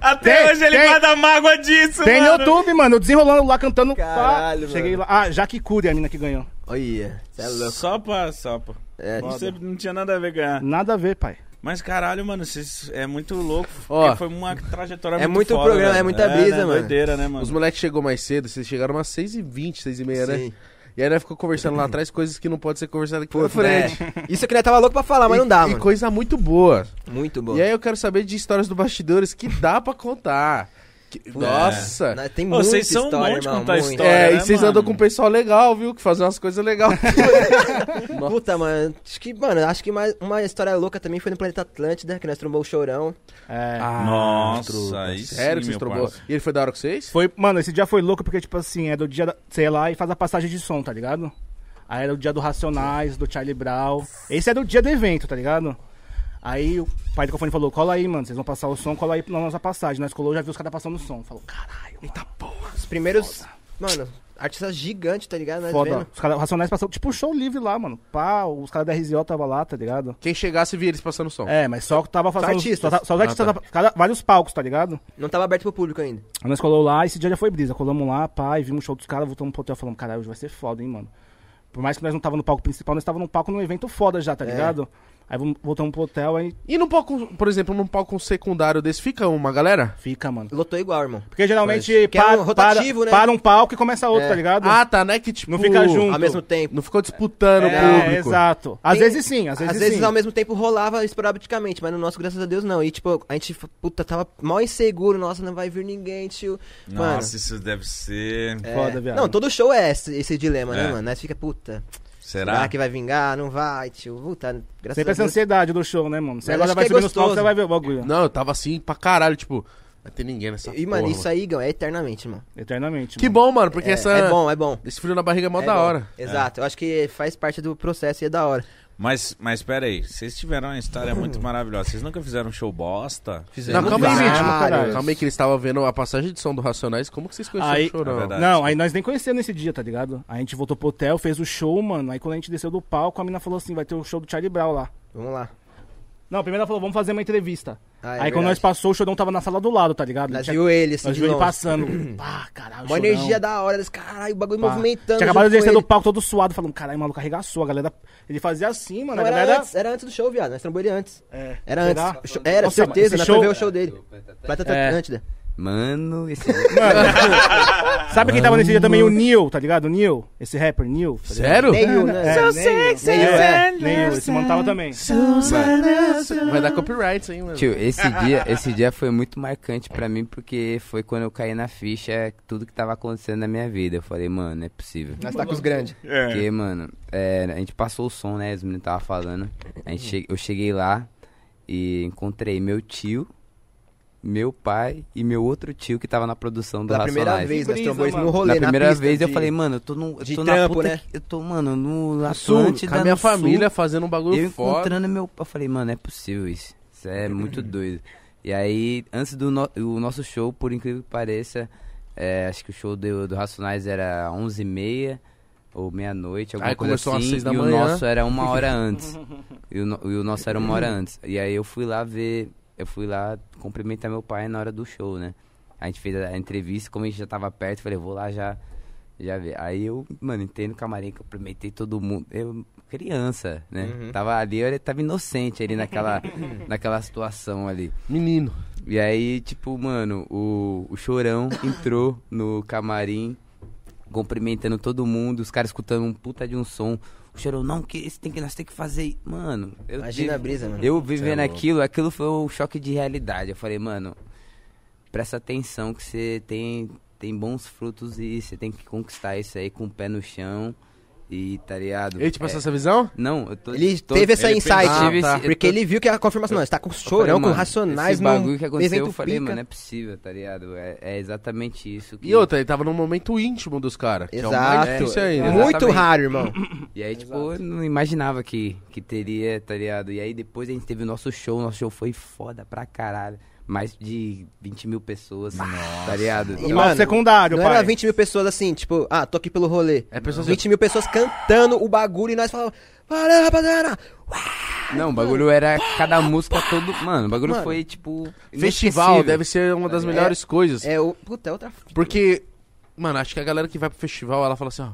[SPEAKER 1] Até
[SPEAKER 3] Tem-
[SPEAKER 1] hoje ele
[SPEAKER 3] tem-
[SPEAKER 1] guarda mágoa disso,
[SPEAKER 3] Tem no
[SPEAKER 1] mano.
[SPEAKER 3] YouTube, mano, eu desenrolando lá, cantando. pá.
[SPEAKER 4] Caralho,
[SPEAKER 3] Cheguei
[SPEAKER 4] mano.
[SPEAKER 3] lá. Ah, Jaque Cury, a mina que ganhou.
[SPEAKER 4] Olha, você é louco.
[SPEAKER 1] Sopa, sopa.
[SPEAKER 4] É,
[SPEAKER 1] Você não tinha nada a ver ganhar.
[SPEAKER 3] Nada a ver, pai.
[SPEAKER 1] Mas caralho, mano, vocês- é muito louco. porque
[SPEAKER 2] Ó,
[SPEAKER 1] foi uma trajetória
[SPEAKER 4] é
[SPEAKER 1] muito
[SPEAKER 4] muito
[SPEAKER 1] foda,
[SPEAKER 4] programa,
[SPEAKER 1] né?
[SPEAKER 4] é muita brisa,
[SPEAKER 1] né?
[SPEAKER 4] mano.
[SPEAKER 1] Doideira, né, mano?
[SPEAKER 2] Os moleques chegou mais cedo, vocês chegaram umas 6h20, 6h30, né?
[SPEAKER 4] Sim.
[SPEAKER 2] E aí nós ficou conversando lá atrás coisas que não pode ser conversado aqui na
[SPEAKER 4] Puta,
[SPEAKER 2] frente.
[SPEAKER 4] né? Isso que nós tava louco pra falar, mas não dá,
[SPEAKER 2] E
[SPEAKER 4] mano.
[SPEAKER 2] coisa muito boa.
[SPEAKER 4] Muito bom.
[SPEAKER 2] E aí eu quero saber de histórias do bastidores que dá pra contar. Que- Nossa!
[SPEAKER 4] Nós- Né, Tem
[SPEAKER 1] Pô,
[SPEAKER 4] muita
[SPEAKER 1] vocês são
[SPEAKER 4] é. história,
[SPEAKER 1] bons de
[SPEAKER 4] irmão,
[SPEAKER 1] contar
[SPEAKER 4] muita.
[SPEAKER 1] história.
[SPEAKER 2] É,
[SPEAKER 1] né,
[SPEAKER 2] e vocês
[SPEAKER 1] mano?
[SPEAKER 2] andam com um pessoal legal, viu? Que fazem umas coisas legais.
[SPEAKER 4] É, Puta, mano. Acho que, mano, acho que mais uma história louca também foi no Planeta Atlântida, que nós trombou o Chorão.
[SPEAKER 3] É.
[SPEAKER 6] Ah.
[SPEAKER 1] Nossa,
[SPEAKER 2] truta.
[SPEAKER 1] aí sim,
[SPEAKER 2] Sério que vocês
[SPEAKER 1] meu
[SPEAKER 2] trombou?
[SPEAKER 1] parça.
[SPEAKER 2] E ele foi da hora com vocês?
[SPEAKER 3] Foi, mano, esse dia foi louco porque, tipo assim, é do dia, da, sei lá, e faz a passagem de som, tá ligado? Aí era o dia do Racionais, do Charlie Brown. Esse era o dia do evento, tá ligado? Aí o pai do cofone falou, cola aí, mano, vocês vão passar o som, cola aí na nossa passagem. Nós colou, já viu os caras passando o som. Falou, caralho, eita porra.
[SPEAKER 4] Os primeiros. Mano, artistas gigantes, tá ligado? Nós
[SPEAKER 3] Foda.
[SPEAKER 4] vendo.
[SPEAKER 3] Os caras, o Racionais passou, tipo, um show livre lá, mano. Pá, os caras da RZO tava lá, tá ligado?
[SPEAKER 2] Quem chegasse via eles passando som.
[SPEAKER 3] É, mas só que tava fazendo...
[SPEAKER 4] artistas.
[SPEAKER 3] Só, só os artistas, Ah, cada- vários palcos, tá ligado?
[SPEAKER 4] Não tava aberto pro público ainda.
[SPEAKER 3] Aí nós colou lá, esse dia já foi brisa. Colamos lá, pai, vimos o show dos caras, voltamos pro hotel falando, caralho,
[SPEAKER 4] É.
[SPEAKER 3] hoje vai ser foda, hein, mano. Por mais que nós não tava no palco principal, nós tava num palco num evento foda já, tá ligado? Aí vamos- voltamos pro hotel, aí
[SPEAKER 2] E num palco, por exemplo, num palco secundário desse, fica uma galera?
[SPEAKER 3] fica, mano.
[SPEAKER 4] Lotou igual, irmão.
[SPEAKER 3] Porque geralmente
[SPEAKER 4] Pois. Que é
[SPEAKER 3] para,
[SPEAKER 4] um rotativo,
[SPEAKER 3] para,
[SPEAKER 4] né?
[SPEAKER 3] para um palco e começa outro,
[SPEAKER 4] É.
[SPEAKER 3] tá ligado?
[SPEAKER 2] Ah, tá, né? Que tipo.
[SPEAKER 3] Não fica junto.
[SPEAKER 4] Ao mesmo tempo.
[SPEAKER 2] Não ficou disputando o
[SPEAKER 3] é,
[SPEAKER 2] público.
[SPEAKER 3] exato. Às
[SPEAKER 4] Tem-
[SPEAKER 3] vezes sim, às vezes,
[SPEAKER 4] Às vezes
[SPEAKER 3] sim.
[SPEAKER 4] ao mesmo tempo rolava esporadicamente, mas no nosso, graças a Deus, não. E tipo, a gente, puta, tava mal inseguro, nossa, não vai vir ninguém, tio. Mano,
[SPEAKER 1] Nossa, isso deve ser.
[SPEAKER 4] é.
[SPEAKER 3] foda, viado.
[SPEAKER 4] Não, todo show é esse, esse dilema,
[SPEAKER 1] É.
[SPEAKER 4] né, mano? Aí você fica, puta,
[SPEAKER 1] Será?
[SPEAKER 4] será? que vai vingar? Não vai, tio. Puta, graças
[SPEAKER 3] Sempre
[SPEAKER 4] a
[SPEAKER 3] essa
[SPEAKER 4] Deus.
[SPEAKER 3] ansiedade do show, né, mano? Você
[SPEAKER 4] Mas
[SPEAKER 3] agora
[SPEAKER 4] acho
[SPEAKER 3] vai
[SPEAKER 4] que é
[SPEAKER 3] subir nos palcos,
[SPEAKER 4] gostoso.
[SPEAKER 3] você vai ver o bagulho.
[SPEAKER 2] Não, eu tava assim pra caralho, tipo, vai ter ninguém nessa.
[SPEAKER 3] assim,
[SPEAKER 4] E, mano,
[SPEAKER 2] porra,
[SPEAKER 4] isso aí, Gão, é eternamente, mano.
[SPEAKER 3] Eternamente.
[SPEAKER 2] Que
[SPEAKER 3] mano.
[SPEAKER 2] bom, mano, porque
[SPEAKER 4] é,
[SPEAKER 2] essa.
[SPEAKER 4] é bom, é bom.
[SPEAKER 2] Esse frio na barriga é mó
[SPEAKER 4] É
[SPEAKER 2] da
[SPEAKER 4] bom.
[SPEAKER 2] hora.
[SPEAKER 4] Exato, eu acho que faz parte do processo e é da hora.
[SPEAKER 1] Mas, mas pera aí, vocês tiveram uma história muito maravilhosa. Vocês nunca fizeram um show bosta?
[SPEAKER 4] é
[SPEAKER 2] Não, calma aí,
[SPEAKER 3] vários.
[SPEAKER 2] gente.
[SPEAKER 3] Caralho.
[SPEAKER 2] Calma aí, que eles estavam vendo a passagem de som do Racionais. Como que vocês conheceram o
[SPEAKER 3] Aí-
[SPEAKER 1] É
[SPEAKER 2] Chorão?
[SPEAKER 1] verdade.
[SPEAKER 3] Não, aí nós nem conhecemos nesse dia, tá ligado? Aí a gente voltou pro hotel, fez o show, mano. Aí quando a gente desceu do palco, a mina falou assim: vai ter o show do Charlie Brown lá.
[SPEAKER 4] Vamos lá.
[SPEAKER 3] Não, primeiro ela falou: vamos fazer uma entrevista.
[SPEAKER 4] Ah, é
[SPEAKER 3] aí quando
[SPEAKER 4] verdade.
[SPEAKER 3] nós passou, o Chorão tava na sala do lado, tá ligado?
[SPEAKER 4] Nós
[SPEAKER 3] Tinha-
[SPEAKER 4] viu ele, assim,
[SPEAKER 3] nós
[SPEAKER 4] de
[SPEAKER 3] viu ele
[SPEAKER 4] longe.
[SPEAKER 3] passando. Pá, caralho.
[SPEAKER 4] Uma
[SPEAKER 3] Chorão,
[SPEAKER 4] energia da hora, desse caralho, o bagulho
[SPEAKER 3] pá.
[SPEAKER 4] movimentando.
[SPEAKER 3] Tinha acabado de
[SPEAKER 4] junto com
[SPEAKER 3] descer do
[SPEAKER 4] ele.
[SPEAKER 3] palco todo suado, falando: caralho, o maluco arregaçou. A galera. Ele fazia assim, mano.
[SPEAKER 4] Não,
[SPEAKER 3] a
[SPEAKER 4] era,
[SPEAKER 3] galera.
[SPEAKER 4] antes, era antes do show, viado. Nós trombou ele antes.
[SPEAKER 3] É.
[SPEAKER 4] Era
[SPEAKER 3] Será?
[SPEAKER 4] antes. Cho- Era,
[SPEAKER 3] Nossa,
[SPEAKER 4] certeza,
[SPEAKER 3] esse
[SPEAKER 4] nós
[SPEAKER 3] show-
[SPEAKER 4] foi ver o show dele. tá, Plata
[SPEAKER 6] É.
[SPEAKER 4] Atlântida.
[SPEAKER 6] Mano, esse.
[SPEAKER 3] Sabe quem tava nesse dia também? O Neil, tá ligado? O Neil. Esse rapper, Neil. tá ligado?
[SPEAKER 2] Sério?
[SPEAKER 4] Neil, né?
[SPEAKER 3] É,
[SPEAKER 4] sexy,
[SPEAKER 3] Neil, é. Neil, esse mano tava também.
[SPEAKER 2] Vai dar copyright isso aí, mano.
[SPEAKER 6] Tio, esse dia, esse dia foi muito marcante pra mim porque foi quando eu caí na ficha tudo que tava acontecendo na minha vida. Eu falei, mano, não é possível.
[SPEAKER 4] Nós tá com os grandes.
[SPEAKER 6] Porque, mano, é, a gente passou o som, né? Os meninos tava falando. A gente che- eu cheguei lá e encontrei meu tio, meu pai e meu outro tio que tava na produção do
[SPEAKER 4] Pela primeira
[SPEAKER 6] Racionais.
[SPEAKER 4] vez,
[SPEAKER 3] Que
[SPEAKER 4] nós
[SPEAKER 3] brisa,
[SPEAKER 4] trombou eles no
[SPEAKER 3] mano.
[SPEAKER 4] rolê,
[SPEAKER 6] na primeira
[SPEAKER 4] pista
[SPEAKER 6] vez eu
[SPEAKER 4] de-
[SPEAKER 6] falei, mano, eu tô, no, eu
[SPEAKER 4] de
[SPEAKER 6] tô na
[SPEAKER 4] trampo,
[SPEAKER 6] puta
[SPEAKER 4] né?
[SPEAKER 6] que- Eu tô, mano, no
[SPEAKER 2] Sul,
[SPEAKER 6] Atlântida,
[SPEAKER 2] com a minha
[SPEAKER 6] no sul,
[SPEAKER 2] família fazendo um bagulho
[SPEAKER 6] eu
[SPEAKER 2] foda.
[SPEAKER 6] encontrando meu. Eu falei, mano, é possível isso. Isso é muito doido. E aí, antes do no- o nosso show, por incrível que pareça, é, acho que o show do, do Racionais era 11h30 ou meia-noite, alguma
[SPEAKER 2] Aí
[SPEAKER 6] coisa
[SPEAKER 2] começou às
[SPEAKER 6] assim.
[SPEAKER 2] seis da
[SPEAKER 6] e
[SPEAKER 2] manhã.
[SPEAKER 6] o nosso era uma hora antes. e, o, no- e o nosso era uma hora antes. E aí eu fui lá ver, eu fui lá cumprimentar meu pai na hora do show, né? A gente fez a entrevista, como a gente já tava perto, eu falei, vou lá já, já ver. Aí eu, mano, entrei no camarim, cumprimentei todo mundo. Eu, criança, né?
[SPEAKER 4] Uhum.
[SPEAKER 6] Tava ali, eu era- tava inocente ali naquela, naquela situação ali.
[SPEAKER 2] Menino.
[SPEAKER 6] E aí, tipo, mano, o, o Chorão entrou no camarim, cumprimentando todo mundo, os caras escutando um puta de um som. O Chorão, não, que esse tem que, nós tem que fazer. Mano, eu
[SPEAKER 4] Imagina a
[SPEAKER 6] tive-
[SPEAKER 4] brisa, mano.
[SPEAKER 6] eu vivendo aquilo, aquilo foi um choque de realidade. Eu falei, mano, presta atenção que você tem, tem bons frutos e você tem que conquistar isso aí com o pé no chão e tá ligado?
[SPEAKER 2] Ele te passou tipo,
[SPEAKER 6] É,
[SPEAKER 2] essa visão?
[SPEAKER 6] Não, eu tô.
[SPEAKER 4] Ele
[SPEAKER 6] tô-
[SPEAKER 4] teve essa
[SPEAKER 1] ele
[SPEAKER 4] insight,
[SPEAKER 2] fez- Ah,
[SPEAKER 6] tive
[SPEAKER 2] tá.
[SPEAKER 6] esse- eu
[SPEAKER 4] porque
[SPEAKER 6] tô-
[SPEAKER 4] ele viu que a confirmação, nós tá com
[SPEAKER 6] eu falei,
[SPEAKER 4] chorão, com
[SPEAKER 6] Tipo, é um mano,
[SPEAKER 4] racionais,
[SPEAKER 6] Esse
[SPEAKER 4] num
[SPEAKER 6] bagulho que aconteceu, eu
[SPEAKER 4] evento
[SPEAKER 6] falei,
[SPEAKER 4] pica.
[SPEAKER 6] mano, é possível, tá ligado? É, é exatamente isso. Que...
[SPEAKER 2] E outra, ele tava num momento íntimo dos caras. que É o mais
[SPEAKER 4] Exato.
[SPEAKER 2] difícil ainda.
[SPEAKER 6] né?
[SPEAKER 4] Muito
[SPEAKER 6] Exatamente.
[SPEAKER 4] raro, irmão.
[SPEAKER 6] E aí, tipo, eu não imaginava que, que teria, tá ligado? E aí depois a gente teve o nosso show, nosso show foi foda pra caralho. Mais de 20 mil pessoas, tá
[SPEAKER 4] E,
[SPEAKER 6] ligado?
[SPEAKER 3] E
[SPEAKER 4] mano,
[SPEAKER 3] mano, secundário,
[SPEAKER 4] Não
[SPEAKER 3] pai.
[SPEAKER 4] era 20 mil pessoas assim, tipo, ah, tô aqui pelo rolê.
[SPEAKER 2] É pessoas
[SPEAKER 4] 20 mil pessoas cantando o bagulho e nós falamos, para, rapaziada!
[SPEAKER 6] Não, o bagulho era cada música todo. Mano, o bagulho
[SPEAKER 4] Mano,
[SPEAKER 6] foi tipo.
[SPEAKER 2] Festival
[SPEAKER 6] inesquecível.
[SPEAKER 2] deve ser uma das
[SPEAKER 4] É.
[SPEAKER 2] melhores coisas.
[SPEAKER 4] É, o... puta, é outra.
[SPEAKER 2] Porque, mano, acho que a galera que vai pro festival, ela fala assim, ó,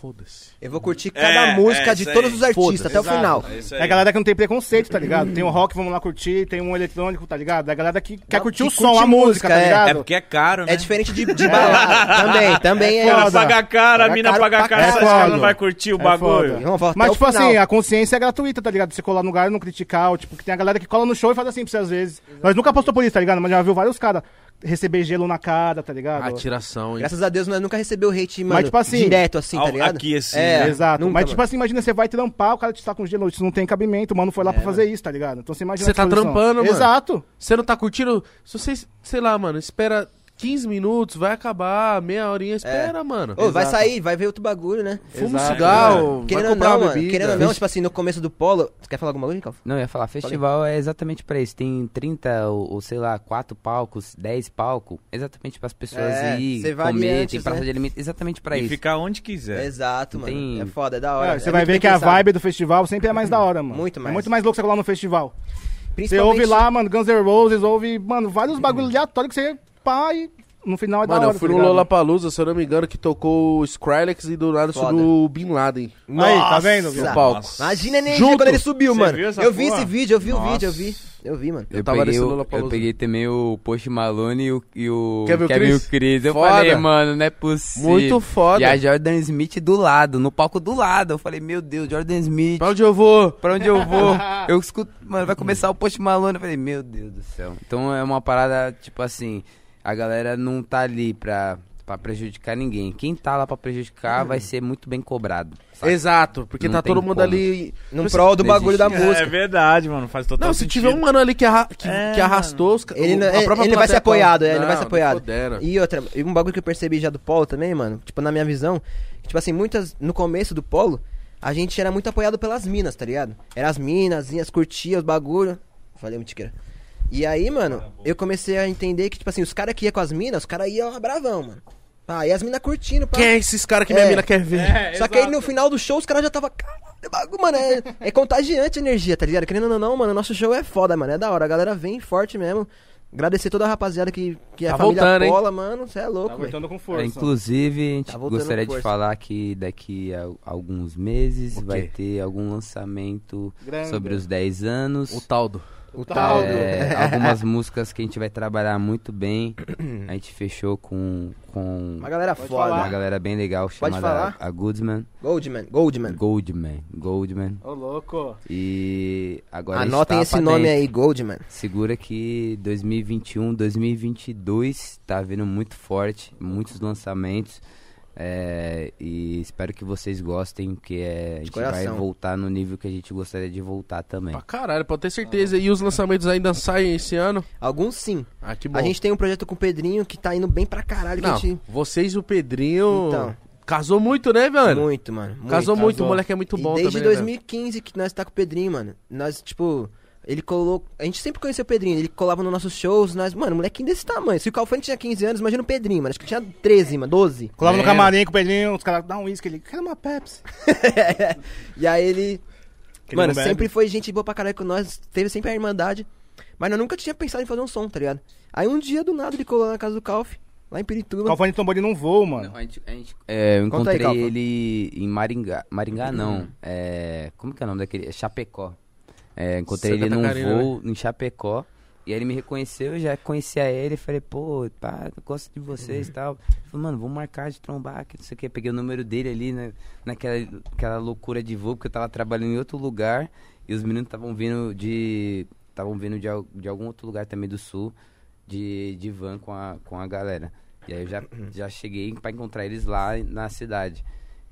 [SPEAKER 2] foda-se.
[SPEAKER 4] Eu vou curtir cada
[SPEAKER 1] É,
[SPEAKER 4] música
[SPEAKER 1] é,
[SPEAKER 4] de
[SPEAKER 1] isso
[SPEAKER 4] todos
[SPEAKER 1] aí.
[SPEAKER 4] os artistas até
[SPEAKER 3] Exato.
[SPEAKER 4] o final.
[SPEAKER 1] É isso aí.
[SPEAKER 3] É a galera que não tem preconceito, tá ligado? Tem o rock, vamos lá curtir, tem um eletrônico, tá ligado? É a galera que quer
[SPEAKER 4] Não,
[SPEAKER 3] curtir
[SPEAKER 4] que
[SPEAKER 3] o som,
[SPEAKER 4] curte
[SPEAKER 3] a música,
[SPEAKER 4] música,
[SPEAKER 3] tá
[SPEAKER 4] é.
[SPEAKER 3] ligado?
[SPEAKER 1] É porque é caro, né?
[SPEAKER 4] É diferente de, de balada. também, também é.
[SPEAKER 1] O cara
[SPEAKER 4] isso.
[SPEAKER 1] paga caro, a
[SPEAKER 4] Paga
[SPEAKER 1] mina
[SPEAKER 4] caro
[SPEAKER 1] paga
[SPEAKER 4] pra
[SPEAKER 1] caro, essas
[SPEAKER 3] caralho.
[SPEAKER 1] caras
[SPEAKER 3] Foda.
[SPEAKER 1] não vai curtir o
[SPEAKER 3] É
[SPEAKER 1] bagulho.
[SPEAKER 3] foda.
[SPEAKER 4] Vamos até
[SPEAKER 3] Mas,
[SPEAKER 4] o
[SPEAKER 3] tipo
[SPEAKER 4] final.
[SPEAKER 3] assim, a consciência é gratuita, tá ligado? Você colar no lugar e não criticar. Ou, tipo, que tem a galera que cola no show e faz assim pra você às vezes. Nós nunca postou por isso, tá ligado? Mas já viu vários caras receber gelo na cara, tá
[SPEAKER 2] Ah,
[SPEAKER 3] ligado?
[SPEAKER 2] Atiração, hein?
[SPEAKER 4] Graças a Deus, nós nunca recebeu hate, mano,
[SPEAKER 3] tipo assim,
[SPEAKER 4] direto assim, tá
[SPEAKER 1] ao-
[SPEAKER 4] ligado?
[SPEAKER 1] aqui, assim,
[SPEAKER 4] É,
[SPEAKER 1] né?
[SPEAKER 3] Exato.
[SPEAKER 4] nunca,
[SPEAKER 3] Mas, tipo
[SPEAKER 4] mano.
[SPEAKER 3] assim, imagina, você vai trampar, o cara te tá com gelo, isso não tem cabimento, o mano foi lá
[SPEAKER 4] É,
[SPEAKER 3] pra fazer isso, tá ligado? Então você imagina.
[SPEAKER 2] Você
[SPEAKER 3] a
[SPEAKER 2] tá
[SPEAKER 3] disposição.
[SPEAKER 2] trampando, mano.
[SPEAKER 3] Exato.
[SPEAKER 2] Você não tá curtindo? Se você, sei lá, mano, espera 15 minutos, vai acabar, meia horinha, espera, mano.
[SPEAKER 4] É. Ô, vai
[SPEAKER 3] Exato. É
[SPEAKER 4] sair, vai ver outro bagulho, né?
[SPEAKER 2] Fuma um
[SPEAKER 1] Exato,
[SPEAKER 2] cigarro, vai
[SPEAKER 4] Querendo ou
[SPEAKER 2] comprar
[SPEAKER 4] não,
[SPEAKER 2] uma
[SPEAKER 4] mano,
[SPEAKER 2] bebida.
[SPEAKER 4] querendo ou não, tipo assim, no começo do polo. Você quer falar alguma coisa, Calvo?
[SPEAKER 6] Não, eu ia falar, festival é exatamente pra isso. Tem 30 ou, ou, sei lá, 4 palcos, 10 palcos, exatamente pras pessoas
[SPEAKER 4] É,
[SPEAKER 6] ir
[SPEAKER 4] ser
[SPEAKER 6] comer, tem
[SPEAKER 4] variantes,
[SPEAKER 6] praça
[SPEAKER 4] né?
[SPEAKER 6] de alimentos, exatamente pra
[SPEAKER 1] e
[SPEAKER 6] isso.
[SPEAKER 1] ficar onde quiser.
[SPEAKER 4] Exato,
[SPEAKER 6] Não
[SPEAKER 4] mano.
[SPEAKER 6] tem-
[SPEAKER 4] É foda, é da hora.
[SPEAKER 3] É, você
[SPEAKER 4] É
[SPEAKER 3] vai
[SPEAKER 4] muito
[SPEAKER 3] ver
[SPEAKER 4] bem
[SPEAKER 3] que a
[SPEAKER 4] pensado.
[SPEAKER 3] vibe do festival sempre é mais da hora, mano.
[SPEAKER 4] Muito mais.
[SPEAKER 3] É muito mais louco você colar no festival. Você
[SPEAKER 4] Principalmente-
[SPEAKER 3] ouve lá, mano, Guns N' Roses, ouve, mano, vários bagulhos aleatórios que você pá e no final é da
[SPEAKER 2] Mano,
[SPEAKER 3] hora.
[SPEAKER 2] eu fui no Lollapalooza, se eu não me engano, que tocou o Skrillex e do nada
[SPEAKER 4] Foda.
[SPEAKER 2] subiu o Bin Laden
[SPEAKER 3] Aí, tá vendo?
[SPEAKER 2] no
[SPEAKER 4] Nossa.
[SPEAKER 2] palco.
[SPEAKER 4] Imagina a energia
[SPEAKER 2] Junto.
[SPEAKER 4] quando ele subiu,
[SPEAKER 1] Você
[SPEAKER 4] mano.
[SPEAKER 1] viu essa
[SPEAKER 4] Eu vi
[SPEAKER 1] porra?
[SPEAKER 4] esse vídeo, eu vi o
[SPEAKER 1] Nossa.
[SPEAKER 4] vídeo, eu vi. Eu vi, mano.
[SPEAKER 6] Eu,
[SPEAKER 2] tava
[SPEAKER 6] peguei,
[SPEAKER 2] nesse
[SPEAKER 6] o-
[SPEAKER 2] Lollapalooza.
[SPEAKER 6] eu peguei também o Post Malone e o, e o
[SPEAKER 2] Quer ver o Chris?
[SPEAKER 6] Chris. Eu
[SPEAKER 2] Foda.
[SPEAKER 6] falei, mano, não é possível.
[SPEAKER 2] Muito foda.
[SPEAKER 6] E a Jordan Smith do lado, no palco do lado. Eu falei, meu Deus, Jordan Smith,
[SPEAKER 2] Pra onde eu vou?
[SPEAKER 6] pra onde eu vou? eu escuto, mano, vai começar o Post Malone. Eu falei, meu Deus do céu. Então é uma parada, tipo assim, a galera não tá ali pra, pra prejudicar ninguém. Quem tá lá pra
[SPEAKER 2] Uhum.
[SPEAKER 6] prejudicar vai ser muito bem cobrado. saca?
[SPEAKER 2] Exato, porque
[SPEAKER 6] Não
[SPEAKER 2] tá
[SPEAKER 6] tem
[SPEAKER 2] todo mundo
[SPEAKER 6] como.
[SPEAKER 2] ali.
[SPEAKER 4] No
[SPEAKER 2] Tipo
[SPEAKER 4] prol do
[SPEAKER 6] não
[SPEAKER 4] bagulho da
[SPEAKER 6] existe.
[SPEAKER 1] É,
[SPEAKER 4] música.
[SPEAKER 1] verdade, mano. Faz total
[SPEAKER 2] Não, se tiver um mano ali que, arra- que,
[SPEAKER 1] É,
[SPEAKER 2] que arrastou os ca-
[SPEAKER 4] Ele,
[SPEAKER 2] o-
[SPEAKER 4] não-
[SPEAKER 2] a
[SPEAKER 4] é, ele
[SPEAKER 2] própria
[SPEAKER 4] não vai ser
[SPEAKER 2] plateia
[SPEAKER 4] apoiado,
[SPEAKER 2] fala,
[SPEAKER 4] é, ele não vai ser apoiado.
[SPEAKER 2] fodera.
[SPEAKER 4] E outra, e um bagulho que eu percebi já do Polo também, mano, tipo, na minha visão, que, tipo assim, muitas. No começo do Polo, a gente era muito apoiado pelas minas, tá ligado? Era as minas, as curtia os bagulho. Falei, mentiqueira. E aí, mano, eu comecei a entender que, tipo assim, os caras que ia com as minas, os caras iam bravão, mano. Ah, e as minas curtindo, pá.
[SPEAKER 2] Quem é esses caras que minha
[SPEAKER 4] É.
[SPEAKER 2] mina quer ver?
[SPEAKER 4] Só que aí no final do show os caras já tava. Caralho, bagulho, mano, é, é contagiante a energia, tá ligado? Querendo ou não, mano, nosso show é foda, mano. É da hora. A galera vem forte mesmo. Agradecer toda a rapaziada que, que é
[SPEAKER 2] Tá
[SPEAKER 4] a família
[SPEAKER 2] voltando, hein?
[SPEAKER 4] Bola, mano. Você é
[SPEAKER 3] Tá
[SPEAKER 4] louco, velho.
[SPEAKER 3] voltando com
[SPEAKER 6] É,
[SPEAKER 3] força.
[SPEAKER 6] inclusive, a gente
[SPEAKER 4] Tá voltando
[SPEAKER 6] gostaria
[SPEAKER 4] com
[SPEAKER 6] de
[SPEAKER 4] força.
[SPEAKER 6] falar que daqui a alguns meses
[SPEAKER 2] O
[SPEAKER 6] vai
[SPEAKER 2] quê?
[SPEAKER 6] ter algum lançamento
[SPEAKER 3] Grande.
[SPEAKER 6] sobre os 10 anos.
[SPEAKER 2] O Taldo.
[SPEAKER 4] O
[SPEAKER 3] Taldo.
[SPEAKER 6] É, algumas músicas que a gente vai trabalhar muito bem. A gente fechou com, com
[SPEAKER 4] Uma galera
[SPEAKER 3] Pode
[SPEAKER 4] foda.
[SPEAKER 6] uma
[SPEAKER 3] falar.
[SPEAKER 6] galera bem legal
[SPEAKER 4] Pode
[SPEAKER 6] chamada
[SPEAKER 4] falar?
[SPEAKER 6] a Goodman.
[SPEAKER 4] Goldman, Goldman.
[SPEAKER 6] Goldman. Goldman.
[SPEAKER 3] Ô, louco.
[SPEAKER 6] E agora a gente
[SPEAKER 4] Anotem
[SPEAKER 6] tá
[SPEAKER 4] esse
[SPEAKER 6] pra
[SPEAKER 4] nome
[SPEAKER 6] dentro.
[SPEAKER 4] aí, Goldman.
[SPEAKER 6] Segura que 2021, 2022 tá vindo muito forte, muitos lançamentos. é, e espero que vocês gostem, porque é, a gente vai
[SPEAKER 4] coração.
[SPEAKER 6] voltar no nível que a gente gostaria de voltar também.
[SPEAKER 2] Pra caralho, pode ter certeza. E os lançamentos ainda saem esse ano?
[SPEAKER 4] Alguns sim.
[SPEAKER 2] Ah, que bom.
[SPEAKER 4] A gente tem um projeto com o Pedrinho que tá indo bem pra caralho. que a
[SPEAKER 2] Não,
[SPEAKER 4] gente...
[SPEAKER 2] vocês e o Pedrinho.
[SPEAKER 4] Então.
[SPEAKER 2] Casou muito, né, velho?
[SPEAKER 4] Muito, mano. Muito.
[SPEAKER 2] casou muito,
[SPEAKER 3] Casou.
[SPEAKER 2] o moleque é muito
[SPEAKER 4] E
[SPEAKER 2] bom
[SPEAKER 4] desde
[SPEAKER 2] também. né,
[SPEAKER 4] 2015 que nós tá com o Pedrinho, mano. Nós, tipo, ele colocou. A gente sempre conheceu o Pedrinho, ele colava nos nossos shows, nós. Mano, molequinho desse tamanho. Se o Calfante tinha 15 anos, imagina o Pedrinho, mano. Acho que tinha 13, mano, 12.
[SPEAKER 3] Colava no
[SPEAKER 2] Lembra.
[SPEAKER 3] camarim com o Pedrinho, os caras dão um uísque, ele quer uma Pepsi.
[SPEAKER 4] E aí ele.
[SPEAKER 3] Que ele
[SPEAKER 4] mano,
[SPEAKER 3] não bebe.
[SPEAKER 4] sempre foi gente boa pra caralho com nós, teve sempre a irmandade. Mas nós nunca tinha pensado em fazer um som, tá ligado? Aí um dia do nada ele colou na casa do Calf, lá em
[SPEAKER 3] O
[SPEAKER 4] Pirituba.
[SPEAKER 3] Calfone tombou ele num voo, mano.
[SPEAKER 6] Não, a gente- a gente- é, eu
[SPEAKER 4] Conta aí,
[SPEAKER 6] encontrei
[SPEAKER 4] Calfa.
[SPEAKER 6] ele em Maringá. Maringá não. é, como que é o nome daquele? É Chapecó. É, encontrei
[SPEAKER 2] Santa
[SPEAKER 6] ele num
[SPEAKER 2] Catarina, né?
[SPEAKER 6] voo em Chapecó. E aí ele me reconheceu, eu já conhecia ele, falei, pô, pá, eu gosto de vocês e tal. Ele Falei, mano, vamos marcar de trombar, que não sei o que. Peguei o número dele ali, né, naquela aquela loucura de voo, porque eu tava trabalhando em outro lugar e os meninos estavam vindo de. estavam vindo de, al- de algum outro lugar também do sul, de, de van com a, com a galera. E aí eu já, já cheguei pra encontrar eles lá na cidade.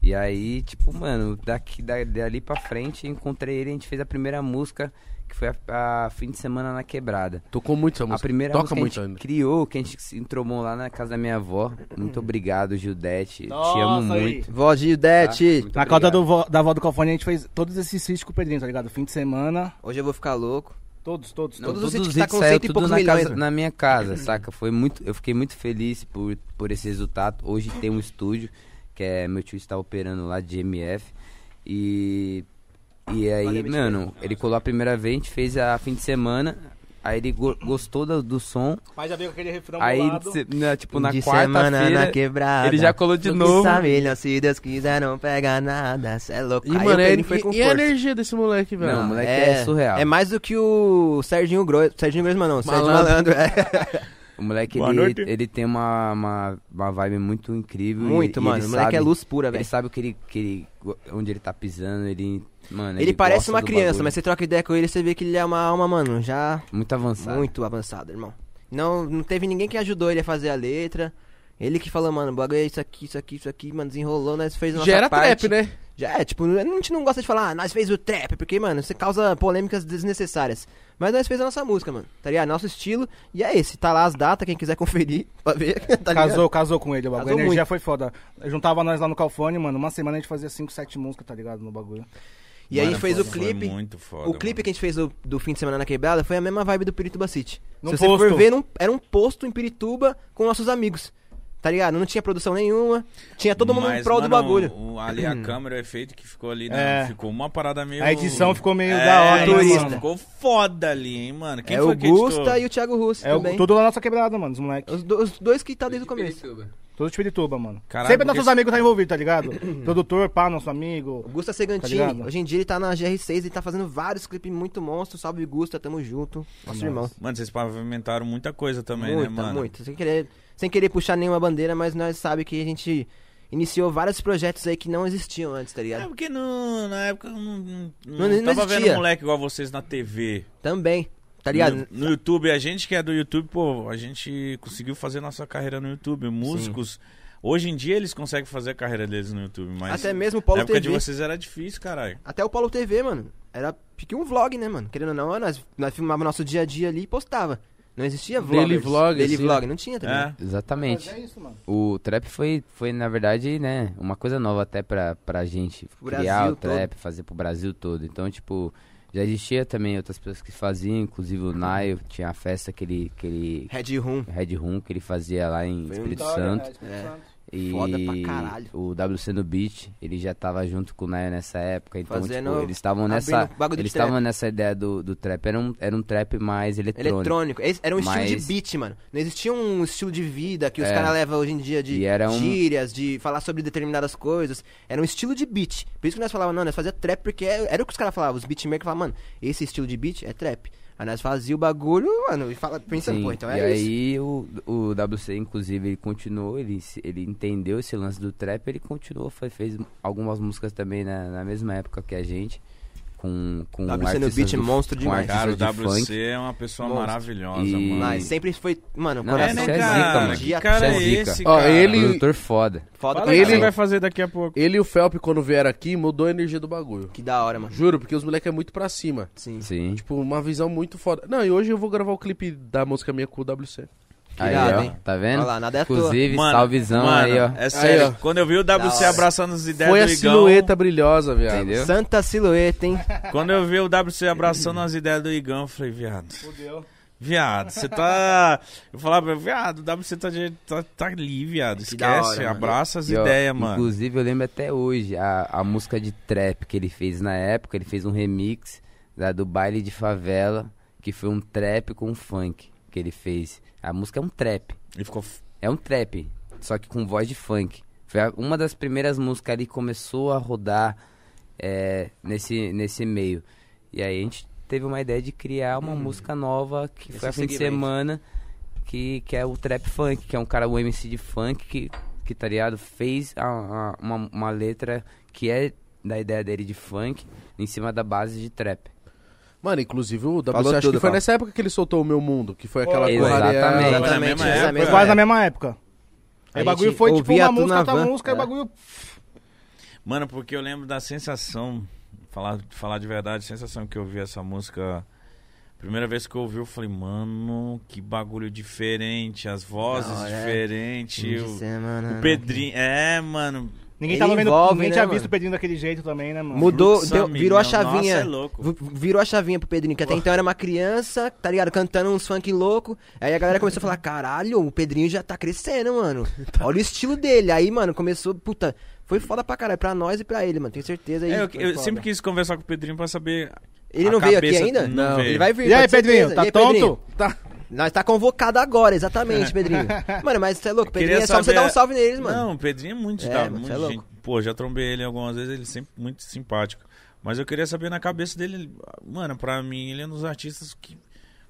[SPEAKER 6] E aí, tipo, mano, daqui, da, dali pra frente, encontrei ele, a gente fez a primeira música, que foi a, a fim de semana na quebrada.
[SPEAKER 2] velho? Tocou muito essa
[SPEAKER 6] A
[SPEAKER 2] música.
[SPEAKER 6] primeira
[SPEAKER 2] Toca
[SPEAKER 6] música
[SPEAKER 2] muito
[SPEAKER 6] que a gente
[SPEAKER 2] ainda.
[SPEAKER 6] criou, que a gente se entromou lá na casa da minha avó. Muito obrigado, Gildete. Te amo
[SPEAKER 3] Nossa, aí.
[SPEAKER 6] muito.
[SPEAKER 4] Vó
[SPEAKER 6] tá?
[SPEAKER 4] Gildete.
[SPEAKER 6] Muito
[SPEAKER 3] Na cauda
[SPEAKER 6] obrigado.
[SPEAKER 3] do vó- da avó do Calfone, a gente fez todos esses feats com o Pedrinho, tá ligado? Fim de semana,
[SPEAKER 4] Hoje eu vou ficar louco.
[SPEAKER 3] todos, todos,
[SPEAKER 6] Não,
[SPEAKER 3] todos.
[SPEAKER 4] Todos os
[SPEAKER 6] tudo
[SPEAKER 4] hits que tá
[SPEAKER 6] hits
[SPEAKER 4] com
[SPEAKER 6] saiu
[SPEAKER 4] cento e
[SPEAKER 6] tudo
[SPEAKER 4] poucos
[SPEAKER 6] na,
[SPEAKER 4] milhões,
[SPEAKER 6] casa-
[SPEAKER 4] né?
[SPEAKER 6] na minha casa, saca? Foi muito, eu fiquei muito feliz por, por esse resultado. Hoje tem um estúdio, que é meu tio está operando lá de MF. E, e aí, mano, ele colou a primeira vez, a gente fez a fim de semana. Aí ele go- gostou do, do som.
[SPEAKER 3] Mas já veio com aquele refrão
[SPEAKER 4] Tá
[SPEAKER 6] Aí,
[SPEAKER 3] bolado.
[SPEAKER 6] se- né, tipo, na
[SPEAKER 4] de semana né, na
[SPEAKER 6] quarta-feira.
[SPEAKER 4] quebrada.
[SPEAKER 6] ele já colou de
[SPEAKER 4] Não
[SPEAKER 6] novo.
[SPEAKER 4] quis família, se Deus quiser, não pega nada. Cê é louco.
[SPEAKER 2] E,
[SPEAKER 4] Aí o
[SPEAKER 2] mano, é-
[SPEAKER 4] Pedrinho foi com
[SPEAKER 2] e, e a
[SPEAKER 4] força.
[SPEAKER 2] energia desse moleque, velho?
[SPEAKER 6] Não, moleque é, surreal.
[SPEAKER 4] É mais do que o Serginho Grosso. Serginho Grosso, mano, não. Sérgio
[SPEAKER 2] Malandro.
[SPEAKER 4] Malandro. é.
[SPEAKER 6] O moleque,
[SPEAKER 1] Boa
[SPEAKER 6] ele,
[SPEAKER 1] noite.
[SPEAKER 6] ele tem uma, uma, uma vibe muito incrível. e-
[SPEAKER 4] Muito,
[SPEAKER 6] e
[SPEAKER 4] mano.
[SPEAKER 6] ele
[SPEAKER 4] O moleque
[SPEAKER 6] sabe-
[SPEAKER 4] é luz pura,
[SPEAKER 6] Ele
[SPEAKER 4] velho.
[SPEAKER 6] sabe o que ele, que ele, go- onde ele tá pisando, ele, mano,
[SPEAKER 4] Ele parece
[SPEAKER 6] gosta
[SPEAKER 4] uma
[SPEAKER 6] do
[SPEAKER 4] criança,
[SPEAKER 6] bagulho.
[SPEAKER 4] mas você troca ideia com ele, você vê que ele é uma alma, mano, já
[SPEAKER 6] muito avançado.
[SPEAKER 4] muito avançada, irmão. Não, não teve ninguém que ajudou ele a fazer a letra. Ele que falou, mano, o bagulho é isso aqui, isso aqui, isso aqui, mano, desenrolou, nós fez a nossa
[SPEAKER 2] Já era
[SPEAKER 4] é parte.
[SPEAKER 2] trap, né?
[SPEAKER 4] Já é, tipo, a gente não gosta de falar, ah, nós fez o trap, porque, mano, você causa polêmicas desnecessárias. Mas nós fez a nossa música, mano, tá ligado? Nosso estilo, e é esse, tá lá as datas, quem quiser conferir, pra ver, tá ligado?
[SPEAKER 3] Casou, casou com ele, o bagulho.
[SPEAKER 4] Casou
[SPEAKER 3] a energia foi foda. Juntava nós lá no Calfone, mano. Uma semana a gente fazia 5, 7 músicas, tá ligado? No bagulho.
[SPEAKER 4] E aí a
[SPEAKER 1] Mano,
[SPEAKER 4] gente fez o
[SPEAKER 1] foi
[SPEAKER 4] clipe,
[SPEAKER 1] muito foda,
[SPEAKER 4] o clipe
[SPEAKER 1] mano.
[SPEAKER 4] que a gente fez do, do fim de semana na quebrada foi a mesma vibe do Pirituba City.
[SPEAKER 3] Num
[SPEAKER 4] Se você for
[SPEAKER 3] posto.
[SPEAKER 4] ver, num- era um posto em Pirituba com nossos amigos. Tá ligado? Não tinha produção nenhuma. Tinha todo mundo em
[SPEAKER 1] Mas,
[SPEAKER 4] prol do
[SPEAKER 1] mano,
[SPEAKER 4] bagulho.
[SPEAKER 1] o- ali a câmera, o efeito que ficou ali,
[SPEAKER 3] É.
[SPEAKER 1] né? Ficou uma parada meio.
[SPEAKER 3] A edição ficou meio
[SPEAKER 1] É,
[SPEAKER 3] da hora,
[SPEAKER 1] mano,
[SPEAKER 3] hein,
[SPEAKER 4] turista.
[SPEAKER 3] mano.
[SPEAKER 1] Ficou foda ali, hein, mano. Quem
[SPEAKER 4] né, é
[SPEAKER 1] foi
[SPEAKER 4] o
[SPEAKER 1] que editou?
[SPEAKER 4] Gusta e o Thiago Russo
[SPEAKER 3] É
[SPEAKER 4] também.
[SPEAKER 3] o, tudo na nossa quebrada, mano, os moleques.
[SPEAKER 4] Os, do- os dois que tá desde o começo.
[SPEAKER 3] Todo de Pirituba, mano.
[SPEAKER 1] Caralho,
[SPEAKER 3] Sempre
[SPEAKER 1] porque
[SPEAKER 3] nossos
[SPEAKER 1] esse-
[SPEAKER 3] amigos tá envolvido, tá ligado? Produtor, pá, nosso amigo.
[SPEAKER 4] O Gusta
[SPEAKER 3] Tá
[SPEAKER 4] Segantini,
[SPEAKER 3] ligado?
[SPEAKER 4] hoje em dia ele tá na GR6 e tá fazendo vários clipes muito monstros. Salve Gusta, tamo junto. Nosso irmão.
[SPEAKER 1] Mano, vocês pavimentaram muita coisa também,
[SPEAKER 4] Muita,
[SPEAKER 1] né, mano?
[SPEAKER 4] muita. Sem querer, sem querer puxar nenhuma bandeira, mas nós sabe que a gente iniciou vários projetos aí que não existiam antes, tá
[SPEAKER 1] É
[SPEAKER 4] ligado?
[SPEAKER 1] porque não, na época eu não, não,
[SPEAKER 4] Não- não
[SPEAKER 1] tava
[SPEAKER 4] existia.
[SPEAKER 1] vendo moleque igual vocês na TV.
[SPEAKER 4] Também, tá ligado?
[SPEAKER 1] No, no YouTube, a gente que é do YouTube, pô, a gente conseguiu fazer nossa carreira no YouTube. Músicos, hoje em dia eles conseguem fazer a carreira deles no YouTube, mas
[SPEAKER 4] Até mesmo o
[SPEAKER 1] na
[SPEAKER 4] Paulo
[SPEAKER 1] época de
[SPEAKER 4] TV.
[SPEAKER 1] vocês era difícil, caralho.
[SPEAKER 4] Até o Paulo TV, mano. Era pique um vlog, né, mano? Querendo ou não, nós, nós filmávamos nosso dia a dia ali e postava. Não existia vlog.
[SPEAKER 2] Daily vlog,
[SPEAKER 4] Daily
[SPEAKER 2] assim,
[SPEAKER 4] vlog, não tinha tá também.
[SPEAKER 1] É.
[SPEAKER 6] Exatamente.
[SPEAKER 3] Mas é isso, mano.
[SPEAKER 6] O trap foi, foi, na verdade, né, uma coisa nova até pra, pra gente
[SPEAKER 4] Pro
[SPEAKER 6] criar
[SPEAKER 4] Brasil
[SPEAKER 6] o trap, fazer pro Brasil todo. Então, tipo, já existia também outras pessoas que faziam, inclusive o
[SPEAKER 4] Uhum.
[SPEAKER 6] Nayo, tinha a festa que ele, que ele
[SPEAKER 4] Red Room.
[SPEAKER 6] Red Room que ele fazia lá em
[SPEAKER 4] Foi um
[SPEAKER 6] Espírito
[SPEAKER 3] Vitória,
[SPEAKER 6] Santo.
[SPEAKER 3] é, Espírito
[SPEAKER 4] É.
[SPEAKER 3] Santo.
[SPEAKER 6] E
[SPEAKER 4] Foda pra caralho.
[SPEAKER 6] o WC no Beat, ele já tava junto com o Nayo nessa época, então
[SPEAKER 4] Fazendo-
[SPEAKER 6] tipo, eles estavam
[SPEAKER 4] abrindo
[SPEAKER 6] nessa
[SPEAKER 4] bagulho de
[SPEAKER 6] eles
[SPEAKER 4] trap.
[SPEAKER 6] estavam nessa ideia do, do trap, era um, era um trap mais eletrônico.
[SPEAKER 4] Eletrônico. Esse Era um estilo de
[SPEAKER 6] Mas-
[SPEAKER 4] beat, mano. Não existia um estilo de vida que os
[SPEAKER 6] É.
[SPEAKER 4] caras levam hoje em dia de
[SPEAKER 6] E era um-
[SPEAKER 4] gírias, de falar sobre determinadas coisas. Era um estilo de beat. Por isso que nós falávamos, não, nós fazia trap porque é- era o que os caras falavam. Os beatmakers falavam, mano, esse estilo de beat é trap. Aí nós fazia o bagulho, mano, e fala, pensando,
[SPEAKER 6] Sim,
[SPEAKER 4] pô, então
[SPEAKER 6] e
[SPEAKER 4] é isso.
[SPEAKER 6] aí o, o WC, inclusive, ele continuou, ele, se- ele entendeu esse lance do trap, ele continuou, foi, fez algumas músicas também na, na mesma época que a gente, com,
[SPEAKER 4] WC
[SPEAKER 6] com
[SPEAKER 4] no
[SPEAKER 6] artistas
[SPEAKER 4] Tá beat,
[SPEAKER 6] um do-
[SPEAKER 4] monstro
[SPEAKER 6] com
[SPEAKER 4] demais.
[SPEAKER 6] artistas
[SPEAKER 1] Cara, o
[SPEAKER 6] de
[SPEAKER 1] WC
[SPEAKER 6] funk.
[SPEAKER 1] é uma pessoa
[SPEAKER 4] Monstro.
[SPEAKER 1] maravilhosa,
[SPEAKER 6] E-
[SPEAKER 1] mano.
[SPEAKER 4] Mas sempre foi, mano,
[SPEAKER 6] Não,
[SPEAKER 1] É,
[SPEAKER 4] coração
[SPEAKER 1] né,
[SPEAKER 6] Isso
[SPEAKER 4] de
[SPEAKER 6] é
[SPEAKER 4] zica,
[SPEAKER 1] cara?
[SPEAKER 6] mano.
[SPEAKER 1] Que
[SPEAKER 4] Dia
[SPEAKER 1] cara
[SPEAKER 4] atrás.
[SPEAKER 1] é
[SPEAKER 6] Isso é zica.
[SPEAKER 1] esse,
[SPEAKER 2] Ó,
[SPEAKER 1] cara?
[SPEAKER 2] ele-
[SPEAKER 6] Produtor foda.
[SPEAKER 4] Foda
[SPEAKER 1] Fala
[SPEAKER 4] pra
[SPEAKER 1] aí o que
[SPEAKER 2] Ele-
[SPEAKER 1] você
[SPEAKER 4] caralho.
[SPEAKER 1] vai fazer daqui a pouco.
[SPEAKER 2] Ele e o Felp, quando vieram aqui, mudou a energia do bagulho.
[SPEAKER 4] Que da hora, mano.
[SPEAKER 2] Juro, porque os moleques é muito pra cima.
[SPEAKER 6] Tá
[SPEAKER 4] Sim.
[SPEAKER 6] Sim.
[SPEAKER 2] Tipo, uma visão muito foda. Não, e hoje eu vou gravar o clipe da música minha com o WC.
[SPEAKER 6] Aí,
[SPEAKER 4] irado,
[SPEAKER 6] ó,
[SPEAKER 4] hein?
[SPEAKER 6] tá vendo?
[SPEAKER 4] Olha lá, nada é à toa.
[SPEAKER 6] Inclusive,
[SPEAKER 1] Mano,
[SPEAKER 6] salvezão
[SPEAKER 1] mano,
[SPEAKER 6] aí, ó.
[SPEAKER 1] É sério.
[SPEAKER 2] ó.
[SPEAKER 1] Quando eu vi o WC
[SPEAKER 4] hora.
[SPEAKER 1] abraçando as ideias
[SPEAKER 2] Foi
[SPEAKER 1] do
[SPEAKER 2] a
[SPEAKER 1] Igão.
[SPEAKER 2] silhueta brilhosa, viado.
[SPEAKER 6] Entendeu?
[SPEAKER 4] Santa silhueta, hein?
[SPEAKER 1] Quando eu vi o WC abraçando as ideias do Igão, eu falei, viado.
[SPEAKER 3] Fudeu.
[SPEAKER 1] Viado, você tá. Eu falava, pra ele, viado, o WC tá, de- tá, tá ali, viado.
[SPEAKER 4] da
[SPEAKER 1] Esquece,
[SPEAKER 4] hora, mano.
[SPEAKER 1] abraça as
[SPEAKER 6] E, ó,
[SPEAKER 1] ideias, mano.
[SPEAKER 6] Inclusive, eu lembro até hoje a, a música de trap que ele fez na época. Ele fez um remix da, do baile de favela, que foi um trap com funk que ele fez. A música é um trap.
[SPEAKER 1] Ele ficou. f-
[SPEAKER 6] É um trap, só que com voz de funk. Foi a- uma das primeiras músicas ali que começou a rodar é, nesse, nesse meio. E aí a gente teve uma ideia de criar uma música nova que
[SPEAKER 4] Esse
[SPEAKER 6] foi a fim de
[SPEAKER 4] segmento.
[SPEAKER 6] semana, que, que é o trap funk, que é um cara, o MC de funk, que, que tá ligado, fez a- a- uma, uma letra que é da ideia dele de funk, em cima da base de trap.
[SPEAKER 2] Mano, inclusive o WC,
[SPEAKER 4] Falou
[SPEAKER 2] acho
[SPEAKER 4] tudo,
[SPEAKER 2] que foi
[SPEAKER 4] Paulo.
[SPEAKER 2] nessa época que ele soltou o Meu Mundo, que foi aquela
[SPEAKER 6] Foi.
[SPEAKER 2] porraria-
[SPEAKER 6] Exatamente.
[SPEAKER 1] Foi na mesma
[SPEAKER 4] nessa
[SPEAKER 1] época.
[SPEAKER 4] mesma
[SPEAKER 3] Quase na
[SPEAKER 4] época.
[SPEAKER 3] mesma época.
[SPEAKER 4] A
[SPEAKER 3] Aí o bagulho
[SPEAKER 4] gente
[SPEAKER 3] foi tipo
[SPEAKER 4] ouvia
[SPEAKER 3] uma
[SPEAKER 4] tudo
[SPEAKER 3] música,
[SPEAKER 4] na
[SPEAKER 3] outra
[SPEAKER 4] van.
[SPEAKER 3] música, aí o
[SPEAKER 4] É.
[SPEAKER 3] bagulho.
[SPEAKER 1] Mano, porque eu lembro da sensação. Falar, falar de verdade, a sensação que eu ouvi essa música. Primeira vez que eu ouvi, eu falei, mano, que bagulho diferente, as vozes
[SPEAKER 4] Não, é.
[SPEAKER 1] diferentes.
[SPEAKER 4] Fim de né,
[SPEAKER 1] o-
[SPEAKER 4] semana,
[SPEAKER 1] o Pedrinho. É, mano.
[SPEAKER 3] Ninguém
[SPEAKER 4] Ele
[SPEAKER 3] tava vendo.
[SPEAKER 4] envolve,
[SPEAKER 3] ninguém
[SPEAKER 4] né,
[SPEAKER 3] tinha
[SPEAKER 4] mano?
[SPEAKER 3] visto o Pedrinho daquele jeito também, né, mano?
[SPEAKER 4] Mudou,
[SPEAKER 1] Putz,
[SPEAKER 4] deu-
[SPEAKER 1] amigão,
[SPEAKER 4] virou a
[SPEAKER 1] nossa,
[SPEAKER 4] chavinha.
[SPEAKER 1] é louco.
[SPEAKER 4] V- Virou a chavinha pro Pedrinho, que até então era uma criança, tá ligado? Cantando uns funk louco. Aí a galera começou a falar: caralho, o Pedrinho já tá crescendo, mano. Olha o estilo dele. Aí, mano, começou. Puta, foi foda pra caralho, pra nós e pra ele, mano. Tenho certeza. aí
[SPEAKER 1] É, eu,
[SPEAKER 4] foi
[SPEAKER 1] eu
[SPEAKER 4] foda.
[SPEAKER 1] sempre quis conversar com o Pedrinho pra saber.
[SPEAKER 4] Ele
[SPEAKER 1] a
[SPEAKER 4] não veio aqui
[SPEAKER 1] cabeça-
[SPEAKER 4] ainda?
[SPEAKER 1] Não veio.
[SPEAKER 4] Ele vai vir.
[SPEAKER 3] E aí,
[SPEAKER 4] com
[SPEAKER 3] Pedrinho,
[SPEAKER 4] certeza.
[SPEAKER 3] tá
[SPEAKER 4] E aí,
[SPEAKER 3] tonto?
[SPEAKER 2] Tá.
[SPEAKER 4] Nós tá convocado agora, exatamente, Pedrinho. Mano, mas você é louco,
[SPEAKER 1] Queria
[SPEAKER 4] Pedrinho é só você
[SPEAKER 1] saber-
[SPEAKER 4] dar um salve neles, mano.
[SPEAKER 1] Não, o Pedrinho é muito,
[SPEAKER 4] É,
[SPEAKER 1] da-
[SPEAKER 4] mano,
[SPEAKER 1] muito
[SPEAKER 4] cê é louco.
[SPEAKER 1] gente. Pô, já trombei ele algumas vezes, ele sempre muito simpático. Mas eu queria saber na cabeça dele, mano, pra mim, ele é um dos artistas que.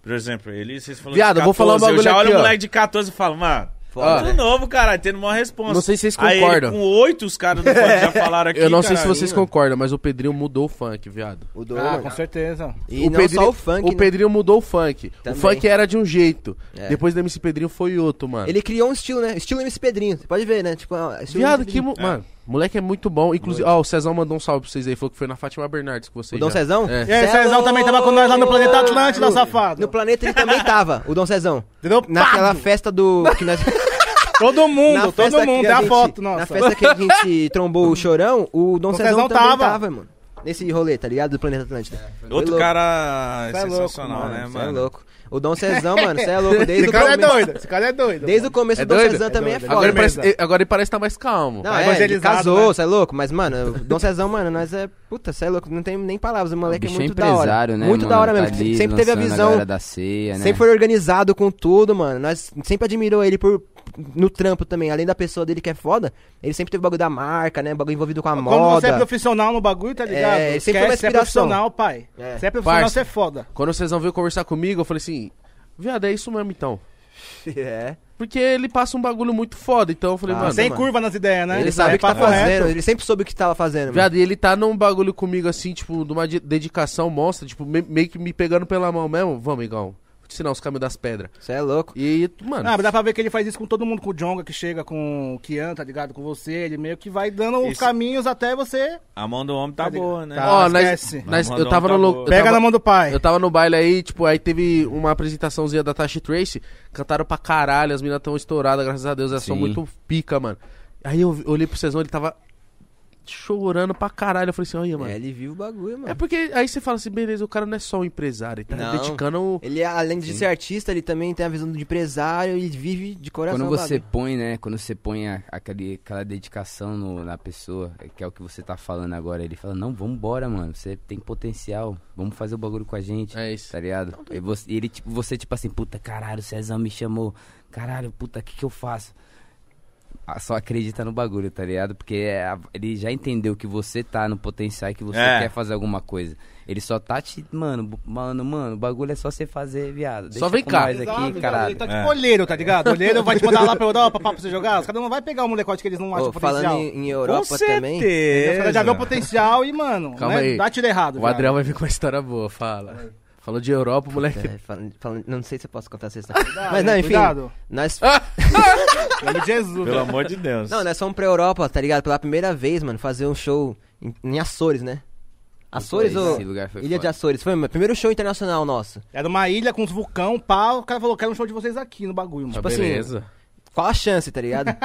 [SPEAKER 1] Por exemplo, ele, vocês falaram
[SPEAKER 2] Viado,
[SPEAKER 1] de
[SPEAKER 2] eu vou
[SPEAKER 1] 14,
[SPEAKER 2] falar um
[SPEAKER 1] eu
[SPEAKER 2] bagulho
[SPEAKER 1] já
[SPEAKER 2] aqui,
[SPEAKER 1] olho
[SPEAKER 2] ó.
[SPEAKER 1] o moleque de 14 e falo, mano, tá
[SPEAKER 4] Foda,
[SPEAKER 1] tudo
[SPEAKER 4] né?
[SPEAKER 1] novo, caralho, tendo uma resposta.
[SPEAKER 2] Não sei se vocês
[SPEAKER 1] Aí ele
[SPEAKER 2] concordam.
[SPEAKER 1] com oito, os caras do funk já falaram aqui,
[SPEAKER 2] Eu não sei se
[SPEAKER 1] caralho.
[SPEAKER 2] vocês concordam, mas o Pedrinho mudou o funk, viado.
[SPEAKER 4] O do,
[SPEAKER 3] Ah,
[SPEAKER 4] mano.
[SPEAKER 3] com certeza.
[SPEAKER 4] E não só o funk, né?
[SPEAKER 2] Pedrinho mudou o funk.
[SPEAKER 4] Também.
[SPEAKER 2] O funk era de um jeito.
[SPEAKER 4] É.
[SPEAKER 2] Depois do MC Pedrinho foi outro, mano.
[SPEAKER 4] Ele criou um estilo, né? Estilo MC Pedrinho. Você pode ver, né? Tipo, ó, estilo
[SPEAKER 2] Viado,
[SPEAKER 4] MC
[SPEAKER 2] que.
[SPEAKER 4] Pedrinho.
[SPEAKER 2] mo- Mano, moleque é muito bom. Inclusive, ó, o Cezão mandou um salve pra vocês aí. Falou que foi na Fátima Bernardes que vocês.
[SPEAKER 4] O Dom
[SPEAKER 2] já-
[SPEAKER 4] Cezão?
[SPEAKER 2] É.
[SPEAKER 3] E aí,
[SPEAKER 4] Cê é
[SPEAKER 3] Cezão também tava com nós lá no Planeta Atlântida, safado.
[SPEAKER 4] No planeta ele também tava, o Dom Cezão.
[SPEAKER 3] Entendeu?
[SPEAKER 4] Naquela
[SPEAKER 3] Pá!
[SPEAKER 4] festa do. Que nós,
[SPEAKER 3] Todo
[SPEAKER 4] na
[SPEAKER 3] mundo,
[SPEAKER 4] festa
[SPEAKER 3] todo
[SPEAKER 4] que
[SPEAKER 3] mundo. Tem a
[SPEAKER 4] gente-
[SPEAKER 3] foto,
[SPEAKER 4] Na
[SPEAKER 3] nossa.
[SPEAKER 4] festa que a gente trombou o chorão, o Dom, Cezão, também tava. mano. Nesse rolê, tá ligado? Do Planeta Atlântida. Foi
[SPEAKER 1] Outro
[SPEAKER 4] louco.
[SPEAKER 1] cara
[SPEAKER 3] Cê é louco,
[SPEAKER 1] sensacional,
[SPEAKER 3] mano,
[SPEAKER 1] né,
[SPEAKER 4] Cê
[SPEAKER 1] mano?
[SPEAKER 4] É louco. O Dom Cezão, mano, você é louco. Desde
[SPEAKER 5] Esse
[SPEAKER 4] o
[SPEAKER 5] cara é
[SPEAKER 4] começo,
[SPEAKER 5] doido, esse cara é doido.
[SPEAKER 4] desde o começo
[SPEAKER 2] É
[SPEAKER 4] o Dom
[SPEAKER 2] doido?
[SPEAKER 4] Cezão
[SPEAKER 2] É
[SPEAKER 4] também
[SPEAKER 5] doido,
[SPEAKER 4] é
[SPEAKER 5] é
[SPEAKER 4] foda.
[SPEAKER 2] Agora ele, parece,
[SPEAKER 5] Firmeza.
[SPEAKER 2] ele- agora ele parece estar mais calmo.
[SPEAKER 4] Não,
[SPEAKER 5] Tá
[SPEAKER 4] é, ele
[SPEAKER 5] evangelizado,
[SPEAKER 4] casou,
[SPEAKER 5] né?
[SPEAKER 4] cê é louco, mas, mano, o Dom Cezão, mano, nós é. Puta, cê é louco, não tem nem palavras, o moleque é,
[SPEAKER 6] bicho
[SPEAKER 4] muito da hora.
[SPEAKER 6] empresário, né?
[SPEAKER 4] muito
[SPEAKER 6] mano?
[SPEAKER 4] da hora
[SPEAKER 6] Tá
[SPEAKER 4] mesmo.
[SPEAKER 6] ali
[SPEAKER 4] sempre teve a
[SPEAKER 6] lançando
[SPEAKER 4] visão,
[SPEAKER 6] galera da ceia, né?
[SPEAKER 4] sempre foi organizado com tudo, mano. Nós sempre admirou ele por no trampo também, além da pessoa dele que é foda, ele sempre teve o bagulho da marca, né? Bagulho envolvido com a
[SPEAKER 3] Quando você é
[SPEAKER 4] moda.
[SPEAKER 3] profissional no bagulho, tá ligado?
[SPEAKER 4] É, sempre
[SPEAKER 3] Esquece,
[SPEAKER 4] uma
[SPEAKER 3] você é
[SPEAKER 4] inspiração.
[SPEAKER 3] profissional, pai.
[SPEAKER 4] É.
[SPEAKER 3] Você é profissional,
[SPEAKER 2] Parça.
[SPEAKER 3] você é foda.
[SPEAKER 2] Quando vocês vão vir conversar comigo, eu falei assim, viado, é isso mesmo então.
[SPEAKER 4] É.
[SPEAKER 2] Porque ele passa um bagulho muito foda, então eu falei,
[SPEAKER 4] Ah,
[SPEAKER 2] mano...
[SPEAKER 4] sim.
[SPEAKER 3] Sem
[SPEAKER 4] mano.
[SPEAKER 3] curva nas ideias, né?
[SPEAKER 4] Ele sabe o que tá
[SPEAKER 3] Papo reto.
[SPEAKER 4] fazendo, ele sempre soube o que tava fazendo. Mano.
[SPEAKER 2] Viado, e ele tá num bagulho comigo assim, tipo, de uma de- dedicação monstra, tipo, me- meio que me pegando pela mão mesmo. Vamos, Igão, vou te ensinar os caminhos das pedras.
[SPEAKER 4] Você é louco.
[SPEAKER 2] E, mano,
[SPEAKER 3] Ah, mas dá pra ver que ele faz isso com todo mundo, com o Jonga que chega, com o Kian, tá ligado? Com você, ele meio que vai dando os
[SPEAKER 1] Esse-
[SPEAKER 3] caminhos até você.
[SPEAKER 1] A mão do homem tá
[SPEAKER 3] Tá
[SPEAKER 1] boa, né?
[SPEAKER 3] ligado.
[SPEAKER 2] ó,
[SPEAKER 3] Ah,
[SPEAKER 2] nós,
[SPEAKER 3] esquece.
[SPEAKER 1] Vamos
[SPEAKER 2] nós- eu
[SPEAKER 1] mandar
[SPEAKER 2] tava
[SPEAKER 1] um
[SPEAKER 2] no...
[SPEAKER 1] tabu.
[SPEAKER 2] eu
[SPEAKER 3] Pega
[SPEAKER 2] tava-
[SPEAKER 3] na mão do pai.
[SPEAKER 2] Eu tava no baile aí, tipo, aí teve uma apresentaçãozinha da Tashi Trace, cantaram pra caralho, as meninas tão estouradas, graças a Deus, elas são
[SPEAKER 6] Sim.
[SPEAKER 2] muito pica, mano. Aí eu vi- olhei pro Cezão, ele tava chorando pra caralho. Eu falei assim, olha, mano.
[SPEAKER 4] É,
[SPEAKER 2] É,
[SPEAKER 4] ele viu o bagulho, mano.
[SPEAKER 2] porque aí você fala assim, beleza, o cara não é só um empresário, ele tá
[SPEAKER 4] Não.
[SPEAKER 2] dedicando.
[SPEAKER 4] Ele, além de ser artista, ele também tem a visão de empresário e vive de coração.
[SPEAKER 6] Quando
[SPEAKER 4] o
[SPEAKER 6] você
[SPEAKER 4] bagulho.
[SPEAKER 6] põe, né? Quando você põe a- aquele, aquela dedicação no- na pessoa, que é o que você tá falando agora, ele fala, não, vambora, mano. Você tem potencial, vamos fazer o bagulho com a gente.
[SPEAKER 2] É isso.
[SPEAKER 6] Tá ligado?
[SPEAKER 3] Então,
[SPEAKER 6] E você, e ele, tipo, você, tipo assim, puta, caralho, o Cezão me chamou. Caralho, puta, o que, que eu faço? Ah, Só acredita no bagulho, tá ligado? Porque é a- ele já entendeu que você tá no potencial e que você
[SPEAKER 1] É.
[SPEAKER 6] quer fazer alguma coisa. Ele só tá te. Mano, bu- mano, mano, o bagulho é só você fazer, viado. Deixa
[SPEAKER 2] vem
[SPEAKER 6] com
[SPEAKER 2] cá.
[SPEAKER 6] nós
[SPEAKER 3] Exato,
[SPEAKER 6] aqui,
[SPEAKER 3] cara,
[SPEAKER 6] caralho.
[SPEAKER 3] Ele tá
[SPEAKER 1] É.
[SPEAKER 3] tipo olheiro, tá ligado? Olheiro vai te mandar lá pra Europa pra você jogar. Os caras não vai pegar o molecote que eles não acham
[SPEAKER 4] Ô,
[SPEAKER 3] potencial.
[SPEAKER 4] falando em, em
[SPEAKER 1] Com
[SPEAKER 4] Europa também.
[SPEAKER 3] Os caras já vê o
[SPEAKER 1] certeza.
[SPEAKER 3] potencial e, mano,
[SPEAKER 2] Calma
[SPEAKER 3] né?
[SPEAKER 2] aí.
[SPEAKER 3] dá tiro errado.
[SPEAKER 2] O
[SPEAKER 3] viado.
[SPEAKER 2] Adriel vai vir com uma história boa, fala. Falou de Europa, moleque. tá
[SPEAKER 4] É, falando- falando- não sei se eu posso contar essa história.
[SPEAKER 3] Cuidado,
[SPEAKER 4] Mas não,
[SPEAKER 3] hein?
[SPEAKER 4] enfim.
[SPEAKER 3] Cuidado.
[SPEAKER 4] Nós,
[SPEAKER 3] Em nome de Jesus.
[SPEAKER 1] Pelo amor de Deus.
[SPEAKER 4] não,
[SPEAKER 2] é
[SPEAKER 4] nós fomos pra Europa, tá ligado? Pela primeira vez, mano, fazer um show em, em Açores, né? Açores ou
[SPEAKER 6] Esse lugar foi
[SPEAKER 4] Ilha é de
[SPEAKER 6] foda.
[SPEAKER 4] Açores? Foi o primeiro show internacional nosso.
[SPEAKER 3] Era uma ilha com uns vulcão, pau. O cara falou, quero um show de vocês aqui no bagulho, mano.
[SPEAKER 2] Ah,
[SPEAKER 4] tipo assim,
[SPEAKER 2] beleza.
[SPEAKER 4] Qual a chance, tá ligado?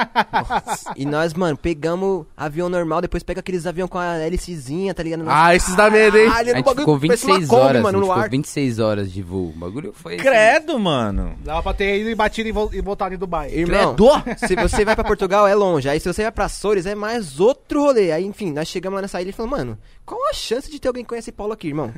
[SPEAKER 4] e nós, mano, pegamos avião normal, depois pega aqueles aviões com a hélicezinha, tá ligado?
[SPEAKER 2] Ah, esses dá medo, hein?
[SPEAKER 4] Caralho,
[SPEAKER 6] A gente ficou
[SPEAKER 4] parece uma
[SPEAKER 6] 26
[SPEAKER 4] Kombi,
[SPEAKER 6] horas,
[SPEAKER 4] mano,
[SPEAKER 6] a gente
[SPEAKER 4] no
[SPEAKER 6] ficou
[SPEAKER 4] ar.
[SPEAKER 6] 26 horas de voo. O bagulho foi... assim,
[SPEAKER 1] Credo, mano.
[SPEAKER 3] Dava pra ter ido e batido e vol- e voltado em Dubai.
[SPEAKER 4] Irmão, se você vai pra Portugal é longe. Aí se você vai pra Açores é mais outro rolê. Aí, enfim, nós chegamos lá nessa ilha e falamos, mano, qual a chance de ter alguém que conhece Paulo aqui, irmão?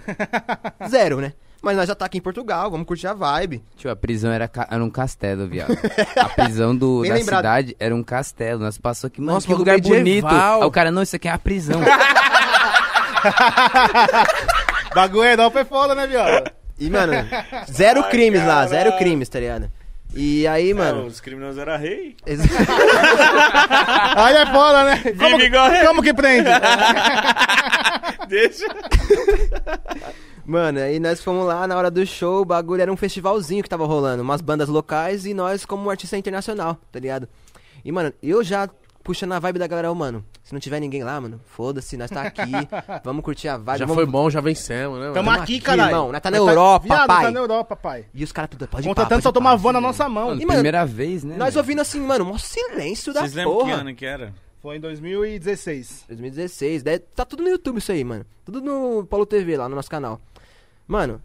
[SPEAKER 4] Zero, né? Mas nós já tá aqui em Portugal, vamos curtir a vibe.
[SPEAKER 6] Tio, tipo, a prisão era, ca- era um castelo, viado. A prisão do,
[SPEAKER 4] Bem
[SPEAKER 6] da
[SPEAKER 4] lembrado. um
[SPEAKER 6] cidade era um castelo. Nós passou aqui, mano,
[SPEAKER 2] Nossa,
[SPEAKER 6] que
[SPEAKER 2] bagulho
[SPEAKER 6] lugar bonito.
[SPEAKER 2] medieval.
[SPEAKER 6] Aí o cara, não, isso aqui é uma prisão.
[SPEAKER 3] Bagulho Europa é foda, né, viado?
[SPEAKER 4] E, mano, zero crimes lá, zero crimes, tá ligado? E aí,
[SPEAKER 1] É,
[SPEAKER 4] mano...
[SPEAKER 1] os criminosos eram rei.
[SPEAKER 4] ex-
[SPEAKER 3] Aí é foda, né? Como,
[SPEAKER 1] Vive igual rei.
[SPEAKER 3] como que prende?
[SPEAKER 1] Deixa.
[SPEAKER 4] Mano, aí nós fomos lá na hora do show, o bagulho era um festivalzinho que tava rolando, umas bandas locais e nós como artista internacional, tá ligado? E, mano, eu já puxando a vibe da galera, ô, mano, se não tiver ninguém lá, mano, foda-se, nós tá aqui, vamos curtir a vibe.
[SPEAKER 2] Já
[SPEAKER 4] vamos...
[SPEAKER 2] foi bom, já vencemos, né?
[SPEAKER 3] Tamo
[SPEAKER 2] Mano?
[SPEAKER 3] aqui, caralho.
[SPEAKER 4] irmão, nós tá na
[SPEAKER 3] Nós
[SPEAKER 4] Europa,
[SPEAKER 3] viado,
[SPEAKER 4] pai.
[SPEAKER 3] tá na Europa, pai.
[SPEAKER 4] E os caras tudo, pode ir
[SPEAKER 3] Contratando só tomar van na nossa mão.
[SPEAKER 6] Mano,
[SPEAKER 4] E, mano,
[SPEAKER 6] primeira vez, né?
[SPEAKER 4] Nós
[SPEAKER 6] mano?
[SPEAKER 4] ouvindo assim, mano, mó silêncio da
[SPEAKER 1] Vocês lembram que
[SPEAKER 4] porra.
[SPEAKER 1] ano que era?
[SPEAKER 3] Foi em 2016.
[SPEAKER 4] 2016. Daí tá tudo no YouTube isso aí, mano. Tudo no Paulo TV, lá no nosso canal. Mano,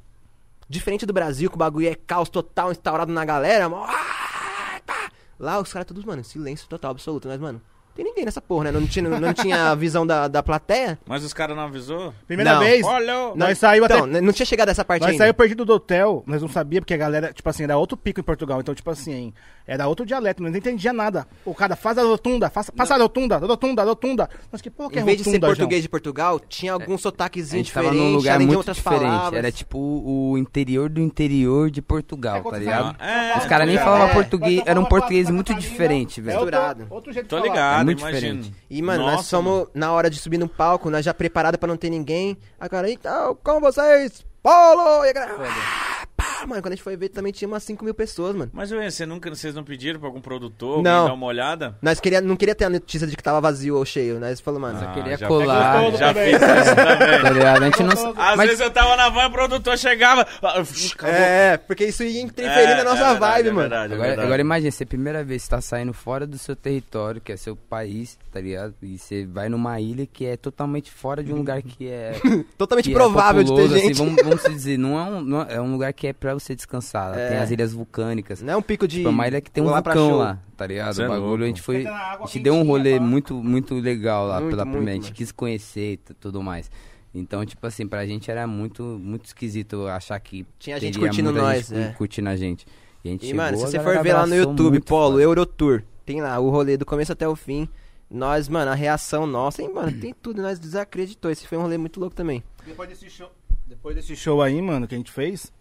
[SPEAKER 4] diferente do Brasil, que o bagulho é caos total instaurado na galera, mó- Ah, pá. Lá os caras todos, mano, silêncio total, absoluto. Mas, mano, tem ninguém nessa porra, né? Não tinha, não tinha a visão da, da plateia.
[SPEAKER 1] Mas os caras não avisou?
[SPEAKER 3] Primeira
[SPEAKER 4] Não.
[SPEAKER 3] vez,
[SPEAKER 1] Olha! o-
[SPEAKER 3] nós saímos até
[SPEAKER 4] Então, né, não tinha chegado essa parte
[SPEAKER 3] Nós
[SPEAKER 4] ainda.
[SPEAKER 3] saímos perdido do hotel, nós não sabia, porque a galera, tipo assim, era outro pico em Portugal. Então, tipo assim, era outro dialeto, nós não entendia nada. O cara faz a rotunda, faz, passa a rotunda, rotunda, rotunda. Mas que porra que é
[SPEAKER 4] Em vez de ser
[SPEAKER 3] rotunda, João?
[SPEAKER 4] português de Portugal, tinha algum
[SPEAKER 6] É, A
[SPEAKER 4] sotaquezinho
[SPEAKER 6] gente
[SPEAKER 4] diferente,
[SPEAKER 6] tava num lugar
[SPEAKER 4] além de
[SPEAKER 6] muito
[SPEAKER 4] outras
[SPEAKER 6] diferente.
[SPEAKER 4] palavras.
[SPEAKER 6] Era tipo o interior do interior de
[SPEAKER 3] É
[SPEAKER 6] Portugal, tá ligado?
[SPEAKER 1] É,
[SPEAKER 6] Os caras nem
[SPEAKER 1] tô
[SPEAKER 6] falavam
[SPEAKER 1] ligado.
[SPEAKER 4] É.
[SPEAKER 6] português, era um
[SPEAKER 3] Mas tá falando
[SPEAKER 6] português
[SPEAKER 3] pra
[SPEAKER 6] muito
[SPEAKER 3] Catarina,
[SPEAKER 6] diferente,
[SPEAKER 3] É
[SPEAKER 6] velho.
[SPEAKER 3] outro,
[SPEAKER 4] misturado.
[SPEAKER 3] outro jeito de
[SPEAKER 1] Tô
[SPEAKER 3] falar.
[SPEAKER 1] ligado,
[SPEAKER 6] muito
[SPEAKER 1] imagino.
[SPEAKER 6] diferente.
[SPEAKER 4] E, mano, nós
[SPEAKER 1] Nossa,
[SPEAKER 4] somos na hora de subir no palco, nós já preparado pra não ter ninguém. Agora, então, com vocês, Paulo! E a galera, "Ah, pá, mano, quando a gente foi ver, também tinha umas 5 mil pessoas, mano.
[SPEAKER 1] Mas ué, você nunca, vocês não pediram pra algum produtor alguém
[SPEAKER 4] Não.
[SPEAKER 1] dar uma olhada?
[SPEAKER 4] Nós queria, não queria ter a notícia de que tava vazio ou cheio, nós falamos, mano,
[SPEAKER 1] Ah.
[SPEAKER 6] Só queria
[SPEAKER 1] já
[SPEAKER 6] colar,
[SPEAKER 3] pegou todo
[SPEAKER 1] Já
[SPEAKER 3] também.
[SPEAKER 1] fiz isso
[SPEAKER 6] tá
[SPEAKER 1] também.
[SPEAKER 6] ligado? A gente não...
[SPEAKER 1] Às
[SPEAKER 6] Mas
[SPEAKER 1] vezes eu tava na van e o produtor chegava. ah, uf, acabou.
[SPEAKER 4] é, porque isso ia interferir
[SPEAKER 1] É,
[SPEAKER 4] na nossa
[SPEAKER 1] é verdade,
[SPEAKER 4] vibe,
[SPEAKER 1] é
[SPEAKER 4] mano.
[SPEAKER 1] verdade, é
[SPEAKER 6] Agora,
[SPEAKER 1] verdade.
[SPEAKER 6] agora imagina, você é a primeira vez que tá saindo fora do seu território, que é seu país, tá ligado? E você vai numa ilha que é totalmente fora de um lugar que é.
[SPEAKER 4] Totalmente
[SPEAKER 6] que é
[SPEAKER 4] provável de ter
[SPEAKER 6] populoso,
[SPEAKER 4] gente.
[SPEAKER 6] Assim, vamos, vamos se dizer, não é, um, não é- é um lugar que é pra você descansar. Lá
[SPEAKER 4] É.
[SPEAKER 6] Tem as ilhas vulcânicas.
[SPEAKER 4] Não é um pico de.
[SPEAKER 6] Tipo, é uma ilha que tem um
[SPEAKER 4] vou lá pra
[SPEAKER 6] vulcão
[SPEAKER 4] show.
[SPEAKER 6] lá, tá ligado?
[SPEAKER 1] Cê é
[SPEAKER 6] O bagulho,
[SPEAKER 1] louco.
[SPEAKER 6] a gente foi.
[SPEAKER 3] Fica na
[SPEAKER 6] A
[SPEAKER 3] água
[SPEAKER 6] gente deu um
[SPEAKER 3] quentinha,
[SPEAKER 6] rolê
[SPEAKER 3] pá.
[SPEAKER 6] muito, muito legal lá
[SPEAKER 4] Muito,
[SPEAKER 6] pela
[SPEAKER 4] muito,
[SPEAKER 6] primeira. A gente
[SPEAKER 4] mano.
[SPEAKER 6] quis conhecer e t- tudo mais. Então, tipo assim, pra gente era muito, muito esquisito achar que.
[SPEAKER 4] Tinha gente
[SPEAKER 6] teria
[SPEAKER 4] curtindo
[SPEAKER 6] muita gente
[SPEAKER 4] nós, é.
[SPEAKER 6] Curtindo a gente. E, a gente
[SPEAKER 4] E,
[SPEAKER 6] é chegou,
[SPEAKER 4] mano, se
[SPEAKER 6] a
[SPEAKER 4] você for
[SPEAKER 6] galera
[SPEAKER 4] ver lá no
[SPEAKER 6] abraçou
[SPEAKER 4] YouTube,
[SPEAKER 6] muito,
[SPEAKER 4] Polo,
[SPEAKER 6] mano.
[SPEAKER 4] Eurotour, tem lá o rolê do começo até o fim. Nós, mano, a reação nossa, hein, mano, tem tudo, nós desacreditou. Esse foi um rolê muito louco também.
[SPEAKER 3] Depois desse show. Depois desse show aí, mano, que a gente fez,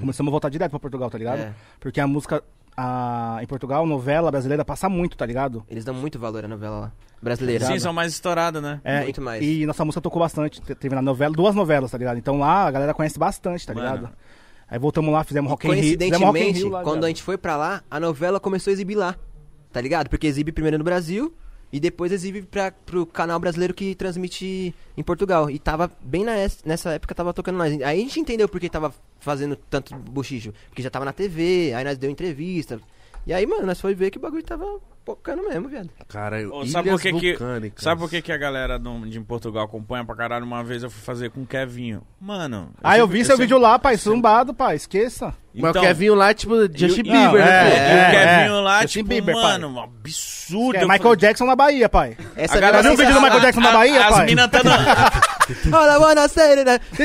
[SPEAKER 3] começamos a voltar direto pra Portugal, tá ligado?
[SPEAKER 4] É.
[SPEAKER 3] Porque a música a- em Portugal, novela brasileira, passa muito, tá ligado?
[SPEAKER 4] Eles dão muito valor à novela lá. Brasileira.
[SPEAKER 3] Irado.
[SPEAKER 1] Sim, são mais estouradas, né?
[SPEAKER 3] É,
[SPEAKER 4] Muito
[SPEAKER 3] e-
[SPEAKER 4] mais.
[SPEAKER 3] E nossa música tocou bastante. te- Teve na novela, duas novelas, tá ligado? Então lá a galera conhece bastante, tá
[SPEAKER 1] Mano.
[SPEAKER 3] ligado? Aí voltamos lá, fizemos Rock in Rio. Fizemos Rock in
[SPEAKER 4] Coincidentemente,
[SPEAKER 3] Rio lá,
[SPEAKER 4] quando a
[SPEAKER 3] viado.
[SPEAKER 4] gente foi pra lá, a novela começou a exibir lá. Tá ligado? Porque exibe primeiro no Brasil e depois exibe pra, pro canal brasileiro que transmite em Portugal. E tava bem na es- nessa época, tava tocando nós. Aí a gente entendeu por que tava fazendo tanto bochicho. Porque já tava na TV, aí nós deu entrevista. E aí, mano, nós foi ver que o bagulho tava pocando mesmo, viado.
[SPEAKER 2] Caralho,
[SPEAKER 1] Ô,
[SPEAKER 2] ilhas
[SPEAKER 1] sabe por que que-
[SPEAKER 2] vulcânicas.
[SPEAKER 1] Sabe por que, que a galera do- de Portugal acompanha pra caralho? Uma vez eu fui fazer com o Kevinho. Mano.
[SPEAKER 3] Ah, eu
[SPEAKER 1] sempre-
[SPEAKER 3] vi seu
[SPEAKER 1] sempre-
[SPEAKER 3] vídeo lá, pai, zumbado, pai, esqueça.
[SPEAKER 2] Mas
[SPEAKER 1] Então,
[SPEAKER 2] o Kevin lá é tipo
[SPEAKER 1] E
[SPEAKER 2] Justin
[SPEAKER 1] o-
[SPEAKER 2] Bieber, né?
[SPEAKER 3] Não,
[SPEAKER 2] pô?
[SPEAKER 1] É, e o
[SPEAKER 3] É, é.
[SPEAKER 1] Kevinho lá,
[SPEAKER 3] Justin
[SPEAKER 1] tipo,
[SPEAKER 3] Bieber, pai.
[SPEAKER 1] mano, um absurdo.
[SPEAKER 3] É
[SPEAKER 1] Eu
[SPEAKER 3] Michael
[SPEAKER 1] falei,
[SPEAKER 3] Jackson na Bahia, pai.
[SPEAKER 4] Essa assim, ah,
[SPEAKER 1] A galera
[SPEAKER 3] viu o
[SPEAKER 1] não
[SPEAKER 3] vídeo do Michael Jackson na Bahia,
[SPEAKER 1] As
[SPEAKER 3] pai?
[SPEAKER 1] minas tá no...
[SPEAKER 4] Olha, mano, sério, né?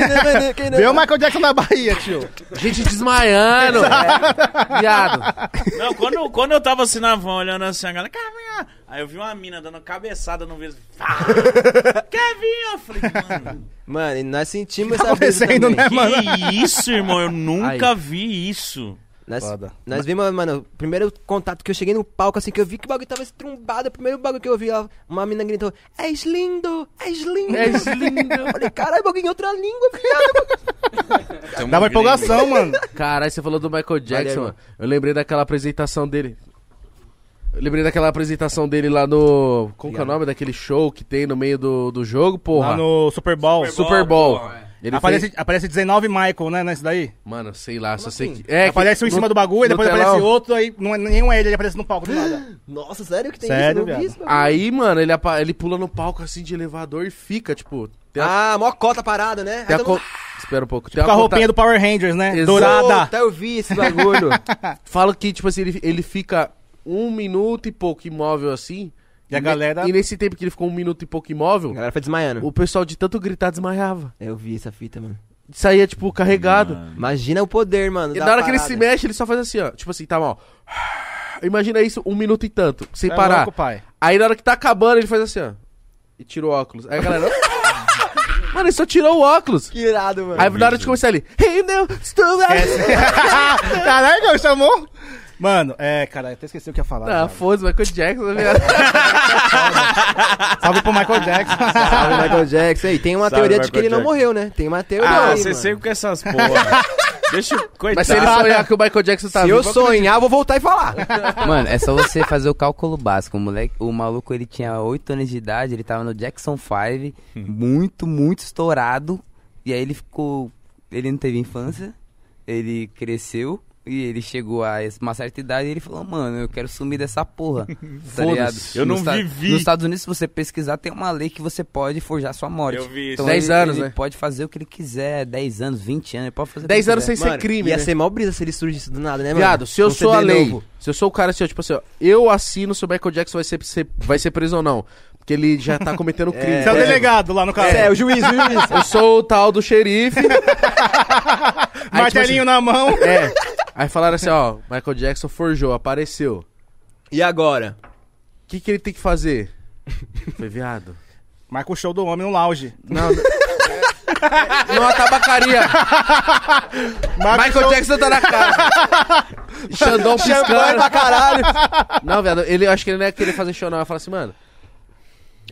[SPEAKER 3] Vê o Michael Jackson na Bahia, tio.
[SPEAKER 2] Gente desmaiando.
[SPEAKER 3] É.
[SPEAKER 2] Viado.
[SPEAKER 1] Não, quando, quando eu tava assim na van, olhando assim, a galera... "Kevinho!" Aí eu vi uma mina dando cabeçada no vidro. "Ah, Kevinho! Eu falei,
[SPEAKER 2] É,
[SPEAKER 1] mano,
[SPEAKER 4] Mano, e nós sentimos
[SPEAKER 3] Tá
[SPEAKER 4] essa brisa
[SPEAKER 3] acontecendo,
[SPEAKER 4] também.
[SPEAKER 3] né? Mano.
[SPEAKER 1] que isso, irmão? Eu nunca vi isso.
[SPEAKER 4] Nós,
[SPEAKER 3] Foda.
[SPEAKER 4] nós vimos, mano, o primeiro contato que eu cheguei no palco, assim, que eu vi que o bagulho tava estrumbado, o primeiro bagulho que eu vi, ó, uma mina gritou, és lindo, és lindo.
[SPEAKER 2] És lindo.
[SPEAKER 4] Eu falei, caralho, bagulho em outra língua, viado.
[SPEAKER 3] Dá uma empolgação, mano.
[SPEAKER 2] Caralho, você falou do Michael Jackson,
[SPEAKER 4] Valeu,
[SPEAKER 2] mano. Eu lembrei daquela apresentação dele. Eu lembrei daquela apresentação dele lá no. Como que é o nome daquele show que tem no meio do, do jogo, porra?
[SPEAKER 3] Lá no Super Bowl.
[SPEAKER 2] Super Bowl.
[SPEAKER 1] Porra, é.
[SPEAKER 2] Ele
[SPEAKER 3] aparece,
[SPEAKER 2] fez-
[SPEAKER 3] aparece 19 Michael, né, nesse daí?
[SPEAKER 2] Mano, sei lá, só sei
[SPEAKER 4] assim?
[SPEAKER 2] que. É,
[SPEAKER 3] aparece um em
[SPEAKER 2] que-
[SPEAKER 3] cima
[SPEAKER 2] no-
[SPEAKER 3] do
[SPEAKER 2] no
[SPEAKER 3] bagulho, depois
[SPEAKER 2] telão.
[SPEAKER 3] aparece outro, aí não é, nenhum é ele, ele aparece no palco do nada.
[SPEAKER 4] Nossa, sério que tem
[SPEAKER 3] Sério,
[SPEAKER 4] isso? Eu Não vi
[SPEAKER 3] viado.
[SPEAKER 4] isso, bagulho.
[SPEAKER 2] Aí, mano, ele, apa- ele pula no palco assim de elevador e fica, tipo. Tem a,
[SPEAKER 4] Ah, mó cota parada, né?
[SPEAKER 2] tem
[SPEAKER 4] Aí
[SPEAKER 2] a
[SPEAKER 4] todo
[SPEAKER 2] co- Espera um pouco. Tem
[SPEAKER 3] tá Tipo Com a
[SPEAKER 2] uma
[SPEAKER 3] roupinha do Power Rangers, né?
[SPEAKER 2] Exato.
[SPEAKER 4] mundo,
[SPEAKER 3] Dourada.
[SPEAKER 4] Até eu vi esse bagulho.
[SPEAKER 2] Fala que, tipo assim, ele, ele fica um minuto e pouco imóvel assim.
[SPEAKER 3] E a
[SPEAKER 2] ne-
[SPEAKER 3] galera- É.
[SPEAKER 2] E nesse tempo que ele ficou um minuto e pouco
[SPEAKER 4] a
[SPEAKER 2] imóvel,
[SPEAKER 4] galera foi desmaiando.
[SPEAKER 2] o pessoal de tanto gritar desmaiava.
[SPEAKER 4] Eu vi essa fita, mano.
[SPEAKER 2] Saía, tipo, carregado.
[SPEAKER 4] Imagina o poder, mano.
[SPEAKER 2] E na hora que ele
[SPEAKER 4] parada.
[SPEAKER 2] se mexe, ele só faz assim, ó. Tipo assim, tá mal. Imagina isso, um minuto e tanto, sem
[SPEAKER 3] É
[SPEAKER 2] parar.
[SPEAKER 3] louco, pai.
[SPEAKER 2] Aí na hora que tá acabando, ele faz assim, ó. E tira o óculos. Aí a galera. mano, ele só tirou o óculos.
[SPEAKER 4] Que irado, mano.
[SPEAKER 2] Aí na hora de começar ele. Hey, não, estou
[SPEAKER 3] Caralho, meu, É, chamou? Mano, é, cara, eu até esqueci o que eu ia falar.
[SPEAKER 2] Ah,
[SPEAKER 3] viado.
[SPEAKER 2] foda-se, Michael Jackson, viado.
[SPEAKER 3] Salve pro Michael Jackson.
[SPEAKER 4] Sabe, Michael Jackson. Aí tem uma
[SPEAKER 1] Sabe,
[SPEAKER 4] teoria de
[SPEAKER 1] Michael
[SPEAKER 4] que ele não
[SPEAKER 1] Jackson.
[SPEAKER 4] morreu, né? Tem uma teoria
[SPEAKER 1] Ah,
[SPEAKER 4] aí,
[SPEAKER 1] você
[SPEAKER 4] mano.
[SPEAKER 1] sempre com essas porra. Deixa eu... Coitado.
[SPEAKER 2] Mas se ele sonhar que o Michael Jackson tá
[SPEAKER 4] Se
[SPEAKER 2] vivo,
[SPEAKER 4] eu sonhar, eu vou voltar e falar.
[SPEAKER 6] Mano, é só você fazer o cálculo básico. O, moleque, o maluco, ele tinha 8 anos de idade, ele tava no Jackson 5, muito, muito estourado. E aí ele ficou... Ele não teve infância, ele cresceu e ele chegou a es- uma certa idade e ele falou, mano, eu quero sumir dessa porra. tá ligado?
[SPEAKER 1] eu não
[SPEAKER 6] Nos ta-
[SPEAKER 1] vivi.
[SPEAKER 6] Nos Estados Unidos, se você pesquisar, tem uma lei que você pode forjar sua morte.
[SPEAKER 1] Eu vi isso.
[SPEAKER 6] Então,
[SPEAKER 2] 10
[SPEAKER 6] ele,
[SPEAKER 2] anos,
[SPEAKER 6] ele
[SPEAKER 2] né?
[SPEAKER 6] pode fazer o que ele quiser, 10 anos, 20 anos, ele pode fazer o que
[SPEAKER 2] 10
[SPEAKER 6] ele
[SPEAKER 2] anos
[SPEAKER 6] quiser.
[SPEAKER 2] sem ser crime,
[SPEAKER 4] ia
[SPEAKER 2] né?
[SPEAKER 4] ser mó brisa se ele surgisse do nada, né, mano?
[SPEAKER 2] Viado, se eu
[SPEAKER 4] Um
[SPEAKER 2] sou
[SPEAKER 4] CD
[SPEAKER 2] a lei,
[SPEAKER 4] novo.
[SPEAKER 2] se eu sou o cara assim, ó, tipo assim, ó, eu assino se o Michael Jackson vai ser, ser- vai ser preso ou não. Porque ele já tá cometendo crime.
[SPEAKER 3] Você é o
[SPEAKER 2] Por exemplo,
[SPEAKER 3] delegado lá no carro.
[SPEAKER 4] É, o juiz, o juiz.
[SPEAKER 2] Eu sou o tal do xerife. Aí, tipo
[SPEAKER 3] Martelinho na mão.
[SPEAKER 2] assim, é. Aí falaram assim, ó, Michael Jackson forjou, apareceu. O
[SPEAKER 4] E agora?
[SPEAKER 2] que, que ele tem que fazer? Foi viado.
[SPEAKER 3] Marca o show do homem no lounge.
[SPEAKER 2] Não, não. Não, a tabacaria. Michael Jackson tá na casa. Xandão
[SPEAKER 3] é
[SPEAKER 4] Champanhe
[SPEAKER 2] piscando.
[SPEAKER 4] pra caralho.
[SPEAKER 2] Não, viado, ele, eu acho que ele não ia querer fazer show, não. Ele fala assim, mano,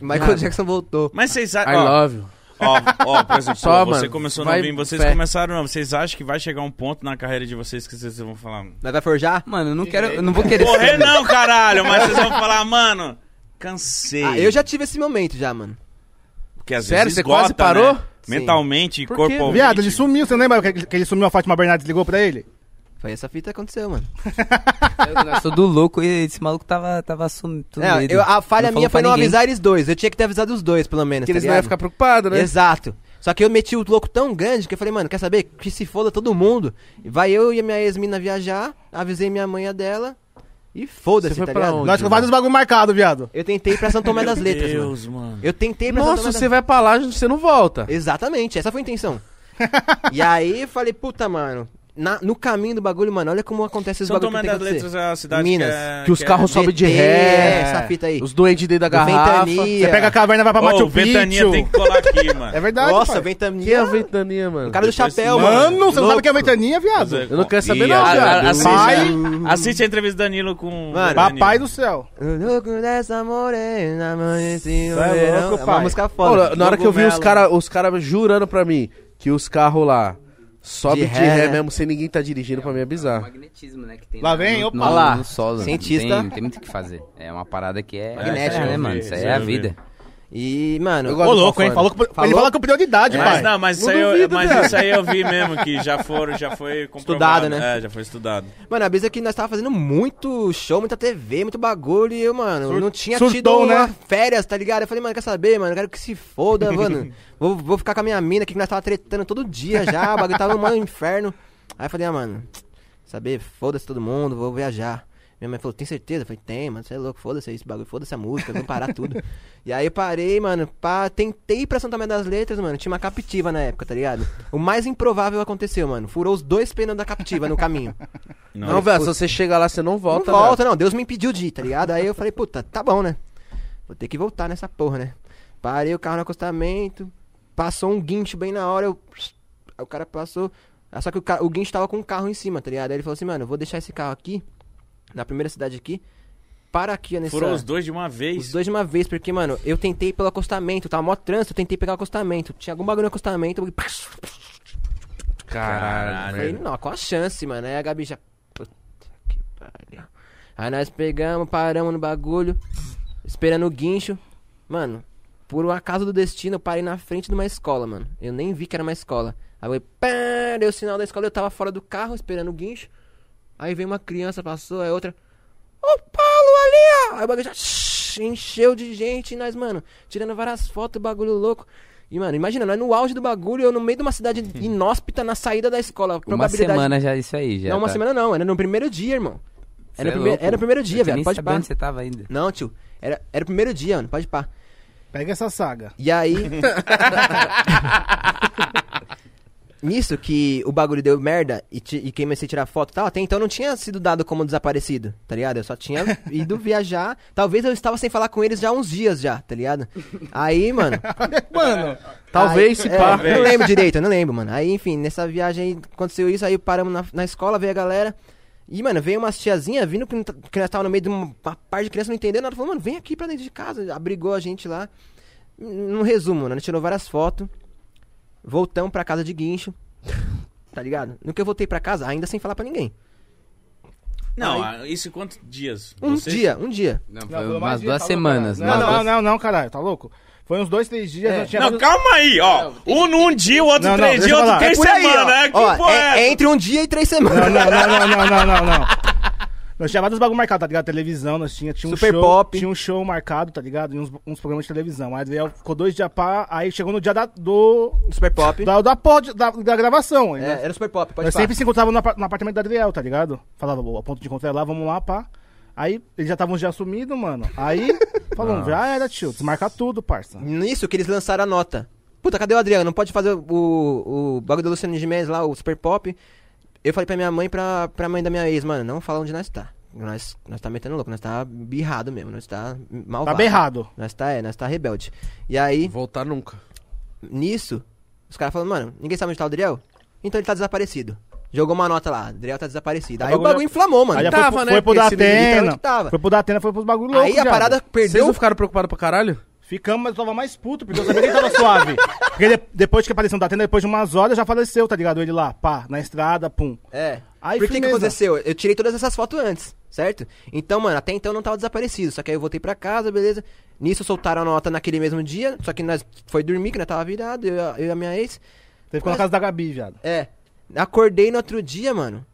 [SPEAKER 4] Michael Jackson voltou.
[SPEAKER 1] Mas vocês...
[SPEAKER 2] I
[SPEAKER 1] ó,
[SPEAKER 2] love you.
[SPEAKER 1] Ó, ó, por exemplo,
[SPEAKER 2] Só,
[SPEAKER 1] você
[SPEAKER 2] mano,
[SPEAKER 1] começou
[SPEAKER 2] vai
[SPEAKER 1] novinho, vocês
[SPEAKER 2] fé.
[SPEAKER 1] começaram não. Vocês acham que vai chegar um ponto na carreira de vocês que vocês vão falar.
[SPEAKER 4] Mas vai forjar?
[SPEAKER 6] Mano, eu não quero... Eu não vou querer ser,
[SPEAKER 1] Morrer
[SPEAKER 6] né?
[SPEAKER 1] não, caralho, mas vocês vão falar, mano, cansei.
[SPEAKER 4] Ah, eu já tive esse momento já, mano.
[SPEAKER 1] Porque às
[SPEAKER 2] Sério,
[SPEAKER 1] vezes
[SPEAKER 2] você
[SPEAKER 1] esgota,
[SPEAKER 2] quase parou?
[SPEAKER 1] né?
[SPEAKER 4] Sim.
[SPEAKER 1] Mentalmente,
[SPEAKER 2] Por quê?
[SPEAKER 1] corporalmente.
[SPEAKER 3] Viado, ele sumiu, você não lembra que ele, que ele sumiu, a Fátima Bernardes ligou pra ele?
[SPEAKER 4] Foi essa fita que aconteceu, mano.
[SPEAKER 6] Eu sou do louco e esse maluco tava, tava sumido.
[SPEAKER 4] É, eu- a falha
[SPEAKER 6] Não falou
[SPEAKER 4] minha foi
[SPEAKER 6] pra
[SPEAKER 4] não
[SPEAKER 6] ninguém.
[SPEAKER 4] avisar eles dois. Eu tinha que ter avisado os dois, pelo menos.
[SPEAKER 2] Que
[SPEAKER 4] tá
[SPEAKER 2] eles não iam
[SPEAKER 4] ligado?
[SPEAKER 2] ficar preocupados, né?
[SPEAKER 4] Exato. Só que eu meti o louco tão grande que eu falei, mano, quer saber? Que se foda todo mundo. Vai eu e a minha ex-mina viajar, avisei minha mãe e a dela e foda-se,
[SPEAKER 2] Você foi
[SPEAKER 4] tá
[SPEAKER 2] pra
[SPEAKER 4] ligado?
[SPEAKER 2] onde?
[SPEAKER 3] Nós com vários bagulho marcado, viado.
[SPEAKER 4] Eu tentei ir pra São Tomé das
[SPEAKER 1] Meu
[SPEAKER 4] Letras, mano.
[SPEAKER 1] Deus, mano.
[SPEAKER 4] Eu tentei ir pra São
[SPEAKER 2] Nossa,
[SPEAKER 4] Tomé das
[SPEAKER 2] você vai pra lá, você não volta.
[SPEAKER 4] Exatamente, essa foi a intenção. e aí eu falei, puta, mano, na- no caminho do bagulho, mano, olha como acontece os
[SPEAKER 1] São
[SPEAKER 3] Então
[SPEAKER 4] bagulhos
[SPEAKER 1] Tomé
[SPEAKER 4] que tem
[SPEAKER 1] das
[SPEAKER 4] que acontecer.
[SPEAKER 1] Letras é a cidade
[SPEAKER 4] Minas.
[SPEAKER 1] que, é,
[SPEAKER 2] Que os carros sobem de
[SPEAKER 4] VT,
[SPEAKER 2] ré.
[SPEAKER 4] Ah, essa fita aí.
[SPEAKER 2] Os doentes dentro da garrafa.
[SPEAKER 4] Ventania.
[SPEAKER 3] Você pega a caverna e vai pra
[SPEAKER 1] Ô,
[SPEAKER 3] Machu
[SPEAKER 1] Ventania
[SPEAKER 3] Picchu.
[SPEAKER 1] tem que colar aqui,
[SPEAKER 3] É
[SPEAKER 1] mano.
[SPEAKER 3] verdade,
[SPEAKER 4] Nossa,
[SPEAKER 3] pai.
[SPEAKER 2] Que é
[SPEAKER 4] ventania.
[SPEAKER 2] a ventania, mano?
[SPEAKER 4] O cara do
[SPEAKER 1] Depois-
[SPEAKER 4] chapéu,
[SPEAKER 3] Mano,
[SPEAKER 4] mano.
[SPEAKER 3] você não sabe o que é ventania,
[SPEAKER 1] Mas
[SPEAKER 3] viado.
[SPEAKER 1] é-
[SPEAKER 2] Eu não quero saber
[SPEAKER 1] E
[SPEAKER 2] não,
[SPEAKER 1] a-
[SPEAKER 2] viado.
[SPEAKER 1] a- assiste-
[SPEAKER 3] Pai.
[SPEAKER 1] Ah, Assiste a entrevista do Danilo com.
[SPEAKER 4] Mano,
[SPEAKER 1] Danilo.
[SPEAKER 3] Papai do céu.
[SPEAKER 4] O louco dessa morena, amanheci no
[SPEAKER 3] Cê é
[SPEAKER 4] verão.
[SPEAKER 3] louco,
[SPEAKER 4] É uma
[SPEAKER 3] pai.
[SPEAKER 4] música
[SPEAKER 2] Pô,
[SPEAKER 4] foda.
[SPEAKER 2] na- na hora que eu vi os
[SPEAKER 3] Cogumelo.
[SPEAKER 2] caras os cara jurando pra mim que os carros lá sobe de,
[SPEAKER 4] De
[SPEAKER 2] ré,
[SPEAKER 4] ré, né?
[SPEAKER 2] mesmo sem ninguém tá dirigindo, pra mim é bizarro.
[SPEAKER 6] magnetismo, né? Que tem
[SPEAKER 3] Lá
[SPEAKER 6] na-
[SPEAKER 3] vem,
[SPEAKER 6] no,
[SPEAKER 3] opa.
[SPEAKER 6] no-
[SPEAKER 4] Olha lá,
[SPEAKER 6] no solo, né?
[SPEAKER 4] cientista.
[SPEAKER 6] Não tem, não tem muito o que fazer. É uma parada que é.
[SPEAKER 1] Magnética,
[SPEAKER 6] é, né,
[SPEAKER 1] eu
[SPEAKER 6] mano?
[SPEAKER 1] vi,
[SPEAKER 6] Isso
[SPEAKER 1] isso
[SPEAKER 6] aí
[SPEAKER 1] eu
[SPEAKER 6] é a
[SPEAKER 1] vi.
[SPEAKER 6] vida.
[SPEAKER 4] E, mano,
[SPEAKER 2] Eu
[SPEAKER 3] Ô,
[SPEAKER 2] gosto do
[SPEAKER 3] louco, hein?
[SPEAKER 2] Fafone.
[SPEAKER 3] Falou com, Ele fala com prioridade,
[SPEAKER 1] Mas
[SPEAKER 3] pai.
[SPEAKER 1] não, mas, isso
[SPEAKER 2] Não
[SPEAKER 1] aí, eu,
[SPEAKER 2] duvido,
[SPEAKER 1] mas
[SPEAKER 2] velho.
[SPEAKER 1] isso aí eu vi mesmo, que já foram, já foi comprovado.
[SPEAKER 4] Estudado, né?
[SPEAKER 1] É, já foi estudado.
[SPEAKER 4] Mano, a brisa é que nós tava fazendo muito show, muita TV, muito bagulho, e eu, mano,
[SPEAKER 3] Sur-
[SPEAKER 4] não tinha
[SPEAKER 3] surtou,
[SPEAKER 4] tido uma
[SPEAKER 3] né?
[SPEAKER 4] férias, tá ligado? Eu falei, mano, quer saber, mano, eu quero que se foda, mano. Vou, vou ficar com a minha mina aqui, que nós tava tretando todo dia já, o bagulho tava no maior inferno. Aí eu falei, ah, mano, quer saber, foda-se todo mundo, vou viajar. Minha mãe falou, tem certeza? Eu falei, tem, mano, você é louco, foda-se esse bagulho, foda-se a música, vamos parar tudo. e aí eu parei, mano, pá, tentei ir pra Santa Maria das Letras, mano, tinha uma captiva na época, tá ligado? O mais improvável aconteceu, mano, furou os dois pneus da captiva no caminho.
[SPEAKER 1] Não.
[SPEAKER 2] Não, velho, se você chega lá, você não volta,
[SPEAKER 4] é Não
[SPEAKER 2] velho.
[SPEAKER 4] volta, não. Deus me impediu de ir, tá ligado? Aí eu falei, puta, tá bom, né? Vou ter que voltar nessa porra, né? Parei o carro no acostamento, passou um guincho bem na hora, eu... Aí o cara passou. Ah, Só que o, ca- o guincho tava com um carro em cima, tá ligado? Aí ele falou assim, mano, eu vou deixar esse carro aqui, na primeira cidade aqui, para aqui ó, nessa...
[SPEAKER 1] Foram os dois de uma vez.
[SPEAKER 4] é. Os dois de uma vez, porque, mano, eu tentei pelo acostamento, tava mó trânsito, eu tentei pegar o acostamento. Tinha algum bagulho no acostamento, eu
[SPEAKER 1] Caralho.
[SPEAKER 4] Falei, não, qual a chance, mano? Aí a Gabi já. Puta que pariu. Aí nós pegamos, paramos no bagulho, esperando o guincho. Mano, por um acaso do destino, eu parei na frente de uma escola, mano. Eu nem vi que era uma escola. Aí eu, pá, deu o sinal da escola, eu tava fora do carro esperando o guincho. Aí veio uma criança, passou, aí outra. Ô Paulo ali, ó! Aí o bagulho já shhh, encheu de gente, e nós, mano, tirando várias fotos, bagulho louco. E, mano, imagina, nós no auge do bagulho, eu no meio de uma cidade inóspita, na saída da escola. a
[SPEAKER 6] Uma
[SPEAKER 4] probabilidade-
[SPEAKER 6] semana já, isso aí, já.
[SPEAKER 4] Não, uma
[SPEAKER 6] tá.
[SPEAKER 4] semana não, era no primeiro dia, irmão.
[SPEAKER 6] Cê
[SPEAKER 4] Era, no
[SPEAKER 6] é
[SPEAKER 4] primeiro-
[SPEAKER 6] louco.
[SPEAKER 4] era o primeiro dia,
[SPEAKER 6] Eu
[SPEAKER 4] velho,
[SPEAKER 6] nem
[SPEAKER 4] pode
[SPEAKER 6] sabia
[SPEAKER 4] pá.
[SPEAKER 6] onde tá. você tava ainda.
[SPEAKER 4] Não, tio, era, era o primeiro dia, mano, pode pá.
[SPEAKER 3] Pega essa saga.
[SPEAKER 4] E aí. Nisso que o bagulho deu merda e, ti- e comecei a tirar foto e tal, até então não tinha sido dado como desaparecido, tá ligado? Eu só tinha ido viajar. Talvez eu estava sem falar com eles já há uns dias já, tá ligado? Aí, mano.
[SPEAKER 3] Mano,
[SPEAKER 2] Talvez, se
[SPEAKER 4] É,
[SPEAKER 2] pá.
[SPEAKER 4] eu não lembro direito, eu não lembro, mano. Aí, enfim, nessa viagem aí, aconteceu isso, aí paramos na, na escola, veio a galera. E, mano, veio umas tiazinha vindo que, não tá- que nós tava no meio de uma uma parte de criança não entendendo nada. Falou, mano, vem aqui pra dentro de casa. Abrigou a gente lá. Num resumo, mano, a gente tirou várias fotos. Voltamos pra casa de guincho. Tá ligado? No que eu voltei pra casa, ainda sem falar pra ninguém.
[SPEAKER 1] Não, ah, isso em quantos dias?
[SPEAKER 4] Um
[SPEAKER 1] Vocês-
[SPEAKER 4] dia, um dia.
[SPEAKER 6] Não,
[SPEAKER 3] Não,
[SPEAKER 6] foi
[SPEAKER 3] foi mais
[SPEAKER 6] umas
[SPEAKER 3] dia,
[SPEAKER 6] duas
[SPEAKER 3] tá louco,
[SPEAKER 6] semanas.
[SPEAKER 3] Não,
[SPEAKER 6] umas
[SPEAKER 3] não,
[SPEAKER 6] duas-
[SPEAKER 3] não, não, caralho, tá louco? Foi uns dois, três dias, eu tinha
[SPEAKER 1] Não, calma aí, ó. Um num dia, o outro
[SPEAKER 3] Não, não,
[SPEAKER 1] três
[SPEAKER 3] deixa
[SPEAKER 1] dias,
[SPEAKER 3] eu
[SPEAKER 1] o outro
[SPEAKER 3] falar.
[SPEAKER 1] três
[SPEAKER 4] É Por aí, ó.
[SPEAKER 1] semanas. né? Que
[SPEAKER 4] Ó,
[SPEAKER 1] porra
[SPEAKER 4] é, é
[SPEAKER 1] é essa?
[SPEAKER 4] entre um dia e três
[SPEAKER 3] Não,
[SPEAKER 4] semanas.
[SPEAKER 3] não, não, não, não, não, não, não. Nós tinha vários bagulho marcado, tá ligado? Televisão, nós tinha, tinha um
[SPEAKER 4] Super
[SPEAKER 3] show.
[SPEAKER 4] Pop.
[SPEAKER 3] Tinha um show marcado, tá ligado? E uns, uns programas de televisão. Aí veio- ficou dois dias pá, aí chegou no dia da, do.
[SPEAKER 4] Super pop.
[SPEAKER 3] Da, da, pod- da, da gravação. Aí
[SPEAKER 4] É,
[SPEAKER 3] nós-
[SPEAKER 4] era super pop, pode
[SPEAKER 3] nós
[SPEAKER 4] falar.
[SPEAKER 3] sempre se encontrava no, apa- no apartamento da Adriel, tá ligado? Falava, o ponto de encontro é lá, vamos lá, pá. Aí eles já estavam já sumidos, mano. Aí, falando, já era, tio, desmarca tudo, parça.
[SPEAKER 4] Nisso que eles lançaram a nota. Puta, cadê o Adriano? Não pode fazer o, o bagulho do Luciano Gimenez lá, o Super Pop. Eu falei pra minha mãe, e pra, pra mãe da minha ex, mano, não fala onde nós tá. Nós, nós tá metendo louco, nós tá birrado mesmo, nós tá malvado.
[SPEAKER 3] Tá bem errado.
[SPEAKER 4] Nós tá, é, nós tá rebelde. E aí,
[SPEAKER 2] Voltar nunca.
[SPEAKER 4] nisso, os caras falam, mano, ninguém sabe onde tá o Adriel? Então ele tá desaparecido. Jogou uma nota lá, Adriel tá desaparecido. Aí o
[SPEAKER 3] bagulho-
[SPEAKER 4] bagulho inflamou, mano.
[SPEAKER 3] aí já
[SPEAKER 2] tava,
[SPEAKER 3] foi, pro-
[SPEAKER 2] né?
[SPEAKER 3] foi pro
[SPEAKER 2] Porque se ninguém
[SPEAKER 4] literalmente
[SPEAKER 3] Datena.
[SPEAKER 4] tava.
[SPEAKER 3] Foi pro Datena, foi pros bagulho louco.
[SPEAKER 4] Aí a
[SPEAKER 3] viado.
[SPEAKER 4] parada
[SPEAKER 2] Vocês
[SPEAKER 4] perdeu
[SPEAKER 2] não ficaram preocupados pra caralho?
[SPEAKER 3] Ficamos, mas eu tava mais puto, porque eu sabia que ele tava suave. Porque de- depois que apareceu da tenda, depois de umas horas, já faleceu, tá ligado? Ele lá, pá, na estrada, pum.
[SPEAKER 4] É.
[SPEAKER 3] Aí,
[SPEAKER 4] Por que que
[SPEAKER 3] firmeza.
[SPEAKER 4] aconteceu? Eu tirei todas essas fotos antes, certo? Então, mano, até então eu não tava desaparecido. Só que aí eu voltei pra casa, beleza? Nisso soltaram a nota naquele mesmo dia. Só que nós foi dormir, que nós tava virado, eu, e a- eu e a minha ex.
[SPEAKER 3] Você ficou na casa da Gabi, viado.
[SPEAKER 4] É. Acordei no outro dia, mano.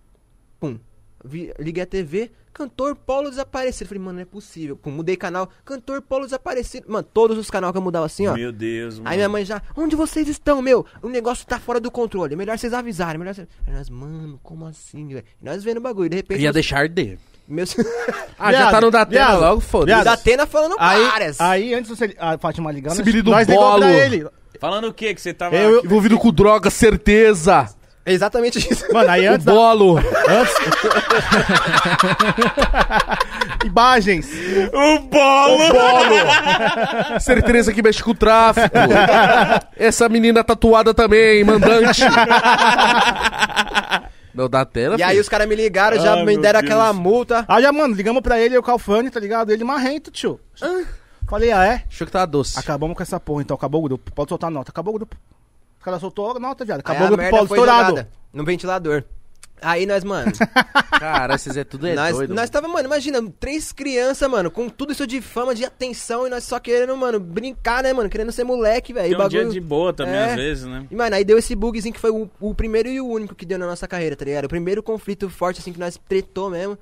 [SPEAKER 4] Pum. Vi- liguei a TV, Cantor Polo desaparecido. Eu falei, mano, não é possível. Pô, mudei canal. Cantor Polo desaparecido. Mano, todos os canais que eu mudava assim, ó.
[SPEAKER 1] Meu Deus, mano.
[SPEAKER 4] Aí minha mãe já, onde vocês estão, meu? O negócio tá fora do controle. Melhor vocês avisarem, melhor vocês... Aí nós, mano, como assim, velho? E Nós vendo o bagulho, de repente...
[SPEAKER 2] Ia
[SPEAKER 4] os-
[SPEAKER 2] deixar arder.
[SPEAKER 4] Meus...
[SPEAKER 2] Ah, já
[SPEAKER 3] Viado,
[SPEAKER 2] tá no Datena
[SPEAKER 3] viado,
[SPEAKER 2] logo, foda-se.
[SPEAKER 3] viado.
[SPEAKER 4] da Atena falando
[SPEAKER 3] Aí,
[SPEAKER 4] várias.
[SPEAKER 3] aí antes você, a Fátima ligar,
[SPEAKER 2] Esse
[SPEAKER 3] nós-
[SPEAKER 2] menino
[SPEAKER 3] nós ligamos pra
[SPEAKER 2] bolo.
[SPEAKER 3] ele.
[SPEAKER 1] Falando o quê? Que você tava.
[SPEAKER 3] Eu-
[SPEAKER 2] Envolvido com droga, certeza.
[SPEAKER 4] É Exatamente isso.
[SPEAKER 3] Mano, aí
[SPEAKER 2] O
[SPEAKER 3] antes da...
[SPEAKER 2] bolo.
[SPEAKER 3] Imagens.
[SPEAKER 1] O bolo!
[SPEAKER 2] certeza que mexe com o tráfico. Essa menina tatuada também, mandante. Não dá tela,
[SPEAKER 4] E
[SPEAKER 3] assim,
[SPEAKER 4] aí os caras me ligaram, já
[SPEAKER 1] Ah,
[SPEAKER 4] me
[SPEAKER 1] meu
[SPEAKER 4] deram
[SPEAKER 1] Deus.
[SPEAKER 4] aquela multa.
[SPEAKER 3] Aí, ah, mano, ligamos pra ele, eu Calfani, tá ligado? Ele marrento, tio. Falei, ah, é?
[SPEAKER 2] Achou que tava doce.
[SPEAKER 3] Acabamos com essa porra, então. Acabou o grupo. Pode soltar a nota. Acabou o grupo. Os caras soltou a nota, viado.
[SPEAKER 4] Aí
[SPEAKER 3] Acabou
[SPEAKER 4] a
[SPEAKER 3] o grupo
[SPEAKER 4] merda
[SPEAKER 3] Paulo,
[SPEAKER 4] foi
[SPEAKER 3] estourado.
[SPEAKER 4] jogada No ventilador. Aí nós, mano,
[SPEAKER 2] Cara, esses é tudo é
[SPEAKER 4] nós,
[SPEAKER 2] doido.
[SPEAKER 4] nós tava, mano, imagina, três crianças, mano, com tudo isso de fama, de atenção, e nós só querendo, mano, brincar, né, mano, querendo ser moleque, velho.
[SPEAKER 1] Tem
[SPEAKER 4] e
[SPEAKER 1] um
[SPEAKER 4] bagulho...
[SPEAKER 1] dia de boa também,
[SPEAKER 4] É.
[SPEAKER 1] às vezes, né?
[SPEAKER 4] E, mano, aí deu esse bugzinho que foi o, o primeiro e o único que deu na nossa carreira, tá ligado? O primeiro conflito forte, assim, que nós tretou mesmo.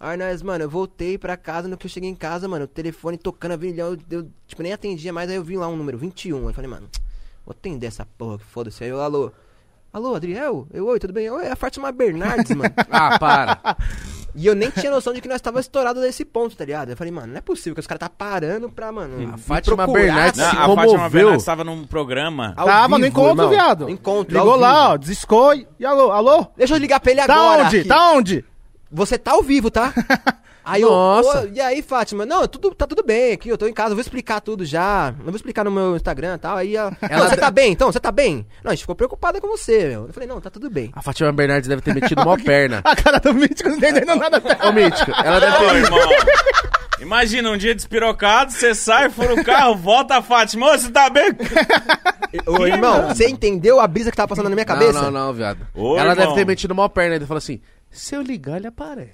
[SPEAKER 4] Aí nós, mano, eu voltei pra casa, no que eu cheguei em casa, mano, o telefone tocando a vilhão, eu, eu, tipo, nem atendia mais, aí eu vi lá um número, 21. Aí eu falei, mano, vou atender essa porra, que foda-se. Aí eu, alô, alô, Adriel? Eu, oi, tudo bem? Oi, é a Fátima Bernardes, mano.
[SPEAKER 2] Ah, para.
[SPEAKER 4] E eu nem tinha noção de que nós tava estourado desse ponto, tá ligado? Eu falei, mano, não é possível que os caras tá parando pra, mano,
[SPEAKER 3] Hum.
[SPEAKER 2] A
[SPEAKER 4] me
[SPEAKER 2] Fátima
[SPEAKER 4] procurar,
[SPEAKER 2] Bernardes
[SPEAKER 1] Não,
[SPEAKER 2] se
[SPEAKER 1] a Fátima
[SPEAKER 2] comoveu.
[SPEAKER 1] Bernardes estava num programa.
[SPEAKER 4] ao
[SPEAKER 3] Tava no
[SPEAKER 4] vivo,
[SPEAKER 3] Tá, encontro,
[SPEAKER 4] irmão.
[SPEAKER 3] viado.
[SPEAKER 4] Encontro,
[SPEAKER 3] Ligou
[SPEAKER 4] ao
[SPEAKER 3] lá, ó,
[SPEAKER 4] vivo.
[SPEAKER 3] discou e- e alô, alô?
[SPEAKER 4] Deixa eu ligar pra ele
[SPEAKER 3] Tá
[SPEAKER 4] agora.
[SPEAKER 3] onde?
[SPEAKER 4] aqui.
[SPEAKER 3] Tá onde?
[SPEAKER 4] Você tá ao vivo, tá? Aí eu,
[SPEAKER 2] Nossa.
[SPEAKER 4] "Ô, e aí, Fátima? Não, tudo, tá tudo bem aqui, eu tô em casa, eu vou explicar tudo já. Eu vou explicar no meu Instagram e tal. Aí ela. Não, você tá bem, então? Você tá bem? Não, a gente ficou preocupada com você, meu. Eu falei, não, tá tudo bem.
[SPEAKER 2] A Fátima Bernardes deve ter metido mó perna.
[SPEAKER 3] A cara do Mítico não entendendo nada.
[SPEAKER 2] Ô, Mítico, ela deve
[SPEAKER 1] Ô,
[SPEAKER 2] ter...
[SPEAKER 1] irmão. Imagina, um dia despirocado, você sai, fura o carro, volta a Fátima. Ô, você tá bem?
[SPEAKER 4] Ah, Ô, irmão, você entendeu a brisa que tava passando na minha cabeça?
[SPEAKER 2] Não, não, não, viado.
[SPEAKER 1] Ô,
[SPEAKER 2] ela deve
[SPEAKER 1] irmão.
[SPEAKER 2] ter metido mó perna. Ele falou assim, se eu ligar, ele aparece.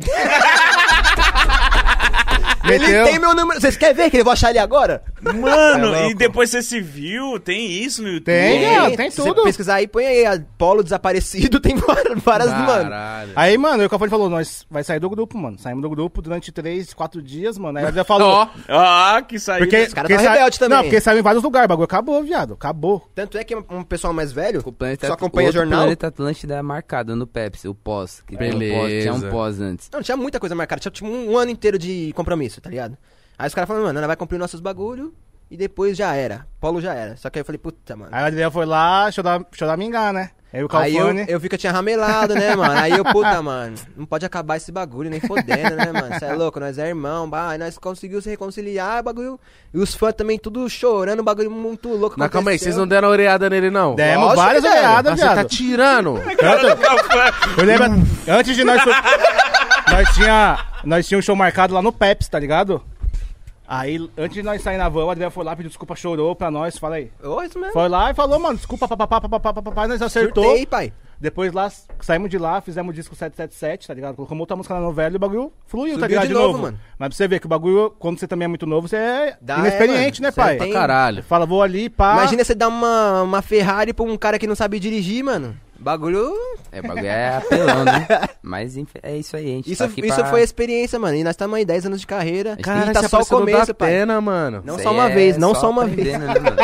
[SPEAKER 4] Ele
[SPEAKER 2] Meteu.
[SPEAKER 4] tem meu número. Vocês querem ver que eu vou achar ele agora?
[SPEAKER 1] Mano,
[SPEAKER 2] É louco.
[SPEAKER 1] e depois você se viu, tem isso no YouTube.
[SPEAKER 3] Tem,
[SPEAKER 4] É,
[SPEAKER 3] viado, tem
[SPEAKER 4] se
[SPEAKER 3] tudo.
[SPEAKER 4] Você pesquisar aí, põe aí, a Polo desaparecido, tem várias, várias, mano.
[SPEAKER 2] Caralho.
[SPEAKER 3] Aí, mano, eu o Calfani falou, nós vai sair do grupo, mano. Saímos do grupo durante três, quatro dias, mano. Aí ele já falou...
[SPEAKER 2] Ó,
[SPEAKER 1] Ah, que saiu.
[SPEAKER 3] Porque,
[SPEAKER 4] Os cara
[SPEAKER 3] porque
[SPEAKER 4] tá
[SPEAKER 3] sa-
[SPEAKER 4] rebelde também.
[SPEAKER 3] Não, porque saiu em vários lugares, o bagulho acabou, viado, acabou.
[SPEAKER 4] Tanto é que um pessoal mais velho
[SPEAKER 6] O planeta,
[SPEAKER 4] só acompanha
[SPEAKER 6] outro
[SPEAKER 4] jornal.
[SPEAKER 6] planeta Atlântida é marcado no Pepsi, o pós. Que tem um pós tinha
[SPEAKER 2] Beleza.
[SPEAKER 6] um pós antes.
[SPEAKER 4] Não, tinha muita coisa marcada. Tinha tipo, um, um ano inteiro de compromisso, tá ligado? Aí os caras falaram, mano, ela vai cumprir nossos bagulho e depois já era. Polo já era. Só que aí eu falei, puta, mano.
[SPEAKER 3] Aí o Adriel foi lá, chorar, chorar mingar, né? Aí o
[SPEAKER 4] Aí eu,
[SPEAKER 3] Calfani...
[SPEAKER 4] eu vi que eu tinha ramelado, né, mano? Aí eu, puta, mano, não pode acabar esse bagulho, nem fodendo, né, mano? Você é louco, nós é irmão, bah, aí nós conseguimos se reconciliar, o bagulho. E os fãs também tudo chorando, o bagulho muito louco.
[SPEAKER 2] mas calma aí,
[SPEAKER 4] aconteceu.
[SPEAKER 2] vocês não deram oreada nele, não?
[SPEAKER 3] Demos
[SPEAKER 4] Lógico
[SPEAKER 3] várias
[SPEAKER 4] que deram.
[SPEAKER 2] Ah,
[SPEAKER 3] olhadas,
[SPEAKER 2] Você tá
[SPEAKER 3] viado.
[SPEAKER 2] tirando.
[SPEAKER 3] Eu lembro, antes de nós... nós tinha, nós tinha um show marcado lá no Peps, tá ligado? Aí, antes de nós sair na van, o Adriel foi lá, pediu desculpa, chorou pra nós, fala aí.
[SPEAKER 4] Ô, isso mesmo.
[SPEAKER 3] Foi lá e falou, mano, desculpa, papapá, papapá, papapá, nós acertou.
[SPEAKER 4] Surtei, pai.
[SPEAKER 3] Depois lá, saímos de lá, fizemos o disco 777, tá ligado? Colocamos outra música na novela e o bagulho fluiu, tá
[SPEAKER 4] Subiu
[SPEAKER 3] ligado?
[SPEAKER 4] de novo, mano.
[SPEAKER 3] Mas pra você ver que o bagulho, quando você também é muito novo, você é
[SPEAKER 4] Dá,
[SPEAKER 3] inexperiente,
[SPEAKER 4] é,
[SPEAKER 3] né,
[SPEAKER 4] mano.
[SPEAKER 3] pai?
[SPEAKER 4] Você tem-
[SPEAKER 2] Caralho.
[SPEAKER 3] Fala, vou ali,
[SPEAKER 2] Ah.
[SPEAKER 3] pá.
[SPEAKER 4] Imagina você dar uma, uma Ferrari pra um cara que não sabe dirigir, mano. Bagulho.
[SPEAKER 6] É, o bagulho é apelão, né? Mas inf- é isso aí, a gente
[SPEAKER 4] Isso,
[SPEAKER 6] tá aqui
[SPEAKER 4] isso
[SPEAKER 6] pra-
[SPEAKER 4] foi a experiência, mano. E nós estamos aí 10 anos de carreira.
[SPEAKER 6] Mas
[SPEAKER 4] e
[SPEAKER 2] Cara,
[SPEAKER 4] tá
[SPEAKER 2] você
[SPEAKER 4] só o
[SPEAKER 2] apareceu no
[SPEAKER 4] começo, pai.
[SPEAKER 2] Datena, mano.
[SPEAKER 4] Não
[SPEAKER 6] Isso
[SPEAKER 4] só
[SPEAKER 6] aí
[SPEAKER 4] uma
[SPEAKER 6] é
[SPEAKER 4] vez, não só uma
[SPEAKER 6] aprendendo,
[SPEAKER 4] vez.
[SPEAKER 6] né, mano?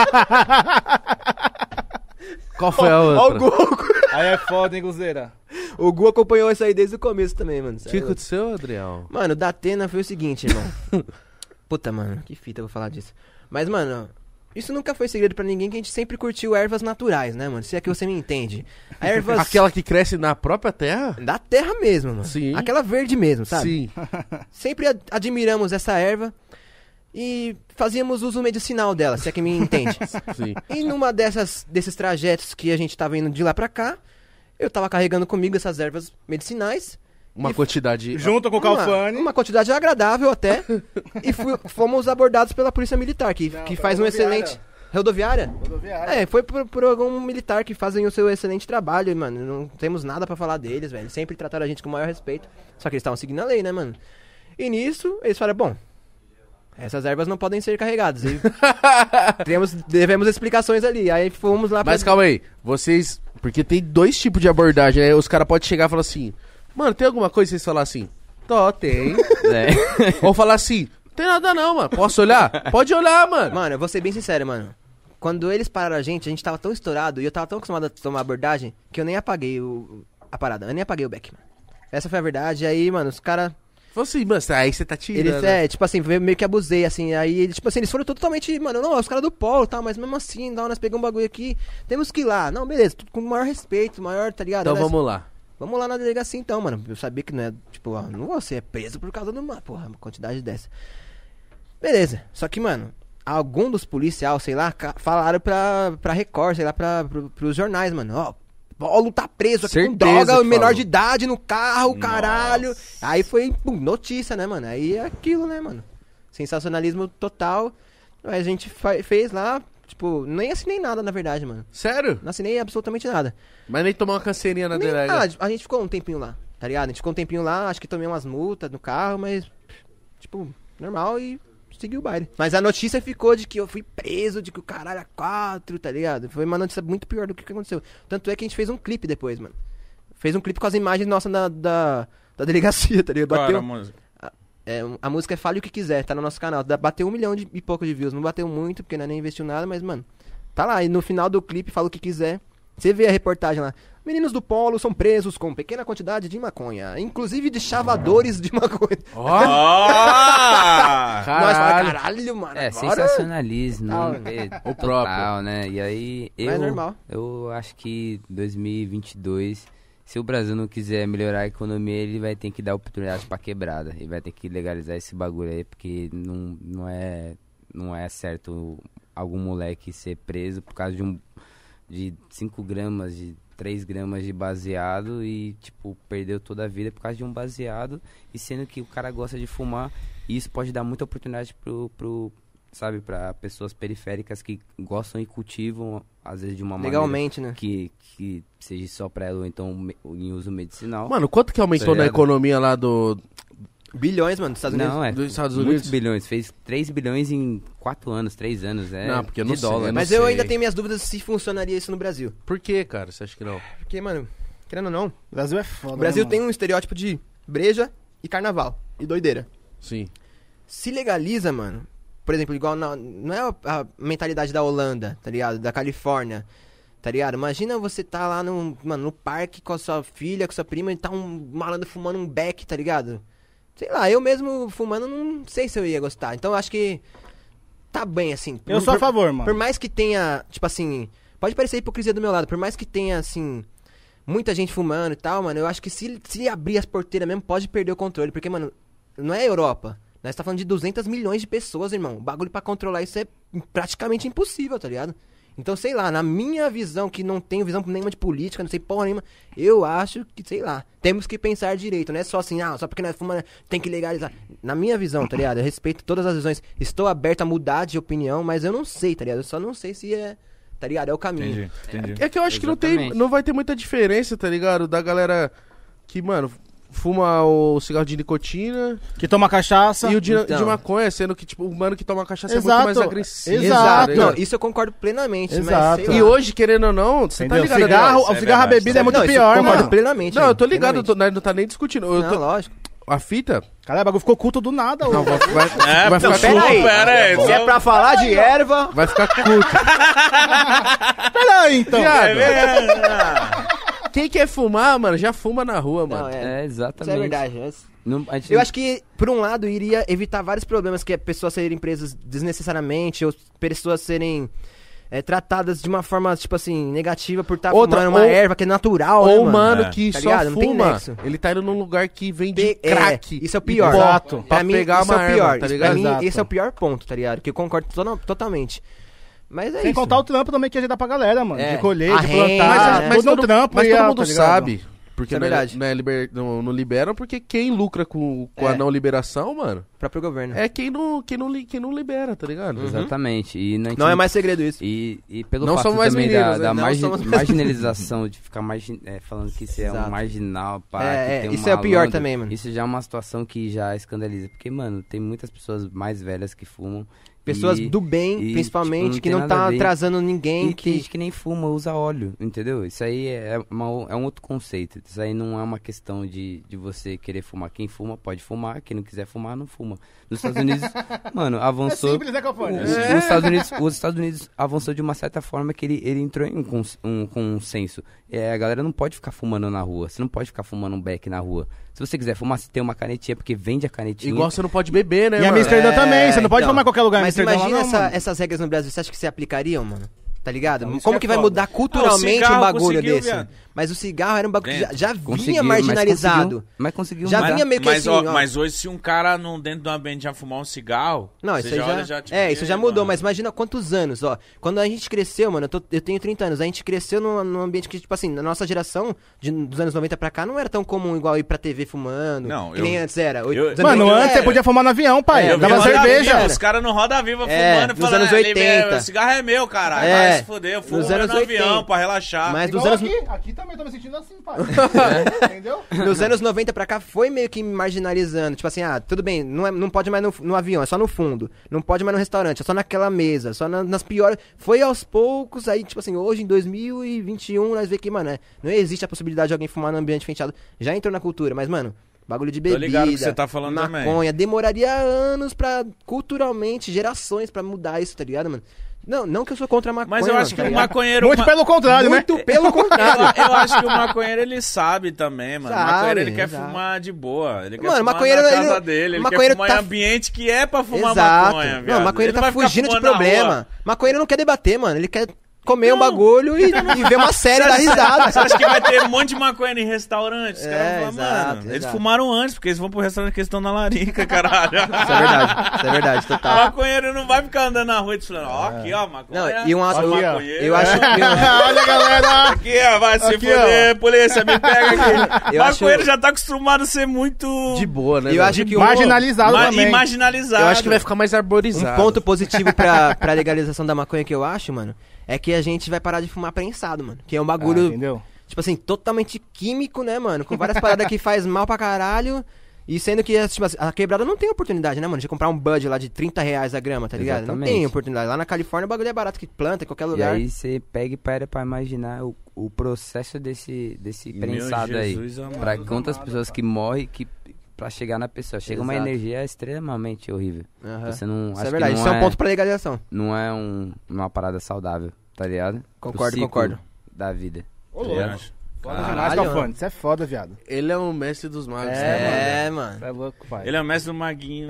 [SPEAKER 2] Qual foi a
[SPEAKER 4] Ó, o
[SPEAKER 2] outra?
[SPEAKER 4] Gu,
[SPEAKER 3] Aí é foda, hein, Guzeira?
[SPEAKER 4] o Gu acompanhou isso aí desde o começo também, mano.
[SPEAKER 2] O
[SPEAKER 4] Cê é
[SPEAKER 2] que
[SPEAKER 4] louco.
[SPEAKER 2] aconteceu, Adriel?
[SPEAKER 4] Mano, o Datena foi o seguinte, irmão. Puta, mano, que fita eu vou falar disso. Mas, mano, isso nunca foi segredo pra ninguém que a gente sempre curtiu ervas naturais, né, mano? Se é que você me entende. A ervas
[SPEAKER 2] Aquela que cresce na própria terra?
[SPEAKER 4] da terra mesmo, mano.
[SPEAKER 2] Sim.
[SPEAKER 4] Aquela verde mesmo, sabe?
[SPEAKER 2] Sim.
[SPEAKER 4] Sempre ad- admiramos essa erva e fazíamos uso medicinal dela, se é que me entende.
[SPEAKER 2] Sim.
[SPEAKER 4] E numa dessas desses trajetos que a gente tava indo de lá pra cá, eu tava carregando comigo essas ervas medicinais.
[SPEAKER 2] Uma
[SPEAKER 4] E-
[SPEAKER 2] quantidade.
[SPEAKER 3] Junto
[SPEAKER 4] Ah,
[SPEAKER 3] com o Calfani.
[SPEAKER 4] Uma, uma quantidade agradável até. e fui- fomos abordados pela polícia militar, que,
[SPEAKER 3] Não,
[SPEAKER 4] que
[SPEAKER 3] foi
[SPEAKER 4] faz um
[SPEAKER 3] rodoviária.
[SPEAKER 4] excelente. Rodoviária?
[SPEAKER 3] Rodoviária.
[SPEAKER 4] É, foi por, por algum militar que fazem o seu excelente trabalho, e, mano. Não temos nada pra falar deles, velho. Sempre trataram a gente com o maior respeito. Só que eles estavam seguindo a lei, né, mano? E nisso, eles falaram, bom. Essas ervas não podem ser carregadas. E temos, devemos explicações ali. Aí fomos lá pra.
[SPEAKER 2] Mas calma aí, vocês. Porque tem dois tipos de abordagem, né? Os caras podem chegar e falar assim: Mano, tem alguma coisa que vocês falar assim? Tó, tem.
[SPEAKER 6] É.
[SPEAKER 2] Ou falar assim, tem nada não, mano. Posso olhar? Pode olhar, mano.
[SPEAKER 4] Mano, eu vou ser bem sincero, mano. Quando eles pararam a gente, a gente tava tão estourado e eu tava tão acostumado a tomar abordagem que eu nem apaguei o, a parada. Eu nem apaguei o back, mano. Essa foi a verdade. E aí, mano, os caras.
[SPEAKER 2] Falou assim, mano, aí você tá tirando.
[SPEAKER 4] Eles, é, tipo assim, meio meio que abusei, assim. Aí, eles, tipo assim, eles foram totalmente, mano, não, é os caras do polo, tá? Mas mesmo assim, não, nós pegamos um bagulho aqui, temos que ir lá. Não, beleza, tudo com o maior respeito, maior, tá ligado?
[SPEAKER 2] Então
[SPEAKER 4] Nós-
[SPEAKER 2] vamos lá.
[SPEAKER 4] Vamos lá na delegacia então, mano. Eu sabia que não é, tipo, ó, não vou ser preso por causa de uma, porra, uma quantidade dessa. Beleza. Só que, mano, algum dos policiais, sei lá, ca- falaram pra, pra Record, sei lá, pra, pro, pros jornais, mano. Ó, Paulo tá preso aqui com
[SPEAKER 2] Certeza
[SPEAKER 4] droga,
[SPEAKER 2] que
[SPEAKER 4] menor
[SPEAKER 2] falou.
[SPEAKER 4] de idade no carro, caralho. Aí foi, pum, notícia, né, mano? Aí é aquilo, né, mano? Sensacionalismo total. Aí a gente fa- fez lá, tipo, nem assinei nada, na verdade, mano.
[SPEAKER 2] Sério?
[SPEAKER 4] Não assinei absolutamente nada.
[SPEAKER 2] Mas nem tomar uma canseirinha na
[SPEAKER 4] Nem-
[SPEAKER 2] deraia.
[SPEAKER 4] ah, a gente ficou um tempinho lá, tá ligado? A gente ficou um tempinho lá, acho que tomei umas multas no carro, mas, tipo, normal e segui o baile. Mas a notícia ficou de que eu fui preso, de que o caralho é quatro, tá ligado? Foi uma notícia muito pior do que o que aconteceu. Tanto é que a gente fez um clipe depois, mano. Fez um clipe com as imagens nossas da, da, da delegacia, tá ligado?
[SPEAKER 1] Qual era a
[SPEAKER 4] Bateu,
[SPEAKER 1] música?
[SPEAKER 4] é, um- a música é Fale o que quiser, tá no nosso canal. Dá- Bateu um milhão de, e pouco de views. Não bateu muito, porque nós nem investiu nada, mas, mano, tá lá. E no final do clipe, fala o que quiser. Você vê a reportagem lá. Meninos do Polo são presos com pequena quantidade de maconha, inclusive de chavadores de maconha.
[SPEAKER 2] Ó,
[SPEAKER 1] Ah!
[SPEAKER 4] Nós falamos,
[SPEAKER 2] caralho.
[SPEAKER 4] caralho, mano.
[SPEAKER 6] É,
[SPEAKER 4] agora-"
[SPEAKER 6] sensacionalismo.
[SPEAKER 4] Tal,
[SPEAKER 6] é,
[SPEAKER 2] O
[SPEAKER 6] total,
[SPEAKER 2] próprio.
[SPEAKER 6] né? E aí, eu,
[SPEAKER 4] Mas é normal.
[SPEAKER 6] eu acho que 2022, se o Brasil não quiser melhorar a economia, ele vai ter que dar oportunidade pra quebrada. Ele vai ter que legalizar esse bagulho aí, porque não, não, é, não é certo algum moleque ser preso por causa de um de 5 gramas, de 3 gramas de baseado e, tipo, perdeu toda a vida por causa de um baseado. E sendo que o cara gosta de fumar, e isso pode dar muita oportunidade pro, pro sabe, para pessoas periféricas que gostam e cultivam, às vezes, de uma maneira
[SPEAKER 4] Legalmente, né?
[SPEAKER 6] que, que seja só pra ela ou então me- ou em uso medicinal.
[SPEAKER 2] Mano, quanto que aumentou na
[SPEAKER 6] Obrigado.
[SPEAKER 2] economia lá do,
[SPEAKER 4] Bilhões, mano, dos Estados Unidos.
[SPEAKER 6] não, é.
[SPEAKER 2] dos Estados
[SPEAKER 6] Muitos
[SPEAKER 2] Unidos?
[SPEAKER 6] bilhões. Fez 3 bilhões em 4 anos, 3 anos. É
[SPEAKER 2] Não, porque eu
[SPEAKER 6] de
[SPEAKER 2] não sei,
[SPEAKER 6] dólar.
[SPEAKER 2] eu não
[SPEAKER 4] Mas eu
[SPEAKER 2] sei.
[SPEAKER 4] ainda tenho minhas dúvidas se funcionaria isso no Brasil.
[SPEAKER 2] Por que, cara? Você acha que não?
[SPEAKER 4] Porque, mano, querendo ou não,
[SPEAKER 3] O Brasil é foda.
[SPEAKER 4] o Brasil
[SPEAKER 3] né,
[SPEAKER 4] tem um estereótipo de breja e carnaval. E doideira.
[SPEAKER 2] Sim.
[SPEAKER 4] se legaliza, mano. Por exemplo, igual na- não é a a mentalidade da Holanda, tá ligado? Da Califórnia, tá ligado? Imagina você tá lá no, mano, no parque com a sua filha, com a sua prima e tá um malandro fumando um beck, tá ligado? Sei lá, eu mesmo fumando não sei se eu ia gostar. Então eu acho que tá bem assim.
[SPEAKER 3] Eu sou a favor, mano.
[SPEAKER 4] Por mais que tenha, tipo assim, pode parecer hipocrisia do meu lado, por mais que tenha, assim, muita gente fumando e tal, mano, eu acho que se, se abrir as porteiras mesmo, pode perder o controle, porque, mano, não é Europa. Nós tá falando de 200 milhões de pessoas, irmão. O bagulho pra controlar isso é praticamente impossível, tá ligado? Então, sei lá, na minha visão, que não tenho visão nenhuma de política, não sei porra nenhuma, eu acho que, sei lá, temos que pensar direito, não é só assim, ah, só porque nós fumamos, tem que legalizar. Na minha visão, tá ligado? Eu respeito todas as visões, estou aberto a mudar de opinião, mas eu não sei, tá ligado? Eu só não sei se é, tá ligado? É o caminho.
[SPEAKER 1] Entendi, entendi.
[SPEAKER 2] É que eu acho que não, tem,
[SPEAKER 6] Exatamente.
[SPEAKER 2] não vai ter muita diferença, tá ligado? Da galera que, mano, fuma o cigarro de nicotina
[SPEAKER 3] Que toma cachaça.
[SPEAKER 2] e o de,
[SPEAKER 4] Então.
[SPEAKER 2] de maconha, sendo que, tipo, o mano que toma cachaça é
[SPEAKER 3] Exato.
[SPEAKER 2] muito mais agressivo.
[SPEAKER 3] Exato.
[SPEAKER 2] tá
[SPEAKER 4] Não,
[SPEAKER 2] ligado?
[SPEAKER 4] isso eu concordo plenamente,
[SPEAKER 3] Exato.
[SPEAKER 4] mas sei
[SPEAKER 2] E
[SPEAKER 4] lá.
[SPEAKER 2] hoje, querendo ou não, você tá
[SPEAKER 3] Entendeu?
[SPEAKER 2] ligado?
[SPEAKER 3] cigarro,
[SPEAKER 1] Isso
[SPEAKER 3] o
[SPEAKER 1] é
[SPEAKER 3] cigarro, a
[SPEAKER 1] verdade,
[SPEAKER 3] bebida é muito
[SPEAKER 4] não, isso eu
[SPEAKER 3] pior,
[SPEAKER 4] concordo
[SPEAKER 3] mano.
[SPEAKER 4] plenamente.
[SPEAKER 2] Não, eu
[SPEAKER 4] mano,
[SPEAKER 2] tô ligado, eu
[SPEAKER 4] plenamente.
[SPEAKER 2] tô- nós não tá nem discutindo. Eu
[SPEAKER 4] Não,
[SPEAKER 2] tô-
[SPEAKER 4] lógico.
[SPEAKER 2] a fita.
[SPEAKER 3] Caralho, o bagulho ficou culto do nada,
[SPEAKER 2] Não,
[SPEAKER 3] ô.
[SPEAKER 2] vai, vai,
[SPEAKER 1] É,
[SPEAKER 2] vai
[SPEAKER 1] pô,
[SPEAKER 2] ficar
[SPEAKER 1] pera
[SPEAKER 2] curto.
[SPEAKER 1] aí, pera aí.
[SPEAKER 4] Se é pra falar de erva,
[SPEAKER 2] Vai ficar curto.
[SPEAKER 3] Peraí, então.
[SPEAKER 2] Viado,
[SPEAKER 1] É,
[SPEAKER 2] quem quer fumar, mano, já fuma na rua,
[SPEAKER 4] Não,
[SPEAKER 2] mano.
[SPEAKER 6] É, exatamente.
[SPEAKER 4] Isso é verdade. né?
[SPEAKER 6] Não, a gente
[SPEAKER 4] Eu
[SPEAKER 6] não-
[SPEAKER 4] acho que, por um lado, iria evitar vários problemas que é pessoas serem presas desnecessariamente ou pessoas serem é, tratadas de uma forma, tipo assim, negativa por estar
[SPEAKER 2] Outra,
[SPEAKER 4] fumando uma
[SPEAKER 2] ou-
[SPEAKER 4] erva que é natural,
[SPEAKER 2] Ou
[SPEAKER 4] né,
[SPEAKER 2] o
[SPEAKER 4] mano?
[SPEAKER 2] mano
[SPEAKER 1] É.
[SPEAKER 2] que
[SPEAKER 4] Tá
[SPEAKER 2] só
[SPEAKER 4] ligado? Não tem
[SPEAKER 2] fuma,
[SPEAKER 4] nexo.
[SPEAKER 2] ele tá indo num lugar que vende
[SPEAKER 4] Pe- é,
[SPEAKER 2] crack.
[SPEAKER 4] isso é o
[SPEAKER 2] e
[SPEAKER 4] pior.
[SPEAKER 2] pó
[SPEAKER 3] Exato.
[SPEAKER 4] Pra mim,
[SPEAKER 2] pegar
[SPEAKER 4] isso é o
[SPEAKER 2] uma
[SPEAKER 4] pior.
[SPEAKER 2] erva, tá
[SPEAKER 4] Isso
[SPEAKER 2] ligado?
[SPEAKER 4] pra mim,
[SPEAKER 3] Exato.
[SPEAKER 4] esse é o pior ponto, tá ligado? Que eu concordo to- totalmente. Mas é
[SPEAKER 3] Sem
[SPEAKER 4] isso.
[SPEAKER 3] contar o trampo também que a gente dá pra galera, mano.
[SPEAKER 4] É.
[SPEAKER 3] De colher,
[SPEAKER 4] A
[SPEAKER 3] de
[SPEAKER 4] renda,
[SPEAKER 3] plantar.
[SPEAKER 4] né?
[SPEAKER 3] Mas, todo,
[SPEAKER 2] todo-
[SPEAKER 3] trampo
[SPEAKER 2] mas
[SPEAKER 3] e a-
[SPEAKER 2] todo mundo
[SPEAKER 3] tá ligado?
[SPEAKER 2] sabe. Porque
[SPEAKER 4] Isso
[SPEAKER 2] não,
[SPEAKER 4] é verdade.
[SPEAKER 2] não, é liber- não- não liberam, porque quem lucra com, com
[SPEAKER 4] É.
[SPEAKER 2] a não liberação, mano,
[SPEAKER 4] O próprio governo.
[SPEAKER 2] é quem não, quem não, li- quem não libera, tá
[SPEAKER 4] Uhum.
[SPEAKER 2] ligado?
[SPEAKER 6] Exatamente. E na-
[SPEAKER 4] Não é mais segredo isso.
[SPEAKER 6] E, e pelo
[SPEAKER 2] Não
[SPEAKER 6] fato
[SPEAKER 2] somos mais
[SPEAKER 6] também
[SPEAKER 2] mineiros,
[SPEAKER 6] da, da
[SPEAKER 4] né? Não
[SPEAKER 6] margin-
[SPEAKER 4] somos mais-
[SPEAKER 6] marginalização, de ficar margin- é, falando que você é
[SPEAKER 4] Exato.
[SPEAKER 6] um marginal, pá,
[SPEAKER 4] É,
[SPEAKER 6] que
[SPEAKER 4] é,
[SPEAKER 6] tem um
[SPEAKER 4] isso é o pior
[SPEAKER 6] malandro.
[SPEAKER 4] também, mano.
[SPEAKER 6] Isso já é uma situação que já escandaliza. Porque, mano, tem muitas pessoas mais velhas que fumam
[SPEAKER 4] Pessoas
[SPEAKER 6] E-
[SPEAKER 4] do bem,
[SPEAKER 6] e,
[SPEAKER 4] principalmente,
[SPEAKER 6] tipo,
[SPEAKER 4] que
[SPEAKER 6] não tem
[SPEAKER 4] não
[SPEAKER 6] nada
[SPEAKER 4] tá
[SPEAKER 6] a ver.
[SPEAKER 4] atrasando ninguém.
[SPEAKER 6] E que...
[SPEAKER 4] que...
[SPEAKER 6] gente que nem fuma usa óleo, entendeu? Isso aí é, uma o- é um outro conceito. Isso aí não é uma questão de, de você querer fumar. Quem fuma pode fumar, quem não quiser fumar não fuma. Nos Estados Unidos, mano,
[SPEAKER 4] É
[SPEAKER 6] avançou.
[SPEAKER 4] assim
[SPEAKER 3] né, Cafone?
[SPEAKER 6] Os, os Estados Unidos, os Estados Unidos avançou de uma certa forma que ele, ele entrou em um, cons, um consenso. É, a galera não pode ficar fumando na rua. Você não pode ficar fumando um beck na rua. Se você quiser fumar, você tem uma canetinha, porque vende a canetinha.
[SPEAKER 2] Igual você não pode beber, né,
[SPEAKER 3] E a
[SPEAKER 2] mano?
[SPEAKER 3] Amsterdã
[SPEAKER 4] É,
[SPEAKER 3] também, você não pode
[SPEAKER 4] então.
[SPEAKER 3] fumar em qualquer lugar em
[SPEAKER 4] Mas
[SPEAKER 3] Amsterdã.
[SPEAKER 4] imagina
[SPEAKER 3] lá, não,
[SPEAKER 4] essa-
[SPEAKER 3] mano.
[SPEAKER 4] essas regras no Brasil, você acha que se aplicariam, mano? Tá ligado?
[SPEAKER 1] Então, isso
[SPEAKER 4] Como
[SPEAKER 1] que é
[SPEAKER 4] que, vai
[SPEAKER 1] foda.
[SPEAKER 4] mudar culturalmente
[SPEAKER 1] Ah, o
[SPEAKER 4] um
[SPEAKER 1] cigarro
[SPEAKER 4] bagulho
[SPEAKER 1] conseguiu,
[SPEAKER 4] desse?
[SPEAKER 1] viado.
[SPEAKER 4] Mas o cigarro era um bagulho que já,
[SPEAKER 1] Dentro.
[SPEAKER 4] já
[SPEAKER 6] Conseguiu,
[SPEAKER 4] vinha
[SPEAKER 6] mas
[SPEAKER 4] marginalizado.
[SPEAKER 6] conseguiu, Mas conseguiu.
[SPEAKER 4] Já
[SPEAKER 6] mudar.
[SPEAKER 4] vinha meio que
[SPEAKER 1] mas,
[SPEAKER 4] assim,
[SPEAKER 1] ó,
[SPEAKER 4] ó.
[SPEAKER 1] mas hoje, se um cara não, dentro de uma band já fumar um cigarro.
[SPEAKER 4] Não,
[SPEAKER 1] você
[SPEAKER 4] isso aí já,
[SPEAKER 1] olha, tipo,
[SPEAKER 4] É, isso
[SPEAKER 1] "Ih,
[SPEAKER 4] já mudou,
[SPEAKER 1] mano".
[SPEAKER 4] mas imagina quantos anos, ó. Quando a gente cresceu, mano, eu, tô- eu tenho 30 anos, a gente cresceu num, num ambiente que, tipo assim, na nossa geração, de- dos anos 90 pra cá, não era tão comum igual ir pra TV fumando.
[SPEAKER 1] Não,
[SPEAKER 4] que
[SPEAKER 1] eu-
[SPEAKER 4] nem antes era.
[SPEAKER 1] eu-
[SPEAKER 4] anos
[SPEAKER 3] Mano,
[SPEAKER 4] 80
[SPEAKER 3] antes
[SPEAKER 4] era.
[SPEAKER 3] você podia fumar no avião, pai.
[SPEAKER 4] É,
[SPEAKER 1] Eu vi
[SPEAKER 3] Dava
[SPEAKER 1] Roda
[SPEAKER 3] cerveja.
[SPEAKER 1] Viva, os caras no Roda Viva
[SPEAKER 4] É,
[SPEAKER 1] fumando e
[SPEAKER 4] nos
[SPEAKER 1] falando,
[SPEAKER 4] anos
[SPEAKER 1] "Ah, libera,
[SPEAKER 4] 80.
[SPEAKER 1] o cigarro é meu, cara.
[SPEAKER 4] É,
[SPEAKER 1] Vai se fuder, eu fumo
[SPEAKER 4] nos anos
[SPEAKER 1] no é avião
[SPEAKER 4] 80.
[SPEAKER 1] pra relaxar.
[SPEAKER 4] Mas dos
[SPEAKER 3] Igual
[SPEAKER 4] anos,
[SPEAKER 3] aqui, aqui também tô me sentindo assim, pai. Entendeu?
[SPEAKER 4] Nos anos 90 pra cá foi meio que me marginalizando. Tipo assim, ah, tudo bem, não, é- não pode mais no, no avião, é só no fundo. Não pode mais no restaurante, é só naquela mesa, só na- nas piores. Foi aos poucos, aí, tipo assim, hoje em 2021, nós vê que, mano, é, não existe a possibilidade de alguém fumar no ambiente fechado. Já entrou na cultura, mas, mano, bagulho de bebida.
[SPEAKER 1] ligado que você tá falando
[SPEAKER 4] maconha,
[SPEAKER 1] também.
[SPEAKER 4] Demoraria anos pra, culturalmente, gerações pra mudar isso, tá ligado, mano? Não, não que eu sou contra a maconha.
[SPEAKER 1] Mas eu acho
[SPEAKER 4] tá
[SPEAKER 1] que o
[SPEAKER 4] ligado?
[SPEAKER 1] maconheiro.
[SPEAKER 3] Muito
[SPEAKER 1] ma-
[SPEAKER 3] pelo contrário, né?
[SPEAKER 4] Muito pelo contrário.
[SPEAKER 1] Eu, eu acho que o maconheiro ele sabe também, mano. o
[SPEAKER 4] Sabe,
[SPEAKER 1] maconheiro ele quer
[SPEAKER 4] exato.
[SPEAKER 1] fumar de boa. Ele quer
[SPEAKER 4] Mano,
[SPEAKER 1] fumar
[SPEAKER 4] maconheiro,
[SPEAKER 1] na
[SPEAKER 4] ele-
[SPEAKER 1] casa dele. Ele quer
[SPEAKER 4] maconheiro
[SPEAKER 1] fumar em
[SPEAKER 4] tá-
[SPEAKER 1] ambiente que é pra fumar
[SPEAKER 4] Exato.
[SPEAKER 1] maconha, viado.
[SPEAKER 4] Não, maconheiro
[SPEAKER 1] Ele
[SPEAKER 4] tá
[SPEAKER 1] vai ficar
[SPEAKER 4] fugindo de
[SPEAKER 1] fumando na rua.
[SPEAKER 4] problema. Maconheiro não quer debater, mano. Ele quer comer um
[SPEAKER 1] Então.
[SPEAKER 4] bagulho e, e ver uma série da
[SPEAKER 1] Você
[SPEAKER 4] risada.
[SPEAKER 1] acha que vai ter um monte de maconha em restaurante? Os
[SPEAKER 4] É,
[SPEAKER 1] caras vão falar,
[SPEAKER 4] exato,
[SPEAKER 1] mano. Eles
[SPEAKER 4] exato.
[SPEAKER 1] fumaram antes, porque eles vão pro restaurante que eles estão na larica, caralho.
[SPEAKER 4] Isso é verdade, isso é verdade,
[SPEAKER 1] O
[SPEAKER 4] total.
[SPEAKER 1] maconheiro não vai ficar andando na rua e falando, ó, aqui, ó, maconha.
[SPEAKER 4] Não, e um ato-
[SPEAKER 1] Ó,
[SPEAKER 4] eu-
[SPEAKER 1] é. maconheiro.
[SPEAKER 4] eu acho que.
[SPEAKER 3] Olha, galera!
[SPEAKER 1] Aqui, ó, vai se
[SPEAKER 3] Aqui, ó.
[SPEAKER 1] fuder, polícia, me pega aqui.
[SPEAKER 4] Eu acho-
[SPEAKER 1] maconheiro já tá acostumado a ser muito...
[SPEAKER 2] De boa, né?
[SPEAKER 4] Eu
[SPEAKER 2] mano?
[SPEAKER 4] acho que o-
[SPEAKER 3] Marginalizado
[SPEAKER 1] ma-
[SPEAKER 3] também.
[SPEAKER 1] e marginalizado.
[SPEAKER 2] Eu acho que vai ficar mais arborizado.
[SPEAKER 4] Um ponto positivo pra, pra legalização da maconha que eu acho, mano, é que a gente vai parar de fumar prensado, mano. Que é um
[SPEAKER 3] Ah,
[SPEAKER 4] bagulho,
[SPEAKER 3] entendeu?
[SPEAKER 4] tipo assim, totalmente químico, né, mano? Com várias paradas que faz mal pra caralho. E sendo que tipo assim, a quebrada não tem oportunidade, né, mano? De comprar um bud lá de 30 reais a grama, tá ligado? Não
[SPEAKER 6] Exatamente.
[SPEAKER 4] tem oportunidade. Lá na Califórnia o bagulho é barato que planta em qualquer
[SPEAKER 6] E
[SPEAKER 4] lugar.
[SPEAKER 6] aí você pega e para pra imaginar o, o processo desse, desse
[SPEAKER 1] Meu
[SPEAKER 6] prensado aí.
[SPEAKER 1] Jesus amado.
[SPEAKER 6] Pra quantas pessoas que morrem que, pra chegar na pessoa. Chega uma
[SPEAKER 4] Exato.
[SPEAKER 6] energia extremamente horrível.
[SPEAKER 4] Aham.
[SPEAKER 6] Você não
[SPEAKER 4] Isso
[SPEAKER 6] acho
[SPEAKER 4] é
[SPEAKER 6] que
[SPEAKER 4] verdade,
[SPEAKER 6] não
[SPEAKER 4] isso é um ponto pra legalização.
[SPEAKER 6] não é um- uma parada saudável, tá ligado? Pro
[SPEAKER 4] Concordo,
[SPEAKER 6] ciclo
[SPEAKER 4] concordo.
[SPEAKER 6] Da vida.
[SPEAKER 3] Ô,
[SPEAKER 6] tá
[SPEAKER 3] louco.
[SPEAKER 6] ligado?
[SPEAKER 3] Foda
[SPEAKER 4] Caralho,
[SPEAKER 3] demais,
[SPEAKER 4] mano.
[SPEAKER 3] Cafone. Isso é foda, viado.
[SPEAKER 2] Ele é um mestre dos magos, né, mano?
[SPEAKER 4] É, mano.
[SPEAKER 3] Você é louco, pai.
[SPEAKER 1] Ele é o mestre do maguinho.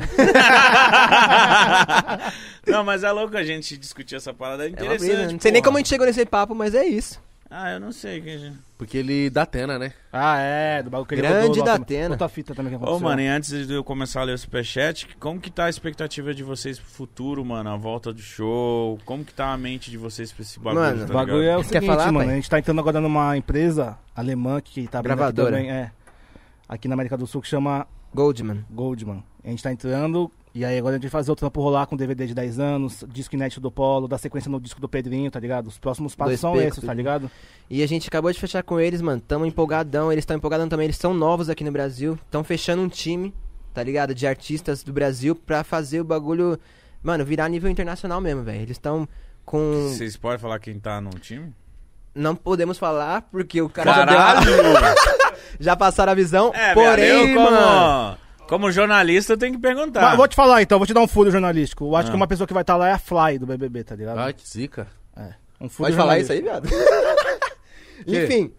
[SPEAKER 1] não, mas é louco a gente discutir essa parada. É
[SPEAKER 4] É uma
[SPEAKER 1] interessante.
[SPEAKER 4] brisa. Não sei nem
[SPEAKER 1] porra.
[SPEAKER 4] como a gente chegou nesse papo, mas é isso.
[SPEAKER 1] Ah, eu não sei. Que... a gente-
[SPEAKER 2] Porque ele dá tena, né?
[SPEAKER 3] Ah, é, do bagulho que ele
[SPEAKER 4] Grande
[SPEAKER 3] rodou lá
[SPEAKER 4] da
[SPEAKER 3] também.
[SPEAKER 4] Atena.
[SPEAKER 3] Outra fita também que
[SPEAKER 1] Ô,
[SPEAKER 3] aconteceu.
[SPEAKER 1] mano, e antes de eu começar a ler o superchat, como que tá a expectativa de vocês pro futuro, mano? A volta do show? Como que tá a mente de vocês pra esse bagulho?
[SPEAKER 4] Mano,
[SPEAKER 1] tá
[SPEAKER 3] O bagulho
[SPEAKER 1] ligado?
[SPEAKER 3] é o
[SPEAKER 4] Quer
[SPEAKER 3] seguinte,
[SPEAKER 4] falar,
[SPEAKER 3] mano.
[SPEAKER 4] pai?
[SPEAKER 3] A gente tá entrando agora numa empresa alemã que tá abrindo aqui
[SPEAKER 4] Gravadora.
[SPEAKER 3] também, é, aqui na América do Sul que chama
[SPEAKER 4] Goldman.
[SPEAKER 3] Goldman. A gente tá entrando e aí agora a gente vai fazer o trampo rolar com DVD de 10 anos, disco inédito do Polo, da sequência no disco do Pedrinho, tá ligado? Os próximos passos
[SPEAKER 4] Dois
[SPEAKER 3] são
[SPEAKER 4] pecos,
[SPEAKER 3] esses, tá
[SPEAKER 4] tudo.
[SPEAKER 3] ligado?
[SPEAKER 4] E a gente acabou de fechar com eles, mano. Tamo empolgadão, eles estão empolgadão também. Eles são novos aqui no Brasil. Tão fechando um time, tá ligado? De artistas do Brasil pra fazer o bagulho, mano, virar nível internacional mesmo, velho. Eles estão com.
[SPEAKER 1] Vocês podem falar quem tá no time?
[SPEAKER 4] Não podemos falar porque o cara já, deu a-
[SPEAKER 1] Caralho!
[SPEAKER 4] já passaram a visão.
[SPEAKER 1] É,
[SPEAKER 4] porém,
[SPEAKER 1] Porém, como,
[SPEAKER 4] mano.
[SPEAKER 1] como jornalista, eu tenho que perguntar.
[SPEAKER 3] Mas vou te falar então, vou te dar um furo jornalístico. Eu acho
[SPEAKER 1] Tá. Ah.
[SPEAKER 3] que uma pessoa que vai estar lá é a Fly do BBB, tá ligado?
[SPEAKER 2] Ai, que zica.
[SPEAKER 3] Um furo
[SPEAKER 4] Pode falar isso
[SPEAKER 3] jornalístico.
[SPEAKER 4] aí, viado. Enfim,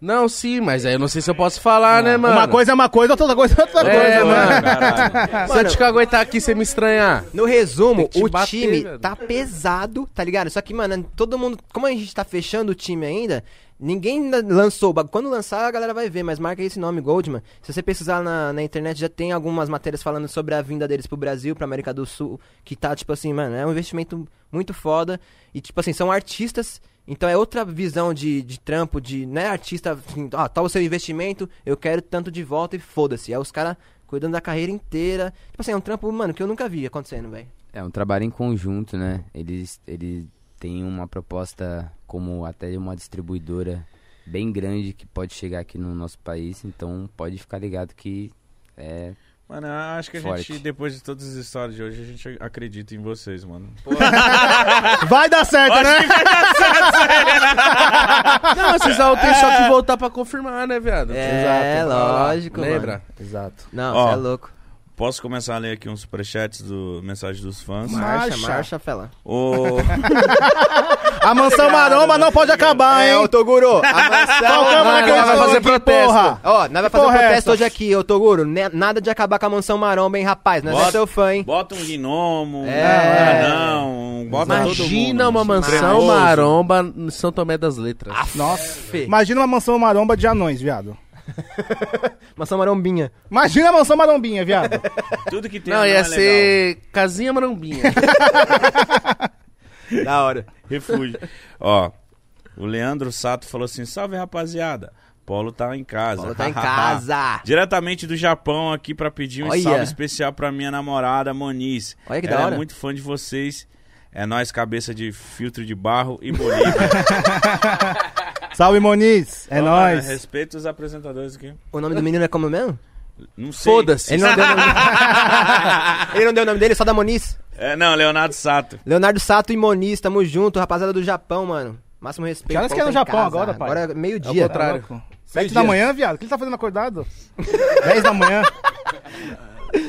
[SPEAKER 2] Não, sim, mas aí eu não sei se eu posso falar, né, mano?
[SPEAKER 3] Uma coisa é uma coisa, outra coisa é outra coisa.
[SPEAKER 2] É,
[SPEAKER 1] Pô,
[SPEAKER 2] mano.
[SPEAKER 1] caralho.
[SPEAKER 2] Se eu te caguetar aqui, você me estranhar.
[SPEAKER 4] No resumo,
[SPEAKER 2] Tem que te
[SPEAKER 4] o
[SPEAKER 2] bater,
[SPEAKER 4] time
[SPEAKER 2] velho.
[SPEAKER 4] tá pesado, tá ligado? Só que, mano, todo mundo. Como a gente tá fechando o time ainda, ninguém ainda lançou. o bagulho. Quando lançar, a galera vai ver, mas marca esse nome, Goldman. Se você pesquisar na, na internet, já tem algumas matérias falando sobre a vinda deles pro Brasil, pra América do Sul, que tá, tipo assim, mano, é um investimento muito foda. E, tipo assim, são artistas. Então é outra visão de, de trampo, de, né, artista, assim, ó, tá o seu investimento, eu quero tanto de volta e foda-se. É os caras cuidando da carreira inteira. Tipo assim, é um trampo, mano, que eu nunca vi acontecendo, velho.
[SPEAKER 6] É um trabalho em conjunto, né? Eles, eles têm uma proposta como até uma distribuidora bem grande que pode chegar aqui no nosso país, então pode ficar ligado que é
[SPEAKER 1] Mano, eu acho que a
[SPEAKER 6] Forte.
[SPEAKER 1] gente, depois de todas as histórias de hoje, a gente acredita em vocês, mano.
[SPEAKER 3] Vai dar certo, né?
[SPEAKER 2] Não, vocês vão ter só que voltar pra confirmar, né, viado?
[SPEAKER 4] É,
[SPEAKER 2] Exato. Ah,
[SPEAKER 4] lógico,
[SPEAKER 2] Lembra?
[SPEAKER 4] mano.
[SPEAKER 3] Exato.
[SPEAKER 4] Não,
[SPEAKER 1] Ó.
[SPEAKER 4] você é louco.
[SPEAKER 1] Posso começar a ler aqui uns superchats do mensagem dos fãs?
[SPEAKER 4] Marcha,
[SPEAKER 3] Marcha.
[SPEAKER 4] marcha, fela.
[SPEAKER 1] O...
[SPEAKER 3] A mansão maromba não pode acabar,
[SPEAKER 4] É,
[SPEAKER 3] hein?
[SPEAKER 4] ô Toguro, a mansão...
[SPEAKER 3] Qual câmera
[SPEAKER 4] Mano,
[SPEAKER 3] que eu
[SPEAKER 4] ela vai
[SPEAKER 3] estou
[SPEAKER 4] fazer
[SPEAKER 3] aqui,
[SPEAKER 2] protesto.
[SPEAKER 3] porra?
[SPEAKER 4] Ó, nós vai fazer um
[SPEAKER 3] porra é
[SPEAKER 4] protesto
[SPEAKER 3] essa?
[SPEAKER 4] hoje aqui, ô Toguro. né- Nada de acabar com a mansão maromba, hein, rapaz. Nós
[SPEAKER 1] Bota-
[SPEAKER 4] é seu fã, hein.
[SPEAKER 1] Bota um gnomo,
[SPEAKER 4] É.
[SPEAKER 1] um anão, um- bota todo mundo.
[SPEAKER 2] Imagina uma mansão
[SPEAKER 4] Tremoso.
[SPEAKER 2] maromba em São Tomé das Letras.
[SPEAKER 4] Nossa,
[SPEAKER 3] Imagina uma mansão maromba de anões, viado.
[SPEAKER 4] mansão marombinha.
[SPEAKER 3] Imagina a mansão marombinha, viado.
[SPEAKER 1] Tudo que tem
[SPEAKER 2] Não,
[SPEAKER 1] anão
[SPEAKER 2] ia
[SPEAKER 1] é legal.
[SPEAKER 2] ser Casinha Marombinha.
[SPEAKER 4] Da hora.
[SPEAKER 1] Refúgio. Ó, o Leandro Sato falou assim, salve, rapaziada. Paulo tá em casa.
[SPEAKER 4] Paulo tá em casa.
[SPEAKER 1] Diretamente do Japão aqui pra pedir um
[SPEAKER 4] Olha.
[SPEAKER 1] salve especial pra minha namorada Moniz.
[SPEAKER 4] Olha que
[SPEAKER 1] Ela
[SPEAKER 4] da hora.
[SPEAKER 1] é muito fã de vocês. É nós cabeça de filtro de barro e Bolívia.
[SPEAKER 3] Salve, Moniz. É
[SPEAKER 1] Então,
[SPEAKER 3] nóis.
[SPEAKER 1] mano, Respeita os apresentadores aqui.
[SPEAKER 4] O nome do menino é como mesmo?
[SPEAKER 1] Não sei.
[SPEAKER 2] Foda-se.
[SPEAKER 4] Ele não deu o nome dele. Ele não deu o nome dele, só da Moniz.
[SPEAKER 1] É, não, Leonardo Sato.
[SPEAKER 4] Leonardo Sato e Moniz, tamo junto, rapaziada do Japão, mano. Máximo respeito.
[SPEAKER 3] Que horas que é no
[SPEAKER 4] Paulo tá em
[SPEAKER 3] Japão
[SPEAKER 4] casa.
[SPEAKER 3] agora, pai?
[SPEAKER 4] Agora é meio-dia.
[SPEAKER 2] contrário.
[SPEAKER 3] Tá louco? Sete da manhã, viado? O que ele tá fazendo acordado? Dez da manhã.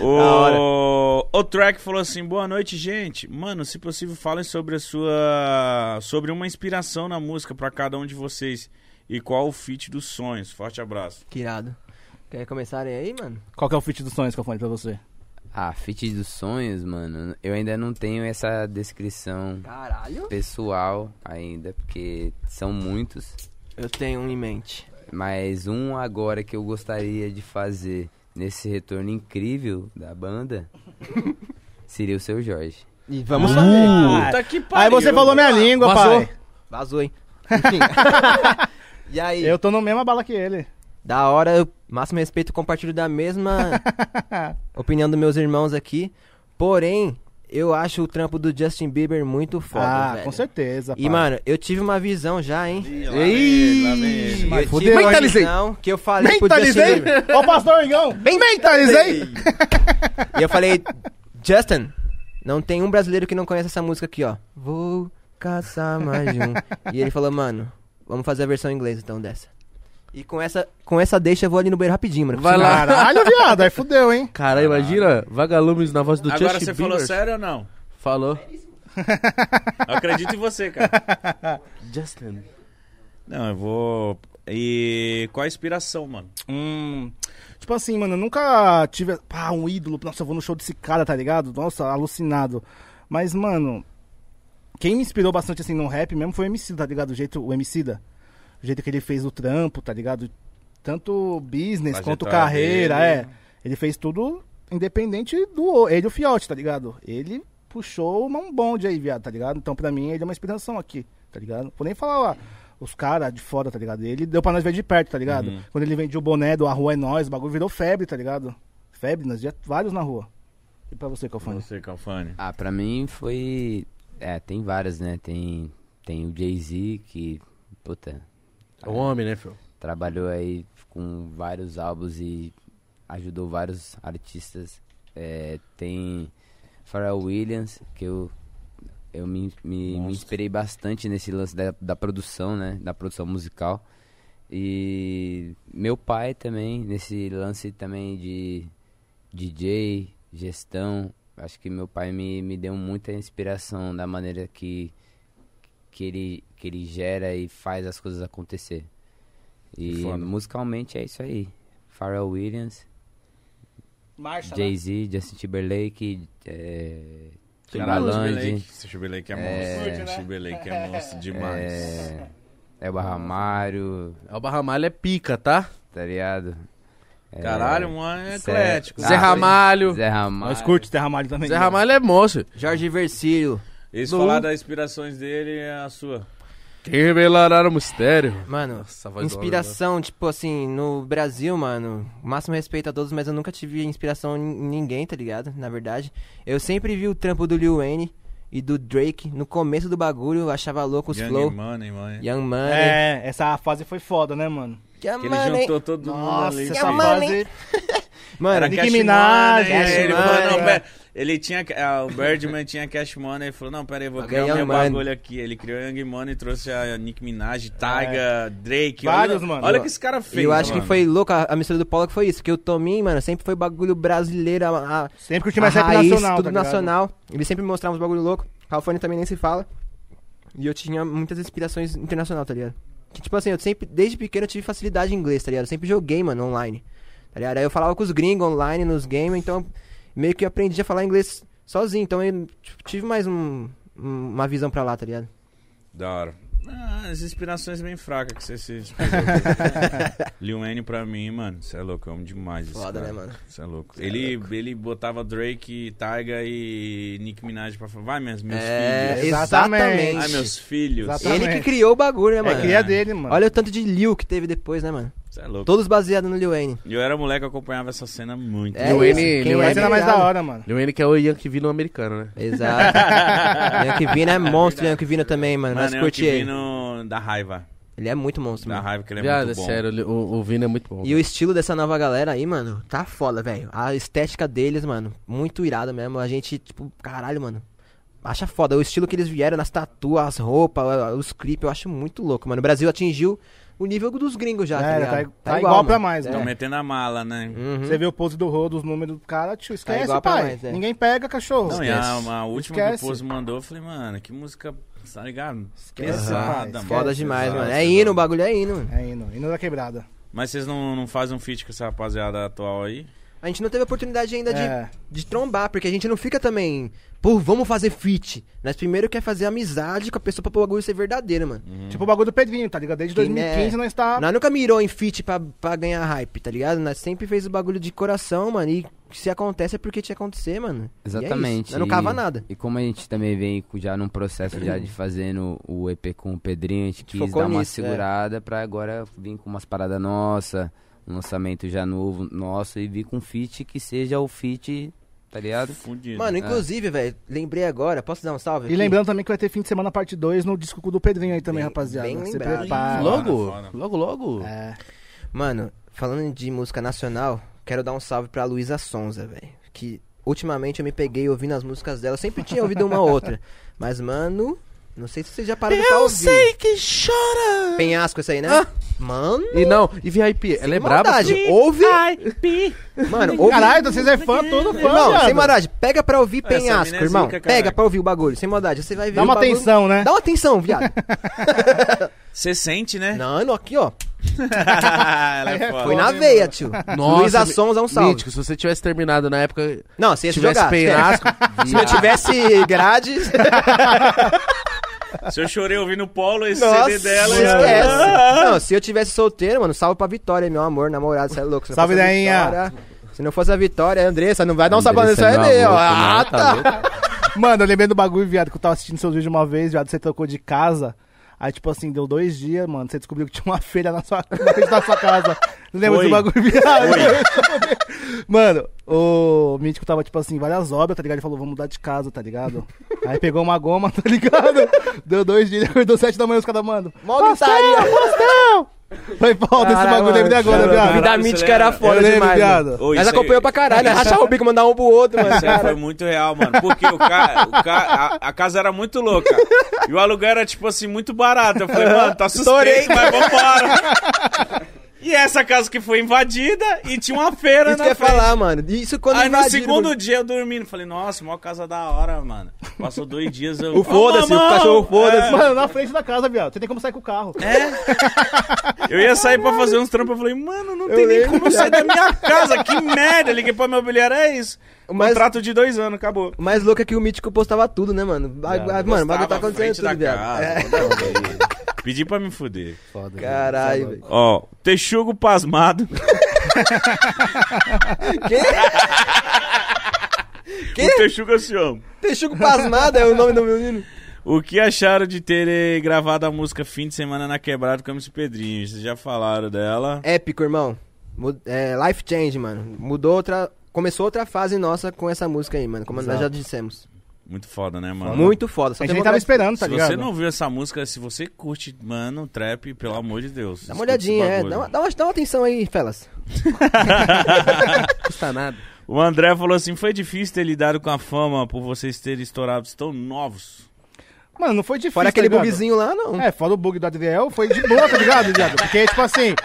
[SPEAKER 1] O... o Track falou assim: boa noite, gente. Mano, se possível, falem sobre a sua. sobre uma inspiração na música pra cada um de vocês. E qual o feat dos sonhos? Forte abraço.
[SPEAKER 4] Que irado. Quer começarem aí, mano?
[SPEAKER 3] Qual que é o feat dos sonhos que eu falei pra você?
[SPEAKER 6] Ah, fit dos sonhos, mano. Eu ainda não tenho essa descrição
[SPEAKER 4] Caralho.
[SPEAKER 6] pessoal ainda, porque são muitos.
[SPEAKER 4] Eu tenho um em mente.
[SPEAKER 6] Mas um agora que eu gostaria de fazer nesse retorno incrível da banda seria o seu Jorge.
[SPEAKER 4] E vamos
[SPEAKER 1] Puta que
[SPEAKER 3] Ah, Aí você falou minha língua,
[SPEAKER 2] Vazou.
[SPEAKER 3] pai.
[SPEAKER 4] Vazou, hein? Enfim. e aí?
[SPEAKER 3] Eu tô no mesma bala que ele.
[SPEAKER 4] Da hora, eu, máximo respeito, compartilho da mesma opinião dos meus irmãos aqui. Porém, eu acho o trampo do Justin Bieber muito foda,
[SPEAKER 3] ah,
[SPEAKER 4] velho.
[SPEAKER 3] com certeza,
[SPEAKER 4] E, mano, eu tive uma visão já, hein?
[SPEAKER 1] Ih, lá vem ele, lá vem ele.
[SPEAKER 4] Eu
[SPEAKER 3] Mas
[SPEAKER 4] tive
[SPEAKER 3] fudeu,
[SPEAKER 4] uma
[SPEAKER 3] hein?
[SPEAKER 4] visão que eu falei pro Justin
[SPEAKER 3] Mentalizei?
[SPEAKER 4] Bieber.
[SPEAKER 3] Ó o pastor Igão. Mentalizei?
[SPEAKER 4] E eu falei, Justin, não tem um brasileiro que não conhece essa música aqui, ó. Vou caçar mais um. e ele falou, mano, vamos fazer a versão inglesa então dessa. E com essa, com essa deixa eu vou ali no banheiro rapidinho, mano.
[SPEAKER 2] Vai lá.
[SPEAKER 3] Caralho, viado. Aí fudeu, hein?
[SPEAKER 2] Cara, imagina, vagalumes na voz do
[SPEAKER 1] Agora
[SPEAKER 2] Justin
[SPEAKER 1] você
[SPEAKER 2] Bieber.
[SPEAKER 1] falou sério ou não?
[SPEAKER 2] Falou.
[SPEAKER 1] Eu acredito em você, cara.
[SPEAKER 2] Justin.
[SPEAKER 1] Não, eu vou. E qual a inspiração, mano?
[SPEAKER 3] Hum. Tipo assim, mano, eu nunca tive pá, um ídolo. Nossa, eu vou no show desse cara, tá ligado? Nossa, alucinado. Mas, mano, quem me inspirou bastante assim no rap mesmo foi o MC, tá ligado? O jeito, o MC da. O jeito que ele fez o trampo, tá ligado? Tanto business quanto
[SPEAKER 1] Trajetória
[SPEAKER 3] carreira,
[SPEAKER 1] dele.
[SPEAKER 3] é. Ele fez tudo independente do. Ele e o Fiote, tá ligado? Ele puxou uma- um bonde aí, viado, tá ligado? Então, pra mim, ele é uma inspiração aqui, tá ligado? Vou nem falar lá. Os caras de fora, tá ligado? Ele deu pra nós ver de perto, tá ligado?
[SPEAKER 4] Uhum.
[SPEAKER 3] Quando ele vendia o boné do A Rua é Nós, o bagulho virou febre, tá ligado? Febre, nós já vários na rua. E pra você, Calfone?
[SPEAKER 1] Você, Calfani.
[SPEAKER 6] Ah, pra mim foi. É, tem várias, né? Tem, tem o Jay-Z que, puta,
[SPEAKER 2] O homem, né, filho?
[SPEAKER 6] trabalhou aí com vários álbuns e ajudou vários artistas. É, tem Pharrell Williams, que eu, eu me, me- me inspirei bastante nesse lance da, da produção, né? Da produção musical. E meu pai também, nesse lance também de DJ, gestão. Acho que meu pai me, me deu muita inspiração da maneira que, que, ele, que ele gera e faz as coisas acontecer.
[SPEAKER 1] Que
[SPEAKER 6] E
[SPEAKER 1] foda.
[SPEAKER 6] musicalmente é isso aí. Pharrell Williams,
[SPEAKER 3] Marcha, né?
[SPEAKER 6] Jay-Z, Justin Timberlake, é,
[SPEAKER 1] Timberlake.
[SPEAKER 6] Timbaland,
[SPEAKER 1] Esse Timberlake é
[SPEAKER 6] É.
[SPEAKER 1] monstro.
[SPEAKER 6] Curte,
[SPEAKER 1] Esse
[SPEAKER 6] né?
[SPEAKER 1] Timberlake é monstro demais.
[SPEAKER 6] é, é Ramário,
[SPEAKER 2] É o Barramalho é pica, tá?
[SPEAKER 6] tá ligado? É,
[SPEAKER 1] Caralho, mano, é
[SPEAKER 6] Zé-
[SPEAKER 1] eclético.
[SPEAKER 6] Ah,
[SPEAKER 2] Zé Ramalho.
[SPEAKER 6] Zé Ramalho.
[SPEAKER 3] Nós curte Terra Ramalho também. né?
[SPEAKER 2] Zé
[SPEAKER 3] viado.
[SPEAKER 2] Ramalho é moço.
[SPEAKER 4] Jorge Versílio.
[SPEAKER 1] Eles
[SPEAKER 2] Do-
[SPEAKER 1] falar das inspirações dele é a sua.
[SPEAKER 2] Que revelará o mistério.
[SPEAKER 4] Mano,
[SPEAKER 2] Nossa, a voz do
[SPEAKER 4] inspiração, tipo assim, no Brasil, mano, máximo respeito a todos, mas eu nunca tive inspiração em ninguém, tá ligado? Na verdade, eu sempre vi o trampo do Lil Wayne e do Drake no começo do bagulho, eu achava louco os
[SPEAKER 1] Young
[SPEAKER 4] flow,
[SPEAKER 1] Money, mano.
[SPEAKER 4] Young Money.
[SPEAKER 3] É, essa fase foi foda, né, mano?
[SPEAKER 4] Young
[SPEAKER 1] Que ele
[SPEAKER 4] Money.
[SPEAKER 1] juntou todo mundo
[SPEAKER 3] Nossa,
[SPEAKER 1] ali.
[SPEAKER 3] essa
[SPEAKER 4] Young
[SPEAKER 1] sabe?
[SPEAKER 4] Money.
[SPEAKER 3] fase.
[SPEAKER 4] Mano,
[SPEAKER 1] Era
[SPEAKER 3] Nicki
[SPEAKER 1] Cash
[SPEAKER 3] Minaj,
[SPEAKER 1] Money,
[SPEAKER 4] Cash
[SPEAKER 1] aí ele falou,
[SPEAKER 4] Money,
[SPEAKER 1] não,
[SPEAKER 4] é.
[SPEAKER 1] pera. Ele tinha, ah, o Birdman tinha Cash Money, ele falou, não, pera aí, vou
[SPEAKER 4] Vai
[SPEAKER 1] criar
[SPEAKER 4] ganhar
[SPEAKER 1] o meu
[SPEAKER 4] Money.
[SPEAKER 1] bagulho aqui. Ele criou Young Money, trouxe a Nick Minaj, Tyga, Drake.
[SPEAKER 3] Vários,
[SPEAKER 1] olha,
[SPEAKER 3] mano.
[SPEAKER 1] Olha o que esse cara fez,
[SPEAKER 4] eu acho
[SPEAKER 1] mano.
[SPEAKER 4] que foi louco a, a mistura do Pollock foi isso, porque o Tomin, mano, sempre foi bagulho brasileiro, a, a,
[SPEAKER 3] Sempre que o time
[SPEAKER 4] a
[SPEAKER 3] é sempre
[SPEAKER 4] raiz,
[SPEAKER 3] nacional,
[SPEAKER 4] tudo
[SPEAKER 3] tá ligado?
[SPEAKER 4] nacional. né, Ele sempre mostrava uns bagulho louco. Califórnia também nem se fala. E eu tinha muitas inspirações internacional, tá ligado? Que, tipo assim, eu sempre, desde pequeno eu tive facilidade em inglês, tá ligado? Eu sempre joguei, mano, online. Tá ligado? Aí eu falava com os gringos online nos games, então meio que eu aprendi a falar inglês sozinho. Então eu tipo, tive mais um- um- uma visão pra lá, tá ligado?
[SPEAKER 1] Da hora. Ah, as inspirações bem fracas que você se... Lil Wayne pra mim, mano, você é louco, eu amo demais esse
[SPEAKER 4] Foda,
[SPEAKER 1] cara.
[SPEAKER 4] né, mano?
[SPEAKER 1] Você é louco. Ele, ele botava Drake, Tyga e Nick Minaj pra falar, vai, meus, meus
[SPEAKER 4] é,
[SPEAKER 1] filhos.
[SPEAKER 4] exatamente.
[SPEAKER 3] Exatamente.
[SPEAKER 1] Ai, meus filhos.
[SPEAKER 3] Exatamente.
[SPEAKER 4] Ele que criou o bagulho, né,
[SPEAKER 3] É
[SPEAKER 4] mano?
[SPEAKER 3] que é dele, mano.
[SPEAKER 4] Olha o tanto de Lil que teve depois, né, mano?
[SPEAKER 1] Você é louco.
[SPEAKER 4] Todos baseados no Lil Wayne.
[SPEAKER 1] Eu era moleque, eu acompanhava essa cena muito.
[SPEAKER 4] É
[SPEAKER 2] Lil
[SPEAKER 4] isso,
[SPEAKER 2] Wayne-
[SPEAKER 4] quem
[SPEAKER 2] Lil
[SPEAKER 3] Mas
[SPEAKER 4] é
[SPEAKER 3] era mais da
[SPEAKER 4] virado.
[SPEAKER 3] hora, mano.
[SPEAKER 2] Lil Wayne que é o Yankee Vino americano, né?
[SPEAKER 4] Exato. Yankee Vino é monstro, Yankee Vino também, mano.
[SPEAKER 1] Mano,
[SPEAKER 4] Nós
[SPEAKER 1] eu
[SPEAKER 4] curti
[SPEAKER 1] que vi
[SPEAKER 4] ele.
[SPEAKER 1] no... da raiva.
[SPEAKER 4] Ele é muito monstro,
[SPEAKER 1] Da
[SPEAKER 4] mano.
[SPEAKER 1] raiva, que ele é
[SPEAKER 2] Viado,
[SPEAKER 1] muito bom.
[SPEAKER 2] sério, o, o Vino é muito bom.
[SPEAKER 4] E o estilo dessa nova galera aí, mano, tá foda, velho. A estética deles, mano, muito irada mesmo. A gente, tipo, caralho, mano. Acha foda. O estilo que eles vieram, nas tatuas, as roupas, os clipes, eu acho muito louco, mano. O Brasil atingiu o nível dos gringos já, tá
[SPEAKER 3] É,
[SPEAKER 4] ligado?
[SPEAKER 3] tá, tá igual, pra
[SPEAKER 4] mano.
[SPEAKER 3] mais,
[SPEAKER 1] Estão
[SPEAKER 3] mano.
[SPEAKER 1] metendo a mala, né?
[SPEAKER 4] Uhum. Tá
[SPEAKER 3] Você vê o pose do rodo, os números do cara, tio, esquece,
[SPEAKER 4] igual pra
[SPEAKER 3] pai.
[SPEAKER 4] nós, é.
[SPEAKER 3] Ninguém pega cachorro.
[SPEAKER 1] Não, e a,
[SPEAKER 3] esquece.
[SPEAKER 1] a última
[SPEAKER 3] Esquece.
[SPEAKER 1] que o Pozo mandou, eu falei, mano, que música, tá ligado?
[SPEAKER 3] Esquece,
[SPEAKER 1] pesada,
[SPEAKER 3] pai,
[SPEAKER 1] mano.
[SPEAKER 4] Uhum. Foda
[SPEAKER 1] Esquece,
[SPEAKER 4] demais,
[SPEAKER 1] exato,
[SPEAKER 4] mano. É
[SPEAKER 1] exato.
[SPEAKER 4] hino, o bagulho é hino, mano.
[SPEAKER 3] É hino, hino da quebrada.
[SPEAKER 1] Mas vocês não, não fazem um feat com essa rapaziada atual aí?
[SPEAKER 4] A gente não teve oportunidade ainda de
[SPEAKER 3] É.
[SPEAKER 4] de trombar, porque a gente não fica também, pô, vamos fazer fit. Nós primeiro quer fazer amizade com a pessoa pra o bagulho ser verdadeiro, mano.
[SPEAKER 3] Tipo o bagulho do Pedrinho, tá ligado? Desde
[SPEAKER 4] Que
[SPEAKER 3] 2015
[SPEAKER 4] né?
[SPEAKER 3] nós tá.
[SPEAKER 4] Nós nunca mirou em fit pra, pra ganhar hype, tá ligado? Nós sempre fez o bagulho de coração, mano, e se acontece é porque tinha que acontecer, mano. E é isso.
[SPEAKER 6] Exatamente.
[SPEAKER 4] Nós não cava nada.
[SPEAKER 6] E como a gente também vem com- já num processo já de fazendo o EP com o Pedrinho, a gente quis
[SPEAKER 4] focou
[SPEAKER 6] dar uma
[SPEAKER 4] nisso, é.
[SPEAKER 6] segurada pra agora vir com umas paradas nossas, um lançamento já novo nosso e vir com um feat que seja o feat, tá ligado?
[SPEAKER 1] Fudido.
[SPEAKER 4] Mano, inclusive, velho, lembrei agora, posso dar um
[SPEAKER 3] E
[SPEAKER 4] salve? aqui?
[SPEAKER 3] lembrando também que vai ter fim de semana parte 2 no disco do Pedrinho aí também,
[SPEAKER 4] Bem-
[SPEAKER 3] rapaziada.
[SPEAKER 4] bem
[SPEAKER 3] Se
[SPEAKER 4] lembrado.
[SPEAKER 3] prepara.
[SPEAKER 2] Logo?
[SPEAKER 1] Ah, Foda.
[SPEAKER 2] Logo, logo.
[SPEAKER 3] É.
[SPEAKER 4] Mano, falando de música nacional, quero dar um salve pra Luísa Sonza, velho. Que ultimamente eu me peguei ouvindo as músicas dela. Eu sempre tinha ouvido uma ou outra. Mas, mano, não sei se vocês já pararam
[SPEAKER 2] tá
[SPEAKER 4] pra ouvir.
[SPEAKER 2] que chora.
[SPEAKER 4] Penhasco essa aí, né? Mano,
[SPEAKER 2] E não, e VIP, ela é braba.
[SPEAKER 4] maldade.
[SPEAKER 2] assim, Ouve.
[SPEAKER 4] mano, ouve.
[SPEAKER 3] Caralho, então vocês é fã, todo fã.
[SPEAKER 4] irmão,
[SPEAKER 3] viado.
[SPEAKER 4] sem maldade. Pega pra ouvir
[SPEAKER 1] Essa
[SPEAKER 4] Penhasco,
[SPEAKER 1] mina é
[SPEAKER 4] irmão.
[SPEAKER 1] zica,
[SPEAKER 4] Pega
[SPEAKER 1] caralho.
[SPEAKER 4] pra ouvir o bagulho, sem maldade. Você vai ver
[SPEAKER 3] Dá
[SPEAKER 4] o
[SPEAKER 3] uma
[SPEAKER 4] bagulho-
[SPEAKER 3] atenção, né?
[SPEAKER 4] Dá uma atenção, viado.
[SPEAKER 1] Você sente, né?
[SPEAKER 4] não, não, aqui, ó.
[SPEAKER 1] Ela é foda.
[SPEAKER 4] Foi na
[SPEAKER 3] hein, mano?
[SPEAKER 4] veia, tio. Luísa
[SPEAKER 2] mi-
[SPEAKER 4] Sonza, um salve.
[SPEAKER 2] Mítico, se você tivesse terminado na época,
[SPEAKER 4] Não, se ia se
[SPEAKER 2] tivesse
[SPEAKER 4] jogar.
[SPEAKER 2] penhasco.
[SPEAKER 4] Se eu tivesse grades...
[SPEAKER 1] Se eu chorei ouvindo o Polo, esse
[SPEAKER 4] Nossa,
[SPEAKER 1] CD dela... é
[SPEAKER 4] esquece.
[SPEAKER 1] Eu...
[SPEAKER 4] Não, se eu tivesse solteiro, mano, salve pra Vitória, meu amor, namorado, você é louco. Se não
[SPEAKER 3] Salve,
[SPEAKER 4] fosse a
[SPEAKER 3] Dainha.
[SPEAKER 4] Vitória- Se não fosse a Vitória, Andressa, não vai dar um sabão
[SPEAKER 6] Andressa, é
[SPEAKER 4] nesse
[SPEAKER 6] meu
[SPEAKER 4] aí, ó.
[SPEAKER 6] amor,
[SPEAKER 4] Ah,
[SPEAKER 6] tu não, tá
[SPEAKER 4] tá.
[SPEAKER 6] louco?
[SPEAKER 3] Mano, eu lembrei do bagulho, viado, que eu tava assistindo seus vídeos uma vez, viado, você trocou de casa. Aí, tipo assim, deu dois dias, mano, você descobriu que tinha uma feira na sua, na frente da sua casa. Lembra
[SPEAKER 1] Foi.
[SPEAKER 3] do bagulho, viado? mano, o Mítico tava, tipo assim, várias obras, tá ligado? Ele falou, vamos mudar de casa, tá ligado? Aí pegou uma goma, tá ligado? Deu dois dias, ele acordou sete da manhã, os caras, mano,
[SPEAKER 4] Mó gritaria.
[SPEAKER 3] foi falta esse
[SPEAKER 4] Caralho,
[SPEAKER 3] bagulho,
[SPEAKER 4] mano,
[SPEAKER 3] lembrei agora,
[SPEAKER 1] chorou,
[SPEAKER 3] viado.
[SPEAKER 1] caralho.
[SPEAKER 4] Vida mítica era
[SPEAKER 1] isso
[SPEAKER 4] foda
[SPEAKER 3] lembra,
[SPEAKER 4] demais, mano.
[SPEAKER 3] viado.
[SPEAKER 1] Ô, isso
[SPEAKER 4] Mas
[SPEAKER 1] aí-
[SPEAKER 4] acompanhou pra caralho, rachar o bico, mandar um pro outro, mano.
[SPEAKER 1] Isso aí foi muito real, mano. Porque o ca... o ca- a... a casa era muito louca. E o aluguel era, tipo assim, muito barato. Eu falei, mano, tá
[SPEAKER 4] Uhum. Estourei.
[SPEAKER 1] suspeito, mas vambora. E essa casa que foi invadida e tinha uma feira
[SPEAKER 4] Isso
[SPEAKER 1] na
[SPEAKER 4] que eu ia
[SPEAKER 1] frente.
[SPEAKER 4] falar, mano. Isso quando
[SPEAKER 1] Aí no
[SPEAKER 4] invadiram-
[SPEAKER 1] segundo dia eu dormindo, falei, nossa, mó casa da hora, mano. Passou dois dias eu.
[SPEAKER 4] O foda-se,
[SPEAKER 1] Ô,
[SPEAKER 4] o
[SPEAKER 1] mamão!
[SPEAKER 4] cachorro foda-se.
[SPEAKER 3] Mano, na frente da casa, viado, você tem como sair com o carro.
[SPEAKER 1] É, eu ia sair pra fazer uns trampos, eu falei, mano, não tem nem
[SPEAKER 4] lembro,
[SPEAKER 1] como eu sair da minha casa, que merda. Liguei pra mobiliário, é isso.
[SPEAKER 4] Mas-
[SPEAKER 1] Contrato de dois anos, acabou.
[SPEAKER 4] O mais louco é que o Mítico postava tudo, né, mano? Ba- ba- mano, o bagulho tá
[SPEAKER 1] Gostava,
[SPEAKER 4] acontecendo
[SPEAKER 1] frente da
[SPEAKER 4] tudo, viado.
[SPEAKER 1] casa,
[SPEAKER 4] É.
[SPEAKER 1] não, velho. um Pedi pra me fuder.
[SPEAKER 4] Caralho,
[SPEAKER 1] né?
[SPEAKER 4] velho.
[SPEAKER 1] Ó, Texugo Pasmado.
[SPEAKER 4] Quê?
[SPEAKER 1] O Texugo assim, ó.
[SPEAKER 4] Texugo Pasmado é o nome do meu menino.
[SPEAKER 1] O que acharam de terem gravado a música Fim de Semana na Quebrada com o MC Pedrinho? Vocês já falaram dela.
[SPEAKER 4] Épico, irmão. Mu- é, life change, mano. Mudou outra. Começou outra fase nossa com essa música aí, mano. Como nós já dissemos.
[SPEAKER 1] Muito foda, né, mano?
[SPEAKER 4] Muito tá foda. Só
[SPEAKER 3] A gente
[SPEAKER 4] tem
[SPEAKER 3] nem
[SPEAKER 4] vontade-
[SPEAKER 3] tava esperando, tá
[SPEAKER 1] se
[SPEAKER 3] ligado?
[SPEAKER 1] você não viu essa música, se você curte, mano, trap, pelo amor de Deus.
[SPEAKER 4] Dá
[SPEAKER 1] escuta
[SPEAKER 4] uma olhadinha,
[SPEAKER 1] esse
[SPEAKER 4] é.
[SPEAKER 1] bagulho.
[SPEAKER 4] Dá uma, dá, uma, dá uma atenção aí, Felas.
[SPEAKER 2] custa tá nada.
[SPEAKER 1] O André falou assim: foi difícil ter lidado com a fama por vocês terem estourado tão novos.
[SPEAKER 3] Mano, não foi difícil.
[SPEAKER 4] Fora aquele
[SPEAKER 3] tá ligado?
[SPEAKER 4] bugzinho lá, não.
[SPEAKER 3] É, fora o bug do Adriel, foi de boa, tá ligado, viado? Porque, tipo assim.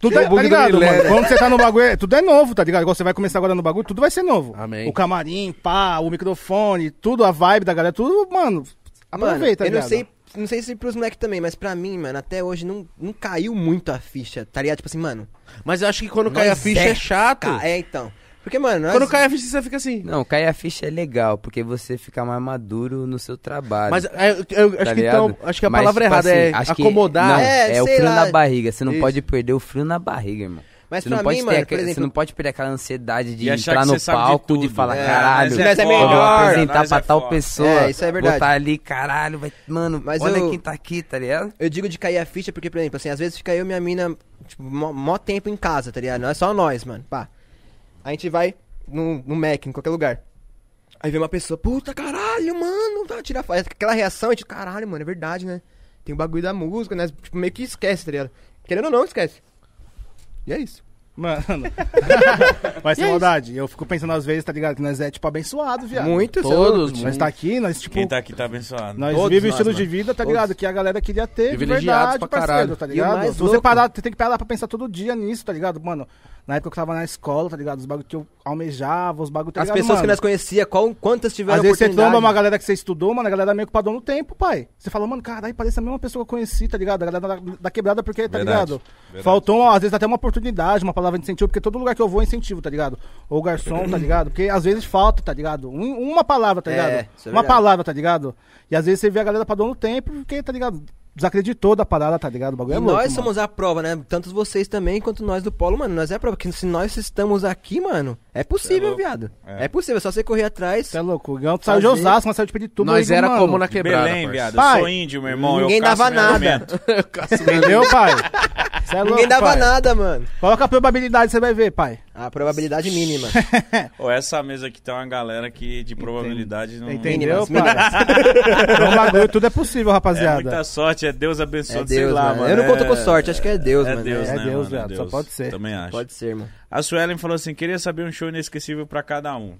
[SPEAKER 3] Tudo é,
[SPEAKER 2] O bug
[SPEAKER 3] tá
[SPEAKER 2] do
[SPEAKER 3] ligado,
[SPEAKER 2] Milé,
[SPEAKER 3] mano?
[SPEAKER 2] né?
[SPEAKER 3] Quando você tá no bagulho, tudo é novo, tá ligado? Igual você vai começar agora no bagulho, tudo vai ser novo.
[SPEAKER 2] Amém.
[SPEAKER 3] O camarim, pá, o microfone, tudo, a vibe da galera, tudo, mano, aproveita,
[SPEAKER 4] mano,
[SPEAKER 3] ligado?
[SPEAKER 4] eu não sei, não sei se pros moleques também, mas pra mim, mano, até hoje não, não caiu muito a ficha, tá ligado? Tipo assim, mano.
[SPEAKER 2] Mas eu acho que quando cai a
[SPEAKER 4] nós
[SPEAKER 2] ficha é chato.
[SPEAKER 4] ca- É, então. Porque, mano, nós-
[SPEAKER 2] Quando cai a ficha você fica assim.
[SPEAKER 6] Não, cair a ficha é legal, porque você fica mais maduro no seu trabalho.
[SPEAKER 2] Mas é, eu, eu acho, que,
[SPEAKER 6] tá ligado?
[SPEAKER 2] então, acho que a
[SPEAKER 6] Mas,
[SPEAKER 2] palavra
[SPEAKER 6] tipo
[SPEAKER 2] errada
[SPEAKER 6] assim,
[SPEAKER 2] é
[SPEAKER 6] acho que-
[SPEAKER 2] acomodar.
[SPEAKER 6] não,
[SPEAKER 4] É,
[SPEAKER 6] é, o
[SPEAKER 4] sei
[SPEAKER 6] frio
[SPEAKER 4] lá.
[SPEAKER 6] na barriga. Você não
[SPEAKER 2] Isso.
[SPEAKER 6] pode perder o frio na barriga, irmão.
[SPEAKER 4] Mas
[SPEAKER 6] você não
[SPEAKER 4] pra
[SPEAKER 6] pode
[SPEAKER 4] mim,
[SPEAKER 6] ter
[SPEAKER 4] mano,
[SPEAKER 6] aquele-
[SPEAKER 4] por exemplo-
[SPEAKER 6] Você não pode perder aquela ansiedade de
[SPEAKER 1] E achar
[SPEAKER 6] entrar
[SPEAKER 1] que
[SPEAKER 6] no
[SPEAKER 1] você sabe de
[SPEAKER 6] palco de
[SPEAKER 1] tudo.
[SPEAKER 6] falar,
[SPEAKER 1] É,
[SPEAKER 6] caralho,
[SPEAKER 1] mas
[SPEAKER 4] é Mas é
[SPEAKER 6] eu vou
[SPEAKER 4] melhor,
[SPEAKER 6] apresentar
[SPEAKER 1] mas
[SPEAKER 6] pra
[SPEAKER 1] é
[SPEAKER 6] tal
[SPEAKER 1] foda.
[SPEAKER 6] pessoa.
[SPEAKER 4] É, isso é verdade.
[SPEAKER 6] Vou tá ali, caralho, vai... Mano,
[SPEAKER 4] Mas
[SPEAKER 6] olha
[SPEAKER 4] eu-
[SPEAKER 6] quem tá aqui, tá ligado?
[SPEAKER 4] Eu digo de cair a ficha porque, por exemplo, assim, às vezes fica eu e minha mina, tipo, mó, mó tempo em casa, tá ligado? Não é só nós, mano, pá. A gente vai no, no Mac, em qualquer lugar. Aí vem uma pessoa, puta caralho, mano, tá, tira a foto. Aquela reação, a gente, caralho, mano, é verdade, né? Tem o bagulho da música, né? Tipo, meio que esquece, tá ligado? Querendo ou não, esquece. E é isso.
[SPEAKER 3] Mano. Mas sem maldade, eu fico pensando às vezes, tá ligado? Que nós é, tipo, abençoado, viado.
[SPEAKER 4] Muito, cê é
[SPEAKER 2] Todos,
[SPEAKER 4] louco.
[SPEAKER 3] Nós tá aqui, nós, tipo.
[SPEAKER 1] Quem tá aqui tá abençoado.
[SPEAKER 3] Nós
[SPEAKER 2] Todos
[SPEAKER 3] vivemos o
[SPEAKER 2] nós,
[SPEAKER 3] estilo de
[SPEAKER 2] mano.
[SPEAKER 3] vida, tá
[SPEAKER 2] Todos.
[SPEAKER 3] ligado? Que a galera queria ter, de
[SPEAKER 2] Privilegiados
[SPEAKER 3] verdade,
[SPEAKER 2] pra carado.
[SPEAKER 3] parceiro, tá
[SPEAKER 4] E o
[SPEAKER 3] ligado?
[SPEAKER 4] mais
[SPEAKER 3] Se você
[SPEAKER 4] louco-
[SPEAKER 3] parar, você tem que parar pra pensar todo dia nisso, tá ligado? Mano, na época que eu tava na escola, tá ligado? Os bagulho que eu almejava, os bagulho, tá
[SPEAKER 4] As
[SPEAKER 3] ligado,
[SPEAKER 4] pessoas que
[SPEAKER 3] mano?
[SPEAKER 4] nós conhecia, qual, quantas tiveram
[SPEAKER 3] Às vezes você
[SPEAKER 4] oportunidade?
[SPEAKER 3] tromba uma galera que você estudou, mano, a galera meio que padrão no tempo, pai. Você fala, mano, caralho, parece a mesma pessoa que eu conheci, tá ligado? A galera da, da quebrada, porque, tá
[SPEAKER 1] Verdade,
[SPEAKER 3] ligado?
[SPEAKER 1] verdade.
[SPEAKER 3] Faltou, ó, às vezes, até uma oportunidade, uma palavra de incentivo, porque todo lugar que eu vou é incentivo, tá ligado? Ou garçom, tá ligado? Porque às vezes falta, tá ligado? Um- uma palavra, tá
[SPEAKER 4] É,
[SPEAKER 3] ligado?
[SPEAKER 4] isso é
[SPEAKER 3] uma
[SPEAKER 4] verdade.
[SPEAKER 3] palavra, tá ligado? E às vezes você vê a galera padrão no tempo, porque, tá ligado? Desacreditou da parada, tá ligado? O bagulho
[SPEAKER 4] E
[SPEAKER 3] é louco.
[SPEAKER 4] nós
[SPEAKER 3] mano.
[SPEAKER 4] somos a prova, né? Tanto vocês também quanto nós do Polo, mano. Nós é a prova. Que se nós estamos aqui, mano, é
[SPEAKER 1] Cê é
[SPEAKER 4] possível,
[SPEAKER 1] louco.
[SPEAKER 4] viado.
[SPEAKER 1] É.
[SPEAKER 4] É. possível, é só você correr atrás.
[SPEAKER 3] Você é louco. O Gão saiu de
[SPEAKER 4] Fazer-
[SPEAKER 3] Osasco, mas saiu de Pirituba.
[SPEAKER 2] Nós
[SPEAKER 3] aí,
[SPEAKER 2] era
[SPEAKER 3] mano.
[SPEAKER 2] como na é quebrada,
[SPEAKER 1] Belém, viado.
[SPEAKER 2] parceiro.
[SPEAKER 1] Eu sou
[SPEAKER 3] Pai,
[SPEAKER 1] índio, meu irmão.
[SPEAKER 4] ninguém
[SPEAKER 1] eu caço
[SPEAKER 4] dava
[SPEAKER 1] meu
[SPEAKER 4] nada.
[SPEAKER 1] alimento.
[SPEAKER 3] Entendeu, pai? Cê é
[SPEAKER 4] Ninguém
[SPEAKER 3] louco,
[SPEAKER 4] dava
[SPEAKER 3] pai.
[SPEAKER 4] nada, mano.
[SPEAKER 3] Coloca a probabilidade, você vai ver, pai.
[SPEAKER 4] A probabilidade mínima.
[SPEAKER 1] Ô, essa mesa aqui tá uma galera que de probabilidade não.
[SPEAKER 3] Entendeu,
[SPEAKER 4] Mínimas,
[SPEAKER 3] pai? Então, o bagulho, tudo é possível,
[SPEAKER 1] É
[SPEAKER 3] rapaziada.
[SPEAKER 1] muita sorte, é Deus
[SPEAKER 4] é
[SPEAKER 1] abençoe,
[SPEAKER 4] Deus,
[SPEAKER 1] sei lá,
[SPEAKER 4] mano.
[SPEAKER 1] mano.
[SPEAKER 4] Eu não conto
[SPEAKER 1] É-
[SPEAKER 4] com sorte, acho que é Deus,
[SPEAKER 1] É
[SPEAKER 4] mano.
[SPEAKER 1] Deus,
[SPEAKER 4] É,
[SPEAKER 1] né?
[SPEAKER 3] Deus,
[SPEAKER 1] mano?
[SPEAKER 3] viado, só pode ser.
[SPEAKER 1] Também acho.
[SPEAKER 4] Pode ser, mano.
[SPEAKER 1] A Suelen falou assim: queria saber um show inesquecível pra cada um.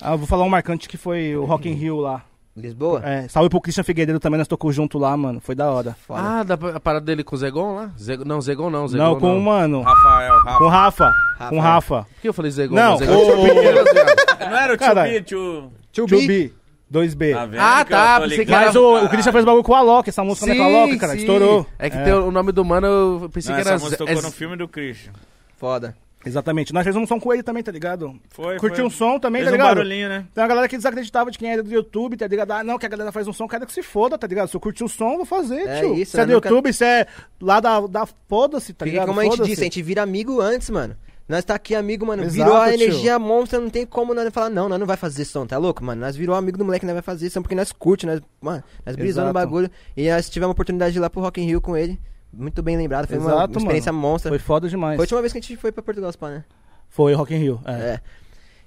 [SPEAKER 3] Ah, eu vou falar um marcante que foi o
[SPEAKER 1] Uhum.
[SPEAKER 3] Rock in Rio lá.
[SPEAKER 4] Lisboa?
[SPEAKER 3] É, salve pro Christian Figueiredo também, nós tocou junto lá, mano. Foi da hora.
[SPEAKER 4] Foda.
[SPEAKER 2] Ah, da, a parada dele com o Zegon lá? Zegon, não, Zegon não. Zegon
[SPEAKER 3] não, com o mano.
[SPEAKER 1] Rafael,
[SPEAKER 3] Com o
[SPEAKER 1] Rafa.
[SPEAKER 3] Rafa. Com o Rafa.
[SPEAKER 2] Por que eu falei Zegon?
[SPEAKER 3] Não,
[SPEAKER 2] Zegon
[SPEAKER 3] o-
[SPEAKER 2] tinha assim, Pinheiros, viado.
[SPEAKER 1] Não era o tio
[SPEAKER 3] Caralho.
[SPEAKER 1] B, tio.
[SPEAKER 3] Tio B. 2B.
[SPEAKER 1] Tá vendo
[SPEAKER 2] Ah,
[SPEAKER 1] que eu
[SPEAKER 2] tá,
[SPEAKER 1] tô
[SPEAKER 2] pensei que
[SPEAKER 1] ligado,
[SPEAKER 3] Mas o, o
[SPEAKER 1] caralho?
[SPEAKER 3] Christian fez bagulho com o Alok, essa música não é com o Alok, cara.
[SPEAKER 2] sim.
[SPEAKER 3] Estourou.
[SPEAKER 2] É que tem o nome do mano, eu pensei
[SPEAKER 1] Não,
[SPEAKER 2] que era
[SPEAKER 1] essa música
[SPEAKER 2] Ze-
[SPEAKER 1] tocou
[SPEAKER 2] é-
[SPEAKER 1] no filme do Christian.
[SPEAKER 4] Foda.
[SPEAKER 3] Exatamente. Nós fizemos um som com ele também, tá ligado?
[SPEAKER 1] Foi,
[SPEAKER 3] Curtiu
[SPEAKER 1] foi.
[SPEAKER 3] um som também,
[SPEAKER 1] Fez
[SPEAKER 3] tá
[SPEAKER 1] um
[SPEAKER 3] ligado?
[SPEAKER 1] barulhinho, né?
[SPEAKER 3] Tem uma galera que desacreditava de quem era do YouTube, tá ligado? Ah, não, que a galera faz um som, cara que se foda, tá ligado? Se eu curti o som, eu vou fazer,
[SPEAKER 4] É
[SPEAKER 3] tio.
[SPEAKER 4] isso,
[SPEAKER 3] se é
[SPEAKER 4] né?
[SPEAKER 3] do
[SPEAKER 4] Nunca-
[SPEAKER 3] YouTube, se é lá da, da foda-se, tá
[SPEAKER 4] Porque
[SPEAKER 3] ligado?
[SPEAKER 4] como a gente
[SPEAKER 3] Foda-se.
[SPEAKER 4] disse, a gente vira amigo antes, mano. Nós tá aqui amigo, mano.
[SPEAKER 3] Exato,
[SPEAKER 4] virou a
[SPEAKER 3] tio.
[SPEAKER 4] energia monstra, não tem como nós falar, não, nós não vai fazer som, tá louco, mano? Nós virou amigo do moleque, nós vai fazer som, porque nós curte, nós, mano, nós
[SPEAKER 3] Exato.
[SPEAKER 4] brisamos no bagulho. E nós tivemos a oportunidade de ir lá pro Rock in Rio com ele. Muito bem lembrado, foi uma,
[SPEAKER 3] Exato,
[SPEAKER 4] uma experiência monstra.
[SPEAKER 3] Foi
[SPEAKER 4] Foi...
[SPEAKER 3] foda demais.
[SPEAKER 4] a última vez que a gente foi pra Portugal, Spa, né?
[SPEAKER 3] Foi Rock in Rio. É.
[SPEAKER 4] É.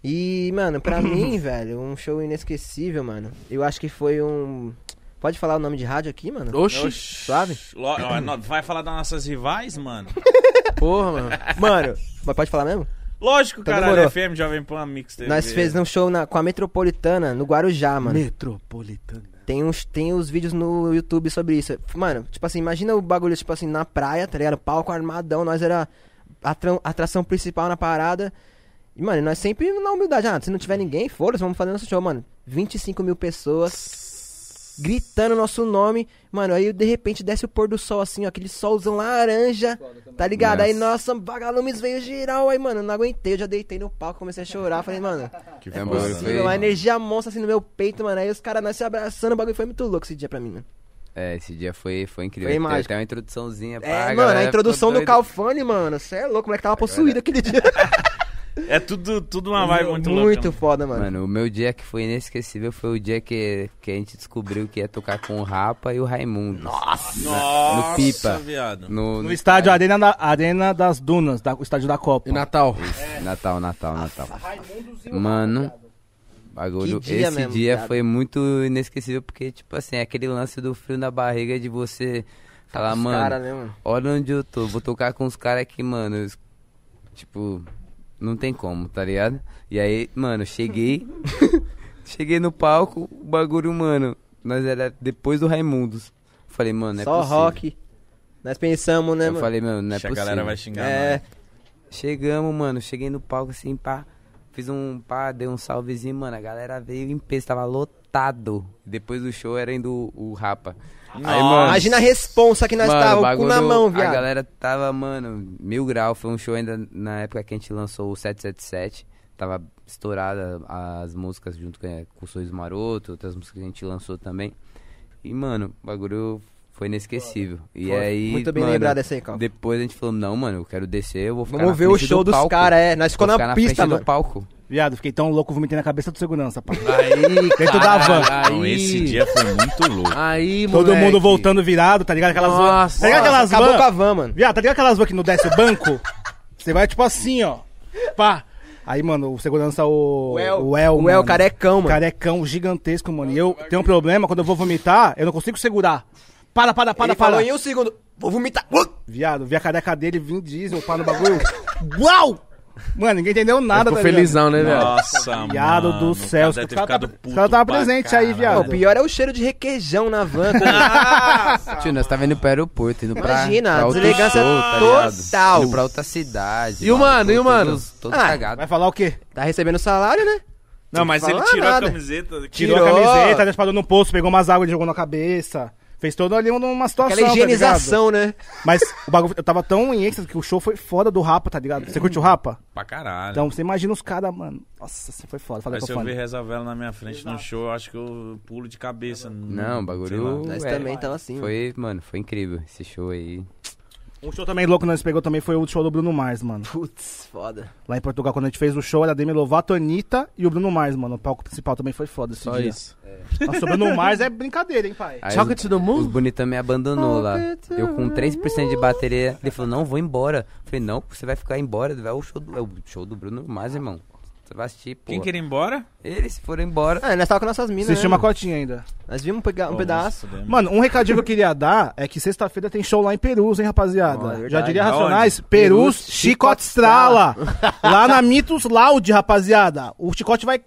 [SPEAKER 4] E, mano, pra mim, velho, um show inesquecível, mano. Eu acho que foi um. Pode falar o nome de rádio aqui, mano?
[SPEAKER 2] Oxi,
[SPEAKER 4] Suave?
[SPEAKER 1] Lo- ó, nó- Vai falar das nossas rivais, mano?
[SPEAKER 2] porra, mano.
[SPEAKER 4] Mano, mas pode falar mesmo?
[SPEAKER 1] Lógico,
[SPEAKER 4] Então
[SPEAKER 1] caralho.
[SPEAKER 4] demorou.
[SPEAKER 1] FM, Jovem Pan, Mix TV.
[SPEAKER 4] Nós fez um show na- com a Metropolitana no Guarujá, mano.
[SPEAKER 2] Metropolitana.
[SPEAKER 4] Tem uns tem os vídeos no YouTube sobre isso. Mano, tipo assim, imagina o bagulho, tipo assim, na praia, tá ligado? Palco armadão, nós era a atra- atração principal na parada. E, mano, nós sempre na humildade. Ah, se não tiver ninguém, foda-se, vamos fazer nosso show, mano. 25 mil pessoas gritando nosso nome. Mano, aí de repente desce o pôr do sol, assim, ó, aquele solzão laranja, tá ligado? Aí, nossa, vagalumes veio geral. Aí, mano, eu não aguentei, eu já deitei no palco, comecei a chorar. Falei, mano,
[SPEAKER 1] Que
[SPEAKER 6] É,
[SPEAKER 1] foda.
[SPEAKER 6] mano,
[SPEAKER 4] Sim, uma energia monstra assim no meu peito, mano. Aí os caras nós se abraçando, o bagulho foi muito louco esse dia pra mim, mano.
[SPEAKER 6] É, esse dia foi, foi incrível.
[SPEAKER 4] Foi
[SPEAKER 6] Teve
[SPEAKER 4] mágico.
[SPEAKER 6] até uma introduçãozinha pra
[SPEAKER 4] É, mano,
[SPEAKER 6] Ah, galera
[SPEAKER 4] a
[SPEAKER 6] ficou
[SPEAKER 4] introdução do
[SPEAKER 6] doida.
[SPEAKER 4] Calfani, mano. Você é louco, o moleque tava possuído aquele dia.
[SPEAKER 1] É tudo, tudo uma vibe muito, louca.
[SPEAKER 4] foda, mano.
[SPEAKER 6] Mano, o meu dia que foi inesquecível foi o dia que, que a gente descobriu que ia tocar com o Rapa e o Raimundo. Nossa!
[SPEAKER 1] Nossa,
[SPEAKER 6] no Pipa.
[SPEAKER 1] viado.
[SPEAKER 4] É.
[SPEAKER 6] No,
[SPEAKER 3] No estádio Arena, da- Arena das Dunas,
[SPEAKER 6] É.
[SPEAKER 3] da- o estádio da Copa.
[SPEAKER 2] E Natal?
[SPEAKER 1] tá
[SPEAKER 6] Natal, Natal, Natal. Mano, Bagulho.
[SPEAKER 4] Que dia
[SPEAKER 6] Esse
[SPEAKER 4] mesmo,
[SPEAKER 6] dia
[SPEAKER 4] cara.
[SPEAKER 6] foi muito inesquecível, porque, tipo assim, é aquele lance do frio na barriga de você falar,
[SPEAKER 4] Os
[SPEAKER 6] ah, mano,
[SPEAKER 4] cara, né, mano?
[SPEAKER 6] olha onde eu tô, vou tocar com os caras que, mano, es- tipo, não tem como, tá ligado? E aí, mano, cheguei, cheguei no palco, o bagulho, mano, nós era depois do Raimundos. Falei, mano, não é
[SPEAKER 4] Só
[SPEAKER 6] possível.
[SPEAKER 4] rock. Nós pensamos, né,
[SPEAKER 6] Eu
[SPEAKER 4] mano?
[SPEAKER 6] falei, mano, não é
[SPEAKER 1] Ixi, a
[SPEAKER 6] possível.
[SPEAKER 1] galera vai xingar.
[SPEAKER 4] é,
[SPEAKER 1] mano.
[SPEAKER 6] Chegamos, mano, cheguei no palco assim, pá, fiz um pá, dei um salvezinho, mano, a galera veio em peso, tava lotado. Depois do show era ainda o, o Rapa.
[SPEAKER 1] Nossa.
[SPEAKER 4] imagina a responsa que nós
[SPEAKER 6] Mano,
[SPEAKER 4] tava, o cu
[SPEAKER 6] bagulho-
[SPEAKER 4] na mão, viado.
[SPEAKER 6] A galera tava, mano, mil grau. Foi um show ainda na época que a gente lançou o 777. Tava estourada as músicas junto com, com o Sorriso Maroto, outras músicas que a gente lançou também. E, mano, o bagulho foi inesquecível. E aí,
[SPEAKER 4] Muito bem
[SPEAKER 6] mano,
[SPEAKER 4] lembrado essa aí, Cal.
[SPEAKER 6] Depois a gente falou, não, mano, eu quero descer, eu vou ficar
[SPEAKER 4] Vamos
[SPEAKER 6] na
[SPEAKER 4] ver o
[SPEAKER 6] frente
[SPEAKER 4] show
[SPEAKER 6] do
[SPEAKER 4] dos
[SPEAKER 6] palco.
[SPEAKER 4] caras, é. Nós ficou
[SPEAKER 6] Vou
[SPEAKER 4] na
[SPEAKER 6] ficar
[SPEAKER 4] pista,
[SPEAKER 6] frente
[SPEAKER 4] mano.
[SPEAKER 6] do palco.
[SPEAKER 3] Viado, fiquei tão louco, vomitei na cabeça do segurança, pá.
[SPEAKER 2] Aí,
[SPEAKER 3] Dentro da van.
[SPEAKER 2] caralho,
[SPEAKER 1] Não,
[SPEAKER 2] aí,
[SPEAKER 1] esse dia foi muito louco.
[SPEAKER 2] Aí,
[SPEAKER 3] Todo
[SPEAKER 2] moleque.
[SPEAKER 3] mundo voltando virado, tá ligado? Aquelas
[SPEAKER 2] Nossa.
[SPEAKER 3] van. Tá ligado aquelas
[SPEAKER 4] Acabou
[SPEAKER 3] van?
[SPEAKER 4] com a van, mano.
[SPEAKER 3] Viado, tá ligado aquelas van que não desce o banco? Você vai tipo assim, ó. Pá. Aí, mano, o segurança, o.
[SPEAKER 4] O El.
[SPEAKER 3] o El,
[SPEAKER 4] O El
[SPEAKER 3] mano.
[SPEAKER 4] carecão, mano.
[SPEAKER 3] Carecão gigantesco, mano. E eu tenho um problema, quando eu vou vomitar, eu não consigo segurar. Para, para, para,
[SPEAKER 4] Ele
[SPEAKER 3] para.
[SPEAKER 4] falou em um segundo, vou vomitar.
[SPEAKER 3] Viado, vi a careca dele, vim diesel, pá no bagulho. Uau! Mano, ninguém entendeu nada,
[SPEAKER 2] Ficou
[SPEAKER 3] tá ligado?
[SPEAKER 2] felizão, né, velho?
[SPEAKER 1] Nossa,
[SPEAKER 3] Viado
[SPEAKER 1] mano.
[SPEAKER 3] do céu.
[SPEAKER 1] O cara deve
[SPEAKER 3] Os
[SPEAKER 1] ter
[SPEAKER 3] cara
[SPEAKER 1] ficado
[SPEAKER 3] tá- os
[SPEAKER 1] puto
[SPEAKER 3] cara tava
[SPEAKER 1] pra
[SPEAKER 3] presente aí,
[SPEAKER 1] caralho.
[SPEAKER 4] Não,
[SPEAKER 3] viado.
[SPEAKER 4] o pior é o cheiro de requeijão na van. tá cara.
[SPEAKER 6] Tio, nós tá tava indo pro aeroporto, indo pra.
[SPEAKER 4] Imagina,
[SPEAKER 6] pra outro
[SPEAKER 4] deselegância
[SPEAKER 6] show, tá ligado?
[SPEAKER 4] total.
[SPEAKER 6] Indo pra outra cidade.
[SPEAKER 2] E o mano, e o mano?
[SPEAKER 6] Todos, todos
[SPEAKER 4] Ah,
[SPEAKER 6] cagados.
[SPEAKER 3] Vai falar o quê?
[SPEAKER 4] Tá recebendo salário, né?
[SPEAKER 1] Não, mas ele
[SPEAKER 4] falar
[SPEAKER 1] tirou
[SPEAKER 4] nada.
[SPEAKER 1] a camiseta.
[SPEAKER 3] Tirou,
[SPEAKER 1] Tirou.
[SPEAKER 3] a camiseta, já parou no poço, pegou umas águas e jogou na cabeça. Fez todo ali uma situação,
[SPEAKER 4] Aquela
[SPEAKER 3] tá ligado?
[SPEAKER 4] higienização, né?
[SPEAKER 3] Mas o bagulho, eu tava tão em êxtase que o show foi foda do Rapa, tá ligado? Você curte o Rapa?
[SPEAKER 1] Pra caralho.
[SPEAKER 3] Então, você imagina os caras, mano. Nossa, você foi foda. Falei
[SPEAKER 1] Mas
[SPEAKER 3] com
[SPEAKER 1] se
[SPEAKER 3] o
[SPEAKER 1] eu ver
[SPEAKER 3] fone.
[SPEAKER 1] Reza Vela na minha frente no show, eu acho que eu pulo de cabeça.
[SPEAKER 6] Não, bagulho.
[SPEAKER 4] Nós
[SPEAKER 6] é,
[SPEAKER 4] também tava assim. mano.
[SPEAKER 6] Foi, mano, foi incrível esse show aí.
[SPEAKER 3] Um show também louco que nós pegou também foi o show do Bruno Mars, mano.
[SPEAKER 4] Putz, foda.
[SPEAKER 3] Lá em Portugal, quando a gente fez o show, era Demi Lovato, Anitta e o Bruno Mars, mano. O palco principal também foi foda esse
[SPEAKER 2] Só
[SPEAKER 3] dia.
[SPEAKER 2] isso.
[SPEAKER 3] Nossa, o Bruno Mars é brincadeira, hein, pai?
[SPEAKER 6] Aí
[SPEAKER 2] Chocolate to the
[SPEAKER 4] Uh.
[SPEAKER 6] os, os
[SPEAKER 2] Moon?
[SPEAKER 6] bonitão me abandonou lá. Eu com 3% de bateria, ele falou, não, vou embora. Eu falei, não, você vai ficar embora, vai o show do, é o show do Bruno Mars, irmão. Você vai assistir, pô.
[SPEAKER 1] Quem quer ir embora?
[SPEAKER 6] Eles foram embora.
[SPEAKER 4] Ah, nós tava com nossas minas,
[SPEAKER 3] Vocês
[SPEAKER 4] né?
[SPEAKER 3] tinham uma
[SPEAKER 4] mano?
[SPEAKER 3] cotinha ainda.
[SPEAKER 4] Nós vimos pegar um pedaço.
[SPEAKER 3] Mano, um recadinho que eu queria dar é que sexta-feira tem show lá em Perus, hein,
[SPEAKER 4] Ó, é
[SPEAKER 3] rapaziada?
[SPEAKER 4] verdade.
[SPEAKER 3] Já diria
[SPEAKER 1] Da
[SPEAKER 3] Racionais, Perus,
[SPEAKER 4] Perus,
[SPEAKER 3] Chicote Estrala. lá na Mitos Loud, rapaziada. O Chicote vai...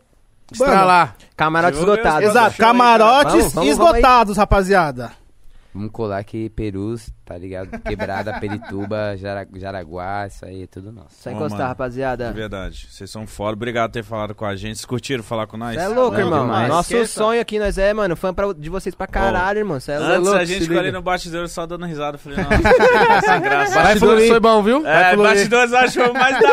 [SPEAKER 2] Pra lá.
[SPEAKER 4] Camarote
[SPEAKER 1] Meu Deus,
[SPEAKER 4] esgotado.
[SPEAKER 1] Deus.
[SPEAKER 3] Exato,
[SPEAKER 1] Show aí, cara.
[SPEAKER 3] camarotes
[SPEAKER 4] Vamos, vamos, vamos aí.
[SPEAKER 3] esgotados, rapaziada.
[SPEAKER 6] Vamos colar que Perus, tá ligado? Quebrada, Perituba, Jara- Jaraguá, isso aí é tudo nosso.
[SPEAKER 4] Só
[SPEAKER 1] Ô,
[SPEAKER 4] encostar,
[SPEAKER 1] mano.
[SPEAKER 4] rapaziada.
[SPEAKER 1] Verdade. Vocês são foda. Obrigado por ter falado com a gente. Vocês curtiram falar com nós?
[SPEAKER 4] Cê é louco, irmão.
[SPEAKER 6] demais.
[SPEAKER 4] Nosso
[SPEAKER 3] Esqueça.
[SPEAKER 4] sonho aqui, nós é, mano, fã pra, de vocês pra caralho, irmão. Cê é
[SPEAKER 1] Antes
[SPEAKER 4] louco.
[SPEAKER 1] a gente ficou ali no bastidor só dando risada. Eu Falei, nossa, sem graça.
[SPEAKER 2] Bastidores foi bom, viu?
[SPEAKER 1] É,
[SPEAKER 3] fluir.
[SPEAKER 1] bastidores eu acho mais da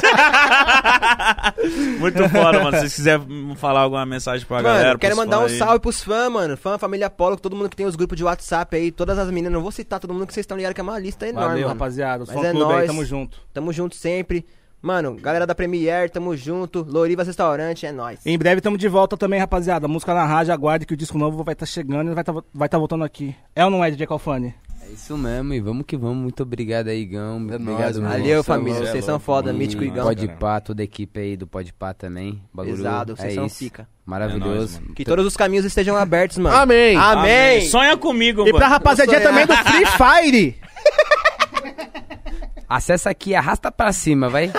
[SPEAKER 1] né? hora. Muito foda, mano. Se vocês quiserem falar alguma mensagem pra
[SPEAKER 4] Mano,
[SPEAKER 1] galera.
[SPEAKER 4] quero
[SPEAKER 1] pros
[SPEAKER 4] mandar um
[SPEAKER 1] fãs aí.
[SPEAKER 4] salve pros fãs, mano. Fã, família Apollo, todo mundo que tem os grupos de WhatsApp aí, todas as meninas. Não vou citar todo mundo que vocês estão ligados, que é uma lista enorme,
[SPEAKER 3] Valeu,
[SPEAKER 4] mano.
[SPEAKER 3] rapaziada. O
[SPEAKER 4] Mas
[SPEAKER 3] Fã
[SPEAKER 4] é
[SPEAKER 3] Clube aí,
[SPEAKER 4] nóis.
[SPEAKER 3] tamo junto.
[SPEAKER 4] Tamo junto sempre. Mano, galera da Premiere, tamo junto. Lorivas Restaurante, é nóis.
[SPEAKER 3] Em breve tamo de volta também, rapaziada. Música na rádio, aguarde que o disco novo vai estar chegando e vai estar vai tá voltando aqui. É ou não é, DJ Calfani?
[SPEAKER 6] É isso mesmo, e vamos que vamos. Muito obrigado aí, Igão. Muito
[SPEAKER 2] É nóis,
[SPEAKER 6] obrigado,
[SPEAKER 2] mano.
[SPEAKER 6] mano.
[SPEAKER 4] Valeu,
[SPEAKER 2] Nossa,
[SPEAKER 4] família.
[SPEAKER 1] mano.
[SPEAKER 4] Vocês
[SPEAKER 1] É
[SPEAKER 4] são
[SPEAKER 1] louco,
[SPEAKER 4] foda,
[SPEAKER 1] mano.
[SPEAKER 4] Mítico e Igão.
[SPEAKER 6] Pode pá, toda a equipe aí do Pode pá também. Bagulho
[SPEAKER 4] Pesado,
[SPEAKER 6] é
[SPEAKER 4] vocês são
[SPEAKER 6] isso.
[SPEAKER 4] pica.
[SPEAKER 1] É nóis,
[SPEAKER 6] Maravilhoso.
[SPEAKER 1] mano.
[SPEAKER 4] Que todos os caminhos estejam abertos, mano.
[SPEAKER 2] Amém.
[SPEAKER 1] Ah.
[SPEAKER 4] Amém.
[SPEAKER 1] Sonha comigo,
[SPEAKER 3] E
[SPEAKER 1] mano.
[SPEAKER 3] pra rapaziadinha também do Free Fire.
[SPEAKER 6] Acessa aqui, arrasta pra cima, vai.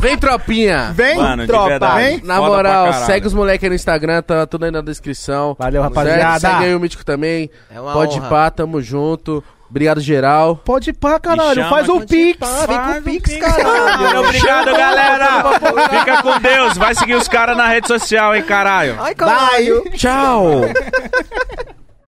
[SPEAKER 2] Vem, tropinha.
[SPEAKER 3] Vem,
[SPEAKER 1] Mano, de
[SPEAKER 3] tropa.
[SPEAKER 1] verdade.
[SPEAKER 3] Vem.
[SPEAKER 2] Na
[SPEAKER 1] Foda pra
[SPEAKER 2] moral,
[SPEAKER 1] caralho.
[SPEAKER 2] segue os moleques aí no Instagram, tá tudo aí na descrição.
[SPEAKER 3] Valeu,
[SPEAKER 2] Certo?
[SPEAKER 3] rapaziada.
[SPEAKER 2] Segue aí o Mítico também.
[SPEAKER 4] É uma
[SPEAKER 2] Pode
[SPEAKER 4] honra.
[SPEAKER 2] pá, tamo junto. Obrigado, geral.
[SPEAKER 3] Pode ir pra caralho.
[SPEAKER 1] chama
[SPEAKER 3] Faz um
[SPEAKER 1] quando
[SPEAKER 3] pix.
[SPEAKER 4] Vem com o Pix,
[SPEAKER 1] Valeu,
[SPEAKER 4] caralho.
[SPEAKER 1] Obrigado, galera. Fica com Deus. Vai seguir os caras na rede social, hein, caralho.
[SPEAKER 4] Ai, caralho.
[SPEAKER 2] Tchau.